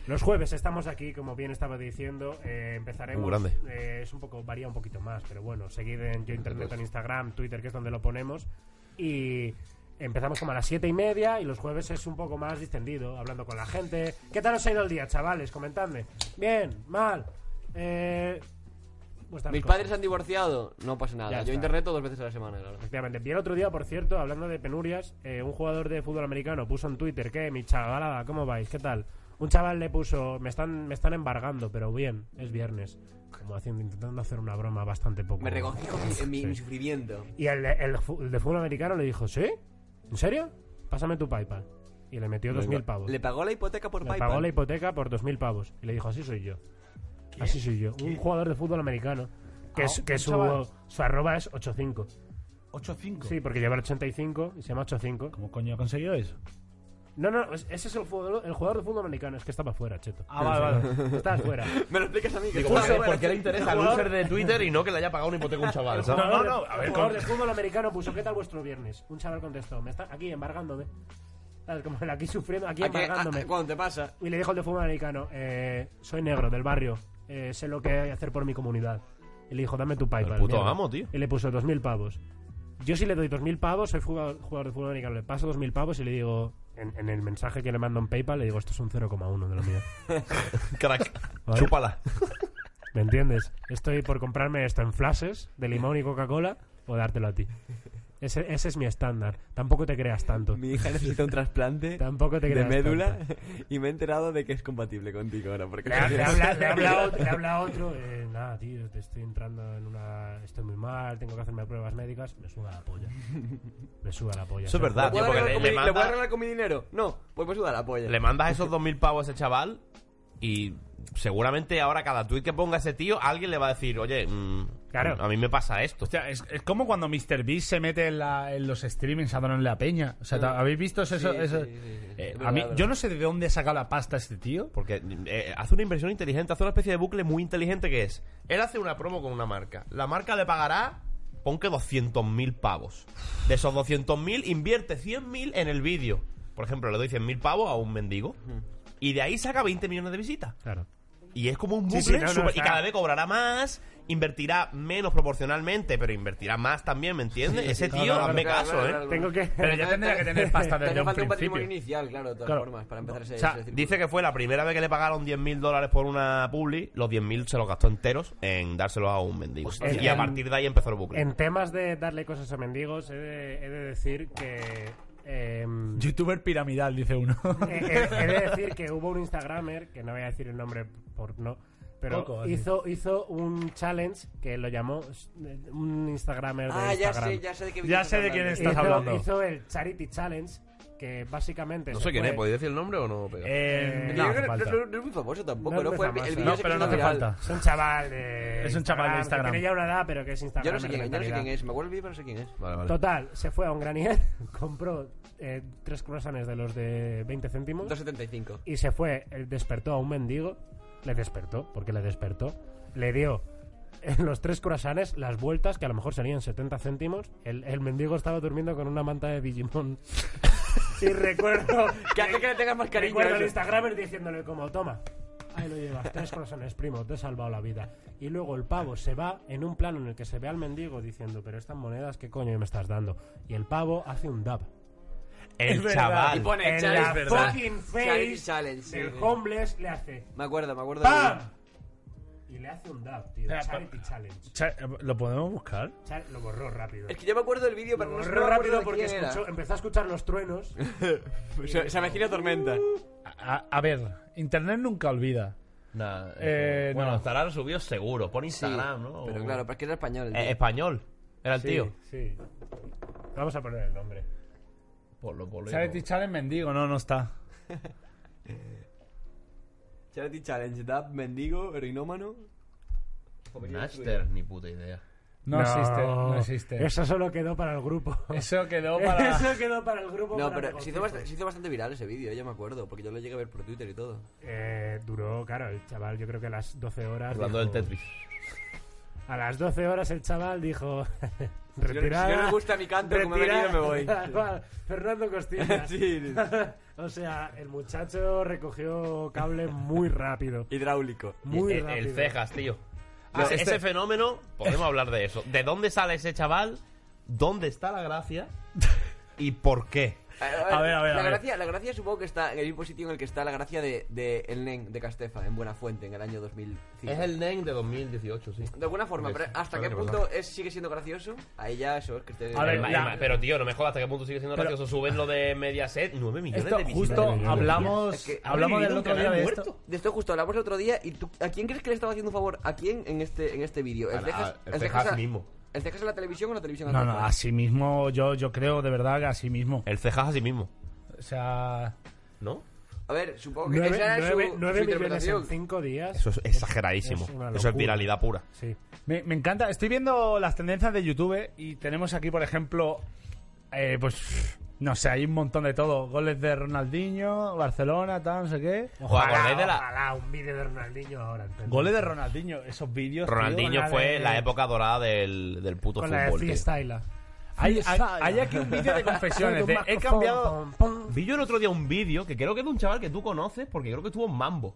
C: Los jueves estamos aquí, como bien estaba diciendo, eh, empezaremos.
A: Muy grande.
C: eh, es un poco, varía un poquito más, pero bueno, seguid en Yo Internet, en Instagram, Twitter, que es donde lo ponemos. Y empezamos como a las siete y media y los jueves es un poco más distendido, hablando con la gente. ¿Qué tal os ha ido el día, chavales? Comentadme. Bien, mal. Eh, vuestras
E: Mis
C: cosas.
E: padres se han divorciado. No pasa nada.
C: Ya
E: yo
C: está.
E: interneto dos veces a la semana, claro.
C: Efectivamente. Vi el otro día, por cierto, hablando de penurias, eh, un jugador de fútbol americano puso en Twitter que mi chavalada, ¿cómo vais? ¿Qué tal? Un chaval le puso, me están, me están embargando, pero bien, es viernes. Como haciendo, intentando hacer una broma bastante poco.
E: Me regocijo en mi, en mi
C: Sí.
E: sufrimiento.
C: Y el, el fu- el de fútbol americano le dijo, ¿sí? ¿En serio? Pásame tu PayPal. Y le metió
E: Venga.
C: 2.000 pavos.
E: ¿Le pagó la hipoteca por
C: Le
E: PayPal?
C: pagó la hipoteca por 2.000 pavos. Y le dijo, así soy yo. Así soy yo. Un jugador de fútbol americano. Que,
G: Ah,
C: es- que
G: un
C: su,
G: chaval.
C: su arroba es 85.
G: 8-5.
C: Sí, porque lleva el 85 y se llama 85.
G: ¿Cómo coño ha conseguido eso?
C: No, no, es- ese es el jugador, el jugador de fútbol americano. Es que estaba fuera, cheto.
G: Ah, vale, vale.
C: Estabas fuera.
E: Me lo explicas a mí. que
A: Digo,
E: estaba
A: ¿por qué,
E: fuera.
A: por qué le interesa al user de Twitter y no que le haya pagado una hipoteca a un chaval? ¿sabes?
C: Jugador de- El jugador de fútbol americano puso, ¿qué tal vuestro viernes? Un chaval contestó, me está aquí embargándome. ¿Sabes? Como el aquí sufriendo, aquí
G: ah,
E: Aquí,
C: embargándome.
E: a- a- cuando te pasa.
C: Y le dijo el de fútbol americano, eh, soy negro del barrio, eh, sé lo que hay que hacer por mi comunidad. Y le dijo, dame tu PayPal.
A: puto
C: mierda.
A: amo, tío.
C: Y le puso 2.000 pavos. Yo si le doy 2.000 pavos, soy jugador, jugador de fútbol americano, le paso 2.000 pavos y le digo, en, en el mensaje que le mando en PayPal, le digo, esto es un 0,1 de lo mío.
A: Crack.
C: ¿Vale?
A: Chúpala.
C: ¿Me entiendes? Estoy por comprarme esto en flashes de limón y Coca-Cola o dártelo a ti. Ese, ese es mi estándar. Tampoco te creas tanto.
E: Mi hija necesita un trasplante
C: Tampoco te
E: de
C: creas
E: médula
C: tanto.
E: y me he enterado de que es compatible contigo ahora. Porque
C: Le, ha- le habla, le habla otro, le habla otro, eh, nada, tío, te estoy entrando en una... Estoy muy mal, tengo que hacerme pruebas médicas. Me suda la polla. Me suda la polla.
A: Eso es
C: O sea,
A: verdad, tío,
E: ¿Le voy
A: porque le,
E: a regalar con mi-
A: le
E: le voy a
A: mandas,
E: regalar con mi dinero? No, pues me suda la polla.
A: le mandas esos 2.000 pavos a ese chaval y seguramente ahora cada tweet que ponga ese tío, alguien le va a decir, oye, claro. a mí me pasa esto.
G: Hostia, es, es como cuando Mr. Beast se mete en, la- en los streamings a en la peña. O sea, ¿te- ¿habéis visto eso?
A: Sí,
G: eso?
A: sí, sí, sí.
G: Eh,
A: Es
G: a
A: verdad,
G: mí,
A: verdad.
G: yo no sé de dónde saca la pasta este tío.
A: Porque eh, hace una inversión inteligente, hace una especie de bucle muy inteligente que es, él hace una promo con una marca, la marca le pagará, pon que 200.000 pavos. De esos 200.000 invierte 100.000 en el vídeo. Por ejemplo, le doy 100.000 pavos a un mendigo y de ahí saca 20 millones de visitas.
C: Claro.
A: Y es como un
C: Sí,
A: bucle
C: sí, no, no,
A: super- y
C: está-
A: cada vez cobrará más, invertirá menos proporcionalmente, pero invertirá más también, ¿me entiendes? Ese tío, hazme caso, ¿eh?
G: Pero ya tendría que tener pasta
E: Te hace
G: desde un
E: falta un
G: principio.
E: patrimonio inicial, claro, de todas
A: Claro.
E: formas, para empezar ese,
A: O sea,
E: ese círculo.
A: dice que fue la primera vez que le pagaron 10.000 dólares por una publi, los 10.000 se los gastó enteros en dárselos a un mendigo.
C: Hostia.
A: y a partir de ahí empezó el bucle.
C: En temas de darle cosas a mendigos, he de, he de decir que... em,
G: Youtuber piramidal, dice uno.
C: Eh, eh, he, de decir que hubo un Instagramer, que no voy a decir el nombre por no, pero
G: Coco, así.
C: hizo, hizo un challenge que lo llamó eh, un Instagramer de
E: Ah, ya
C: Instagram.
E: sé, ya sé de qué Ya sé de quién
A: estás
C: hizo,
A: hablando.
C: Hizo el Charity Challenge, que básicamente...
A: No
C: se
A: sé quién es,
C: fue-
A: ¿podéis decir el nombre o no? Pega?
C: Eh,
E: Yo creo que no, no- no es muy famoso
C: No
E: tampoco, no,
C: es muy
E: fue
C: famoso.
E: el vídeo
C: No,
E: se
C: pero
E: hizo
C: no hace
E: viral.
C: falta. Es un chaval de
G: Es un chaval de
C: que
G: Instagram.
C: tiene ya una edad, pero que es Instagram.
E: Yo no sé quién es, yo no sé quién es, me acuerdo el vídeo pero no sé quién es.
C: Total, se fue a un granier, compró eh, tres croissants de los de 20 céntimos.
E: 2,75.
C: Y se fue, eh, despertó a un mendigo. Le despertó, porque le despertó. Le dio eh, los tres croissants las vueltas, que a lo mejor serían 70 céntimos. El, el mendigo estaba durmiendo con una manta de Digimon. y recuerdo...
E: Que hace que le tengas más cariño. ¿eh?
C: Recuerdo
E: eso.
C: al Instagramer diciéndole como, toma, ahí lo llevas, tres croissants, primo, te he salvado la vida. Y luego el pavo se va en un plano en el que se ve al mendigo diciendo, pero estas monedas, ¿qué coño me estás dando? Y el pavo hace un dab.
A: El
C: Es verdad.
A: chaval.
E: Y pone
C: en
E: challenge,
C: la
E: ¿verdad?
C: fucking
E: Charity
C: face
E: challenge, sí,
C: del
E: sí.
C: homeless le hace
E: Me acuerdo, me acuerdo.
C: ¡Pam!
E: del
C: y le hace un dab, tío.
G: Espera,
C: Charity challenge.
G: Cha- ¿Lo podemos buscar?
C: Char- lo borró rápido.
E: vídeo. Es que yo me acuerdo del vídeo, pero
C: Lo
E: no sé
C: borró rápido
E: de
C: porque
E: quién era.
C: escuchó- empezó a escuchar los truenos.
E: Se, se avecina tormenta.
G: A, a ver, Internet nunca olvida.
A: Nah,
G: Eh,
A: bueno,
G: no.
A: estará subido seguro, por Instagram,
E: Sí,
A: ¿no?
E: Pero claro, pero es que era español. el
A: Eh,
E: tío.
A: español, era el
C: Sí,
A: tío.
C: Sí. Vamos a poner el nombre.
A: Ponlo, ponlo.
G: Charity Challenge mendigo, no, no está.
E: Charity Challenge, Dab, Mendigo, Heroinómano.
A: Napster, ni puta idea.
G: No, existe, no existe.
C: Eso solo quedó para el grupo.
G: Eso quedó para-
C: Eso quedó para el grupo.
E: No,
C: para
E: pero
C: negocios.
E: este- se hizo, bastante, se hizo bastante viral ese vídeo, yo me acuerdo, porque yo lo llegué a ver por Twitter y todo.
C: Eh, duró, claro, el chaval, yo creo que a las 12 horas.
A: Hablando del
C: dijo-
A: Tetris.
C: A las 12 horas el chaval dijo.
E: Si no-
C: retirada,
E: si no le gusta mi canto, como me he
C: retirada-
E: venido, me voy.
C: Tal cual, Fernando Costilla.
E: Sí.
C: o sea, el muchacho recogió cable muy rápido.
E: Hidráulico.
C: Muy
A: Eh, el,
C: rápido.
A: cejas, tío.
C: Ah,
A: ese,
C: este-
A: ese fenómeno, podemos hablar de eso. ¿De dónde sale ese chaval? ¿Dónde está la gracia? ¿Y por qué?
E: A La gracia, la gracia supongo que está en el mismo sitio en el que está la gracia de, de el NEN de Castefa, en Buenafuente, en el año 2005.
A: Es el NEN de 2018, sí.
E: De alguna forma,
A: Es-
E: pero ¿hasta
A: claro
E: qué
A: que
E: punto
A: perdón.
E: es, sigue siendo gracioso? Ahí ya eso es que te...
A: A ver, la- pero tío, no me jodas, ¿hasta qué punto sigue siendo
G: Pero-
A: gracioso? Suben lo de Mediaset, 9 millones
G: Esto
A: de visitas.
G: justo
A: Nueve
G: hablamos,
A: millones. Es que ha
G: hablamos
A: vivido
G: del
A: un
G: otro día
A: canal
G: de
A: muerto.
G: esto.
E: De esto justo hablamos el otro día y tú, ¿a quién crees que le estaba haciendo un favor? ¿A quién en este, en este vídeo?
A: A
E: ¿El
A: la-
E: Cejas?
A: a- el
E: el
A: Cejas
E: a-
A: mismo.
E: ¿El cejas en la televisión o en la televisión en
G: No,
E: el
G: no,
E: cejas?
G: así mismo, yo, yo creo de verdad que así mismo.
A: El cejas así mismo.
G: O sea.
A: ¿No?
E: A ver, supongo que
C: Nueve,
E: esa es su,
C: nueve-
E: su
C: nueve millones
E: interpretación.
C: en cinco días.
A: Eso es exageradísimo.
C: una
A: Eso es
C: locura.
A: viralidad pura.
C: Sí.
G: Me, me encanta. Estoy viendo las tendencias de YouTube y tenemos aquí, por ejemplo, eh, pues no sé, hay un montón de todo. Goles de Ronaldinho, Barcelona, tal, no sé qué.
A: acordáis de la-
C: ojalá un vídeo de Ronaldinho ahora. entendí.
G: Goles de Ronaldinho, esos vídeos. tío,
A: Ronaldinho
G: la de-
A: fue la época dorada del, del puto
C: Con la de
A: fútbol. tío.
C: freestyler.
G: Hay, hay- hay aquí un vídeo de confesiones. de, he cambiado.
A: Vi yo el otro día un vídeo que creo que es de un chaval que tú conoces porque creo que estuvo en Mambo.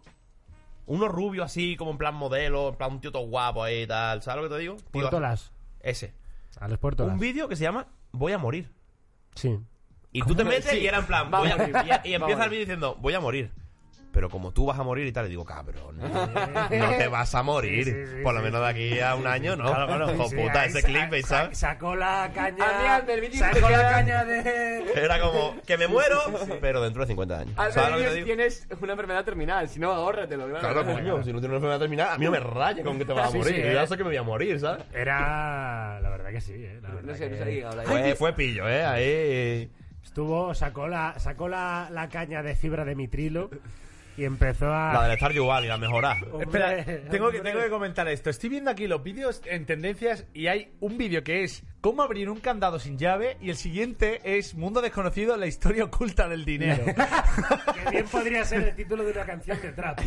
A: Uno rubio así, como en plan modelo, en plan un tío todo guapo ahí y tal. ¿Sabes lo que te digo? Tío,
C: Puertolas.
A: Ese.
C: A los puertos.
A: Un vídeo que se llama Voy a morir.
C: Sí.
A: Y tú te metes
C: Sí.
A: y era en plan,
C: Va a
A: voy a
C: morir.
A: morir. Y,
C: Va a
A: empieza el
C: morir.
A: vídeo diciendo, voy a morir. Pero como tú vas a morir y tal, y digo, cabrón, no te vas a morir.
C: Sí, sí, sí,
A: Por lo
C: sí,
A: menos de aquí a un año, ¿no?
C: Claro, claro.
A: Hijo
C: Sí,
A: puta,
C: ahí ah,
A: ese
C: sa-
A: clickbait, ¿sabes?
C: Sacó la
E: A mí
C: caña.
E: al del vídeo
C: Sacó
E: especial-
C: la caña de.
A: Era como, que me muero,
E: Sí, sí, sí.
A: pero dentro de 50 años.
E: Al
A: ¿Sabes lo que
E: menos
A: te digo?
E: tienes una enfermedad terminal, si no, agórratelo.
A: Claro, coño, si no tienes una enfermedad terminal, a mí no me raya con que te vas a
C: Sí,
A: morir.
C: sí,
A: Yo ya
C: eh.
A: sé que me voy a morir, ¿sabes?
C: Era. La verdad que sí, eh. La verdad
E: No sé, no
C: que-
E: sé de qué habláis.
C: pues.
A: Fue, fue pillo, ¿eh? Ahí.
C: Estuvo, sacó la, sacó la, la caña de fibra de mitrilo y empezó a.
A: La del Star Yuval y la mejorada.
C: Ah. Hombre,
G: Espera, tengo que,
C: hombre.
G: tengo que comentar esto. Estoy viendo aquí los vídeos en tendencias y hay un vídeo que es cómo abrir un candado sin llave y el siguiente es Mundo Desconocido, la historia oculta del dinero.
C: Que bien podría ser el título de una canción de trap.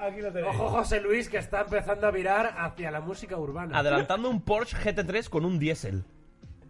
G: Aquí lo tenéis.
C: Ojo José Luis que está empezando a virar hacia la música urbana.
A: Adelantando un Porsche GT3 con un diésel.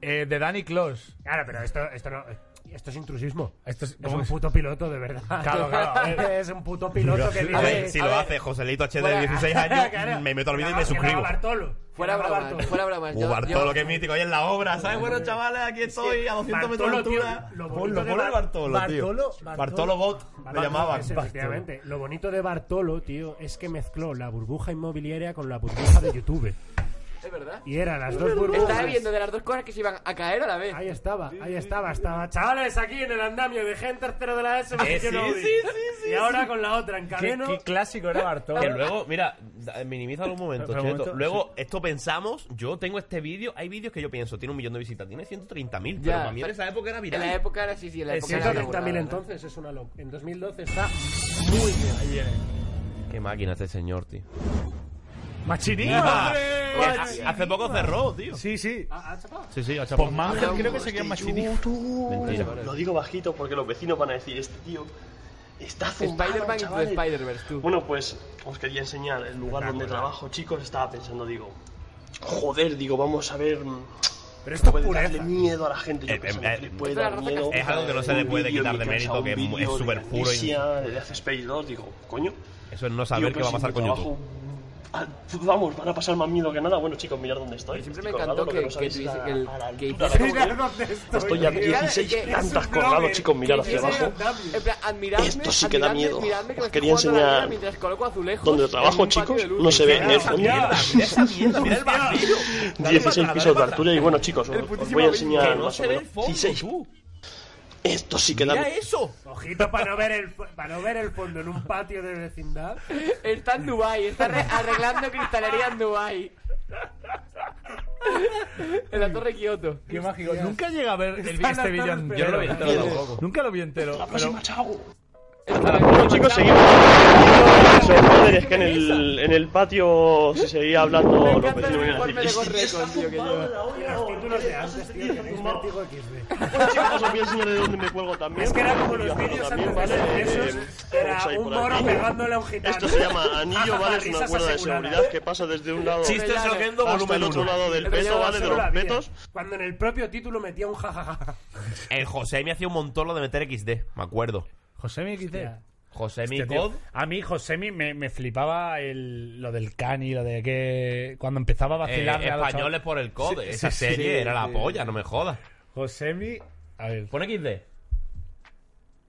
G: Eh, de Danny Claus.
C: Claro, pero esto, esto no... Esto es intrusismo.
G: Esto es,
C: Es un puto piloto, de verdad.
G: Claro, claro, a ver.
C: es un puto piloto que
A: A
C: dice...
A: ver, si
C: eh, a
A: lo
C: ver,
A: hace Joselito H de
C: fuera-
A: 16 años,
C: Claro.
A: me meto al vídeo y
C: Que
A: me
C: no- que no
A: suscribo.
C: va Bartolo.
E: Fuera
C: Que no va
E: bromas,
C: Bartolo.
E: fuera bromas.
A: Uh,
E: Yo-
A: Bartolo,
E: yo-
A: que mítico, ahí en la obra, ¿sabes? Bueno, chavales, aquí estoy a 200 metros de
C: Bartolo, tío,
A: altura.
C: lo bonito
A: Ponlo,
C: de
A: ponlo
C: Bar-
A: Bartolo, tío.
C: Bartolo,
A: Bartolo,
C: Bartolo-
A: Bot, le
C: Bartolo,
A: llamaban.
C: es, efectivamente. Lo bonito de Bartolo, tío, es que mezcló la burbuja inmobiliaria con la burbuja de YouTube.
E: Es verdad.
C: Y eran las dos
E: Estaba
C: burbujas.
E: viendo de las dos cosas que se iban a caer a la vez.
C: Ahí estaba, ahí estaba, estaba. Chavales, aquí en el andamio dejé en tercero de la S.
A: Eh,
C: yo
A: sí,
C: no vi.
A: sí, sí, sí,
C: y ahora
A: sí.
C: con la otra en
G: ¿Qué,
C: camino.
G: qué clásico era Bartolo.
A: Que luego, mira, da- minimízalo un momento,
G: Pero un
A: Cheto.
G: momento,
A: Luego, esto pensamos, yo tengo este vídeo, hay vídeos que yo pienso, tiene un millón de visitas, tiene 130.000, pero para mí en esa época era viral.
E: En la época era sí, sí, en la
C: El
E: época era
C: 130.000
A: eh?
E: laboral,
C: entonces es una locura. En 2012 está muy bien.
A: Qué máquina este señor, tío.
G: ¡Machinima!
A: Que ha- Hace poco cerró, tío.
G: Sí, sí.
A: Sí, sí, a
G: Por Mangel creo que se llama Machinima.
A: Mentira.
I: Lo digo bajito porque los vecinos van a decir, este tío está zumbado,
E: Spider-Man into the
I: chavales".
E: Spider-Verse, tú.
I: Bueno, pues os quería enseñar el lugar
A: pues,
I: donde trabajo, chicos. Estaba pensando, digo, joder, digo, vamos a ver... mm,
C: Pero esto
I: puede
C: es pureza.
I: darle miedo a la gente. Yo
A: Eh,
I: pensando,
A: eh,
I: ¿qué le
A: eh,
I: puede
A: otra
I: dar
A: raza
I: miedo?
A: que- es algo que no se le
I: Un
A: puede
I: vídeo
A: quitar
I: mi
A: de
I: casa,
A: mérito,
I: un
A: que es
I: vídeo de
A: súper puro y-
I: Galicia, De Death Space 2, digo, coño.
A: Eso es no saber
I: Digo,
A: qué va a
I: pues,
A: pasar con
I: mi
A: YouTube.
I: trabajo, ah, Vamos, van a pasar más miedo que nada. Bueno, chicos, mirad dónde estoy.
E: Siempre me
I: Estoy colgado,
E: encantó
I: lo
E: que,
I: no
E: que,
I: sabéis
E: tú
I: es
E: dices
I: la-
E: que el-
I: a la
E: que
I: altura
E: hiciste-
I: de la
C: Mira dónde estoy.
I: Estoy a
C: tío.
I: 16
E: que- que-
I: plantas
C: es un
I: colgado,
C: blogger.
I: chicos, mirad
E: que
I: hacia
E: hiciste-
I: abajo.
E: En plan, admiradme,
I: Esto sí que da
E: admiradme,
I: miedo.
E: admiradme que
I: Os
E: me
I: quería
E: estoy jugando a la
I: enseñar
E: vida mientras coloco azulejos
I: Donde
E: en
I: trabajo,
E: un patio
I: chicos,
E: de luz.
I: no se ve
E: Mira,
I: ni el
E: esa
I: fondo.
E: mierda,
A: Mira esa mierda, mira el vacío.
I: 16 pisos de altura y bueno, chicos, os
A: El
I: os
A: putísimo
I: voy a
A: abismo.
I: enseñar
A: Que no
I: más
A: se
I: o
A: ve
I: menos.
A: el fondo,
I: 16.
A: tú.
I: Esto sí que da
A: Mira eso.
C: Ojito para no, ver el, fo- para no ver el fondo en un patio de vecindad.
E: Está en Dubai, está re- arreglando cristalería en Dubai. En la Torre Kioto.
G: Qué mágico. Nunca llega a ver el-
E: Están
G: este vídeo
E: las
G: entero.
E: torres Yo no lo vi
A: entero
G: Miedo.
A: tampoco.
G: Nunca lo vi entero. pero-
I: Bueno, chicos, seguimos. Eso, joder, es que en el, en el patio se seguía hablando los vecinos. venían a decir, "Este tío está zumbado".
C: Los títulos de antes, tío, tenéis vértigo XD.
I: Bueno, chicos, os voy a enseñar de dónde me cuelgo también.
C: Es que era como
I: Os voy a
C: los
I: hacerlo
C: vídeos
I: también,
C: antes de
I: ¿vale?
C: ser
I: Eh,
C: esos, era
I: vamos ahí
C: un
I: por
C: moro
I: aquí.
C: pegándole a un gitano. ¿eh?
I: Esto se llama anillo, ¿vale? Es una
C: Risas
I: cuerda de
C: aseguradas.
I: seguridad que pasa desde un lado
A: Chistes loquendo,
I: hasta
A: volumen
I: el otro
A: uno.
I: lado del peto, ¿vale? De los petos.
C: eh. Cuando en el propio título metía un jajaja.
A: El Eh, José me hacía un montón lo de meter XD, me acuerdo.
G: José mi
C: Hostia.
A: José mi
G: Hostia, tío.
A: God.
G: A mí, Josemi, me, me flipaba el, lo del cani, lo de que cuando empezaba a vacilar.
A: Eh, españoles por el CODE. Esa serie era la polla, no me jodas.
G: Josemi, a ver.
A: Pone XD.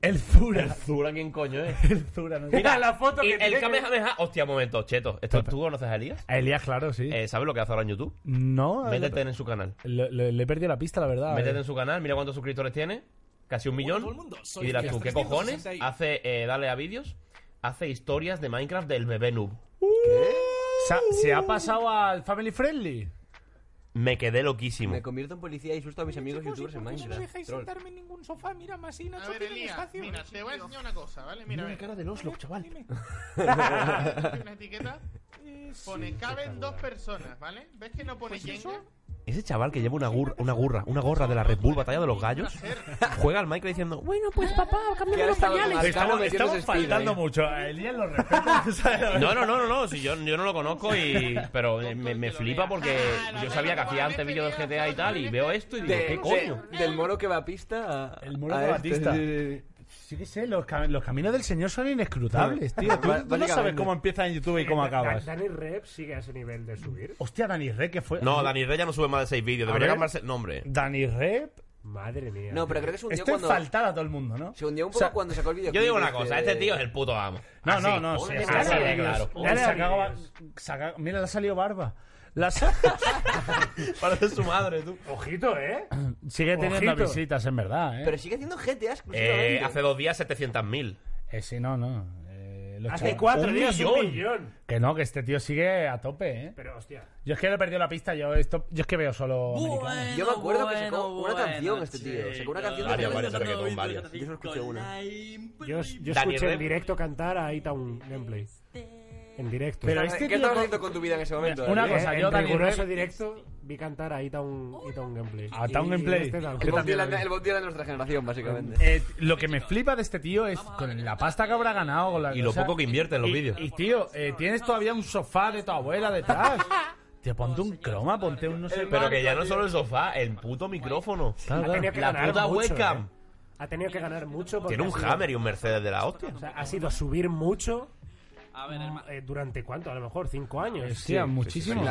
G: El Zura.
A: El Zura, ¿quién coño es?
G: El Zura, no sé.
A: Mira,
C: la foto
A: y
C: que
A: el
C: tiene.
A: Kamehameha. Hostia, un momento, Cheto. ¿Esto, ¿Tú conoces a Elías?
G: A Elías, claro, sí.
A: Eh, ¿Sabes lo que hace ahora en YouTube?
G: no, a ver,
A: Métete en su canal.
G: le, le- le he perdido la pista, la verdad. eh.
A: Métete en su canal, mira cuántos suscriptores tiene. Casi un millón.
M: soy
A: y dirás
M: Elías
A: tú, ¿qué
M: 360
A: cojones?
M: y-
A: Hace, eh, dale a vídeos. Hace historias de Minecraft del bebé noob.
G: ¿Se ha, se ha pasado al Family Friendly?
A: Me quedé loquísimo.
E: Me convierto en policía y asusto a mis amigos youtubers en
Q: No me
E: Minecraft.
Q: dejáis
E: Troll.
Q: sentarme en ningún sofá, mira, Masina,
P: A ver, Elías, mira, te voy a enseñar una cosa, ¿vale? Mira, a ver.
G: chaval.
P: Hay una etiqueta pone caben dos personas, ¿vale? ¿Ves que no
I: Pues,
P: pone Jenga?
A: Ese chaval que lleva una, gur- una gurra, una gorra de la Red Bull Batalla de los Gallos, juega al Minecraft diciendo,
Q: Bueno, pues papá,
A: Que
Q: cámbiame
A: ha
Q: los
A: estado
Q: pañales.
A: marcado Estamos- metiendo
G: Estamos
A: ese estilo
G: faltando
A: ahí.
G: mucho. A Elías lo respeto. ¿sabes?
A: No, no, no, no, no. Si yo, yo no lo conozco y. Pero eh, me, me flipa porque
E: Ah,
A: yo sabía que hacía antes vídeos del GTA y tal. Y veo esto y digo,
E: De-
A: ¿qué coño?
E: de- del moro que va a pista a.
G: El muro
E: a
G: de
E: este.
G: Batista. Sí que sé, los, cam- los caminos del Señor son inescrutables, tío. Tú,
E: Ba-
G: tú no sabes
E: básicamente.
G: cómo empieza en YouTube y cómo
C: Dan-
G: acabas.
C: Dani Rep sigue a ese nivel de subir.
G: Hostia, Dani Re, que fue.
A: No, Dani Rey ya no sube más de seis vídeos.
G: A
A: Debería
G: ver.
A: cambiarse el nombre.
G: Dani Rep.
C: Madre mía.
E: No, pero creo que se hundió
G: Esto es
E: cuando-
G: faltar a todo el mundo, ¿no?
E: Se hundió un poco cuando sacó el video.
A: Yo digo una cosa, este tío es el puto amo.
G: No,
A: Así,
G: no, no.
A: pum,
G: sí,
A: así,
G: sí, sí,
A: así,
G: sí,
A: claro.
G: Uy, se ha cagado- se ha cagado- Mira, le ha salido barba. La sa-
A: Parece su madre, tú.
C: Ojito, ¿eh?
G: Sigue teniendo
A: Ojito.
G: visitas, en verdad, ¿eh?
E: Pero sigue haciendo GTA exclusivamente.
A: Eh, hace dos días 700.000.
G: Eh, sí, no, no. Eh, lo
A: Hace
G: chao.
A: cuatro días, un
C: millón.
G: Que no, que este tío sigue a tope, ¿eh?
C: Pero hostia.
G: Yo es que le he perdido la pista, yo, esto, yo es que veo solo. americano.
E: Yo me acuerdo que sacó una canción este tío. Sacó
G: Eh,
E: una canción
A: Varias,
E: de
A: varias, reggaetón, varias.
E: Yo solo escuché una.
C: Yo, yo
A: Dani
C: escuché en
A: Rep.
C: directo cantar a Itown Gameplay. En directo. Eh,
G: Pero este
E: ¿Qué
G: tío-
E: estabas haciendo con tu vida en ese momento?
G: Una
E: Dani?
G: cosa,
C: en
G: yo Dani
C: riguroso
G: Rep-
C: directo vi cantar a Itown, Itown Gameplay.
G: A Itown
C: Y- y
G: Gameplay.
C: este tal.
E: El
G: Yo
E: Bob
G: también
E: Dylan
G: lo
E: de-
G: vi.
E: el Bob Dylan de nuestra generación, básicamente.
G: Eh, lo que me flipa de este tío es con la pasta que habrá ganado. con la-
A: Y lo
G: o sea,
A: poco que invierte en los
G: y-
A: vídeos.
G: Y tío, eh, tienes todavía un sofá de tu abuela detrás. Tío, ponte un croma, ponte un no sé
A: Pero que ya no solo el sofá, el puto micrófono.
G: claro.
C: Tenía que
A: La
C: ganar
A: puta
C: mucho,
A: webcam.
C: ¿eh? Ha tenido que ganar mucho. porque
A: Tiene un
C: ha sido-
A: Hammer y un Mercedes de la hostia.
C: O sea, ha sido subir mucho. eh, ¿Durante cuánto? A lo mejor cinco años.
G: Hostia, muchísimo.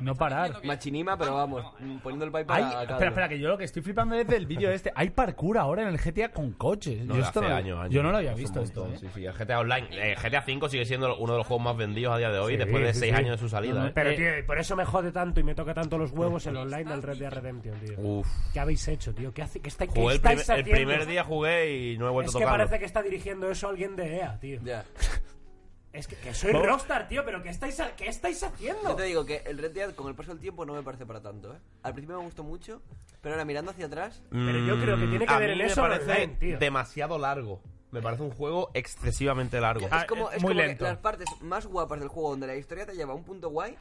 G: No parar.
E: Machinima, pero vamos, mm, poniendo el pipe para
G: Hay-
E: a
G: espera,
E: caldo.
G: espera, que yo lo que estoy flipando es del vídeo este. Hay parkour ahora en el GTA con coches.
A: No,
G: yo,
A: de
G: esto
A: hace
G: no-
A: años, años.
G: yo no lo había
A: Hace un
G: visto esto.
A: montón,
G: ¿eh?
A: Sí, sí, el GTA Online. eh, GTA V sigue siendo uno de los juegos más vendidos a día de hoy, después de
C: sí,
A: seis
C: sí.
A: años de su salida. ¿eh?
C: Pero, tío, y por eso me jode tanto y me toca tanto los huevos el online del Red Dead Redemption, tío.
A: Uf.
C: ¿Qué habéis hecho, tío? ¿Qué, hace, qué, está, qué
A: Jugué el,
C: estáis
A: primer, el
C: haciendo?
A: primer día jugué y no he vuelto
C: Es
A: a
C: que
A: tocarlo.
C: parece que está dirigiendo eso alguien de EA, tío.
E: Ya.
C: Es que, que soy
E: Vamos.
C: Rockstar, tío, pero ¿qué estáis, ha- qué estáis haciendo?
E: Yo te digo que el Red Dead con el paso del tiempo no me parece para tanto, ¿eh? Al principio me gustó mucho, pero ahora mirando hacia atrás...
C: Pero yo creo que tiene que
A: Mm, a
C: ver
A: mí
C: en
A: me
C: eso
A: parece
C: online, tío.
A: demasiado largo. Me parece un juego excesivamente largo.
C: Ah,
E: Es como,
C: eh,
E: es como que las partes más guapas del juego donde la historia te lleva a un punto guay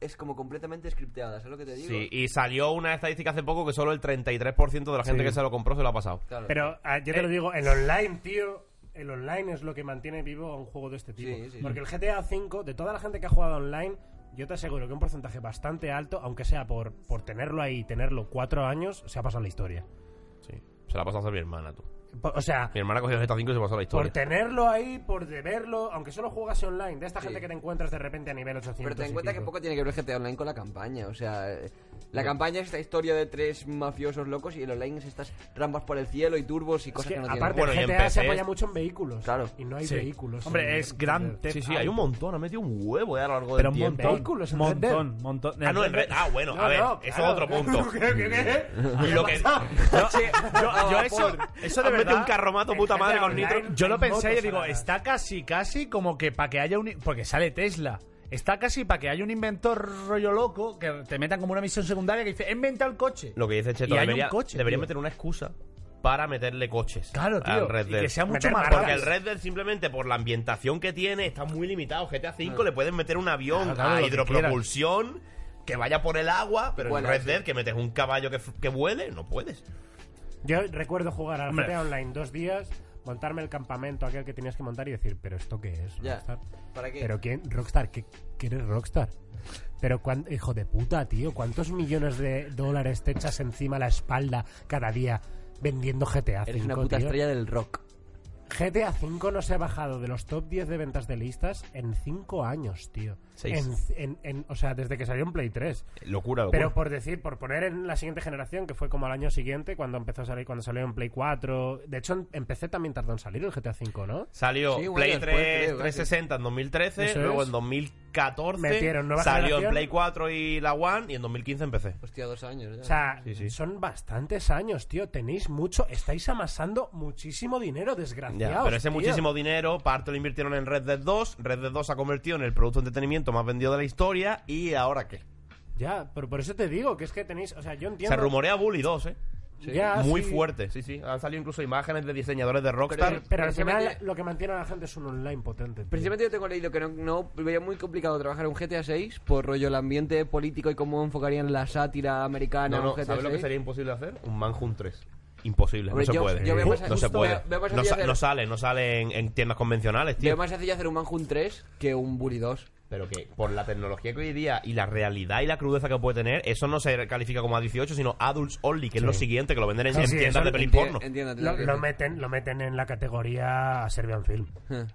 E: es como completamente scripteada, ¿sabes lo que te digo?
A: Sí, y salió una estadística hace poco que solo el 33% de la gente
C: Sí.
A: que se lo compró se lo ha pasado.
E: Claro.
C: Pero ah, yo te lo digo, el online, tío, el online es lo que mantiene vivo a un juego de este tipo.
E: Sí, sí,
C: Porque
E: sí.
C: el GTA V, de toda la gente que ha jugado online, yo te aseguro que un porcentaje bastante alto, aunque sea por, por tenerlo ahí, tenerlo cuatro años, se ha pasado la historia.
A: Sí. Se la ha pasado a mi hermana, tú.
C: Po- O sea,
A: Mi hermana cogió el GTA 5 y se pasó la
C: por
A: historia.
C: tenerlo ahí, por deberlo, aunque solo jugase online, de esta gente que te encuentras de repente a nivel 800.
E: Pero ten en
C: y
E: cuenta que
C: pico.
E: poco tiene que ver GTA Online con la campaña. O sea, eh, la campaña es esta historia de tres mafiosos locos y el online es estas rampas por el cielo y turbos y
C: Es
E: cosas
C: que,
E: que, no
C: aparte,
E: tienen.
C: el GTA se apoya mucho en vehículos.
E: Claro.
C: Y no hay
E: Sí.
C: vehículos. en-
G: Hombre, es
C: en
G: gran
C: Red
A: Sí, sí,
C: Dead.
A: hay un montón. Ha metido un huevo ya a lo largo del
G: Pero un
A: tiempo.
G: montón.
C: Vehículos en Red Dead.
G: Montón, montón.
A: Ah, no, en red. Ah, bueno, a ver,
C: no,
A: eso
C: claro.
A: es otro punto.
C: ¿Qué, qué, qué?
A: Lo que,
G: Yo, yo- yo eso, eso de
A: Has metido
G: verdad.
A: un carromato puta madre con nitro.
G: Yo lo pensé y
C: motos
G: digo,
A: "Este-".
C: aladas.
G: está casi, casi como que para que haya un. Porque sale Tesla. Está casi para que haya un inventor rollo loco que te metan como una misión secundaria que dice, he inventado el coche.
A: Lo que dice Cheto,
G: Y hay un
A: debería,
G: coche,
A: debería
G: tío.
A: meter una excusa para meterle coches.
G: Claro, tío,
A: al Red
G: y
A: Dead.
G: que sea mucho Meter más marcas.
A: Porque el Red Dead simplemente por la ambientación que tiene está muy limitado. GTA V le pueden meter un avión
G: Claro, claro,
A: a
G: lo que
A: hidropropulsión que vaya por el agua, pero en
G: Vuela,
A: Red
G: sí.
A: Dead que metes un caballo que, f- que vuele, no puedes.
C: Yo recuerdo jugar al
A: Hombre.
C: GTA Online dos días, montarme el campamento aquel que tenías que montar y decir, ¿pero esto qué es?
E: Ya.
C: Rockstar?
E: ¿Para qué?
C: ¿Pero quién? ¿Rockstar? ¿Qué, qué eres Rockstar? Pero, cuán- hijo de puta, tío, ¿cuántos millones de dólares te echas encima la espalda cada día vendiendo GTA V?
E: Eres una puta
C: tío?
E: estrella del rock.
C: GTA V no se ha bajado de los top 10 de ventas de listas en 5 años, tío.
A: Seis.
C: En- en- en- o sea, desde que salió en Play 3.
A: Locura, locura.
C: Pero por decir, por poner en la siguiente generación, que fue como al año siguiente, cuando empezó a salir, cuando salió en Play 4. De hecho, en, en PC también tardó en salir el GTA V, ¿no?
A: Salió
C: Sí, bueno,
A: Play
C: después,
A: 3,
C: creo, casi.
A: 360 en 2013,
C: Eso
A: luego
C: es.
A: en 2014
C: Metieron nueva
A: salió en
C: generación.
A: Play 4 y la One y en 2015 empecé.
E: Hostia, dos años. ya.
C: O sea,
A: Sí, sí.
C: son bastantes años, tío. Tenéis mucho, estáis amasando muchísimo dinero,
A: Ya,
C: desgraciados.
A: pero ese
C: tío.
A: muchísimo dinero, parte lo invirtieron en Red Dead 2, Red Dead 2 se ha convertido en el producto de entretenimiento más vendido de la historia y ahora qué.
C: Ya, pero por eso te digo, que es que tenéis. O sea, yo entiendo. Ah,
A: Se rumorea Bully 2, ¿eh?
C: Sí. Ya,
A: Muy
C: sí.
A: fuerte, sí, sí. Han salido incluso imágenes de diseñadores de Rockstar.
C: Pero, pero al final lo que mantiene a la gente es un online potente. tío.
E: Precisamente yo tengo leído que no, no veía muy complicado trabajar en un GTA 6 por rollo el ambiente político y cómo enfocarían la sátira americana
A: No,
E: en
A: no,
E: un GTA
A: ¿sabes lo que
E: 6?
A: sería imposible hacer? Un Manhunt 3. Imposible,
E: Hombre,
A: no se
E: yo-
A: puede.
E: yo veo más-
A: no se
E: justo
A: puede.
E: veo- veo más
A: No, sa-
E: hacer-
A: no sale, no sale en, en tiendas convencionales, tío.
E: Veo más sencillo hacer un Manhunt 3 que un Bully 2.
A: Pero que por la tecnología que hoy día y la realidad y la crudeza que puede tener, eso no se califica como a 18, sino Adults Only, que es lo siguiente, que lo venden en,
C: Sí,
A: en
C: sí,
A: tiendas
C: eso-
A: de peli
C: enti-
A: porno.
C: Lo, lo meten, lo meten en la categoría Serbian Film.
E: Ah.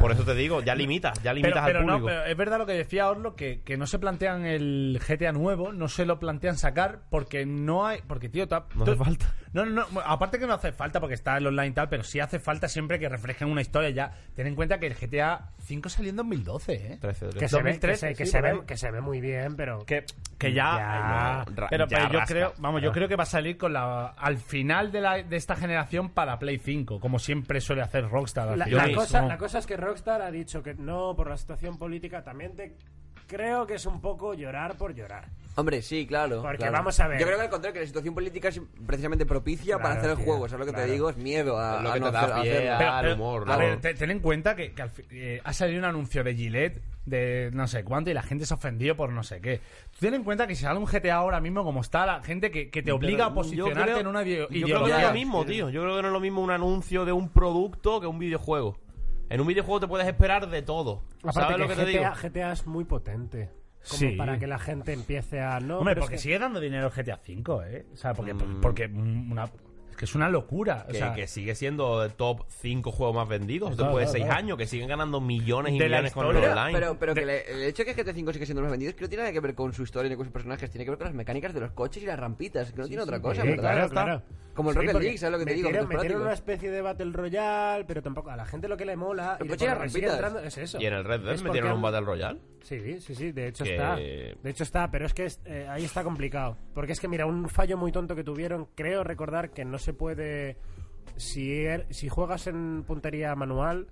A: Por eso te digo, ya limitas, ya limitas
C: Pero-
A: al
C: pero no,
A: público.
D: Pero es verdad lo que decía Orlo, que, que no se plantean el GTA nuevo, no se lo plantean sacar porque no hay. Porque, tío, ta-
A: No
D: tú-
A: hace falta.
D: No, no, no, aparte que no hace falta porque está el online y tal, pero sí hace falta siempre que reflejen una historia ya. Ten en cuenta que el GTA 5 salió en 2012, ¿eh?
C: Que se, ve, que,
D: 2013,
C: se, que
D: sí,
C: se
D: por ahí.
C: ve, que se ve muy bien, pero.
D: Que, que ya,
C: Ya,
D: Ay, no,
C: ra-
D: pero,
C: ya
D: pero yo
C: rasca.
D: creo vamos yo
C: Claro.
D: creo que va a salir con la al final de, la, de esta generación para Play 5 como siempre suele hacer Rockstar al
C: La,
D: final.
C: la cosa,
D: Como-
C: la cosa es que Rockstar ha dicho que no por la situación política. También te creo que es un poco llorar por llorar.
E: Hombre, sí, claro.
C: Porque
E: claro.
C: vamos a ver.
E: Yo creo que al contrario, que la situación política es precisamente propicia para
D: Claro,
E: hacer el
D: tío,
E: juego. ¿Sabes lo que te
D: claro.
E: digo? Es miedo a, a no hacer- a hacerlo.
D: Pero- pero, A ver, te- ten en cuenta que, que al fi- eh, ha salido un anuncio de Gillette de no sé cuánto y la gente se ha ofendido por no sé qué. Tú ten en cuenta que si sale un GTA ahora mismo como está, la gente que, que te
A: Pero
D: obliga a posicionarte
A: yo creo-
D: en una ideo-
A: Yo creo que no es
D: ideología.
A: lo mismo, tío. Yo creo que no es lo mismo un anuncio de un producto que un videojuego. En un videojuego te puedes esperar de todo.
C: Aparte
A: ¿Sabes
C: que,
A: lo que te digo?
C: GTA, GTA es muy potente. Como
D: Sí.
C: para que la gente empiece a. No,
D: Hombre,
C: pero es
D: porque
C: que-
D: sigue dando dinero GTA V, ¿eh? O sea, porque, porque una, es que es una locura. o
A: Que,
D: sea,
A: que sigue siendo el top 5 juegos más vendidos
D: Claro,
A: después de
D: claro,
A: 6
D: claro.
A: años, que siguen ganando millones y
D: De la
A: millones con el
D: historia,
A: online.
E: Pero, pero que le- el hecho de que GTA V sigue siendo los vendidos creo que tiene nada que ver con su historia ni con sus personajes, tiene que ver con las mecánicas de los coches y las rampitas, que no tiene otra cosa,
C: Sí,
E: ¿verdad?
C: claro,
E: Ya está.
C: claro.
E: Como el
C: Sí,
E: Rocket
C: porque
E: League, ¿sabes lo que te digo?
C: metieron-
E: Objetos
C: metieron una
E: prácticos.
C: especie de Battle Royale, pero tampoco a la gente lo que le mola.
E: Los
C: y
E: coches
C: por
E: y
C: lo
E: las
C: que sigue
E: rampitas.
C: entrando es eso.
A: ¿Y en el Red Dead
C: Es porque
A: metieron un
C: han-
A: Battle Royale?
C: Sí, sí, sí, de hecho
A: Que-
C: está. De hecho está, pero es que es- eh, ahí está complicado. Porque es que, mira, un fallo muy tonto que tuvieron, creo recordar que no se puede. Si, er- si juegas en puntería manual.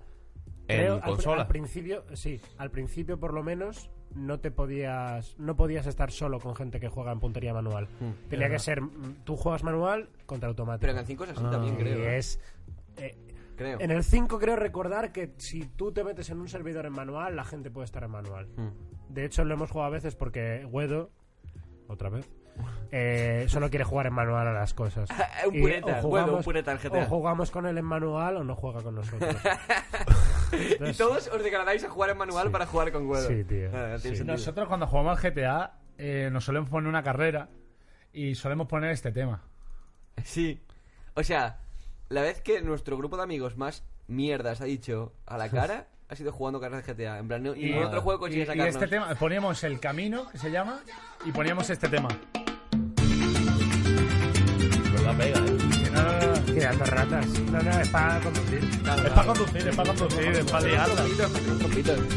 A: En
C: creo, al pr-
A: consola.
C: Al, principio, sí, al principio por lo menos no te podías no podías estar solo con gente que juega en puntería manual. Tenía
E: Hmm. Es
C: que
E: verdad.
C: ser mm, tú juegas manual contra automático.
E: Pero en el 5 es así también,
C: y
E: creo, ¿eh?
C: es eh,
E: Creo.
C: Ah, En el 5 creo recordar que si tú te metes en un servidor en manual, la gente puede estar en manual.
E: Hmm.
C: De hecho, lo hemos jugado a veces porque Guedo, otra vez, eh, solo quiere jugar en manual a las cosas.
E: Un
C: Y
E: pureta,
C: o
E: Guedo, un pureta al GTA.
C: O jugamos con él en manual o no juega con nosotros.
E: Y todos os degradáis a jugar en manual para jugar con huevos.
C: Sí, tío.
E: Ah, tiene
C: Sí.
E: sentido.
D: Nosotros cuando jugamos al GTA eh, nos solemos poner una carrera y solemos poner este tema.
E: Sí. O sea, la vez que nuestro grupo de amigos más mierdas ha dicho a la cara ha sido jugando carreras de GTA. En plan, no- ningún otro juego
D: y-
E: consigue
D: y
E: sacarnos.
D: este tema, poníamos el camino, que se llama, y poníamos este tema.
A: ¿Verdad, pega, eh?
C: No, no, no. Tirando ratas. No, no, es para conducir.
D: Es para conducir, es para conducir, es para liarla.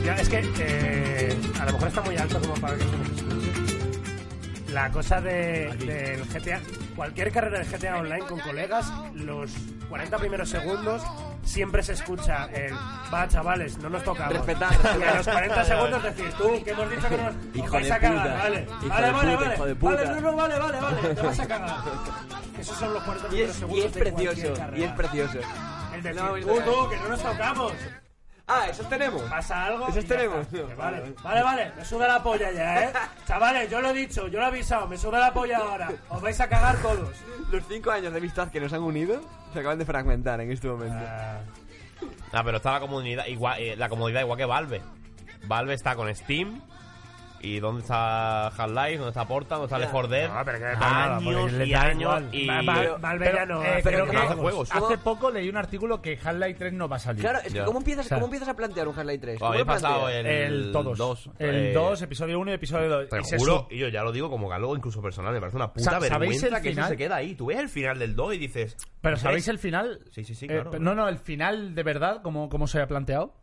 C: Ya, es que eh, a lo mejor está muy alto como para que se nos escuche. La cosa de, del GTA, cualquier carrera de GTA online con colegas, los 40 primeros segundos siempre se escucha el va chavales, no nos tocamos.
E: Respetad,
C: Y
E: respetad.
C: a los 40 segundos decís tú que hemos dicho que no nos os
E: Hijo
C: vais
E: de
C: a cagar,
E: puta.
C: vale,
E: Hijo
C: vale,
E: de
C: vale,
E: puta,
C: vale,
E: hijo de puta.
C: vale, no, no, vale, vale, vale, te vas a cagar. Esos son los 40
E: Y
C: primeros
E: es, y
C: segundos
E: es
C: de cualquier
E: precioso, y es
C: carrera.
E: precioso.
C: El de
E: No,
C: decir,
E: no, no.
C: "Puto, que no nos tocamos.
E: Ah, esos tenemos.
C: Pasa algo.
E: Esos
C: y ya
E: tenemos.
C: está.
E: No,
C: Vale,
E: vale.
C: vale, vale. Me suda la polla ya, eh. Chavales, yo lo he dicho, yo lo he avisado. Me suda la polla ahora. Os vais a cagar todos.
E: Los cinco años de amistad que nos han unido se acaban de fragmentar en este momento.
C: Eh,
A: Ah, pero está la comunidad igual, eh, la comodidad igual que Valve. Valve está con Steam. ¿Y dónde está Half-Life? ¿Dónde está Porta? ¿Dónde está Left 4 Dead?
C: No, pero que no, no,
A: años
C: porque le
A: y
C: da
A: años
C: igual.
A: y...
C: Va- va- Valve ya no
E: eh,
C: eh, hace
D: creo
A: juegos.
D: que
A: No hace juegos.
D: Hace poco leí un artículo que Half-Life 3 no va a salir.
E: Claro, es que ¿cómo empiezas,
D: O sea,
E: ¿cómo empiezas a plantear un Half-Life
A: Bueno,
E: 3? ¿Cómo
A: he
E: lo
A: pasado
E: planteas?
A: el,
D: El todos.
A: dos,
D: El
A: eh,
D: 2, episodio 1 y episodio 2.
A: Te
D: Y se
A: juro,
D: sub-
A: y yo ya lo digo como galo, incluso personal, me parece una puta
D: Sa- ¿sabéis
A: vergüenza
D: el
A: que eso
D: final?
A: se queda ahí. Tú ves el final del 2 y dices...
D: Pero
A: ¿ves?
D: ¿sabéis el final?
A: Sí, sí, sí,
D: Eh,
A: claro.
D: pero- no, no, el final de verdad, ¿cómo, cómo se ha planteado?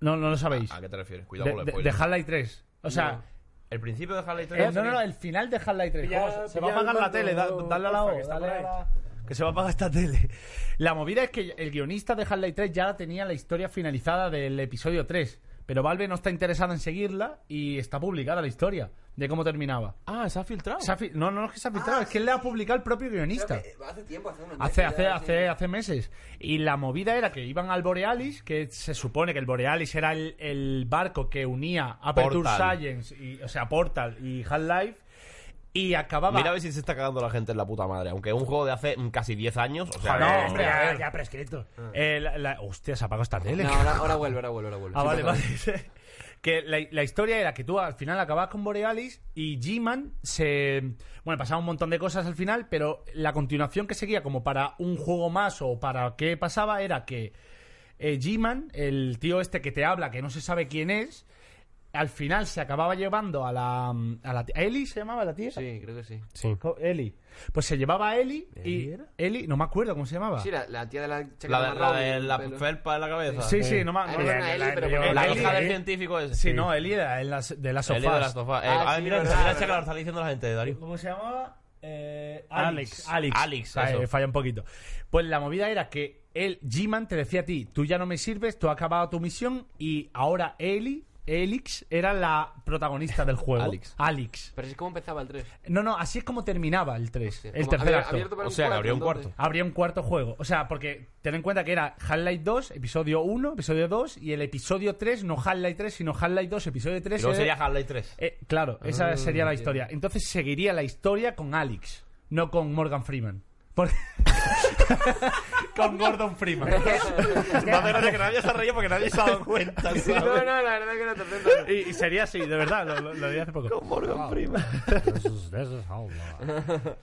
D: No, no lo sabéis.
A: ¿A qué te refieres? Cuidado
D: De-
A: con los
D: de-
A: spoilers.
D: De Half-Life 3. O sea,
A: No. El principio de Half-Life 3...
D: eh, no, no, no, el final de Half-Life 3.
A: Pilla-
D: Vamos, se va
A: pilla
D: a
A: el
D: apagar la
A: mando,
D: tele, da- dale a la
A: porfa,
D: O,
A: que está
D: dale
A: por
D: a
A: ahí.
D: la- Que se va a apagar esta tele. La movida es que el guionista de Half-Life 3 ya tenía la historia finalizada del episodio 3. Pero Valve no está interesada en seguirla y está publicada la historia de cómo terminaba.
G: Ah, se ha filtrado.
D: Se ha fi- no, no no es que se ha
A: Ah,
D: filtrado, es que le ha publicado el propio guionista.
E: Hace tiempo, hace unos
D: Hace,
E: meses,
D: hace,
E: ya,
D: hace, hace meses. Y la movida era que iban al Borealis, que se supone que el Borealis era el, el barco que unía Aperture
A: Portal.
D: Science, y, o sea, Portal y Half-Life, y acababa...
A: Mira a ver si se está cagando la gente en la puta madre. Aunque es un juego de hace mm, casi 10 años. O sea,
D: Joder,
A: no,
D: hombre,
A: no.
D: ya, ya prescrito.
A: Ah.
D: Eh, la- la- hostia, se apagó esta tele.
E: No, ahora, ahora vuelve, ahora vuelve, ahora vuelve.
D: Ah,
E: Sí,
D: vale,
E: perdón.
D: vale. que la, la historia era que tú al final acababas con Borealis y G-Man se. Bueno, pasaba un montón de cosas al final, pero la continuación que seguía, como para un juego más o para qué pasaba, era que eh, G-Man, el tío este que te habla, que no se sabe quién es. Al final se acababa llevando a la. A la tía- ¿Eli se llamaba la tía?
E: Sí, creo que sí.
C: Sí.
D: Eli. Pues se llevaba a Eli y. Eli, no me acuerdo cómo se llamaba.
E: Sí, la, la tía de la chaqueta
A: La, de- la de
E: marrón,
A: la
E: pelo.
A: felpa en la cabeza.
D: Sí, sí, no me
E: Ah, era una Eli, pero
D: la-
E: con-
A: La
D: Eli,
A: hija del
D: Eli.
A: científico ese.
D: Sí, no, Eli era en las- de las
A: Eli de las eh. sofás. Eh, ah, mira, mira, mira, checa lo que está diciendo la gente, Darío.
D: ¿Cómo se llamaba? Eh,
A: Alex.
D: Alex.
A: Alex,
D: Ah,
A: eso.
D: eh, falla un poquito. Pues la movida era que el G-Man te decía a ti, tú ya no me sirves, tú has acabado tu misión y ahora Eli, Elix era la protagonista del juego.
E: Alex.
D: Alex.
E: Pero así es como empezaba el 3.
D: No, no, así es como terminaba el 3, el
E: como
D: tercer
E: abier-
D: acto.
E: abierto para O un sea, que cuarto, habría un entonces.
D: Habría un cuarto juego. O sea, porque ten en cuenta que era Half-Life 2, episodio 1, episodio 2 y el episodio 3, no Half-Life 3, sino Half-Life 2, episodio 3.
A: Y luego
D: eh,
A: sería Half-Life 3.
D: eh, claro, esa
A: Ah,
D: sería la
A: bien.
D: historia. Entonces seguiría la historia con Alex, no con Morgan Freeman. Por- con Gordon Freeman.
A: Me hace gracia que nadie se ha reído porque nadie se ha dado cuenta. ¿sabes?
E: la verdad que no te
D: y, y sería así, de verdad, lo, lo, lo di hace poco. Con
A: Morgan Freeman.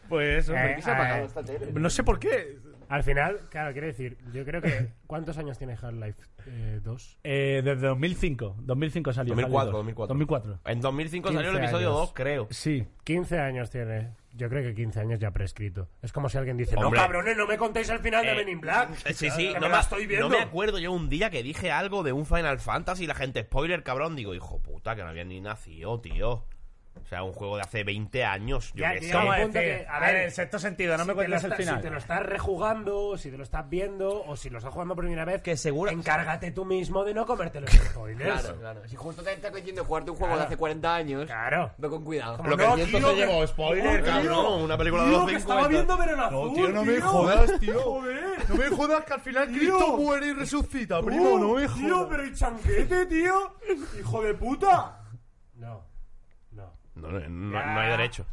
D: Pues eso.
C: Eh,
D: ¿por qué se ha apagado
C: eh,
D: esta tele? No sé por qué.
C: Al final, claro, quiero decir, yo creo que. ¿Cuántos años tiene Half-Life 2?
D: Eh, desde 2005. 2005 salió.
A: 2004,
D: Half-Life 2.
A: 2004. En 2005 salió el
C: 15
A: episodio
C: años.
A: 2, creo.
D: Sí.
C: 15 años tiene. Yo creo que 15 años ya prescrito. Es como si alguien dice,
A: Hombre.
C: no cabrones, no me contéis el final de
A: Eh,
C: Men in Black.
A: Eh, Sí, sí,
C: Que
A: no
C: me
A: me,
C: la estoy viendo.
A: no me acuerdo yo un día que dije algo de un Final Fantasy y la gente, spoiler, cabrón. Digo, hijo puta, que no había ni nacido, tío. O sea, un juego de hace 20 años. Yo
C: Ya,
A: qué
C: tío,
A: sé.
C: ¿cómo Apunta decir? que- a
D: A
C: ver,
D: ver, el sexto sentido, no
C: Si te
D: me
C: lo
D: cuentes el
C: está-
D: final.
C: Si te lo estás rejugando, si te lo estás viendo, o si lo estás jugando por primera vez, que seguro. Encárgate tú mismo de no comerte los spoilers.
E: Claro, claro. Si justo te está coincidiendo jugarte un juego de hace 40 años,
C: claro.
E: ve con cuidado.
C: Como Lo que no, tío,
A: entonces que- llevo spoiler, cabrón, una película de los
C: que
A: 50.
C: estaba viendo pero en azul,
A: tío, no me
C: jodas,
D: tío. No me jodas que al final Cristo muere y resucita,
C: primo, no me Oh, Tío, pero el chanquete, tío. Hijo de puta. No.
A: No, no, no- no hay derecho.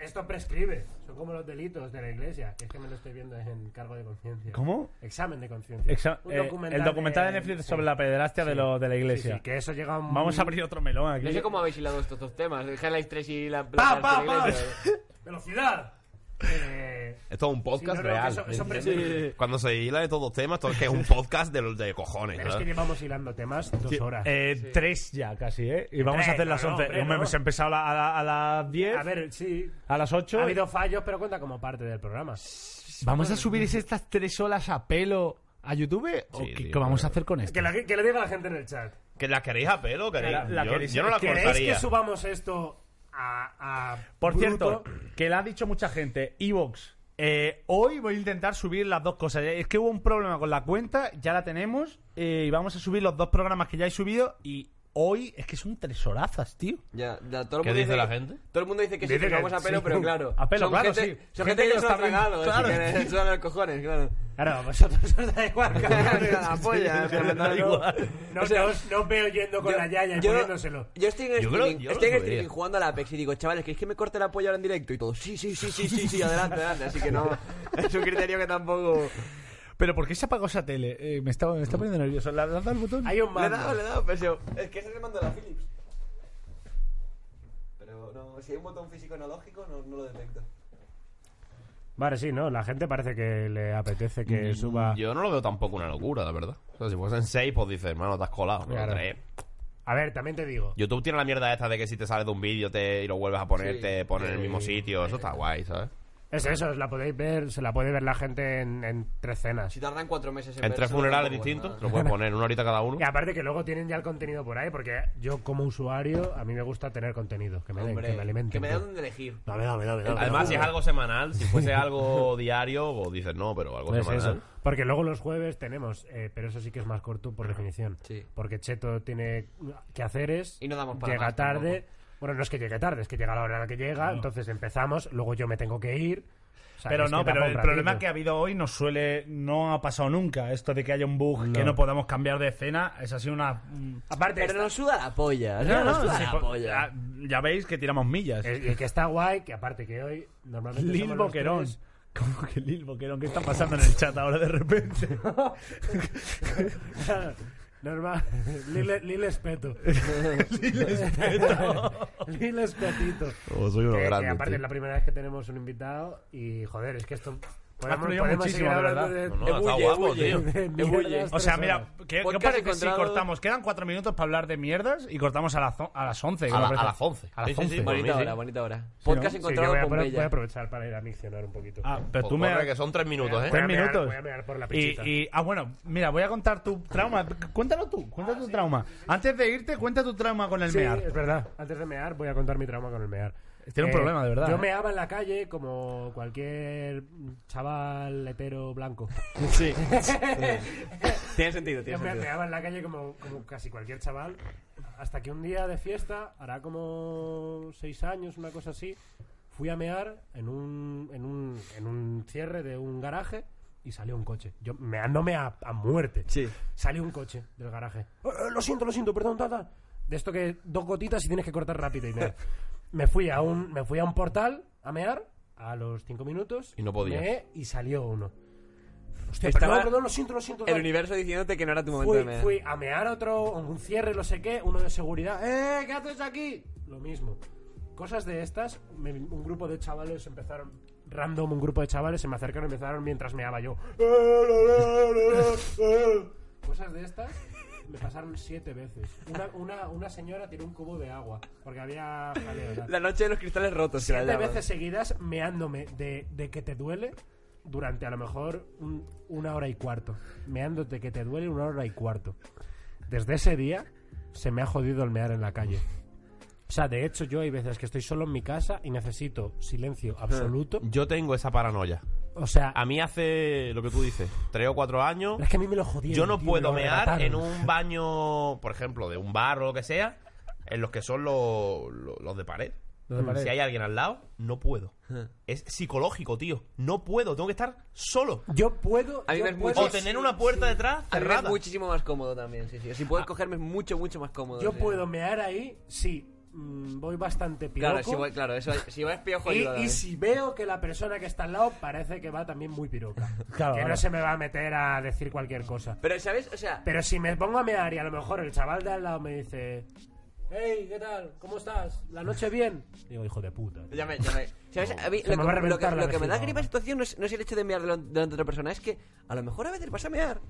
C: Esto prescribe. Son como los delitos de la iglesia. que Es que me lo estoy viendo en cargo de conciencia.
D: ¿Cómo?
C: Examen de conciencia.
D: Exa-
C: Un
D: eh, el documental de Netflix sobre la pederastia de, lo- de la iglesia.
C: Sí, sí, que eso llega a un-
D: Vamos a abrir otro melón aquí.
E: No sé cómo habéis hilado estos dos temas. El Half-Life 3 y la...
C: ¡Pa,
E: la
C: pa,
E: parte
C: pa!
E: de la iglesia.
C: ¡Velocidad! Eh,
A: Esto es un podcast
C: Sí, no, no,
A: real.
C: eso- eso
A: ¿me
C: prescribe.
A: entiendes? Cuando se hila de todos los temas, esto es que es un podcast de, los- de cojones.
C: pero es que
A: ¿sabes?
C: llevamos hilando temas dos horas.
D: Eh, Tres ya casi, ¿eh? Y vamos a hacer las 11. Hemos empezado a la- a la- a las 10.
C: A ver, sí.
D: A las 8.
C: Ha habido fallos, pero cuenta como parte del programa.
D: ¿Vamos a subir estas tres horas a pelo a YouTube? ¿O qué, qué vamos a hacer con esto?
C: Que, la- que lo diga la gente en el chat.
A: Que la queréis a pelo, queréis.
D: La- la
A: yo,
D: queréis-
A: yo no la
C: ¿Queréis
A: cortaría.
C: que subamos esto a. a
D: Por
C: bruto?
D: cierto, que le ha dicho mucha gente, Evox, eh, hoy voy a intentar subir las dos cosas. Es que hubo un problema con la cuenta, ya la tenemos, eh, y vamos a subir los dos programas que ya he subido, y hoy es que son tres horazas, tío.
E: Ya, ya, todo el
D: ¿Qué
E: mundo
D: dice la
E: que-
D: gente?
E: Todo el mundo dice que sí,
D: Dice
E: que
D: que
E: vamos a pelo,
D: sí.
E: pero claro.
D: A pelo,
E: son
D: claro,
E: gente,
D: sí.
E: Son gente
D: Gente que
E: que
D: lo
E: se lo ha
D: está
E: tragado,
D: viendo. Claro.
E: así que son los cojones, claro.
C: Claro, vosotros os da igual, cabrones,
E: La polla, pero no, no.
C: No,
E: O sea,
C: no os- no os veo yendo con la yaya y poniéndoselo.
E: Yo estoy en el
C: Yo creo-
E: streaming,
C: yo lo
E: estoy en el
C: subiría.
E: streaming jugando a la Apex y digo, chavales, ¿queréis que me corte la polla ahora en directo? Y todo, sí, sí, sí, sí, sí, sí, adelante, adelante. Así que no, es un criterio que tampoco...
D: Pero ¿por qué se apagó esa tele? Eh, me, está, me está poniendo nervioso. ¿Le has dado el botón?
E: Hay un Le he dado, le he dado, pero se- es que ese es el mando de la Philips. Pero no, si hay un botón físico analógico, no, no lo detecto.
C: Vale, sí, ¿no? La gente parece que le apetece que suba.
A: Yo no lo veo tampoco una locura, la verdad. O sea, si fuesen seis, pues dices, hermano, te has colado. pero
C: Claro.
A: tres.
C: A ver, también te digo.
A: YouTube tiene la mierda esta de que si te sales de un vídeo te, y lo vuelves a poner,
C: Sí.
A: te ponen en el
C: Sí.
A: mismo sitio. Eso está guay, ¿sabes?
C: Es eso, os la podéis ver, se la puede ver la gente en, en tres cenas.
E: Si tardan cuatro meses en
A: En tres
E: verse,
A: funerales
E: tampoco es
A: distintos,
E: nada.
A: te lo puedes poner, una horita cada uno.
C: Y aparte que luego tienen ya el contenido por ahí, porque yo como usuario, a mí me gusta tener contenido, que me, den,
E: Hombre,
C: que me alimenten.
E: que me den
C: tío.
E: donde elegir.
C: Dame, dame, dame, dame,
A: Además, si es
C: dame.
A: algo semanal, si fuese algo diario, o dices no, pero algo
C: Pues
A: semanal.
C: eso. Porque luego los jueves tenemos, eh, pero eso sí que es más corto por definición. Porque Cheto tiene que hacer es.
E: Y no damos para
C: Llega
E: más
C: tarde. Bueno, no es que llegue tarde, es que llega la hora en la que llega. Entonces empezamos, luego yo me tengo que ir. O sea,
G: Pero
C: es
G: no,
C: que da
G: pero
C: pa' un
G: el
C: ratito.
G: problema que ha habido hoy no suele, no ha pasado nunca. Esto de que haya un bug que no podamos cambiar de escena, es así una.
E: Aparte, pero nos suda la polla.
G: No,
E: No, nos
G: no,
E: suda
G: sí,
E: la
G: po-
E: polla.
G: ah, Ya veis que tiramos millas.
C: El, el que está guay, que aparte que hoy normalmente.
G: Lil
C: somos los
G: Boquerón.
C: tres.
G: ¿Cómo que Lil Boquerón? ¿Qué está pasando en el chat ahora de repente?
C: Normal. Lil, Lil Espeto.
G: Lil Espeto.
C: Lil Espetito. Eh,
A: Oh, soy uno
C: Que- que
A: grande,
C: aparte
A: tío.
C: es la primera vez que tenemos un invitado y joder, es que esto... Podemos,
G: fluido
C: podemos
G: muchísimo,
C: seguir
G: de
C: hablando
G: verdad.
C: de,
G: No, no,
C: de
G: está
C: bulle,
G: guapo,
C: bulle,
G: tío.
C: de mierdas
G: O sea,
C: tres horas.
G: mira, ¿qué, qué os parece si cortamos? Quedan cuatro minutos para hablar de mierdas y cortamos a, las zo- a las 11.
A: A la- a las 11.
G: A las
A: Sí, sí, sí,
G: 11.
A: por mí, Bonita sí. hora,
E: bonita hora.
G: Sí, ¿no?
E: Podcast
G: Sí,
E: encontrado
G: yo voy a
E: con
G: poner-
E: Bella.
C: Voy a aprovechar para ir a miccionar un poquito.
G: Ah, pero
A: Pues
G: tú me...
A: ¿eh?
C: Voy a-
G: Tres
C: voy a mear-
G: minutos.
C: Voy a mear por la
G: y,
C: pichita.
G: y- ah, bueno, mira, voy a contar tu trauma. Cuéntalo tú, cuenta tu trauma. Antes de irte, cuenta tu trauma con el
C: Sí,
G: mear.
C: es verdad. Antes de mear, voy a contar mi trauma con el mear.
G: Tiene un problema, de verdad,
C: Yo
G: ¿eh?
C: meaba en la calle como cualquier chaval hetero blanco.
E: Sí. Tiene sentido, tiene
C: Yo me
E: sentido.
C: meaba en la calle como, como casi cualquier chaval. Hasta que un día de fiesta, hará como seis años, una cosa así, fui a mear en un, en un, en un cierre de un garaje y salió un coche. Yo meándome a, a muerte.
E: Sí.
C: Salió un coche del garaje. "Eh, eh, lo siento, lo siento, perdón, tata. De esto que dos gotitas y tienes que cortar rápido y mear. me fui a un me fui a un portal a mear a los cinco minutos
A: Y no podías.
C: meé y salió uno. Hostia,
E: Estaba
C: perdón, perdón, lo siento, lo siento.
E: El
C: tal.
E: universo diciéndote que no era tu momento de
C: Fui,
E: mear.
C: fui a mear otro, un cierre, no sé qué, uno de seguridad. ¡Eh, qué haces aquí! Lo mismo. Cosas de estas, me- un grupo de chavales empezaron, random, un grupo de chavales se me acercaron y empezaron mientras meaba yo. Cosas de estas me pasaron siete veces. Una, una, una señora tiró un cubo de agua porque había jaleo. tal.
E: La noche de los cristales rotos. que la
C: Siete
E: llaman.
C: veces seguidas meándome de, de que te duele durante a lo mejor un- una hora y cuarto. Meándote que te duele una hora y cuarto. Desde ese día se me ha jodido el mear en la calle. O sea, de hecho yo hay veces que estoy solo en mi casa y necesito silencio absoluto.
A: Yo tengo esa paranoia.
C: O sea,
A: Ah. A mí hace lo que tú dices, tres o cuatro años.
C: es que a mí me lo jodieron.
A: Yo no
C: tío,
A: puedo
C: me lo
A: mear
C: arrebataron.
A: en un baño, por ejemplo, de un bar o lo que sea, en los que son los, los- los de pared.
G: Los de pared.
A: Si hay alguien al lado, no puedo. Es psicológico, tío. No puedo, tengo que estar solo.
C: Yo puedo.
E: A mí
A: yo
E: me es
A: puedo-
E: mucho-
A: O tener una puerta detrás
E: A mí me es
A: cerrada.
E: muchísimo más cómodo también, sí, sí. Si puedes cogerme es mucho, mucho más cómodo.
C: Ah. Yo
E: sí.
C: puedo mear ahí si mm, voy bastante piroco.
E: Claro, si voy, claro, eso, si vas piojo
C: Y,
E: ayuda,
C: y
E: ¿eh?
C: si veo que la persona que está al lado parece que va también muy piroca.
G: Claro,
C: que
G: claro.
C: no se me va a meter a decir cualquier cosa.
E: Pero, ¿sabes? O sea,
C: Pero si me pongo a mear y a lo mejor el chaval de al lado me dice... Hey, ¿qué tal? ¿Cómo estás? ¿La noche bien? Digo, hijo de puta. tío.
E: Ya me, ya me- ¿Sabes? A mí
C: Se
E: lo,
C: me va a
E: que, lo que-
C: reventar la
E: lo que me da
C: vejiga.
E: gripa situación no es, no es el hecho de mear delan- delante de otra persona, es que a lo mejor a veces vas a mear.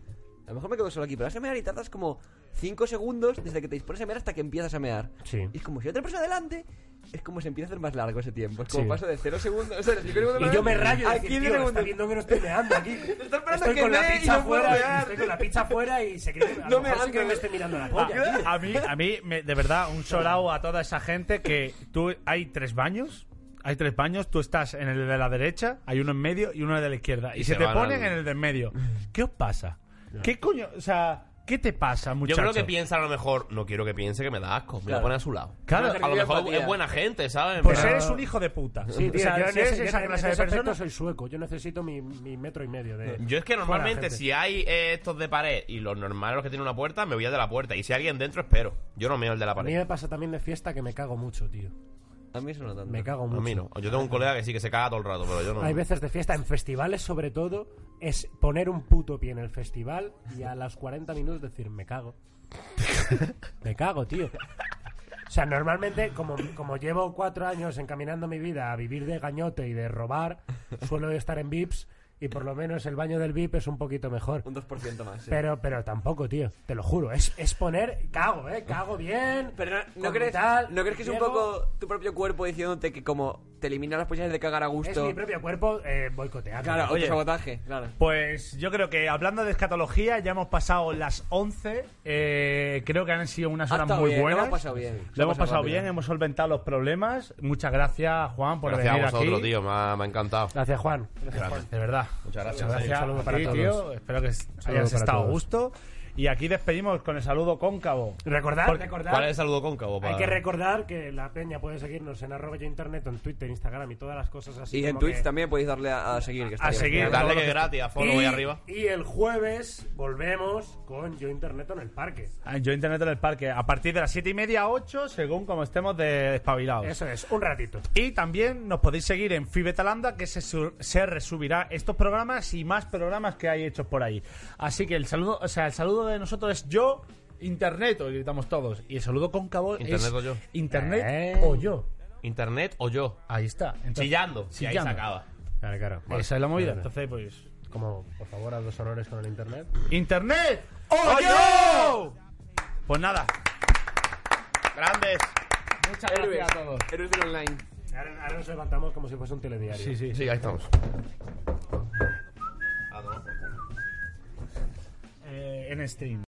E: A lo mejor me quedo solo aquí, pero vas a mear y tardas como 5 segundos desde que te dispones a mear hasta que empiezas a mear.
C: Sí.
E: Y es como si hay otra persona delante, es como se empieza a hacer más largo ese tiempo. Es como
C: Sí.
E: paso de 0 segundos. O sea, los cinco segundos
C: Y
E: más-
C: yo me rayo
E: a
C: y decir,
E: 15
C: tío, está
E: segundos.
C: viendo que no estoy meando aquí.
E: esperando
C: estoy
E: que
C: con la
E: mee y
C: pizza
E: no puedo
C: afuera,
E: mear.
C: estoy con la pizza afuera y se cree, a
E: No
C: lo mejor
E: me
C: se
E: hagas
C: cree que
E: que
C: me
E: me-
C: estoy mirando la
G: Ah,
C: polla. tío.
G: a mí, a mí me- de verdad, un solao a toda esa gente que tú hay tres baños. Hay tres baños, tú estás en el de la derecha, hay uno en medio y uno de la izquierda. Y,
A: Y
G: se,
A: se
G: te
A: van
G: ponen
A: al-
G: en el de en medio. ¿Qué os pasa? ¿Qué coño? O sea, ¿qué te pasa,
A: Yo
G: muchacho?
A: creo que piensa a lo mejor, no quiero que piense que me da asco, me
G: Claro.
A: lo pone a su lado.
G: Claro.
A: a lo mejor es buena gente, ¿sabes?
G: Pues
A: Pero-
G: eres un hijo de puta.
C: Sí, tío,
G: O sea,
C: yo
G: si
C: en
G: eres
C: ese,
G: esa
C: en
G: clase
C: ese
G: de
C: aspecto
G: persona-
C: soy sueco. Yo necesito mi, mi metro y medio de...
A: Yo es que
C: fuera
A: normalmente
C: gente.
A: si hay eh, estos de pared y los normales los que tienen una puerta, me voy al de la puerta. Y si hay alguien dentro, espero. Yo no meo el de la
C: A mí
A: pared.
C: me pasa también de fiesta que me cago mucho, tío.
E: A mí eso no tanto.
C: Me cago
A: A
C: mucho.
A: mí no. Yo tengo un colega que sí que se caga todo el rato, pero yo no.
C: Hay veces de fiesta, en festivales sobre todo, es poner un puto pie en el festival y a los 40 minutos decir, me cago. me cago, tío. O sea, normalmente, como, como llevo cuatro años encaminando mi vida a vivir de gañote y de robar, suelo estar en VIPs y por lo menos el baño del VIP es un poquito mejor.
E: Un 2% más. sí.
C: Pero, pero tampoco, tío, te lo juro. Es, es poner, cago, eh, cago bien.
E: Pero no, ¿no
C: con
E: crees,
C: tal,
E: ¿no crees que es un
C: llego-
E: poco tu propio cuerpo diciéndote que como te elimina las posibilidades de cagar a
C: Es
E: gusto.
C: mi propio cuerpo eh, boicoteado.
E: Claro, oye. sabotaje, claro.
G: Pues yo creo que hablando de escatología, ya hemos pasado las 11. eh, creo que han sido unas
E: Ha
G: horas
E: estado
G: muy
E: bien, lo
G: buenas.
E: hemos pasado bien. Se ha
G: Lo hemos
E: pasado
G: pasado
E: rápido.
G: pues bien, hemos solventado los problemas. Muchas gracias, Juan, por
A: Gracias a
G: venir
A: vosotros,
G: aquí.
A: tío. Me ha, me ha encantado.
G: Gracias, Juan.
A: Gracias, Juan.
G: De verdad.
A: Muchas gracias.
G: Gracias.
A: Un saludo
G: a
A: para
G: ti,
A: todos.
G: tío. Espero que
A: para
G: hayas estado a
A: todos.
G: gusto. Y aquí despedimos con el saludo cóncavo.
C: Recordad,
G: Porque-
C: recordad.
A: cóncavo?
C: Hay que recordar que la peña puede seguirnos en arroba yo internet, en Twitter, Instagram y todas las cosas así.
E: Y en
C: como
E: Twitch
C: que-
E: también podéis darle a, a seguir. Que está bien.
C: Y- Y el jueves volvemos con Yo Internet en el parque.
G: Ah, Yo internet en el parque. A partir de las 7 y media, 8, según como estemos despabilados.
C: Eso es, un ratito.
G: Y también nos podéis seguir en Fibetalanda, que se, su- se resubirá estos programas y más programas que hay hechos por ahí. Así que el saludo, o sea, el saludo de nosotros es yo, internet, y gritamos todos. Y el saludo cóncavo
A: Internet
G: es
A: o yo.
G: internet
A: Eh.
G: o yo.
A: Internet o yo.
G: Ahí está. Entonces-
A: chillando. Y ahí se
G: Chillando.
A: acaba.
C: Claro, claro.
A: Vale.
G: Esa es la movida.
A: Ah, Vale.
G: Entonces, pues,
C: como, por favor, a los honores con el internet.
G: Internet o
A: ¡Oye!
G: yo. Pues nada.
A: Grandes.
G: Muchas
C: Héroes.
G: gracias a todos.
E: Héroes del online.
C: Ahora, ahora nos levantamos como si fuese un telediario.
G: Sí, sí.
A: Sí, ahí estamos.
G: Eh, en stream.